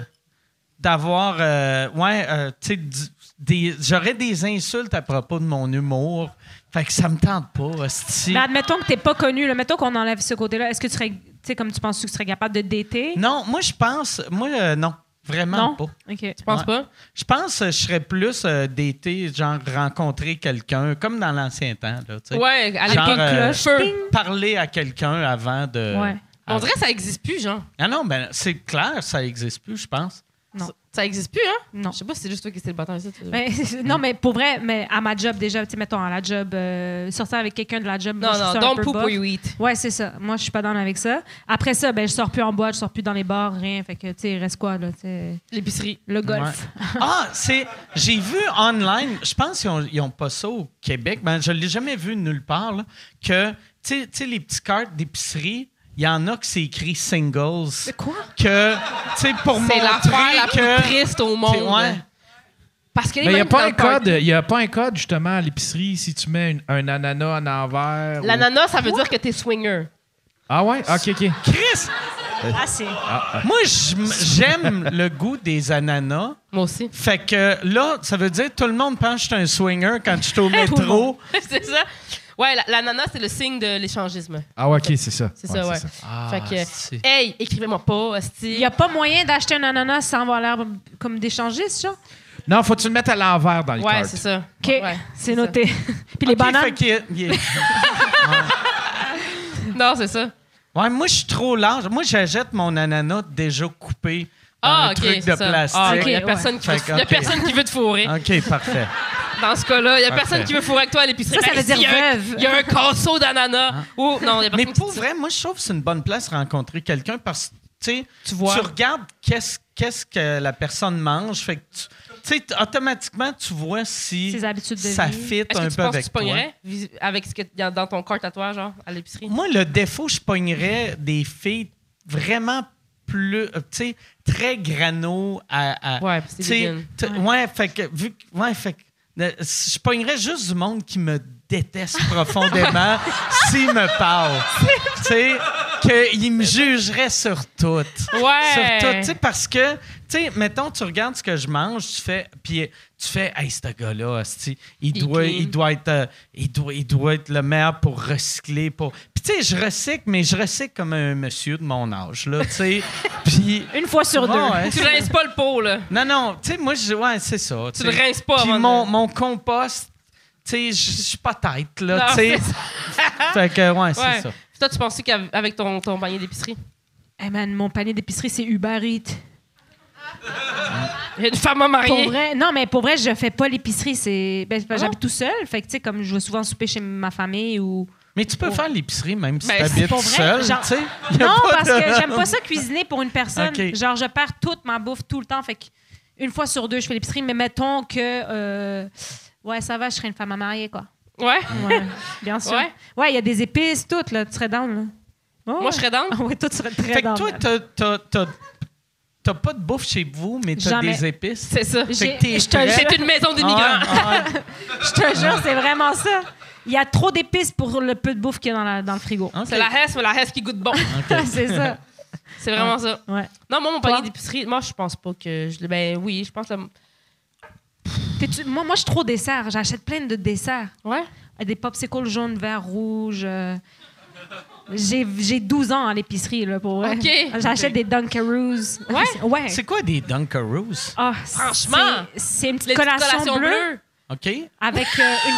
A: d'avoir, euh, ouais, euh, tu sais, du- des- j'aurais des insultes à propos de mon humour, fait que ça me tente pas, hostie.
G: Bah,
F: Mais admettons que t'es pas connu, là, mettons qu'on enlève ce côté-là, est-ce que tu serais, tu sais, comme tu penses que tu serais capable de dater?
A: Non, moi, je pense, moi, euh, non, vraiment
F: Non?
A: pas.
F: Ok.
G: Je pense
A: Ouais.
G: pas.
A: Je pense que je serais plus euh, d'été, genre rencontrer quelqu'un, comme dans l'ancien temps. Là, tu sais.
G: Ouais, à
A: Genre,
G: l'époque,
A: euh,
G: là, je peux.
A: Parler à quelqu'un avant de.
F: Ouais.
G: On dirait que ça existe plus, genre.
A: Ah non, ben, c'est clair, ça n'existe plus, je pense.
F: Non.
G: Ça- Ça existe plus, hein?
F: Non.
G: Je sais pas si c'est juste toi qui étais le bâtard ici. tu-
F: Mais- non, mais pour vrai, mais à ma job déjà, tu sais, mettons à la job, euh, sortir avec quelqu'un de la job, moi,
G: Non,
F: je trouve
G: non,
F: ça un
G: don't
F: peu
G: poop
F: bof.
G: where you eat.
F: Ouais, c'est ça. Moi, je suis pas down avec ça. Après ça, ben, je sors plus en boîte, je sors plus dans les bars, rien. Fait que, tu sais, il reste quoi, là? tu sais?
G: L'épicerie.
F: Le golf.
A: ah, c'est. J'ai vu online, je pense qu'ils ont- ils n'ont pas ça au Québec, ben, je ne l'ai jamais vu nulle part, là, que, tu sais- tu sais, les petites cartes d'épicerie, il y en a que c'est écrit singles.
F: Quoi?
A: Que, tu sais, pour
G: C'est
A: montrer
G: l'affaire la plus
A: que.
G: triste au
A: tu sais,
G: monde.
A: ouais.
G: Parce que
E: Mais il n'y a
G: même dans
E: pas un
G: le party-
E: code, y a pas un code justement à l'épicerie si tu mets une- un ananas en envers. ou-
G: L'ananas, ça veut dire que t'es swinger.
E: Ah ouais? Ok, ok.
A: Chris, Euh,
H: Ah, c'est.
A: Moi, j'm- j'aime le goût des ananas.
G: Moi aussi.
A: Fait que là, ça veut dire que tout le monde pense que je suis un swinger quand je suis au métro.
G: c'est ça. Ouais, la- l'ananas, c'est le signe de l'échangisme.
E: Ah ouais, ok, c'est ça.
G: C'est ça, ouais. fait que,
A: Ah, c'est-
G: hey, écrivez-moi pas, hostie.
F: Il y a pas moyen d'acheter un ananas sans avoir l'air comme d'échanger, ce genre?
E: Non, faut que tu le mettes à l'envers dans le
G: Ouais,
E: cart.
G: c'est ça.
F: OK,
G: Ouais,
F: c'est
G: ça.
F: noté. Puis les
A: Ok, fait
F: bananes.
A: que- yeah.
G: Non, c'est ça.
A: Ouais, moi, je suis trop large. Moi, j'achète mon ananas déjà coupé dans
G: Ah,
A: un
G: ok.
A: truc
G: c'est
A: de
G: ça.
A: plastique.
G: Ah, ok, Il y a
F: Ok,
G: personne qui veut-
A: Fait que,
G: il y a
A: ok.
G: personne qui veut te fourrer.
A: OK, parfait.
G: Dans ce cas-là, il n'y a personne
A: Parfait.
G: qui veut fourrer avec toi à l'épicerie.
F: Ça, ça
G: Même
F: veut dire
G: s'il y a un-
F: veuve.
G: Il y a un casseau d'ananas. Ou, non, il y a personne
A: Hein? Mais
G: qui
A: pour vrai, moi, je trouve que c'est une bonne place de rencontrer quelqu'un parce que, tu sais, tu
G: vois.
A: regardes qu'est-ce qu'est-ce que la personne mange. Fait que, tu tu sais, t- automatiquement, tu vois si
F: Ses habitudes de
A: ça
F: vie.
A: fit
G: Est-ce
A: un
G: que tu
A: peu
G: penses que
A: avec
G: tu
A: toi.
G: pognerais vis- avec ce que y a dans ton corps à toi, genre, à l'épicerie?
A: Moi, le défaut, je pognerais des filles vraiment plus, euh, tu sais, très grano à. à-
G: Ouais, puis
A: tu
G: c'est
A: sais,
G: vegan.
A: t- Ouais, fait que, vu que- ouais, fait que, euh, si- je pognerais juste du monde qui me déteste profondément s'il me parle. tu sais, qu'il me jugerait sur tout.
G: Ouais.
A: Sur tout, tu sais, parce que, tu sais, mettons, tu regardes ce que je mange, tu fais, puis tu fais, hey, ce gars-là, hostie, il
G: Il
A: doit,
G: clean.
A: il doit être, euh, il doit, il doit être le meilleur pour recycler, pour. Puis tu sais, je recycle, mais je recycle comme un monsieur de mon âge, là, tu sais. puis.
F: Une fois sur deux.
A: Ouais, ouais,
G: Tu
A: c'est-
G: rinces pas le pot, là.
A: non, non, tu sais, moi, je, ouais, c'est ça.
G: Tu
A: sais.
G: le rinces pas
A: Puis
G: avant
A: mon,
G: de-
A: mon compost, tu sais, je je suis pas tête, là,
G: Non,
A: tu sais.
G: c'est
A: Fait que, ouais,
G: Ouais.
A: c'est ça.
G: Puis Toi, tu pensais qu'avec ton, ton panier d'épicerie?
F: Eh man, mon panier d'épicerie, c'est Uber Eats.
G: Il y a une femme à
F: Pour
G: marier.
F: vrai, non, mais pour vrai, je fais pas l'épicerie. C'est, ben, c'est parce que
G: Ah.
F: j'habite tout seul. Fait que, tu sais, comme je vais souvent souper chez ma famille ou.
A: Mais tu peux faire l'épicerie même si
G: Ben,
A: t'habites
F: c'est pas vrai,
A: seul,
F: genre-
A: tu sais. Y a
F: Non,
A: pas
F: parce
A: de-
F: que j'aime pas ça cuisiner pour une personne.
A: Ok.
F: Genre, je perds toute ma bouffe tout le temps. Fait que une fois sur deux, je fais l'épicerie. Mais mettons que. euh, ouais, ça va, je serais une femme à marier, quoi.
G: Ouais.
F: Ouais, bien sûr.
G: Ouais.
F: Ouais, il y a des épices, toutes, là. Tu serais down, là. Oh,
G: Moi, je serais down.
F: Ah ouais, toi, tu serais très
A: Fait que
F: down,
A: toi,
F: man.
A: t'as- t'as- t'as- t'as pas de bouffe chez vous, mais t'as
F: Jamais.
A: des épices.
G: C'est ça.
F: J'ai-
A: que t'es
F: je te
A: prêt.
F: jure-
G: C'est une maison
A: Ah
G: d'immigrants.
A: ouais, ah ouais.
F: je te jure, c'est vraiment ça. Il y a trop
G: Hein?
F: d'épices pour le peu de bouffe qu'il y a dans, la- dans le frigo.
A: Ok. Ah.
G: C'est la Hesse, mais la Hesse qui goûte bon.
F: c'est ça.
G: C'est vraiment ça.
H: Ouais.
G: Non, moi, mon panier
H: Toi?
G: d'épicerie, moi, je pense pas que. Je, ben oui, je pense que. le-
F: T'es-tu- Moi, moi je suis trop dessert. J'achète plein de desserts.
G: Ouais.
F: Euh, Des popsicles jaunes, verts, rouges. euh. J'ai j'ai 12 ans à l'épicerie, là, pour vrai.
G: OK.
F: J'achète des Dunkaroos.
G: Ouais?
F: Ouais.
A: C'est quoi des Dunkaroos?
F: Ah,
G: Franchement!
F: c'est- C'est une petite
G: Les petites
F: collation,
G: collations
F: bleue,
G: bleues.
A: OK?
F: avec euh, une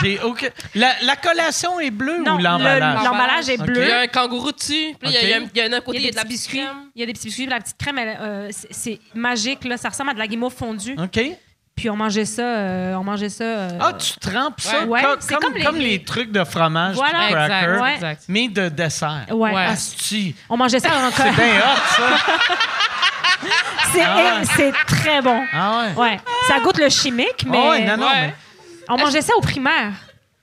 A: J'ai aucun- la, la collation est bleue
F: Non,
A: ou
F: le-
A: l'emballage?
F: l'emballage est
A: Ah. Ok.
G: Il y
F: bleu.
G: a un kangourou dessus. Puis là, il y a-
A: Ok.
G: il y a un côté, il y a de la
F: petits biscuits.
G: biscuit.
F: Il y a des petits biscuits. puis La petite crème, elle, euh, c'est- c'est magique. Là. Ça ressemble à de la guimauve fondue.
G: Hein?
A: OK.
F: Puis on mangeait ça. euh, on mangeait ça. euh,
A: Ah, tu trempes ça
F: Ouais. Ouais,
A: comme,
F: c'est
A: comme-
F: comme les-
A: comme les trucs de fromage,
F: Voilà.
A: de cracker,
F: Ouais.
G: exact.
A: mais de dessert.
F: ouais.
G: ouais.
A: Asti,
F: On mangeait ça en
A: c'est bien hot, ça.
F: C'est
A: Ah ouais.
F: c'est très bon.
A: Ah ouais.
F: Ouais. Ça goûte le chimique, mais
A: Ah ouais, non, non,
G: Ouais.
A: mais-
F: on mangeait ça au primaire.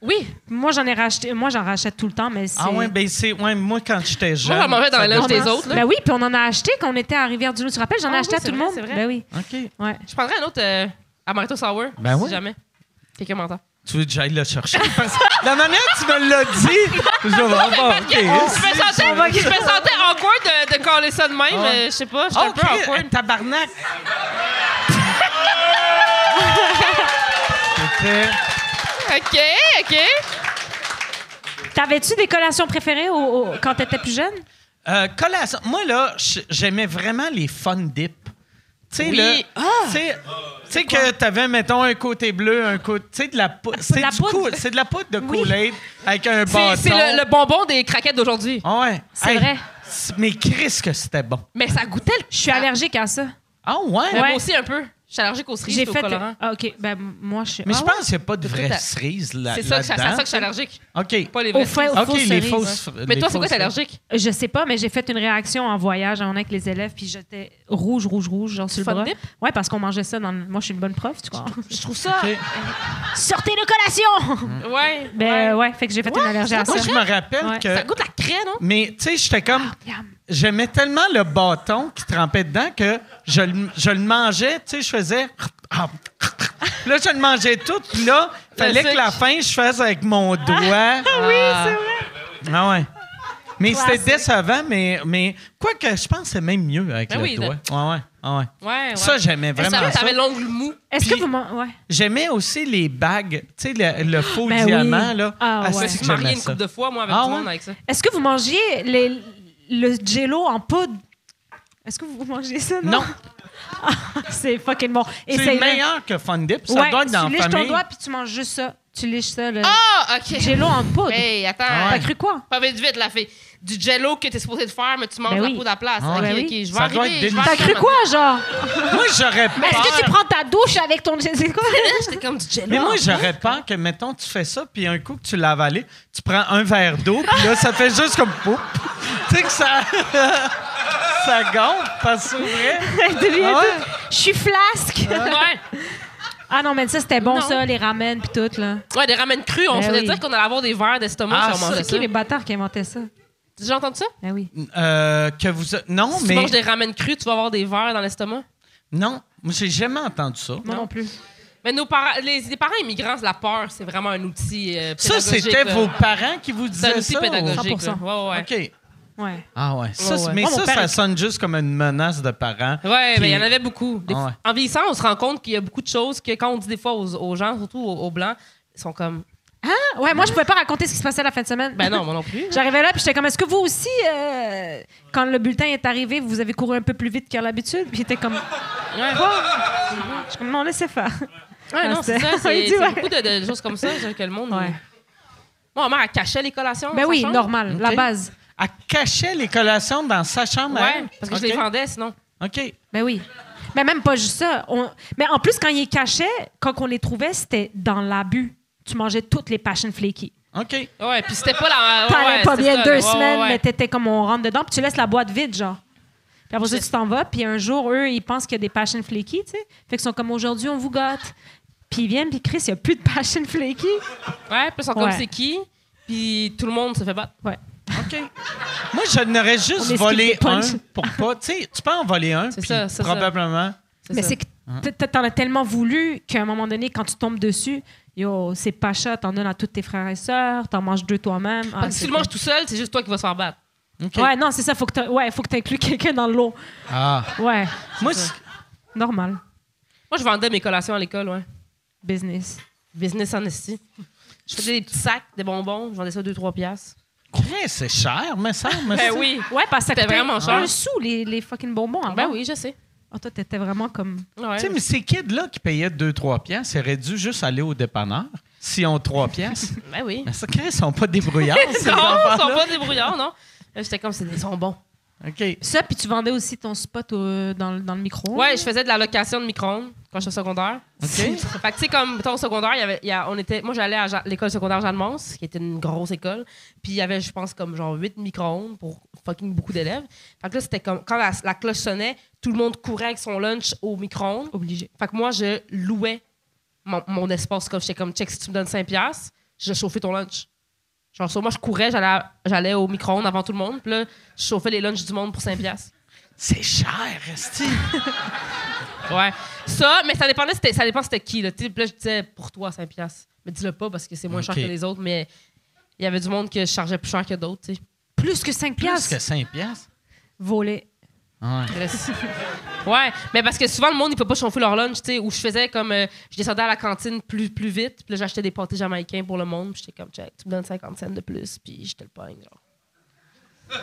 G: Oui.
F: Moi, j'en ai racheté. Moi, j'en rachète tout le temps, mais c'est.
A: Ah ouais, ben c'est... Ouais, moi, quand j'étais jeune...
G: Moi, j'en mangeais dans
A: ça
G: la loge
F: On
G: des
F: en-
G: autres. là.
F: Ben oui, puis on en a acheté quand on était à Rivière-du-Loup. Tu te rappelles, j'en ai
G: Ah
F: acheté
G: oui,
F: à tout
G: c'est
F: le
G: vrai,
F: monde.
G: c'est vrai.
F: Ben oui.
A: OK.
F: Ouais.
G: Je prendrais un autre euh, Amaretto Sour.
A: Ben
G: si
A: oui.
G: jamais. Quelqu'un m'entend.
A: Tu veux que j'aille le chercher? Parce que la manière que tu me l'as dit, je vais avoir...
G: Parce que je me sentais, je me sentais awkward de, de caller ça de même.
A: Ah ouais.
G: euh, je sais pas, j'étais
A: Oh,
G: un peu awkward.
A: Chris, tabarnak! C'était-
G: OK, OK.
F: T'avais-tu des collations préférées au- au- quand t'étais plus jeune?
A: Euh, collation. Moi, là, j- j'aimais vraiment les fun dips. Tu sais,
G: Oui. Ah!
A: là. Tu sais- tu sais que t'avais, mettons, un côté bleu, un côté. Tu sais, de la poudre. C'est
F: de la
A: du
F: poudre.
A: cool- C'est de la poudre de Kool-Aid avec un bâton.
G: C'est c'est le, le bonbon des craquettes d'aujourd'hui.
A: Ah ouais.
F: C'est vrai.
A: c- Mais Chris, que c'était bon.
G: Mais ça goûtait le
F: Je suis allergique à ça.
A: Ah ouais.
G: Mais
F: Ouais.
G: moi aussi un peu. Je suis allergique aux cerises
F: J'ai
G: et aux
F: fait.
G: colorants.
F: Ah, OK. Ben, moi, je suis.
A: Mais
F: Ah
A: je
F: ouais?
A: pense qu'il n'y a pas de
G: Tout
A: vraies
G: à-
A: cerises là.
G: C'est ça, que- c'est à ça que je suis allergique.
A: OK.
G: Pas les vraies
F: Au fait,
G: cerises.
F: aux
A: OK,
F: fausses
A: les
F: cerises,
A: fausses.
G: hein. Mais
A: les
G: toi, c'est quoi,
A: fausses-
G: t'es allergique?
F: Je sais pas, mais j'ai fait une réaction en voyage. On est avec les élèves, puis j'étais rouge, rouge, rouge, genre sur le
G: Fun
F: bras.
G: dip?
F: Ouais, parce qu'on mangeait ça dans le... Moi, je suis une bonne prof, tu crois.
G: Je trouve ça.
F: Sortez de collation!
G: Ouais.
F: ben euh, ouais, fait que j'ai fait une allergie à ça.
A: Moi, je me rappelle
F: Ouais.
A: que.
G: Ça goûte la craie, non?
A: Mais tu sais, j'étais comme.
F: Yum.
A: J'aimais tellement le bâton qui trempait dedans que je, le- je le mangeais, tu sais, je faisais. Là, je le mangeais tout, puis là, fallait
G: sucre.
A: que la fin, je fasse avec mon doigt. Ah, oui, c'est vrai. Ah ouais. Mais c'était
F: Classique.
A: décevant, mais, mais quoi que je pense que c'est même mieux avec
G: Ben
A: le
G: oui,
A: doigt. Ouais, ouais, ah ouais.
G: Ouais, ouais.
A: Ça, j'aimais
G: Parce que
A: vraiment ça.
G: T'avais l'ongle mou.
F: Est-ce que
A: Puis-
F: vous... m'en- Ouais.
A: J'aimais aussi les bagues, tu sais, le, le faux
F: Ben oui.
A: diamant, là.
F: Ah
A: ça,
F: ouais.
A: c'est
G: Je
A: que
G: me
A: j'aimais
G: mariais une
A: ça.
G: couple de fois, moi, avec
A: Ah
G: tout le
A: ouais?
G: monde avec ça.
F: Est-ce que vous mangiez les... le jello en poudre? Est-ce que vous mangez ça, non?
A: Non,
F: C'est fucking bon.
A: c'est
F: Essaye-le.
A: meilleur que Fun Dip. Ça
F: ouais,
A: doit être dans
F: tu
A: la
F: liches ton
A: famille.
F: doigt, puis tu manges juste ça. Tu liches ça, le
G: Ah, OK.
F: jello en poudre.
G: Hey, attends.
A: Ah
F: T'as
A: ouais.
F: cru quoi?
G: Pas vite, vite, la fille. Du jello que t'es supposé de faire, mais tu manges
F: Ben oui.
G: la peau de la place.
A: Ah
G: ok,
F: ouais.
G: ok, je vais
A: Ça doit
G: arriver.
A: être
G: je vais
A: délicieux.
F: T'as cru quoi, genre?
A: Moi, j'aurais
F: Est-ce que tu prends ta douche avec ton... C'est quoi?
G: J'étais comme du jello.
A: Mais moi, j'aurais peur que, mettons, tu fais ça, puis un coup que tu l'as avalé, tu prends un verre d'eau, puis là, ça fait juste comme poup. Tu sais que ça. ça gonfle, parce que c'est vrai.
F: Deviens
A: Ah ouais?
F: toute- Je suis flasque.
G: Ouais.
F: Ah non, mais ça, c'était bon,
G: Non.
F: ça, les ramen puis tout, là.
G: ouais, des ramen crus, on
F: Ben
G: se faisait
F: oui.
G: dire qu'on allait avoir des verres d'estomac
A: Ah,
G: si on
A: ça,
G: mangeait
F: C'est
G: ça.
F: qui les bâtards qui inventaient ça?
G: T'as déjà entendu ça?
F: Ben oui.
A: Euh, que vous. Non,
G: Si
A: mais.
G: tu manges des ramen crus, tu vas avoir des verres dans l'estomac.
A: Non, moi, j'ai jamais entendu ça.
F: Moi non, plus.
G: Mais nos parents, les, les parents immigrants, la peur, c'est vraiment un outil euh,
A: Ça,
G: pédagogique.
A: c'était
G: là.
A: vos parents qui vous
G: C'est
A: disaient
G: un outil
A: ça. Ah,
G: pédagogique.
F: 100%.
G: là. Ouais, ouais.
A: OK.
F: Ouais.
A: Ah ouais. Ça,
G: Ouais,
A: c'est-
G: ouais.
A: Mais
F: Moi, mon
A: ça,
F: père,
A: ça
F: il-
A: sonne juste comme une menace de parents.
G: Ouais,
A: Puis-
G: mais il y en avait beaucoup. Des-
A: Ah ouais.
G: En vieillissant, on se rend compte qu'il y a beaucoup de choses que quand on dit des fois aux, aux gens, surtout aux, aux blancs, ils sont comme
F: Ah, ouais, moi, je pouvais pas raconter ce qui se passait la fin de semaine.
G: ben non, moi non plus.
F: J'arrivais là, puis j'étais comme, est-ce que vous aussi, euh, quand le bulletin est arrivé, vous avez couru un peu plus vite qu'à l'habitude? Puis j'étais comme,
G: Ouais.
F: je suis comme, non, laissez faire. Ah,
G: Ouais, non, c'est ça.
F: Il
G: C'est
F: dit,
G: c'est
F: ouais.
G: beaucoup de, de choses comme ça je dirais que le monde.
F: Ouais.
G: Moi, ma mère, elle cachait les collations.
F: Ben
G: dans
F: oui,
G: sa chambre.
F: normal, la
A: Ok.
F: base.
A: Elle cachait les collations dans sa
F: hein.
A: chambre. à
G: Ouais,
A: elle.
G: parce que je
A: OK.
G: les vendais sinon.
A: OK.
F: Ben oui. Mais même pas juste ça. On- Mais en plus, quand ils les cachaient, quand on les trouvait, c'était dans l'abus. Tu mangeais toutes les passion flaky.
A: OK.
G: Ouais, puis c'était pas la.
F: T'allais
G: ouais,
F: pas
G: c'était
F: bien
G: ça,
F: deux
G: là. Ouais,
F: semaines,
G: ouais, ouais.
F: mais t'étais comme on rentre dedans, puis tu laisses la boîte vide, genre. Puis après ça, tu t'en vas, puis un jour, eux, ils pensent qu'il y a des passion flaky, tu sais. Fait qu'ils sont comme aujourd'hui, on vous gâte. Puis ils viennent, puis Chris, il n'y a plus de passion flaky.
G: Ouais, puis ils sont comme
F: Ouais.
G: c'est qui, puis tout le monde se fait battre.
F: Ouais.
A: OK. Moi, je n'aurais
F: On
A: juste
F: esquive les
A: volé un
F: punches.
A: pour pas. Tu sais, tu peux en voler un,
G: C'est
A: puis
G: ça, c'est ça.
A: probablement.
F: Mais
G: ça.
F: c'est que t- t- t'en as tellement voulu qu'à un moment donné, quand tu tombes dessus, yo, c'est pas chat, t'en donnes à tous tes frères et sœurs, t'en manges deux toi-même. Ah,
G: Parce que si
F: c'est
G: tu le manges tout seul, c'est juste toi qui vas se faire battre.
A: OK.
F: Ouais, non, c'est ça. Faut que t'a- ouais, faut que t'inclues quelqu'un dans l'eau.
A: Ah.
F: Ouais,
A: Moi, c'est-
F: normal.
G: Moi, je vendais mes collations à l'école, ouais.
F: Business.
G: Business en esti. Je faisais des petits sacs, des bonbons, je vendais ça 2-3 piastres.
A: Chris, c'est cher, mais ça, me
G: Ben
A: semble.
G: oui.
F: Ouais, parce que Ah, ça
G: C'était
F: coûtait
G: vraiment cher.
F: un sou, les, les fucking bonbons. Avant.
G: Ben oui, je sais.
F: Ah, toi, t'étais vraiment comme...
G: Ouais.
A: Tu sais, mais ces kids-là qui payaient 2-3 piastres, ils auraient dû juste aller au dépanneur s'ils ont 3 piastres.
G: Ben oui.
A: mais ça, Chris, ils sont pas débrouillards,
G: non, ils
A: ces
G: sont
A: enfants-là.
G: pas débrouillards, non. Là, J'étais comme, c'est des bonbons.
A: OK.
F: Ça, puis tu vendais aussi ton spot au- dans, le- dans le micro.
G: Ouais, je faisais de la location de micro-ondes quand j'étais au secondaire.
A: OK.
G: Fait que, tu sais, comme, mettons, au secondaire, il y avait, il y a- on était, moi, j'allais à Jean- l'école secondaire Jeanne Mons, qui était une grosse école. Puis il y avait, je pense, comme genre 8 micro-ondes pour fucking beaucoup d'élèves. Fait que là, c'était comme, quand la, la cloche sonnait, tout le monde courait avec son lunch au micro-ondes.
F: Obligé.
G: Fait que moi, je louais mon, mon espace. Comme j'étais comme, check, si tu me donnes 5$, piastres, je chauffais ton lunch. Genre, sur moi, je courais, j'allais, à- j'allais au micro-ondes avant tout le monde. Puis là, je chauffais les lunchs du monde pour 5$. piastres.
A: C'est cher, Esti.
G: Ouais. Ça, mais ça dépendait, c'était- ça dépend c'était qui. Là. Tu sais, puis là, je disais pour toi, 5$. piastres. Mais dis-le pas parce que c'est moins cher
A: Ok.
G: que les autres. Mais il y avait du monde que je chargeais plus cher que d'autres. tu sais.
F: Plus que 5
A: Plus que
F: piastres.
A: 5 piastres.
F: Volé.
A: Ouais.
G: ouais, mais parce que souvent, le monde, il peut pas chauffer leur lunch. tu sais, Ou je faisais comme. euh, je descendais à la cantine plus, plus vite. Puis là, j'achetais des pâtés jamaïcains pour le monde. Puis j'étais comme, check, tu me donnes 50 cents de plus. Puis je te le pogne. genre.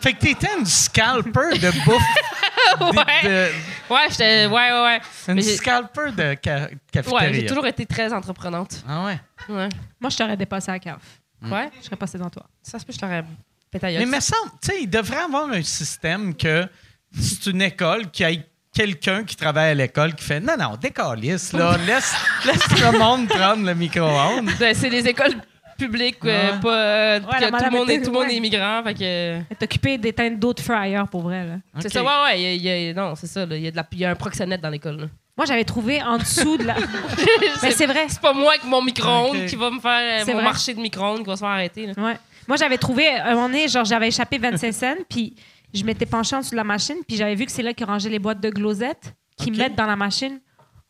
A: Fait que t'étais une scalper de bouffe.
G: ouais.
A: de-
G: Ouais, j'étais. Ouais, ouais, ouais.
A: une
G: Mais j'ai-
A: scalper de ca-
G: Ouais,
A: cafétéria.
G: j'ai toujours été très entreprenante.
A: Ah ouais.
G: Ouais.
F: Moi, je t'aurais dépassé à la cave.
G: Ouais.
F: Je serais passé dans toi.
G: Ça se peut, je t'aurais pétaillé.
A: Mm. Mais me semble, tu sais, il devrait avoir un système que c'est une école qui aille quelqu'un qui travaille à l'école qui fait non non décalisse là laisse laisse le monde prendre le micro-ondes
G: Ben, c'est les écoles publiques, euh,
A: Ouais.
G: pas,
F: Ouais, la
G: euh, que tout le
F: madame
G: monde, est,
F: était-
G: tout le monde est
F: ouais.
G: immigrant. Fait que,
F: Elle T'occupais d'éteindre d'autres fryers, pour vrai, là.
G: C'est
A: Ok.
G: ça, ouais, ouais. Il y a, il y a- non, c'est ça. là, Il y, a de la- il y a un proxénète dans l'école. là.
F: Moi, j'avais trouvé en dessous de la... Mais
G: c'est
F: c'est vrai.
G: c'est pas moi avec mon micro-ondes
A: Ok.
G: qui va me faire. euh,
F: C'est
G: mon
F: vrai.
G: marché de micro-ondes qui va se faire arrêter. là.
F: Ouais. Moi, j'avais trouvé, à un moment donné, genre, j'avais échappé 25 cents, puis je m'étais penchée en dessous de la machine, puis j'avais vu que c'est là qu'ils rangeaient les boîtes de glosettes qu'ils
A: Ok.
F: mettent dans la machine.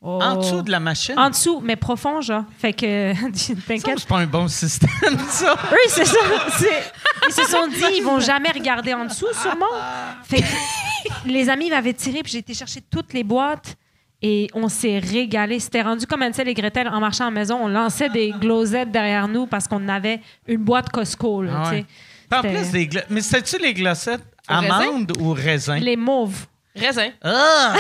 F: Oh.
A: en dessous de la machine
F: En dessous, mais profond, genre. Fait que,
A: Il me semble que
F: t'inquiète.
A: c'est pas un bon système ça
F: Eux, c'est ça. c'est- Ils se sont dit, ils vont jamais regarder en dessous, sûrement. Fait que les amis m'avaient tiré, puis j'ai été chercher toutes les boîtes. Et on s'est régalé. C'était rendu comme Ansel et Gretel en marchant à la maison. On lançait des glosettes derrière nous parce qu'on avait une boîte Costco. là,
A: Ah ouais.
F: tu sais.
A: Puis en
F: C'était-
A: plus des gla- mais c'était tu les glacettes
G: Raisin?
A: amandes ou raisin
F: Les mauves.
G: Raisin.
A: Ah!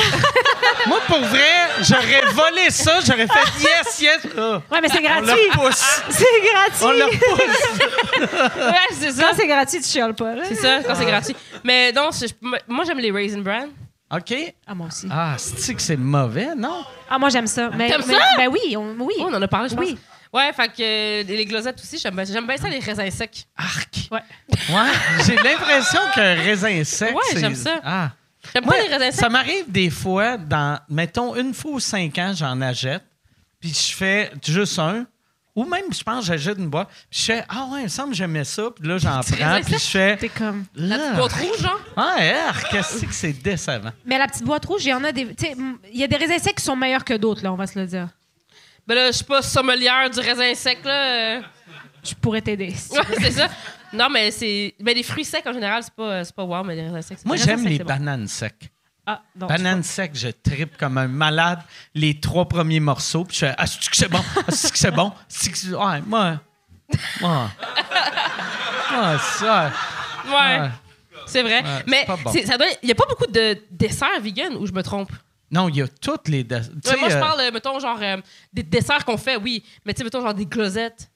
A: moi pour vrai j'aurais volé ça j'aurais fait yes yes Ah!
F: Ouais, mais c'est
A: on
F: gratuit.
A: le pousse
F: C'est
A: on
F: gratuit.
A: le pousse
G: Ouais, c'est ça.
F: Quand c'est gratuit, tu chiales pas. Là.
G: C'est ça, quand c'est
A: Ah.
G: gratuit. Mais non, je- je- moi, j'aime les Raisin Bran.
A: ok
F: Ah, moi aussi.
A: ah c'est que c'est mauvais non
F: Ah, moi, j'aime ça. Mais,
G: T'aimes
F: mais-
G: ça?
F: Ben oui, on, oui.
G: Oh, on en a parlé, je pense.
F: Oui.
G: Ouais, fait que euh, les glosettes aussi, j'aime bien j'aime bien ça, les raisins secs.
A: Arc.
F: Ouais.
A: Ouais, j'ai l'impression qu'un raisin sec.
G: Ouais,
A: c'est-
G: j'aime ça.
A: Ah.
G: J'aime
A: Moi,
G: pas les raisins secs.
A: ça m'arrive des fois, dans, mettons, une fois ou cinq ans, j'en achète, puis je fais juste un. Ou même, je pense, j'achète une boîte, puis je fais Ah ouais, il me semble que j'aimais ça, puis là, j'en
G: Petit
A: prends,
G: raisin
A: puis je fais.
F: T'es comme.
G: La petite boîte
A: Ah,
G: rouge, genre.
A: ouais, arc, qu'est-ce que c'est décevant.
F: Mais la petite boîte rouge, il y en a des. tu sais, m- Il y a des raisins secs qui sont meilleurs que d'autres, là, on va se le dire.
G: Ben là, je suis pas sommelière du raisin sec, là. euh.
F: Je pourrais t'aider.
G: Ouais, c'est ça. Non, mais c'est. Mais les fruits secs en général, c'est pas, c'est pas wow, mais les raisins secs, c'est
A: Moi,
G: les raisins
A: j'aime
G: secs,
A: les
G: c'est bon.
A: bananes secs.
F: Ah, non.
A: Banane sec, je tripe comme un malade les trois premiers morceaux. Puis je fais Ah, c'est-tu que c'est bon? Ah, c'est-tu que c'est bon? C'est-tu que c'est- Ouais, moi. Moi. Moi, ça. ah.
G: Ouais.
A: ouais.
G: C'est vrai.
A: Ouais,
G: mais
A: c'est pas bon.
G: c'est- ça doit- il n'y a pas beaucoup de desserts vegan où je me trompe.
A: Non, il y a toutes les. dess- tu
G: Ouais,
A: sais,
G: moi, je
A: euh,
G: parle, euh, mettons, genre euh, des desserts qu'on fait, oui. Mais tu sais, mettons, genre des glosettes.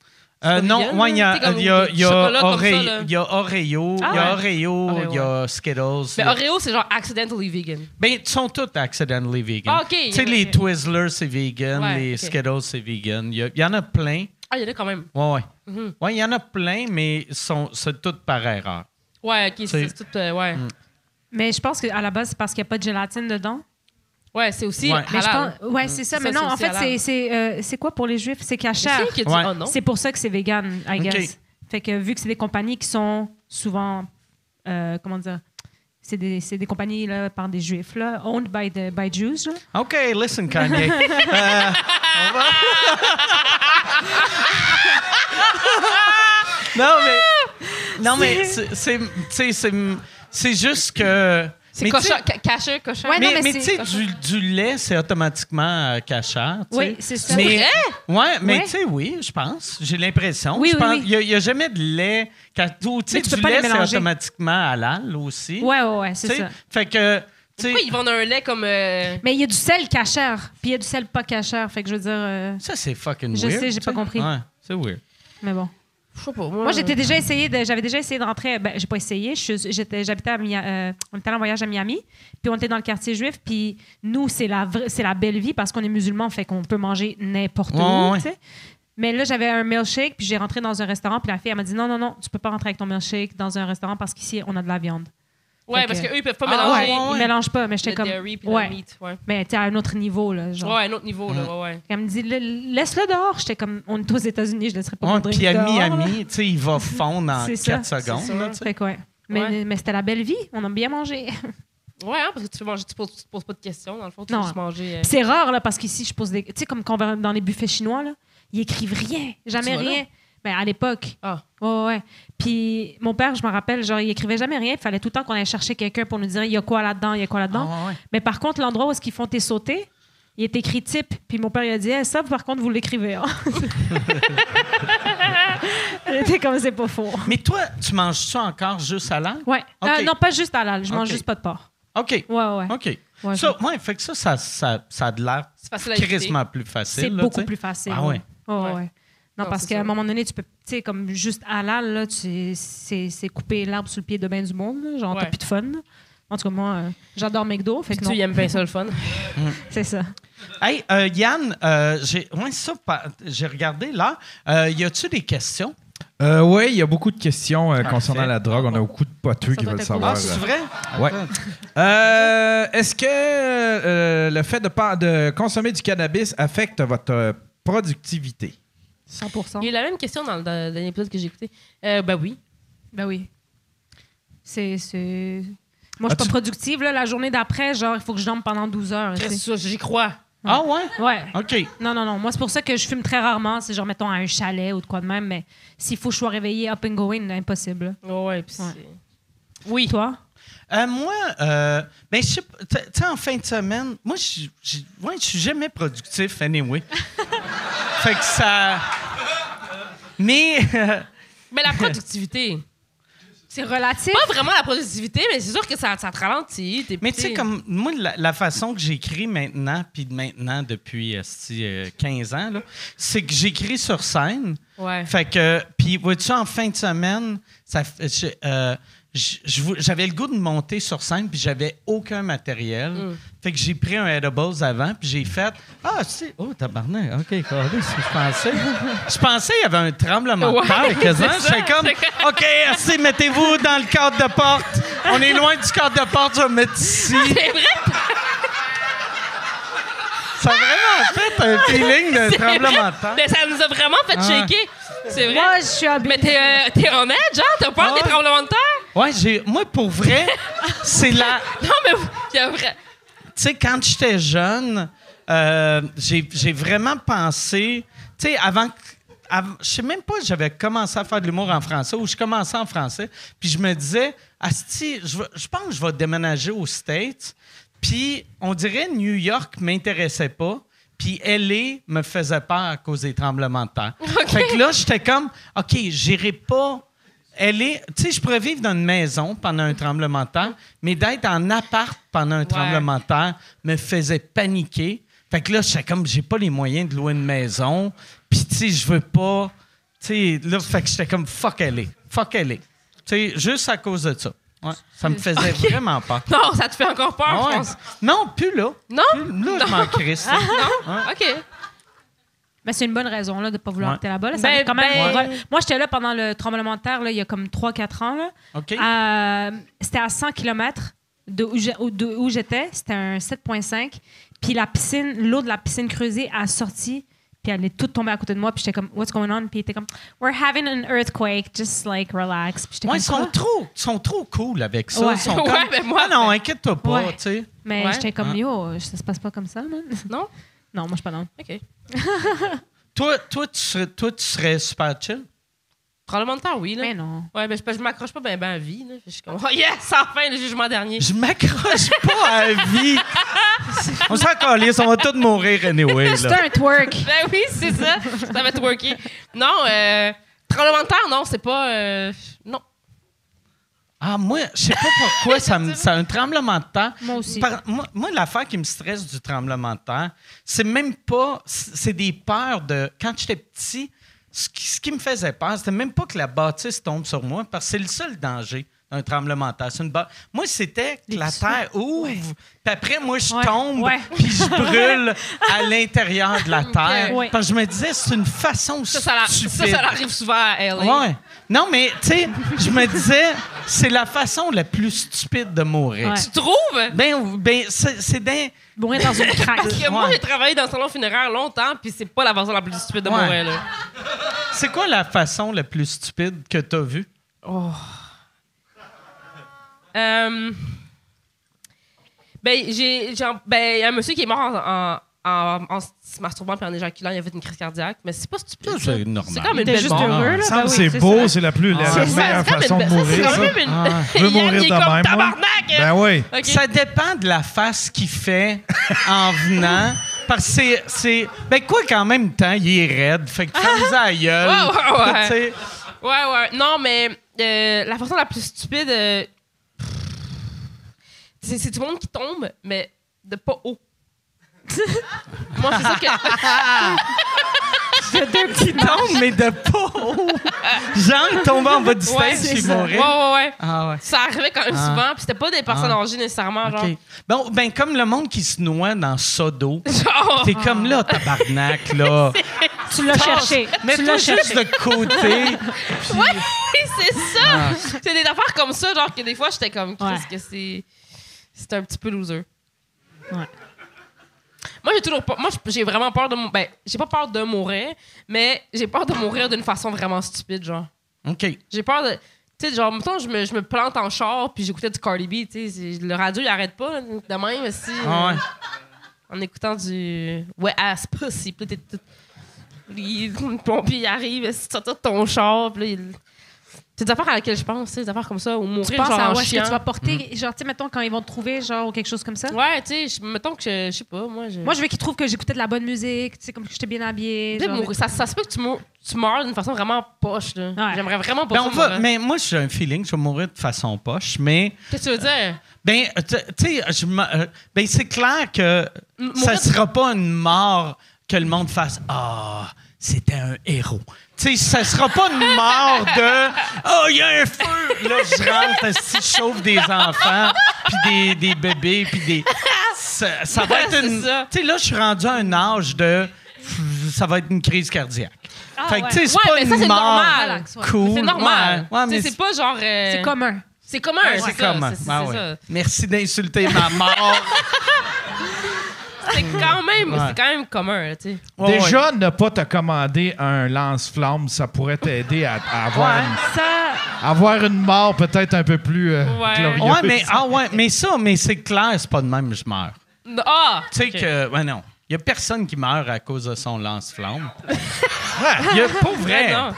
G: c'est
A: euh,
G: pas
A: non,
G: vegan,
A: moi, il y
G: là. Tu sais,
A: a,
G: comme
A: il y a,
G: du
A: il y a
G: chocolat comme ça,
A: Oreo,
G: là.
A: il y a Oreo, il y a
G: Ah
A: Oreo,
G: Oreo,
A: il y a Skittles.
G: Mais Oreo, c'est genre accidentally vegan.
A: Ben, ils sont tous accidentally vegan.
G: Ah, ok,
A: Tu sais,
G: ok,
A: les
G: ok.
A: Twizzlers, c'est vegan,
G: Ouais,
A: les
G: ok.
A: Skittles, c'est vegan. Il y, a- il y en a plein.
G: Ah, il y en a quand même.
A: Ouais, ouais.
G: Mhm.
A: Ouais, il y en a plein, mais ils sont, c'est tout par erreur.
G: Ouais, ok, c'est c'est tout. euh, ouais.
A: Mm.
F: Mais je pense qu'à la base, c'est parce qu'il n'y a pas de gélatine dedans.
G: Ouais, c'est aussi.
A: Ouais.
F: Mais je
G: halal.
F: pense- Ouais, c'est ça.
G: Ça,
F: Mais non,
G: c'est
F: en
G: aussi
F: fait,
G: halal.
F: c'est- c'est euh, c'est quoi pour les juifs? C'est
G: C'est
F: cachère.
G: qui qui a dit,
A: Ouais.
G: oh non.
F: C'est pour ça que c'est vegan, I
A: Ok.
F: guess. Fait que vu que c'est des compagnies qui sont souvent, euh, comment dire, c'est des, c'est des compagnies là, par des juifs, là, owned by, the, by Jews. là.
A: OK, listen, Kanye. Euh, on va- non, mais, Non, mais c'est- c'est- tu sais, c'est c'est juste que.
G: C'est
A: mais tu sais-
G: cochon, ca- caché, cochon.
F: Ouais, Ah, non,
A: mais
F: mais
A: mais
F: c'est-
A: tu sais, du, du lait, c'est automatiquement euh, cachère. tu sais.
F: Oui, c'est ça.
A: Mais, ouais, mais
F: Ouais.
A: tu sais, oui, je pense. J'ai l'impression.
F: Oui,
A: Je
F: oui,
A: pense-
F: oui.
A: Il n'y a, jamais de lait. ca- ou, Tu sais,
F: Mais tu peux
A: du
F: pas les
A: lait, c'est
F: mélanger.
A: automatiquement halal aussi.
F: Ouais, ouais, ouais,
A: Tu
F: c'est
A: sais,
F: ça.
A: Fait que, tu sais,
G: Pourquoi ils vendent un lait comme. euh,
F: Mais il y a du sel cachère, puis il y a du sel pas cachère. Fait que je veux dire. euh,
A: ça, c'est fucking
F: Je
A: weird.
F: sais, j'ai
A: tu
F: pas compris.
A: Ouais, c'est weird.
F: Mais bon.
G: Je sais pas. euh,
F: Moi, j'étais
A: Mm.
F: déjà essayé de- j'avais déjà essayé de rentrer. Ben, j'ai pas essayé. je suis- j'étais- J'habitais à Mia- euh, on était allé en voyage à Miami, puis on était dans le quartier juif. Puis nous, c'est la vraie- c'est la belle vie parce qu'on est musulmans, fait qu'on peut manger n'importe
A: Ouais,
F: où.
A: ouais.
F: tu sais. Mais là, j'avais un milkshake, puis j'ai rentré dans un restaurant, puis la fille elle m'a dit non, non, non, tu peux pas rentrer avec ton milkshake dans un restaurant parce qu'ici on a de la viande.
G: Ouais,
F: Fait
G: parce
F: que-
G: qu'eux, ils peuvent pas
A: Ah,
G: mélanger
A: ouais, ouais, ouais.
F: Ils mélangent pas, mais j'étais
G: le
F: comme
G: dairy puis
F: ouais,
G: le meat. Ouais.
F: mais t'es à un autre niveau là, genre.
G: Ouais, à un autre niveau, là. Ouais, ouais.
F: Elle me dit Le- laisse-le dehors. J'étais comme on est aux États-Unis, je laisserai pas.
A: Ouais,
F: mon drink
A: Puis à
F: dehors, là.
A: Miami, tu sais, il va fondre en
F: C'est ça,
A: 4 secondes. là, tu sais.
F: Fait que ouais. Mais,
G: Ouais.
F: mais c'était la belle vie. On a bien mangé.
G: Ouais, hein, parce que tu peux manger, tu poses, tu te poses pas de questions, dans le fond, tu
F: Non.
G: peux juste manger. euh,
F: Puis c'est rare, là, parce qu'ici, je pose des. Tu sais, comme quand on va dans les buffets chinois, là, ils écrivent rien, jamais
G: Tu vois, là?
F: rien. Ben, à l'époque.
G: Ah.
F: Ouais, ouais, ouais. Puis mon père, je me rappelle, genre, il écrivait jamais rien. Il fallait tout le temps qu'on allait chercher quelqu'un pour nous dire il y a quoi là-dedans, il y a quoi là-dedans.
A: Ah, ouais.
F: Mais par contre, l'endroit où est-ce qu'ils font tes sauter, il est écrit type. Puis mon père, il a dit Eh, ça, par contre, vous l'écrivez. hein. J'étais comme c'est pas faux.
A: Mais toi, tu manges ça encore juste halal?
F: Ouais.
A: Ok.
F: Euh, non, pas juste à l'al. Je mange
A: Ok.
F: juste pas de porc.
A: OK.
F: Ouais, ouais. ouais.
A: OK.
F: Ouais,
A: ça, ouais, fait que ça, ça, ça, ça a de l'air
G: C'est facile à éviter.
A: crissement plus facile.
F: C'est
A: là,
F: beaucoup
A: tu sais.
F: plus facile.
A: Ah ouais.
F: Ouais, ouais,
G: Ouais.
F: ouais. Non,
G: Non,
F: parce
G: c'est
F: qu'à
G: ça.
F: un moment donné, tu peux, tu sais, comme juste halal, là, tu- c'est c'est couper l'arbre sous le pied de bain du monde. là. Genre, t'as
G: Ouais.
F: plus de fun. En tout cas, moi, euh, j'adore McDo, fait
G: Puis
F: que
G: tu
F: non,
G: y aimes bien ça, le fun.
F: c'est ça.
A: Hey, euh, Yann, euh, j'ai ouais, ça, pa- j'ai regardé là. Euh, y a-tu des questions?
D: Euh, oui, il y a beaucoup de questions euh, concernant
A: Parfait.
D: la drogue. On a beaucoup de poteux qui
F: doit
D: veulent
F: être
D: savoir.
A: Ah, c'est vrai?
D: Ouais. Euh, Est-ce que euh, le fait de, pa- de consommer du cannabis affecte votre euh, productivité?
F: 100
G: Il y a eu la même question dans le dans le dernier épisode que j'ai écouté. Euh, ben oui.
F: Ben oui. C'est. c'est- Moi, je suis
D: As-tu-
F: pas productive, là, la journée d'après, genre, il faut que je dorme pendant 12 heures. tu
G: Chris,
F: sais.
G: ça, J'y crois.
A: Ah ouais?
F: Ouais.
A: OK.
F: Non, non, non. Moi, c'est pour ça que je fume très rarement. C'est genre, mettons, à un chalet ou de quoi de même, mais s'il faut que je sois réveillée up and going, impossible. là.
G: Ouais, ouais, puis
F: Ouais.
G: c'est-
F: Oui. Toi?
A: Euh, moi, euh, ben, je sais pas, tu tu sais, en fin de semaine, moi, je suis- je ouais, je suis jamais productif, anyway. fait que ça. Mais. euh,
G: Mais la productivité.
F: C'est relatif.
G: pas vraiment la productivité, mais c'est sûr que ça, ça te ralentit. t'es-
A: Mais tu sais, comme moi, la, la façon que j'écris maintenant, puis de maintenant depuis esti, euh, 15 ans, là, c'est que j'écris sur scène.
G: Ouais.
A: Fait que, puis vois-tu, en fin de semaine, ça, fait- je- euh, je- je vou- j'avais le goût de monter sur scène, puis j'avais aucun matériel.
G: Mm.
A: Fait que j'ai pris un Edibles avant, puis j'ai fait Ah, c'est. Oh, tabarnak, OK, carré, c'est ce que je pensais. je pensais qu'il y avait un tremblement de
G: Ouais,
A: terre, quasiment.
G: c'est ça.
A: J'étais comme OK, esti, mettez-vous dans le cadre de porte. On est loin du cadre de porte, je vais me mettre ici.
G: C'est vrai,
A: Ça a vraiment fait un feeling de
G: c'est
A: tremblement de
G: vrai.
A: terre.
G: Mais ça nous a vraiment fait
A: Ah.
G: shaker. C'est vrai.
F: Moi, je suis habillée.
G: Mais t'es euh, t'es honnête, genre, t'as peur
A: Ah
G: des
A: ouais.
G: tremblements de terre?
A: Ouais, j'ai, moi, pour vrai, c'est la.
G: Non, mais il y a vrai.
A: Tu sais, quand j'étais jeune, euh, j'ai, j'ai vraiment pensé. Tu sais, avant. que- av- Je sais même pas, j'avais commencé à faire de l'humour en français ou je commençais en français. Puis je me disais, Asti, je vais- je pense que je vais déménager aux States. Puis on dirait New York m'intéressait pas. Puis LA me faisait peur à cause des tremblements de terre. Fait que là, j'étais comme, OK, j'irai pas. Elle est, tu sais, je pourrais vivre dans une maison pendant un tremblement de terre, mais d'être en appart pendant un tremblement de terre me faisait paniquer. Fait que là, j'étais comme, j'ai pas les moyens de louer une maison. Puis, tu sais, je veux pas. Tu sais, là, fait que j'étais comme, fuck elle est. Fuck elle est. Tu sais, juste à cause de ça. Ouais, ça me faisait vraiment peur.
G: Non, ça te fait encore peur,
A: Ah
G: je
A: ouais.
G: pense.
A: Non, plus là.
G: Non?
A: Plus là, je m'en crisse. là.
G: OK.
F: Mais c'est une bonne raison là, de ne pas vouloir
A: Ouais.
F: que t'es là-bas. là. Ça
G: Ben,
F: fait quand même-
G: ben-
F: Ouais. Moi, j'étais là pendant le tremblement de terre là, il y a comme 3-4 ans. là.
A: OK?
G: Ah,
F: Euh, c'était à 100 km de où j'ai- de où j'étais. C'était un 7,5. Puis la piscine, l'eau de la piscine creusée a sorti. Puis elle est toute tombée à côté de moi. Puis j'étais comme, What's going on? Puis il était comme, We're having an earthquake. Just like relax. Puis j'étais
A: Ouais,
F: comme,
A: ils sont
F: Quoi?
A: trop, ils sont trop cool avec ça.
F: Ouais.
A: Ils sont
G: Ouais,
A: comme,
G: mais moi, ben
A: ah non, inquiète-toi pas,
F: Ouais.
A: tu sais.
F: Mais
G: Ouais.
F: j'étais
A: Ah.
F: comme, Yo, ça se passe pas comme ça, man.
G: Non?
F: non, moi, je suis pas non.
G: OK.
A: Toi, toi, tu serais, toi, tu serais super chill.
G: Probablement de temps, oui. Là.
H: Mais non.
G: Ouais, ben, je, je m'accroche pas ben, ben à vie. Là. Je suis comme, oh yes, enfin, le jugement dernier.
A: Je m'accroche pas à la vie. On s'en calisse, on va tous mourir anyway.
H: C'est
A: Là.
H: un twerk.
G: Ben oui, c'est ça. Ça va être worké. Non, euh, tremblement de terre, non, c'est pas. euh, non.
A: Ah, moi, je sais pas pourquoi, ça me, ça, un tremblement de terre.
H: Moi aussi.
A: Par- moi, moi, l'affaire qui me stresse du tremblement de terre, c'est même pas. C'est des peurs de. Quand j'étais petit, ce qui, ce qui me faisait peur, c'était même pas que la bâtisse tombe sur moi, parce que c'est le seul danger d'un tremblement de terre. C'est une ba- Moi, c'était que la terre ouvre, puis après, moi, je
H: Ouais,
A: tombe,
H: ouais.
A: puis je brûle à l'intérieur de la terre.
H: Ouais.
A: Parce que je me disais, c'est une façon
G: Ça, ça, la- ça,
A: stupide.
G: ça, leur arrive souvent à LA.
A: Ouais. Non, mais tu sais, je me disais, c'est la façon la plus stupide de mourir.
H: Ouais.
G: Tu trouves?
A: Ben, ben c'est c'est d'un.
H: Mourir dans une craque.
G: Parce que moi,
A: Ouais.
G: j'ai travaillé dans un salon funéraire longtemps, puis c'est pas la façon la plus stupide de
A: Ouais.
G: mourir, là.
A: C'est quoi la façon la plus stupide que t'as vue?
G: Euh, ben, j'ai, j'ai un- ben, il y a un monsieur qui est mort en, en, en- en se masturbant puis en éjaculant. Il a fait une crise cardiaque, mais c'est pas stupide.
A: Ça,
G: ça.
A: c'est normal.
G: C'est comme
H: Il
G: une
H: était
G: belle
H: juste
G: mort.
H: heureux, là.
D: Il me semble
H: Ben
D: que
H: oui,
D: c'est beau,
H: ça.
D: c'est la, plus, la
G: Ça, Ah, c'est
D: meilleure
G: quand même
D: façon de
G: une- ça, c'est
D: mourir.
G: quand
D: ça.
G: même une-
D: Veux
G: Yann,
D: mourir
G: il est
D: de
G: comme
D: même,
G: tabarnak! hein.
D: Ben oui.
G: Ah. Ok.
A: Ah. Ça dépend de la face qu'il fait en venant. Parce que c'est- c'est. Ben, quoi qu'en même temps, il est raide. Fait que fais-nous à la gueule.
G: Ah. Ouais, ouais, ouais.
A: Tu sais,
G: Ouais, ouais. Non, mais euh, la façon la plus stupide, euh, c'est, c'est du monde qui tombe, mais de pas haut. Moi, c'est ça
D: Ah,
G: que.
A: Il tombe, mais de peau. Genre, il tombe en bas du stage
G: Ouais,
A: puis il
G: ça.
A: mourait.
G: Ouais, ouais, ouais.
A: Ah, ouais.
G: Ça arrivait quand même
A: Ah.
G: souvent, puis c'était pas des personnes
A: Ah.
G: âgées nécessairement, genre.
A: OK. Bon, ben, comme le monde qui se noie dans ça d'eau.
G: Genre.
A: T'es comme là, tabarnak, là.
H: Tu l'as cherché. Tu
A: Mets-toi
H: l'as cherché.
A: juste de côté.
G: Ouais, c'est ça. C'est des affaires comme ça, genre que des fois j'étais comme,
H: Ouais.
G: qu'est-ce que c'est, c'est un petit peu loser.
H: Ouais.
G: Moi j'ai toujours, peur- moi j'ai vraiment peur de, mou- ben j'ai pas peur de mourir, mais j'ai peur de mourir d'une façon vraiment stupide, genre.
A: OK.
G: J'ai peur de. Tu sais, genre, mettons, je me, je me plante en char, puis j'écoutais du Cardi B, tu sais, c'est- le radio, il arrête pas, là, de même, si.
A: Ah ouais.
G: En écoutant du. Ouais, ass pussy, puis là, t'es tout. Il- Le pompier, il arrive, si tu sortis de ton char, puis là, il. C'est des affaires à laquelle je pense, tu sais, des affaires comme ça, ou
H: Tu
G: mourir,
H: penses
G: genre,
H: à
G: en
H: ouais, ce que
G: chiant.
H: tu vas porter, genre, tu sais, mettons, quand ils vont te trouver, genre, ou quelque chose comme ça.
G: Hmm. Ouais, tu sais, je- mettons que je je sais pas, moi, je.
H: Moi, je veux qu'ils trouvent que j'écoutais de la bonne musique, tu sais, comme que j'étais bien habillée.
G: Tu sais,
H: genre.
G: mourir- ça, ça se peut que tu, mou- tu meurs d'une façon vraiment poche, là.
H: Ouais.
G: J'aimerais vraiment pas
A: Ben,
G: ça,
A: on va,
G: mourir.
A: mais moi, j'ai un feeling, que je vais mourir de façon poche, mais.
G: Qu'est-ce que tu veux dire?
A: Ben, euh, tu tu sais, je me- euh, ben, c'est clair que
G: M-
A: ça
G: mourir-
A: sera pas une mort que le monde fasse Ah, c'était un héros. Tu sais, ça sera pas une mort de Ah, il y a un feu. Là, je rentre, si je chauffe des enfants, puis des, des bébés, puis des. Ça, ça va être
G: C'est
A: une.
G: ça.
A: Tu sais, là, je suis rendu à un âge de. Ça va être une crise cardiaque. fait que, tu sais, c'est
G: Ah Ouais,
A: pas
G: mais
A: une
G: ça, c'est
A: mort.
G: normal.
H: Relax, ouais.
A: Cool.
G: C'est normal.
A: Ouais, ouais,
G: Tu
A: mais
G: sais, c'est pas genre. euh,
H: C'est commun.
G: C'est commun,
A: Ouais,
G: c'est
A: c'est
G: ça,
A: comme.
G: c'est- C'est
A: Ah
G: c'est
A: ouais.
G: ça.
A: Merci d'insulter ma mort.
G: C'est quand même,
A: Ouais.
G: c'est quand même commun, là, tu sais.
A: Ouais, ouais.
D: Déjà, ne pas te commander un lance-flamme, ça pourrait t'aider à, à avoir,
H: Ça,
D: une, avoir une mort peut-être un peu plus euh,
G: Ouais.
D: glorieuse.
A: Ouais, mais, ah ouais, mais ça, mais c'est clair, c'est pas de même, je meurs.
G: Non, Ah,
A: Tu sais
G: ok.
A: que, ouais, non. Il y a personne qui meurt à cause de son lance-flamme. Il y a pas vrai.
G: Ouais, non.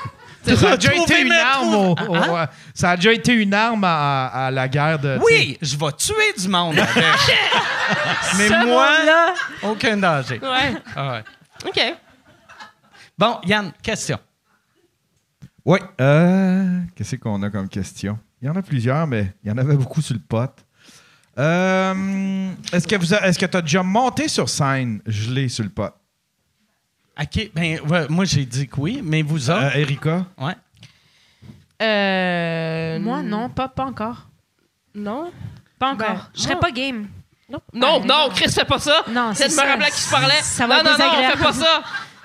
D: Ça a déjà été
A: Trouver,
D: une
A: mais
D: arme,
A: trouve-
D: au- au- euh, ça a déjà été une arme à, à la guerre de.
A: Oui, je vais tuer du monde avec. mais
H: ce
A: moi,
H: là
A: aucun danger.
G: Ouais.
A: Ah ouais.
G: OK.
A: Bon, Yann, question.
D: Oui. Euh, Qu'est-ce qu'on a comme question? Il y en a plusieurs, mais il y en avait beaucoup sur le pot. Euh, Est-ce que vous, a- est-ce que tu as déjà monté sur scène gelé sur le pot?
A: OK, ben, ouais, moi, j'ai dit que oui, mais vous
D: Euh,
A: autres,
D: Erika?
A: ouais.
G: Euh,
H: Moi, non, pas, pas encore.
G: Non.
H: Pas encore.
G: Ben,
H: je serais
G: non.
H: pas game.
G: Non, non,
H: Ouais,
G: non,
H: non.
G: Chris, fais pas ça.
H: Non,
G: c'est
H: c'est
G: de me
H: ça.
G: rappeler à qui je parlais.
H: Ça va
G: non,
H: être
G: non, non,
H: désagréable.
G: fais pas ça.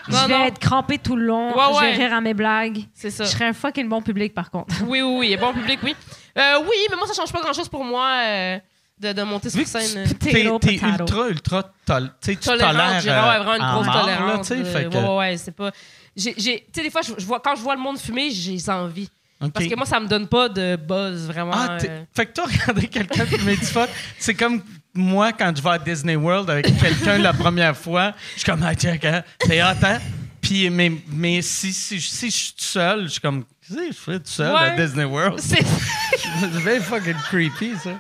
G: Non,
H: je vais
G: non,
H: être crampée tout le long.
G: Ouais, ouais.
H: Je vais rire à mes blagues.
G: c'est ça.
H: Je serais un fucking bon public, par contre.
G: Oui, oui, oui, bon public, oui. Euh, oui, mais moi, ça change pas grand-chose pour moi euh, de, de monter sur
A: Vu que
G: scène. euh,
H: tu-
A: T'es
H: Potato,
A: t'es
H: potato.
A: ultra, ultra tol tu sais, tu
G: tolérante.
A: tolères.
G: J'ai
A: euh,
G: vraiment, vraiment une
A: en
G: grosse
A: mort, là,
G: tolérance.
A: tu sais,
G: de-
A: fait que-
G: Ouais, ouais, c'est pas. j'ai- j'ai- Tu sais, des fois, je, je vois, quand je vois le monde fumer, j'ai envie.
A: OK.
G: Parce que moi, ça me donne pas de buzz, vraiment.
A: Ah, t'es-
G: euh.
A: fait que toi, regarder quelqu'un fumer du pot, c'est comme moi quand je vais à Disney World avec quelqu'un la première fois, je suis comme, ah, check, hein, c'est hot, hein? Puis, mais, mais si, si, si je suis tout seul, je suis comme, qu'est-ce que je fais tout seul à
G: Ouais.
A: Disney World?
G: C'est-
A: C'est bien fucking creepy, ça.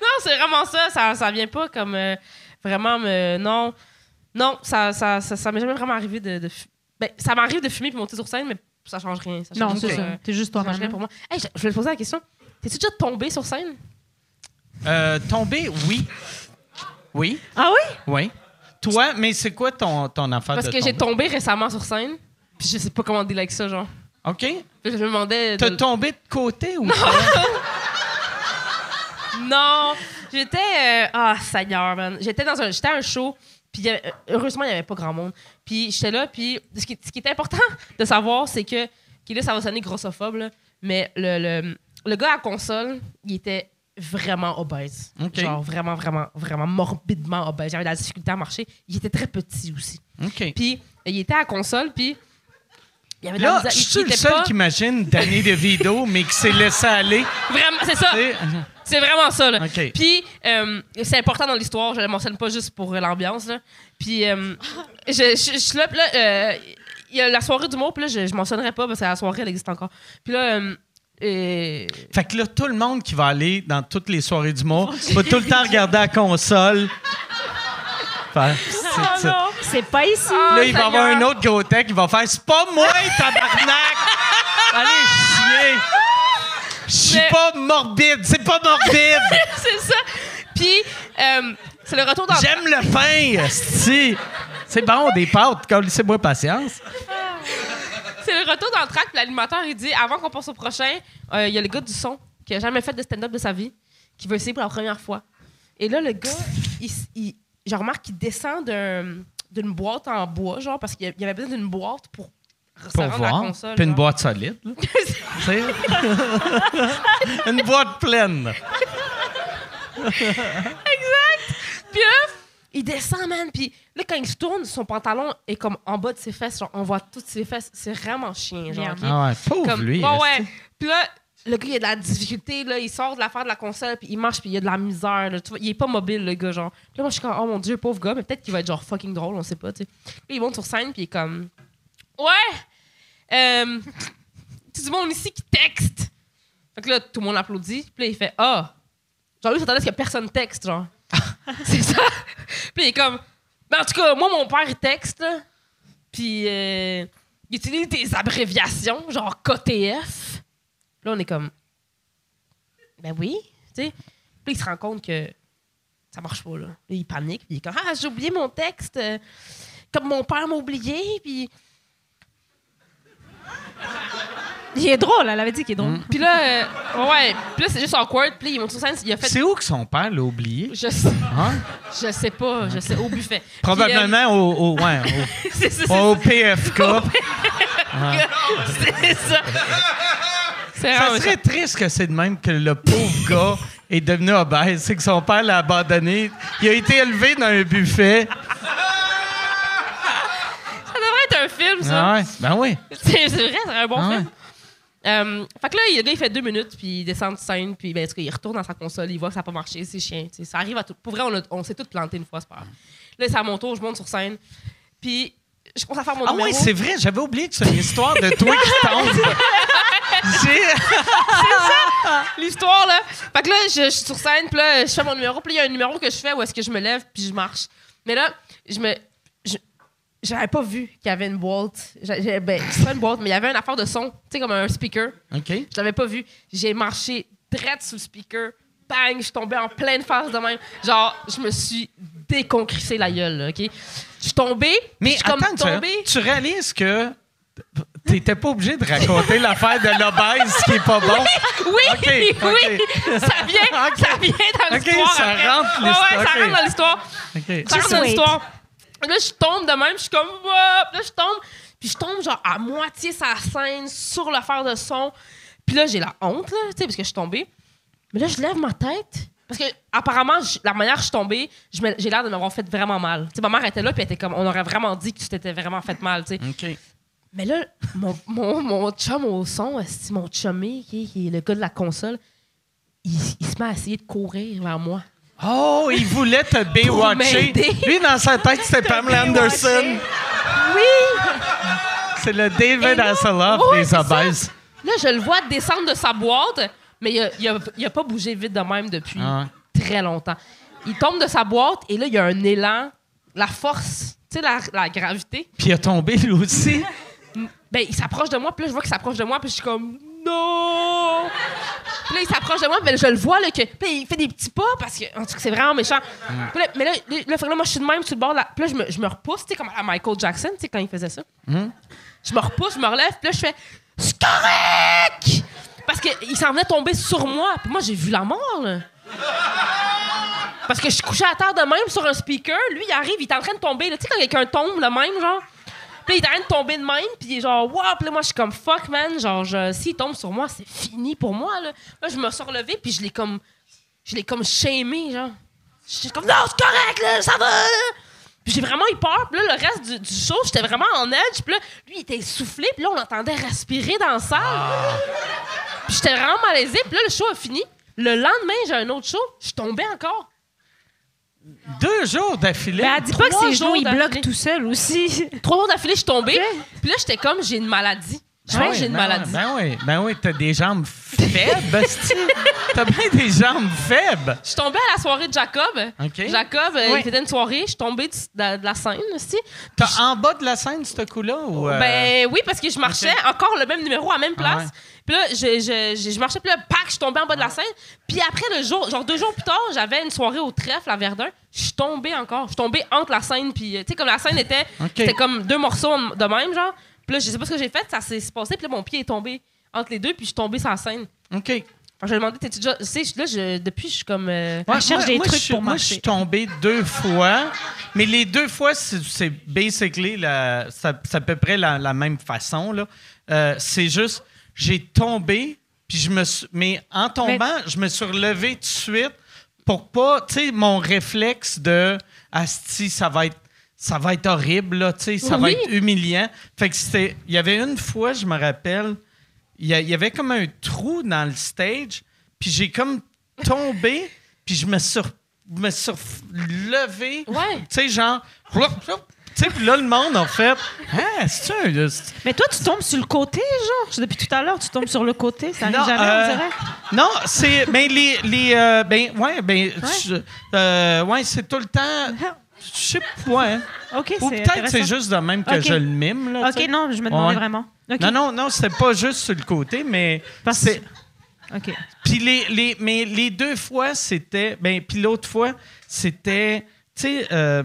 G: Non, c'est vraiment ça. Ça, ça vient pas comme euh, vraiment me. Non. Non, ça, ça, ça, ça m'est jamais vraiment arrivé de. de fu- ben, ça m'arrive de fumer puis monter sur scène, mais ça change rien. Ça change
H: Non, c'est
G: pas,
H: ça.
G: euh,
H: T'es juste
G: ça change rien
H: toi-même. hein.
G: pour moi. Hey, je, je vais te poser la question. T'es-tu déjà tombé sur scène?
A: Euh, tomber, oui. Oui,
H: Ah oui?
A: oui. Toi, mais c'est quoi ton, ton affaire
G: Parce
A: Ah, de
G: que j'ai
A: tomber?
G: tombé récemment sur scène, puis je sais pas comment dire avec ça, genre.
A: OK.
G: Puis je me demandais. de-
A: T'as tombé de côté ou
G: Non, j'étais. euh, Ah, Seigneur, man. J'étais dans un. J'étais à un show, puis il y avait- heureusement, il n'y avait pas grand monde. Puis j'étais là, puis ce qui, ce qui est important de savoir, c'est que. qui là, ça va sonner grossophobe, là, mais le, le, le gars à la console, il était vraiment obèse.
A: Ok.
G: Genre vraiment, vraiment, vraiment morbidement obèse. J'avais de la difficulté à marcher. Il était très petit aussi.
A: OK.
G: Puis il était à la console, puis. Il y avait de la
A: Là,
G: misère-
A: je
G: il-
A: suis
G: il
A: le
G: était
A: seul
G: pas-
A: qui imagine Danny DeVito, mais qui s'est laissé aller.
G: Vraiment, c'est ça.
A: C'est-
G: C'est vraiment ça, là.
A: OK.
G: Puis, euh, c'est important dans l'histoire, je le mentionne pas juste pour euh, l'ambiance, là. Puis, euh, je, je, je suis là, puis là, euh, il y a la soirée du mot, puis là, je, je mentionnerai pas parce que la soirée, elle existe encore. Puis là, euh, euh,
A: Fait que là, tout le monde qui va aller dans toutes les soirées du mois va tout le temps regarder la console. Faire, c'est ça.
H: C'est pas ici.
G: Ah,
A: Là, il va y
G: Oh Seigneur.
A: avoir un autre gros tech qui va faire C'est pas moi, tabarnak! Allez, chier! Je suis
G: Mais-
A: pas morbide, c'est pas morbide!
G: c'est ça. Puis, euh, c'est le retour dans...
A: J'aime le pain, si! C'est bon, des pâtes, quand c'est moi patience.
G: C'est le retour dans le track, puis l'animateur, il dit avant qu'on passe au prochain, euh, il y a le gars du son qui a jamais fait de stand-up de sa vie, qui veut essayer pour la première fois. Et là, le gars, il, s- il- je remarque qu'il descend d'un- d'une boîte en bois, genre, parce qu'il y avait besoin d'une boîte pour, se
A: Pour
G: rendre à
A: voir,
G: la console.
A: puis une
G: genre.
A: boîte solide, là. Tu sais? une boîte pleine.
G: Puis là, il descend, man. Puis là, quand il se tourne, son pantalon est comme en bas de ses fesses. Genre, on voit toutes ses fesses. C'est vraiment chien, genre.
H: Yeah.
G: ok?
A: Ah ouais, pauvre
G: Comme-
A: lui.
G: ouais, ouais. Puis là, le gars, il a de la difficulté. Là, il sort de l'affaire de la console, puis il marche, puis il a de la misère. là. Tu vois, il est pas mobile, le gars, genre. Puis là, moi, je suis comme, oh mon Dieu, pauvre gars, mais peut-être qu'il va être genre fucking drôle, on sait pas, tu sais. Puis il monte sur scène, puis il est comme, ouais, euh, tout le monde ici qui texte. Fait que là, tout le monde applaudit, puis là, il fait, ah. Genre, lui, il s'attendait à ce que personne texte, genre. C'est ça. Puis il est comme, ben, en tout cas, moi, mon père, il texte, là. Puis euh, il utilise des abréviations, genre KTF. Là, on est comme, ben oui, tu sais. Puis il se rend compte que ça marche pas, là. Là, il panique, puis il est comme, ah, j'ai oublié mon texte, euh, comme mon père m'a oublié, puis...
H: Il est drôle, elle avait dit qu'il est
A: Hmm.
H: drôle.
G: Puis là, euh, ouais, puis là, c'est juste awkward, puis là, il monte sur scène, il a fait...
A: C'est où que son père l'a oublié?
G: Je sais,
A: Hein?
G: je sais pas, je sais, au buffet.
A: Probablement Oh. au, au, ouais,
G: Puis, euh, c'est ça, c'est
A: au, au PFK.
G: ça, c'est ça. C'est
A: Ça
G: vraiment
A: serait triste que c'est de même que le pauvre gars est devenu obèse. C'est que son père l'a abandonné. Il a été élevé dans un buffet.
G: Ça devrait être un film, ça.
A: Ah ouais, ben oui.
G: C'est c'est vrai, c'est un bon
A: Ah
G: film. Euh, fait que là, le gars, il fait deux minutes, puis il descend de scène, puis ben, en tout cas, il retourne dans sa console, il voit que ça n'a pas marché, c'est chiant. tu sais, Ça arrive à tout. Pour vrai, on, a- on s'est tous plantés une fois, c'est pas grave. Là, c'est à mon tour, je monte sur scène, puis je commence à faire mon
A: Ah
G: numéro.
A: ouais, c'est vrai. J'avais oublié que c'est une histoire de toi qui tombe. J'ai-
G: l'histoire, là. Fait que là, je, je suis sur scène, puis là, je fais mon numéro, puis là, il y a un numéro que je fais où est-ce que je me lève, puis je marche. Mais là, je me. je- J'avais pas vu qu'il y avait une boîte. J'a- j'a- Ben, c'est pas une boîte, mais il y avait une affaire de son, tu sais, comme un speaker.
A: OK.
G: Je l'avais pas vu. J'ai marché direct sous le speaker. Bang, je suis tombée en pleine face de même. Genre, je me suis déconcrissée la gueule, là, OK? Je suis tombée, mais je
A: Mais
G: suis comme
A: attends, tu-
G: tombée.
A: tu réalises que t'étais pas obligé de raconter l'affaire de l'obèse qui est pas bon.
G: Oui,
A: Ok,
G: oui, ça vient,
A: Ok.
G: ça vient dans
A: Ok,
G: l'histoire.
A: ça
G: après.
A: rentre
G: Ouais, ouais,
A: l'histoire, ok.
G: ça rentre dans l'histoire.
A: OK.
G: Ça rentre
H: Just
G: dans
H: wait.
G: l'histoire. Là, je tombe de même, je suis comme, Wop! là, je tombe. Puis je tombe, genre, à moitié sur la scène, sur l'affaire de son. Puis là, j'ai la honte, là, tu sais, parce que je suis tombée. Mais là, je lève ma tête. Parce que, apparemment, je- la manière que je suis tombée, je me- j'ai l'air de m'avoir fait vraiment mal. Tu sais, ma mère était là, puis elle était comme, on aurait vraiment dit que tu t'étais vraiment fait mal, tu sais.
A: OK.
G: Mm. Mais là, mon, mon, mon chum au son, esti, mon chumé, qui, qui est le gars de la console, il, il se met à essayer de courir vers moi.
A: Oh, il voulait te
G: Pour
A: baywatcher.
G: m'aider.
A: Lui, dans sa tête, c'était Pamela Anderson.
G: Oui!
A: C'est le David
G: là,
A: Hasselhoff
G: ouais,
A: des
G: c'est ça.
A: obèses.
G: Là, je le vois descendre de sa boîte, mais il a, il a- il a pas bougé vite de même depuis
A: Ah
G: très longtemps. Il tombe de sa boîte et là, il y a un élan, la force, tu sais, la, la gravité.
A: Puis il a tombé, lui aussi.
G: Ben, il s'approche de moi, puis là, je vois qu'il s'approche de moi, puis je suis comme non! Puis là, il s'approche de moi, mais je le vois, là, que. Puis là, il fait des petits pas, parce que, en tout cas, c'est vraiment méchant. Puis là, mais là, là, là, fait que là, moi, je suis de même sur le bord, là. Puis là, je me, je me repousse, tu sais, comme à Michael Jackson, tu sais, quand il faisait ça. Je me repousse, je me relève, puis là, je fais C'est correct! Parce qu'il s'en venait tomber sur moi, puis moi, j'ai vu la mort, là. Parce que je suis couché à terre de même sur un speaker. Lui, il arrive, il est en train de tomber. là. Tu sais, quand quelqu'un tombe, le même, genre. Puis là, il est en train de tomber de même, puis il est genre, wow! Puis là, moi, je suis comme, fuck, man. Genre, je- s'il tombe sur moi, c'est fini pour moi, là. Là, je me suis relevée, puis je l'ai comme. Je l'ai comme shamé, genre. J'étais comme, non, c'est correct, là, ça va! là. Puis j'ai vraiment eu peur. Puis là, le reste du, du show, j'étais vraiment en edge. Puis là, lui, il était essoufflé, puis là, on l'entendait respirer dans la salle. Puis j'étais vraiment malaisée, puis là, le show a fini. Le lendemain, j'ai un autre show, je suis tombée encore.
A: Deux jours d'affilée.
H: Ben, elle dit pas que
G: Trois
H: ses
G: jours
H: genoux, ils bloquent
G: d'affilée.
H: tout seuls aussi.
G: Trois jours d'affilée, je suis tombée. Puis là, j'étais comme, j'ai une maladie. Je
A: Ben
G: pense que
A: oui,
G: j'ai une
A: ben
G: maladie.
A: oui, Ben oui, ben oui, t'as des jambes faibles, esti. T'as bien des jambes faibles.
G: Je suis tombée à la soirée de Jacob.
A: OK.
G: Jacob, euh,
H: Ouais.
G: il faisait une soirée. Je suis tombée du- de, de la scène aussi.
A: T'as en bas de la scène, ce coup-là, ou... euh,
G: Ben oui, parce que je marchais encore le même numéro à la même
A: Ah
G: place. Puis là, je, je- je- je marchais, puis là, pac, je suis tombée en bas de la scène. Puis après, le jour, genre deux jours plus tard, j'avais une soirée au trèfle à Verdun. Je suis tombée encore. Je suis tombée entre la scène, puis euh, tu sais, comme la scène était,
A: OK.
G: c'était comme deux morceaux en- de même, genre. Puis là, je sais pas ce que j'ai fait, ça s'est passé, puis là, mon pied est tombé entre les deux, puis je suis tombée sur la scène.
A: OK.
G: Fait que je me demandais, t'es-tu déjà. Tu sais, je- là, je- depuis, je suis comme. euh,
A: Moi,
H: cherche des
A: je
H: trucs
A: suis-
H: pour
A: moi, je
H: marcher.
A: suis tombé deux fois, mais les deux fois, c'est c'est basically, la, ça, c'est à peu près la, la même façon. là. Euh, c'est juste, j'ai tombé, puis je me suis- mais en tombant, je me suis relevé tout de suite pour pas, tu sais, mon réflexe de « Asti, ça va être ça va être horrible, là, tu sais, ça va
G: Oui.
A: être humiliant. » Fait que c'était, il y avait une fois, je me rappelle, il y, a- il y avait comme un trou dans le stage, puis j'ai comme tombé, puis je me suis, re- me suis levé.
G: Ouais.
A: Tu sais, genre. floup, floup. Tu sais, puis là, le monde, en fait. Ah, c'est un. là, c'est-
H: Mais toi, tu tombes sur le côté, genre. Depuis tout à l'heure, tu tombes sur le côté. Ça arrive
A: Non,
H: jamais,
A: euh,
H: on dirait.
A: Non, c'est. Mais les. les euh, ben, ouais, ben. je- euh, ouais, c'est tout le temps. Je sais pas. ouais.
H: OK, c'est
A: Ou peut-être
H: intéressant.
A: c'est juste de même que
H: Ok.
A: je le mime, là. tu
H: OK,
A: sais.
H: non, je me demandais
A: Ouais.
H: vraiment. OK.
A: Non, non, non, c'est pas juste sur le côté, mais.
H: Parce-
A: c'est-
H: OK.
A: Puis les, les- mais les deux fois, c'était. Ben, puis l'autre fois, c'était. Tu sais, euh,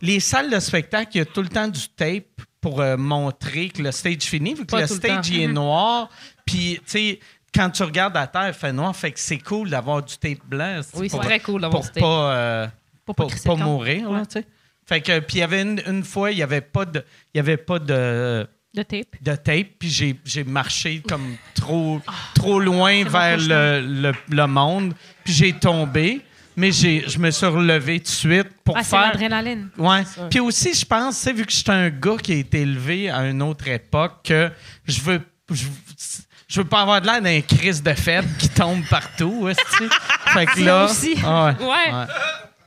A: les salles de spectacle, il y a tout le temps du tape pour euh, montrer que le stage finit, vu que
G: Pas
A: le
G: tout le
A: stage
G: temps. Mm-hmm.
A: il est noir. Puis, tu sais, quand tu regardes à terre, il fait noir. Fait que c'est cool d'avoir du tape blanc.
G: Oui, c'est
A: pour-
G: très cool d'avoir
A: Pour
G: du tape.
A: pas. euh,
H: Pour pas
A: pour
H: crisser
A: pas
H: le camp.
A: mourir, là,
H: Ouais.
A: tu sais. Fait que, puis il y avait une, une fois, il n'y avait pas de. Il y avait pas de
H: De tape.
A: de tape, puis j'ai, j'ai marché comme trop, trop
G: Ah,
A: loin vers le, le, le monde, puis j'ai tombé, mais j'ai, je me suis relevé tout de suite pour
H: Ah, c'est
A: faire...
H: l'adrénaline.
A: Ouais. Puis aussi, je pense, tu sais, vu que j'étais un gars qui a été élevé à une autre époque, que je veux... Je, je veux pas avoir de l'air d'un crise de fête qui tombe partout, ouais, c'est-tu? fait que là...
H: aussi.
A: Ah ouais.
G: Ouais.
A: Ouais.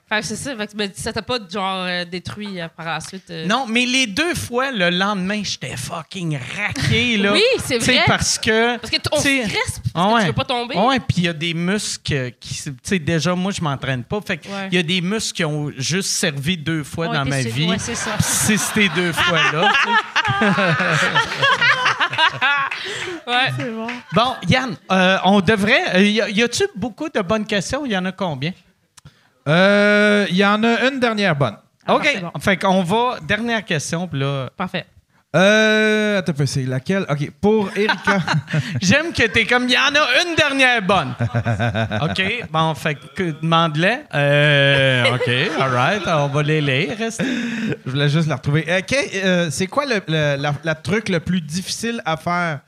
G: Fait que c'est ça. Fait que, mais ça t'a pas genre euh, détruit euh, par la suite. euh.
A: Non, mais les deux fois, le lendemain, j'étais fucking raqué, là.
G: Oui, c'est
A: Tu sais,
G: vrai.
A: parce que...
G: Parce que t- on
A: tu sais-
G: se crispe, parce
A: Ah
G: que
A: ouais.
G: tu veux pas tomber.
A: Ah Ouais, puis il y a des muscles euh, qui. se- Tu sais, déjà, moi, je m'entraîne pas. Fait que il
G: Ouais.
A: y a des muscles qui ont juste servi deux fois
H: Ouais,
A: dans
H: t'es
A: ma
H: sûr.
A: vie.
H: Ouais, c'est ça.
A: c'est ces deux fois-là. tu sais.
G: Ouais.
H: C'est bon.
A: bon, Yann, euh, on devrait. euh, y a- y a-tu beaucoup de bonnes questions? Il y en a combien?
D: Euh, Il y en a une dernière bonne.
A: OK. Fait qu'on va. Dernière question, puis là.
G: Parfait.
D: Euh, attends, un peu, c'est laquelle? OK, pour Erika.
A: J'aime que t'es comme. Il y en a une dernière bonne. OK. Bon, fait que demande-les. Euh, OK. All right. On va les lire. Reste-
D: Je voulais juste la retrouver. Euh, que- euh, c'est quoi le, le- la, la truc le plus difficile à faire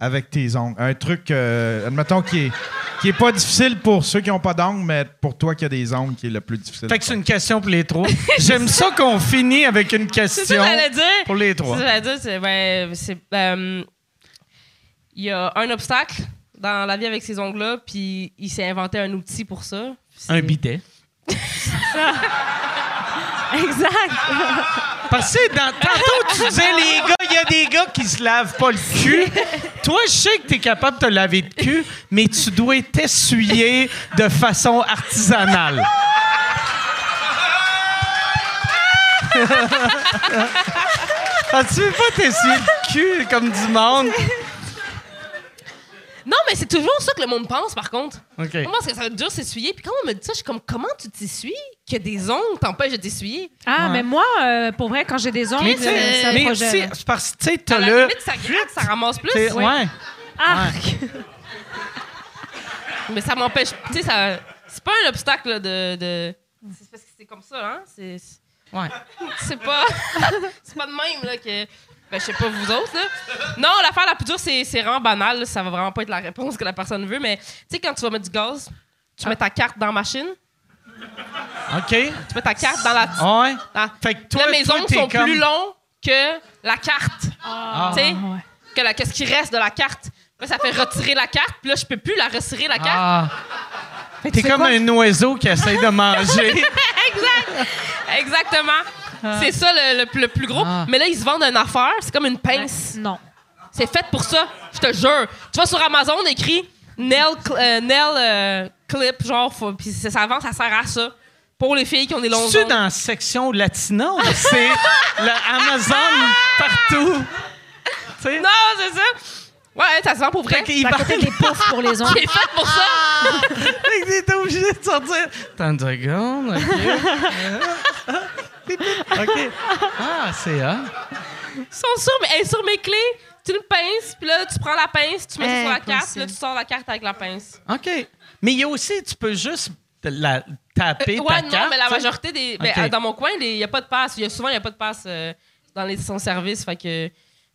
D: avec tes ongles? Un truc, euh, admettons, qui est, qui est pas difficile pour ceux qui n'ont pas d'ongles, mais pour toi qui as des ongles, qui est le plus difficile.
A: Fait que c'est une question pour les trois. J'aime ça qu'on finit avec une
G: C'est ça
A: question
G: que j'allais dire.
A: pour les
G: C'est ça
A: trois.
G: que j'allais dire. C'est, ben, c'est, euh, il y a un obstacle dans la vie avec ces ongles-là, puis il s'est inventé un outil pour ça. C'est-
A: Un bidet.
H: Exact.
A: Parce que tu sais, dans- tantôt, tu disais, les gars, il y a des gars qui se lavent pas le cul. Toi, je sais que tu es capable de te laver le cul, mais tu dois t'essuyer de façon artisanale. Ah, tu veux pas t'essuyer le cul comme du monde?
G: Non, mais c'est toujours ça que le monde pense, par contre.
A: OK.
G: Moi, parce que ça va être dur de s'essuyer. Puis quand on me dit ça, je suis comme, comment tu t'essuies que des ongles t'empêchent de t'essuyer?
H: Ah, mais moi, euh, pour vrai, quand j'ai des ongles,
A: Mais tu sais,
H: euh, ça me
A: mais
H: projette.
A: c'est- c'est parce que tu sais,
G: À
A: t'as
G: la
A: le.
G: limite, ça gratte, ça ramasse plus.
A: t'es- Ouais.
H: Arc!
G: Mais ça m'empêche. Tu sais, ça. C'est pas un obstacle là, de. de... C'est parce que c'est comme ça, hein? C'est. c'est-
A: Ouais.
G: C'est pas. c'est pas de même, là, que. Ben, je sais pas vous autres, là. Non, l'affaire la plus dure, c'est, c'est vraiment banal. là. Ça va vraiment pas être la réponse que la personne veut, mais tu sais, quand tu vas mettre du gaz,
A: Ah.
G: tu mets ta carte dans la machine,
A: OK.
G: tu mets ta carte dans la. Ah.
A: Ouais.
G: dans-
A: Ah. Fait que toi,
G: là, mes
A: toi,
G: ongles
A: t'es
G: sont
A: comme-
G: plus longs que la carte. Tu sais? Que la, qu'est-ce qui reste de la carte. Là, ça fait retirer la carte, puis là, je peux plus la retirer, la carte.
A: Ah. T'es
H: c'est
A: comme
H: quoi?
A: un oiseau qui essaye de manger.
G: exact. Exactement. C'est ça le, le- le plus gros.
A: Ah.
G: Mais là, ils se vendent une affaire. C'est comme une pince.
H: Bah, Non.
G: C'est fait pour ça. Je te jure. Tu vas sur Amazon, écrit nail, cl- euh, nail, euh, clip, genre, faut- puis ça ça vend, ça sert à ça. Pour les filles qui ont des longs
A: C'est
G: ongles.
A: dans la section latina ou c'est le Amazon partout? Tu sais?
G: Non, c'est ça. Ouais, ça se vend pour vrai.
A: Fait qu'il
H: Ça
A: va-
H: coûtait des poufs pour les ongles.
G: C'est fait pour ça.
A: Fait qu'il était obligé de sortir. T'as une seconde, OK. OK. Ah, c'est ça.
G: Ils sont sur, mais, hey, sur mes clés. Tu le pinces, puis là, tu prends la pince, tu mets ça sur la
H: Impossible.
G: carte, puis là, tu sors la carte avec la pince.
A: OK. Mais il y a aussi, tu peux juste la taper
G: Euh,
A: ta
G: non,
A: carte,
G: mais la
A: tu sais.
G: majorité des. ben,
A: Ok.
G: euh, dans mon coin, il n'y a pas de passe. Il Y a, souvent, il n'y a pas de passe euh, dans les stations service. Fait que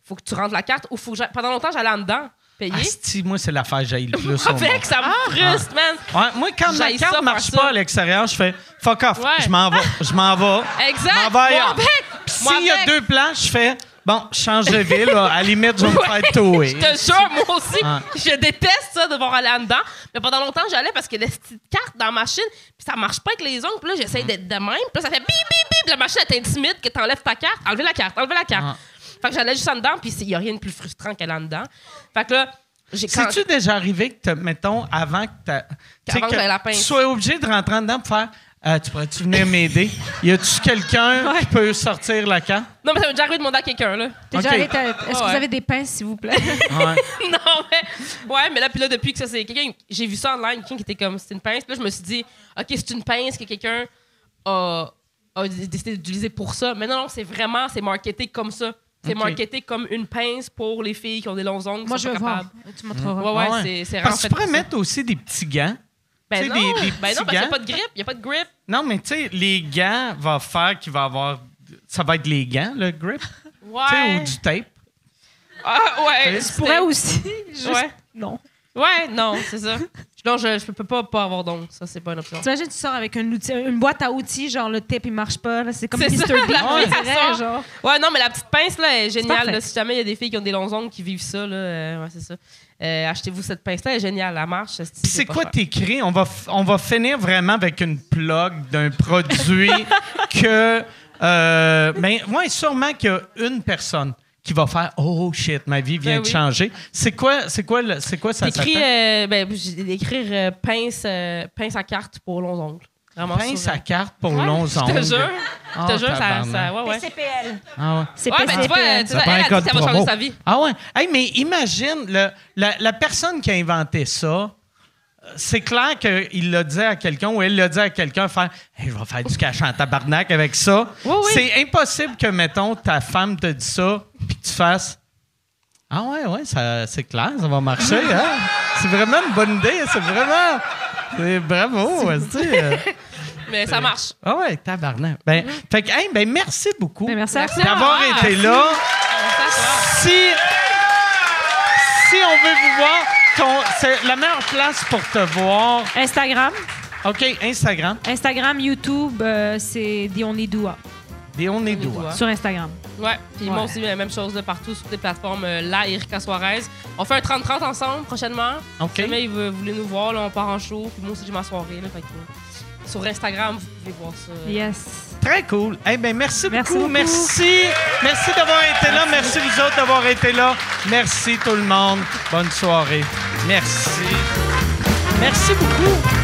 G: faut que tu rentres la carte ou faut que j'a- Pendant longtemps, j'allais en dedans payer.
A: Asti, Ah, moi, c'est Ah. l'affaire que j'haïs le plus au monde.
G: Avec, ça me frustre, man.
A: Ouais, moi, quand ma
G: J'haïs
A: carte
G: ça,
A: marche
G: faire
A: pas
G: ça.
A: à l'extérieur, je fais fuck off,
G: Ouais.
A: je m'en vais, je m'en vais.
G: Exact.
A: Je m'en vais
G: Moi
A: ailleurs.
G: avec.
A: Puis
G: Moi
A: s'il y a
G: avec.
A: deux plans, je fais bon, je change de ville, là. à la limite, je vais me
G: Ouais,
A: faire touer.
G: Je te jure, moi aussi,
A: Ah.
G: je déteste ça devoir aller en dedans. Mais pendant longtemps, j'allais parce que les petites cartes dans la machine, puis ça marche pas avec les ongles. Puis là,
A: Mm.
G: j'essaie d'être de même. Puis là, ça fait bip, bip, bip. La machine, elle t'intimide que t'enlèves ta carte. Enlevez la carte, enlevez la carte.
A: Ah.
G: Fait que j'allais juste en dedans, puis il y a rien de plus frustrant qu'aller en dedans. Fait que là, j'ai quand...
A: C'est-tu déjà arrivé que, t'as- mettons, avant que, t'as- tu sais,
G: Qu'avant que j'aille la
A: tu
G: pince.
A: sois obligé de rentrer en dedans pour faire Euh, Tu pourrais-tu venir m'aider Y a-tu quelqu'un qui peut sortir la carte
G: Non, mais ça m'est déjà arrivé de demander à quelqu'un, là.
H: T'es déjà
A: Ok.
H: allé, t'as- Est-ce que
G: Ouais.
H: vous avez des pinces, s'il vous plaît?
A: Ouais.
G: non, mais. Ouais, mais là, puis là, depuis que ça, c'est quelqu'un. J'ai vu ça en ligne, quelqu'un qui était comme, c'est une pince. Puis là, je me suis dit, OK, c'est une pince que quelqu'un a, a décidé d'utiliser pour ça. Mais non, non, c'est vraiment, c'est marketé comme ça. C'est
A: Ok.
G: marketé comme une pince pour les filles qui ont des longs ongles. qui
H: Moi, je
G: sont
H: veux
G: pas
H: voir.
G: capables.
H: Tu montreras.
G: Ouais, ouais,
A: Ah ouais.
G: c'est- c'est
A: Parce
G: en
A: que
G: fait
A: tu pourrais
G: ça.
A: mettre aussi des petits gants. Tu
G: Ben
A: sais,
G: non,
A: des- des
G: ben non,
A: petits
G: parce qu'il n'y a
A: gants.
G: pas de grip. Il n'y a pas de grip.
A: Non, mais tu sais, les gants va faire qu'il va avoir. Ça va être les gants, le grip, tu sais,
G: Ouais.
A: ou du tape.
G: Ah, ouais.
H: Je pourrais aussi. Juste...
G: Ouais.
H: Non.
G: Ouais, non, c'est ça. Non, je je peux pas pas avoir d'ongles. Ça, c'est pas une option.
H: T'imagines, tu sors avec un outil- une boîte à outils, genre le tape, il marche pas. là, C'est comme
G: C'est
H: Mr.
G: ça.
H: Black, on
G: Ouais.
H: dirait,
G: Ça.
H: genre.
G: Ouais, non, mais la petite pince, là, est géniale.
H: parfait.
G: là. si jamais il y a des filles qui ont des longs ongles qui vivent ça, là, euh, ouais, c'est ça. Euh, Achetez-vous cette pince-là, elle est géniale. Elle marche. c'est-
A: Puis c'est
G: pas
A: quoi
G: cher.
A: t'écris? On va, f- on va finir vraiment avec une plug d'un produit que. euh, ben, ouais, sûrement qu'il y a une personne qui va faire Oh shit, ma vie vient
G: Ben
A: de
G: oui.
A: changer. C'est quoi, c'est quoi, le- c'est quoi ça
G: T'écris,
A: s'appelle?
G: euh, ben, j'ai d'écrire euh, pince, euh, pince à carte pour longs ongles. Vraiment
A: Pince
G: sur-
A: à carte pour
G: euh, Ouais,
A: longs
G: Je te
A: ongles.
G: jure.
A: Ah,
G: je te jure, ça.
A: tabarnak.
G: ça ouais, ouais.
H: PCPL.
A: Ah ouais.
H: C'est
G: Ouais, ben, tu vois,
H: PCPL.
G: tu vois,
E: prend
G: elle
E: un
G: a dit
E: code
G: que ça va changer
E: promo.
G: sa vie.
A: Ah ouais. Hey, mais imagine, le- la, la personne qui a inventé ça, euh, c'est clair qu'il l'a dit à quelqu'un ou elle l'a dit à quelqu'un faire Hey, Je vais faire du cash en tabarnak avec ça.
G: Oui, oui.
A: C'est impossible que, mettons, ta femme te dise ça puis que tu fasses Ah ouais, ouais, ça, c'est clair, ça va marcher. hein? C'est vraiment une bonne idée. C'est vraiment. C'est bravo. est-ce que, euh,
G: Mais ça marche.
A: Ah ouais, tabarnak. Ben, fait que, hey, ben, merci beaucoup
H: Ben, merci à
G: Merci.
H: toi.
A: d'avoir
G: Ah,
A: été là
G: Ça, ça marche.
A: si, si on veut vous voir, ton- c'est la meilleure place pour te voir.
G: euh,
H: Instagram.
A: OK, Instagram.
H: Instagram, YouTube, euh, c'est The Only Doua
A: Et on est
G: On est
A: doigts.
G: doigts.
H: sur Instagram.
G: Ouais, puis
H: Ouais.
G: moi aussi, la même chose de partout sur toutes les plateformes. euh, là, Erika Suarez. On fait un 30-30 ensemble prochainement.
A: OK.
G: Si jamais ils veulent- voulaient nous voir, là, on part en show. Puis moi aussi, j'ai ma soirée. Là, fait que, euh, Sur Instagram, vous pouvez voir ça.
H: Yes.
A: Très cool. Eh bien, merci,
H: Merci
A: beaucoup.
H: beaucoup.
A: Merci. Merci d'avoir été là. Merci vous autres d'avoir été là. Merci tout le monde. Bonne soirée. Merci. Merci beaucoup.